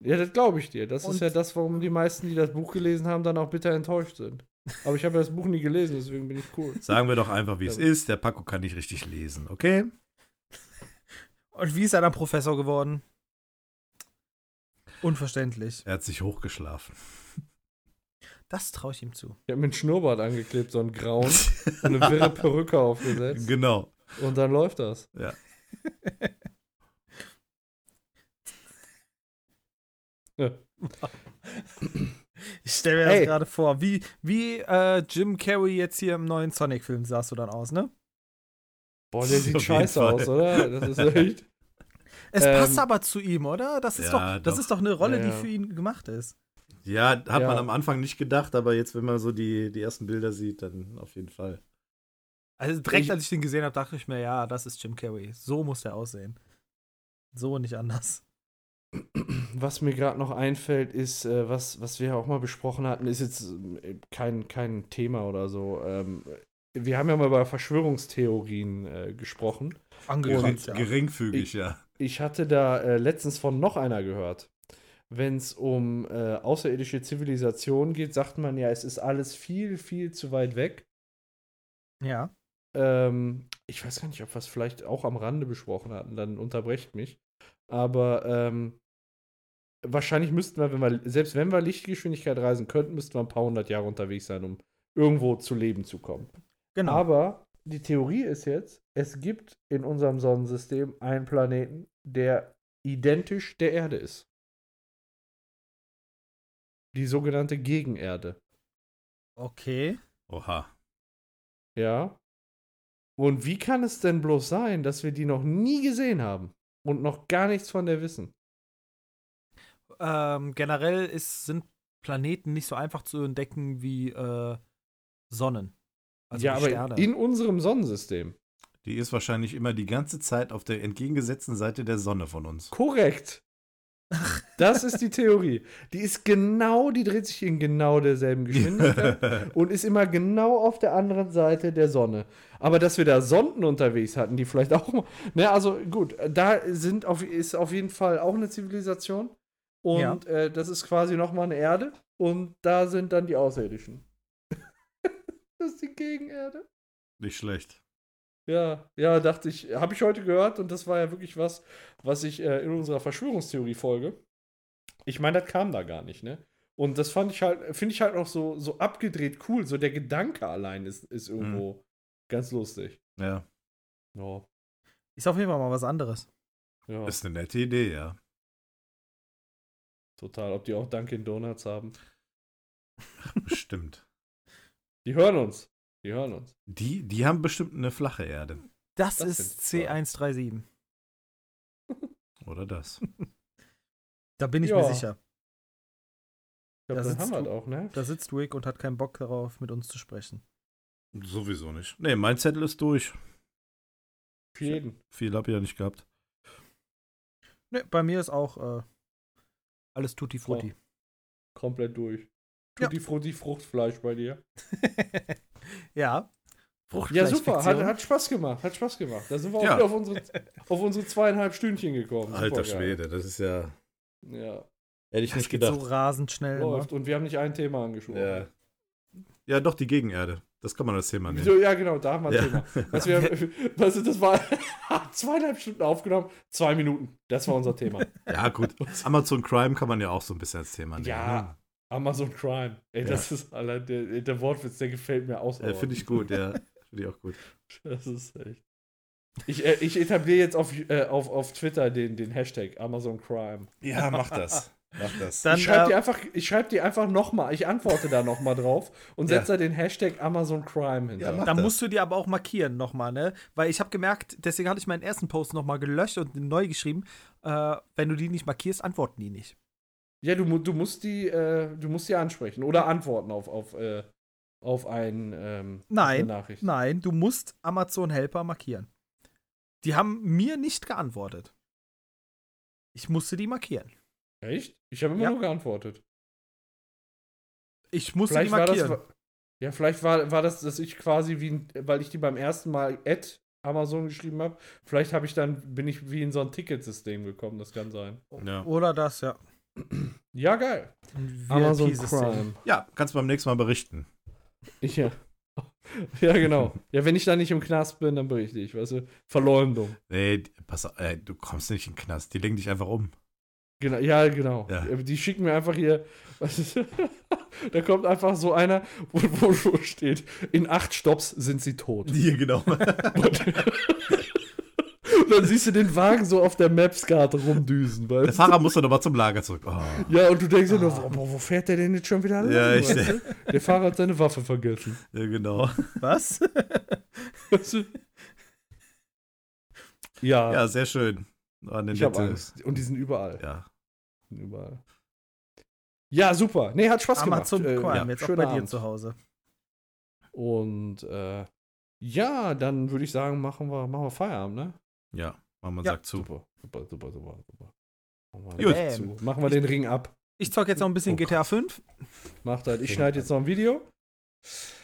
Speaker 2: Ja, das glaube ich dir. Das
Speaker 3: Und-
Speaker 2: ist ja das, warum die meisten, die das Buch gelesen haben, dann auch bitter enttäuscht sind. Aber ich habe ja das Buch nie gelesen, deswegen
Speaker 1: <laughs>
Speaker 2: bin ich cool.
Speaker 1: Sagen wir doch einfach, wie es
Speaker 2: Ja.
Speaker 1: ist. Der Paco kann nicht richtig lesen, okay?
Speaker 3: Und wie ist er dann Professor geworden? Unverständlich.
Speaker 1: Er hat sich hochgeschlafen.
Speaker 3: Das traue ich ihm zu.
Speaker 2: Ich habe mir einen Schnurrbart angeklebt, so einen grauen, und eine wirre Perücke aufgesetzt.
Speaker 1: genau.
Speaker 2: Und dann läuft das.
Speaker 3: Ich stelle mir das
Speaker 2: Ey.
Speaker 3: gerade vor. Wie, wie äh, Jim Carrey jetzt hier im neuen Sonic-Film sahst du dann aus, ne?
Speaker 2: Boah,
Speaker 1: der sieht scheiße aus,
Speaker 2: oder? Das ist echt.
Speaker 3: Es
Speaker 2: Ähm,
Speaker 3: passt aber zu ihm, oder? Das ist,
Speaker 1: Ja,
Speaker 3: doch, das
Speaker 1: doch.
Speaker 3: ist doch eine Rolle,
Speaker 2: Ja, ja.
Speaker 3: die für ihn gemacht ist.
Speaker 1: Ja, hat
Speaker 2: Ja.
Speaker 1: man am Anfang nicht gedacht, aber jetzt, wenn man so die, die ersten Bilder sieht, dann auf jeden Fall.
Speaker 3: Also direkt
Speaker 2: Ich-
Speaker 3: als ich den gesehen habe, dachte ich mir, ja, das ist Jim Carrey. So muss der aussehen. So und nicht anders.
Speaker 2: Was mir gerade noch einfällt, ist, äh, was, was wir ja auch mal besprochen hatten, ist jetzt äh, kein, kein Thema oder so. Ähm, wir haben ja mal über Verschwörungstheorien äh, gesprochen.
Speaker 3: Angerannt, ja.
Speaker 1: Geringfügig,
Speaker 2: Ich-
Speaker 1: ja.
Speaker 2: Ich hatte da äh, letztens von noch einer gehört. Wenn es um äh, außerirdische Zivilisationen geht, sagt man ja, es ist alles viel, viel zu weit weg.
Speaker 3: ja.
Speaker 2: Ähm, ich weiß gar nicht, ob wir es vielleicht auch am Rande besprochen hatten, dann unterbrecht mich. Aber ähm, wahrscheinlich müssten wir, wenn wir, selbst wenn wir Lichtgeschwindigkeit reisen könnten, müssten wir ein paar hundert Jahre unterwegs sein, um irgendwo zu Leben zu kommen.
Speaker 3: Genau.
Speaker 2: Aber die Theorie ist jetzt, es gibt in unserem Sonnensystem einen Planeten, der identisch der Erde ist. Die sogenannte Gegenerde.
Speaker 3: okay.
Speaker 1: Oha.
Speaker 2: Ja. Und wie kann es denn bloß sein, dass wir die noch nie gesehen haben und noch gar nichts von der wissen?
Speaker 3: Ähm, generell ist, sind Planeten nicht so einfach zu entdecken wie äh, Sonnen. Also
Speaker 2: ja,
Speaker 3: wie
Speaker 2: aber
Speaker 3: Sterne.
Speaker 2: in unserem Sonnensystem.
Speaker 1: Die ist wahrscheinlich immer die ganze Zeit auf der entgegengesetzten Seite der Sonne von uns.
Speaker 2: Korrekt. Das ist die Theorie. Die ist genau, die dreht sich in genau derselben Geschwindigkeit und ist immer genau auf der anderen Seite der Sonne. Aber dass wir da Sonden unterwegs hatten, die vielleicht auch mal. Ne, also gut, da sind auf, ist auf jeden Fall auch eine Zivilisation. Und
Speaker 3: Ja.
Speaker 2: äh, das ist quasi nochmal eine Erde. Und da sind dann die Außerirdischen. <laughs> das ist die Gegenerde.
Speaker 1: <laughs> Nicht schlecht.
Speaker 2: Ja, ja, dachte ich, habe ich heute gehört und das war ja wirklich was, was ich äh, in unserer Verschwörungstheorie folge. Ich meine, das kam da gar nicht, ne? Und das fand ich halt, finde ich halt auch so, so abgedreht cool. So der Gedanke allein ist, ist irgendwo ganz lustig.
Speaker 1: Ja,
Speaker 2: Ja,
Speaker 3: Ist auf jeden Fall mal was anderes.
Speaker 2: ja,
Speaker 1: ist eine nette Idee, ja.
Speaker 2: total. Ob die auch Dunkin' Donuts haben.
Speaker 1: Bestimmt.
Speaker 2: Die hören uns. Die hören uns.
Speaker 1: Die, die haben bestimmt eine flache Erde.
Speaker 3: Das,
Speaker 2: Das
Speaker 3: ist
Speaker 2: finde ich
Speaker 3: C137.
Speaker 1: Oder das.
Speaker 3: Da bin ich
Speaker 2: Ja.
Speaker 3: mir sicher.
Speaker 2: Ich glaube,
Speaker 3: Da
Speaker 2: das
Speaker 3: sitzt
Speaker 2: haben wir
Speaker 3: du.
Speaker 2: auch, ne?
Speaker 3: Da sitzt Wick und hat keinen Bock darauf, mit uns zu sprechen.
Speaker 1: Sowieso nicht. Nee, mein Zettel ist durch.
Speaker 2: Für jeden.
Speaker 1: Viel hab ich ja nicht gehabt.
Speaker 3: Ne, bei mir ist auch äh, alles tutti frutti.
Speaker 2: Komplett durch.
Speaker 3: Ja.
Speaker 2: Tut die Frutti Fruchtfleisch bei dir.
Speaker 3: ja.
Speaker 2: Ja, super. Hat,
Speaker 3: Fruchtfleischfiktion.
Speaker 2: hat Spaß gemacht. Hat Spaß gemacht. Da sind wir auch
Speaker 1: Ja.
Speaker 2: wieder auf unsere, auf unsere zweieinhalb Stündchen gekommen.
Speaker 1: Alter
Speaker 2: Supergeil.
Speaker 1: Schwede, das ist ja.
Speaker 2: Ja,
Speaker 1: Hätte ich
Speaker 3: Das geht so rasend schnell.
Speaker 2: läuft. Und wir haben nicht ein Thema angesprochen.
Speaker 1: ja. ja, doch, die Gegenerde. Das kann man als Thema
Speaker 2: Wieso?
Speaker 1: nehmen.
Speaker 2: Ja, genau, da haben wir ein
Speaker 1: Ja.
Speaker 2: Thema.
Speaker 1: <laughs>
Speaker 2: Was wir, was, das war <laughs> zweieinhalb Stunden aufgenommen, zwei Minuten. Das war unser Thema.
Speaker 1: <laughs> Ja, gut. Amazon Crime kann man ja auch so ein bisschen als Thema nehmen.
Speaker 2: Ja. Amazon Crime. Ey,
Speaker 1: Ja.
Speaker 2: das ist allein der, der Wortwitz, der gefällt mir aus.
Speaker 1: Ne? Äh, Finde ich gut, ja. Finde ich auch gut.
Speaker 2: Das ist echt. Ich, äh, ich etabliere jetzt auf, äh, auf, auf Twitter den, den Hashtag Amazon Crime.
Speaker 1: Ja, mach das. Mach das.
Speaker 3: Dann,
Speaker 2: Ich schreibe
Speaker 3: äh,
Speaker 2: dir einfach, ich schreib dir einfach nochmal, ich antworte da nochmal drauf und setze da den Hashtag Amazon Crime hinter.
Speaker 1: mach
Speaker 3: da
Speaker 1: das.
Speaker 3: musst du dir aber auch markieren nochmal, ne? Weil ich habe gemerkt, deswegen hatte ich meinen ersten Post nochmal gelöscht und neu geschrieben. Äh, wenn du die nicht markierst, antworten die nicht.
Speaker 2: Ja, du, mu- du musst die, äh, du musst die ansprechen oder antworten auf, auf, äh, auf ein, ähm,
Speaker 3: Nein,
Speaker 2: auf eine Nachricht.
Speaker 3: Nein, du musst Amazon Helper markieren. Die haben mir nicht geantwortet. Ich musste die markieren.
Speaker 2: Echt? Ich habe immer
Speaker 3: Ja.
Speaker 2: nur geantwortet.
Speaker 3: Ich musste
Speaker 2: Vielleicht
Speaker 3: die
Speaker 2: war
Speaker 3: markieren.
Speaker 2: das, ja, vielleicht war, war das, dass ich quasi wie, ein, weil ich die beim ersten Mal at Amazon geschrieben habe, vielleicht habe ich dann, bin ich wie in so ein Ticketsystem gekommen, das kann sein.
Speaker 1: Ja.
Speaker 3: Oder das, ja.
Speaker 2: Ja, geil.
Speaker 3: Ein VIP-System.
Speaker 2: Crime.
Speaker 1: ja, kannst du beim nächsten Mal berichten.
Speaker 2: Ich, ja. ja, genau. Ja, wenn ich da nicht im Knast bin, dann berichte ich, weißt du? Verleumdung.
Speaker 1: Nee, pass auf, ey, du kommst nicht in den Knast. Die legen dich einfach <laughs> um.
Speaker 2: Genau, ja, genau.
Speaker 1: Ja.
Speaker 2: Die, die schicken mir einfach hier. Was ist, <laughs> da kommt einfach so einer, wo, wo, wo
Speaker 1: <laughs>
Speaker 2: steht: In acht Stops sind sie tot.
Speaker 1: Ja, genau.
Speaker 2: Und, Und dann siehst du den Wagen so auf der Maps-Karte rumdüsen.
Speaker 1: Der
Speaker 2: Weißt? du?
Speaker 1: Fahrer muss dann aber zum Lager zurück. Oh.
Speaker 2: Ja, und du denkst dir nur, wo, wo fährt der denn jetzt schon wieder lang?
Speaker 1: Ja, ich-
Speaker 2: weißt du? Der Fahrer hat seine Waffe
Speaker 1: <laughs>
Speaker 2: vergessen.
Speaker 1: Ja, genau.
Speaker 3: Was?
Speaker 2: Weißt du? Ja,
Speaker 1: Ja, sehr schön. War eine
Speaker 2: ich habe
Speaker 1: nette-
Speaker 2: Angst. Und die sind überall.
Speaker 1: Ja.
Speaker 2: Ja, überall. ja super. Nee, hat Spaß
Speaker 3: Amazon
Speaker 2: gemacht. Äh,
Speaker 3: Prime, jetzt auch bei dir
Speaker 2: Abend.
Speaker 3: zu Hause.
Speaker 2: Und äh, ja, dann würde ich sagen, machen wir, machen wir Feierabend, ne?
Speaker 1: Ja, Mama
Speaker 3: Ja.
Speaker 1: sagt zu.
Speaker 2: Super, super, super, super, super.
Speaker 1: Gut.
Speaker 2: Machen wir, zu. machen wir den Ring ab.
Speaker 3: Ich zock jetzt noch ein bisschen
Speaker 2: Oh
Speaker 3: GTA 5.
Speaker 2: Macht halt. Ich schneide jetzt noch ein Video.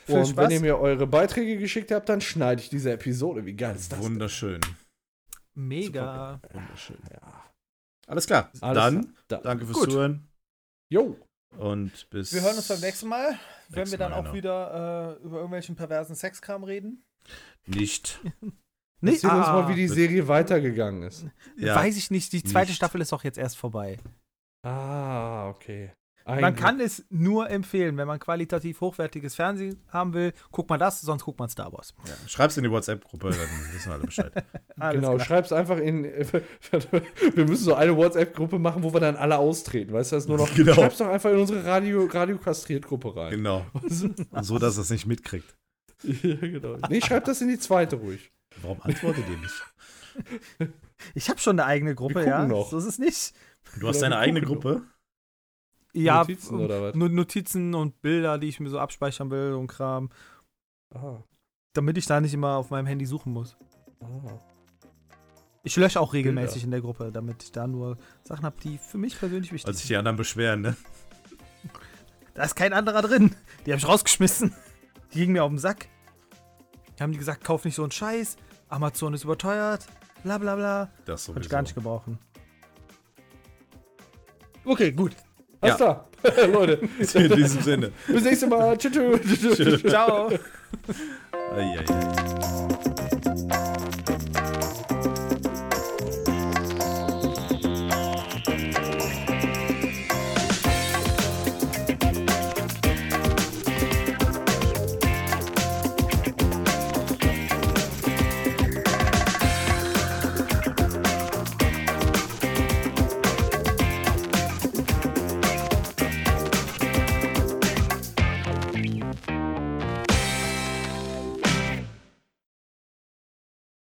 Speaker 3: Viel
Speaker 2: Und
Speaker 3: Spaß.
Speaker 2: wenn ihr mir eure Beiträge geschickt habt, dann schneide ich diese Episode. Wie geil ist das? denn?
Speaker 1: Wunderschön.
Speaker 3: Mega.
Speaker 1: Wunderschön.
Speaker 2: Ja.
Speaker 1: Alles klar.
Speaker 2: Alles
Speaker 1: dann,
Speaker 2: klar. Dann.
Speaker 1: danke fürs
Speaker 3: Gut.
Speaker 1: Zuhören
Speaker 2: Jo.
Speaker 1: und bis.
Speaker 3: Wir hören uns beim nächsten Mal, wenn
Speaker 1: Nächstes
Speaker 3: wir dann
Speaker 1: Mal,
Speaker 3: auch
Speaker 1: genau.
Speaker 3: wieder äh, über irgendwelchen perversen Sexkram reden.
Speaker 1: Nicht.
Speaker 2: Nee, Erzähl uns
Speaker 3: ah.
Speaker 2: mal, wie die Serie weitergegangen ist.
Speaker 1: Ja.
Speaker 3: Weiß ich nicht, die zweite
Speaker 1: Nicht.
Speaker 3: Staffel ist auch jetzt erst vorbei.
Speaker 2: Ah, okay.
Speaker 3: Man kann es nur empfehlen, wenn man qualitativ hochwertiges Fernsehen haben will, guckt man das, sonst guckt man Star Wars.
Speaker 1: Ja. Schreib's in die WhatsApp-Gruppe, dann wissen alle
Speaker 3: <laughs>
Speaker 1: Bescheid.
Speaker 3: Alles
Speaker 2: genau,
Speaker 3: klar.
Speaker 2: schreib's einfach in. <laughs> wir müssen so eine WhatsApp-Gruppe machen, wo wir dann alle austreten. Weißt du, das ist nur noch.
Speaker 1: Genau.
Speaker 2: Schreib's doch einfach in unsere Radio, Radio Kastriert-Gruppe rein.
Speaker 3: <laughs>
Speaker 1: genau. Und so, dass er es nicht mitkriegt.
Speaker 2: ja, genau. Nee, schreib das in die zweite ruhig.
Speaker 1: Warum antwortet ihr nicht?
Speaker 3: Ich habe schon eine eigene Gruppe,
Speaker 2: gucken
Speaker 3: ja.
Speaker 2: noch.
Speaker 3: So ist es nicht.
Speaker 1: Du hast
Speaker 2: Oder
Speaker 1: deine
Speaker 2: wir
Speaker 1: eigene
Speaker 2: gucken
Speaker 1: Gruppe.
Speaker 3: Ja, ähm,
Speaker 2: Notizen oder was?
Speaker 3: nur Notizen und Bilder, die ich mir so abspeichern will und Kram,
Speaker 2: Ah,
Speaker 3: damit ich da nicht immer auf meinem Handy suchen muss.
Speaker 2: ah.
Speaker 3: Ich lösche auch regelmäßig in der Gruppe, damit ich da nur Sachen habe, die für mich persönlich
Speaker 1: Als
Speaker 3: wichtig sind.
Speaker 1: Also sich die anderen beschweren, ne?
Speaker 3: Da ist kein anderer drin. Die habe ich rausgeschmissen. Die gingen mir auf den Sack. Die haben die gesagt, kauf nicht so einen Scheiß. Amazon ist überteuert. Bla bla bla.
Speaker 1: Das sowieso.
Speaker 3: Konnte ich
Speaker 2: Also.
Speaker 3: gar nicht gebrauchen.
Speaker 2: Okay, gut.
Speaker 1: Ja.
Speaker 2: Alles klar. <laughs> Leute,
Speaker 1: <laughs> In diesem Sinne.
Speaker 2: <laughs> bis nächstes Mal. Tschüss. tschüss.
Speaker 1: Tschö.
Speaker 3: Ciao.
Speaker 1: Ei, ei, ei.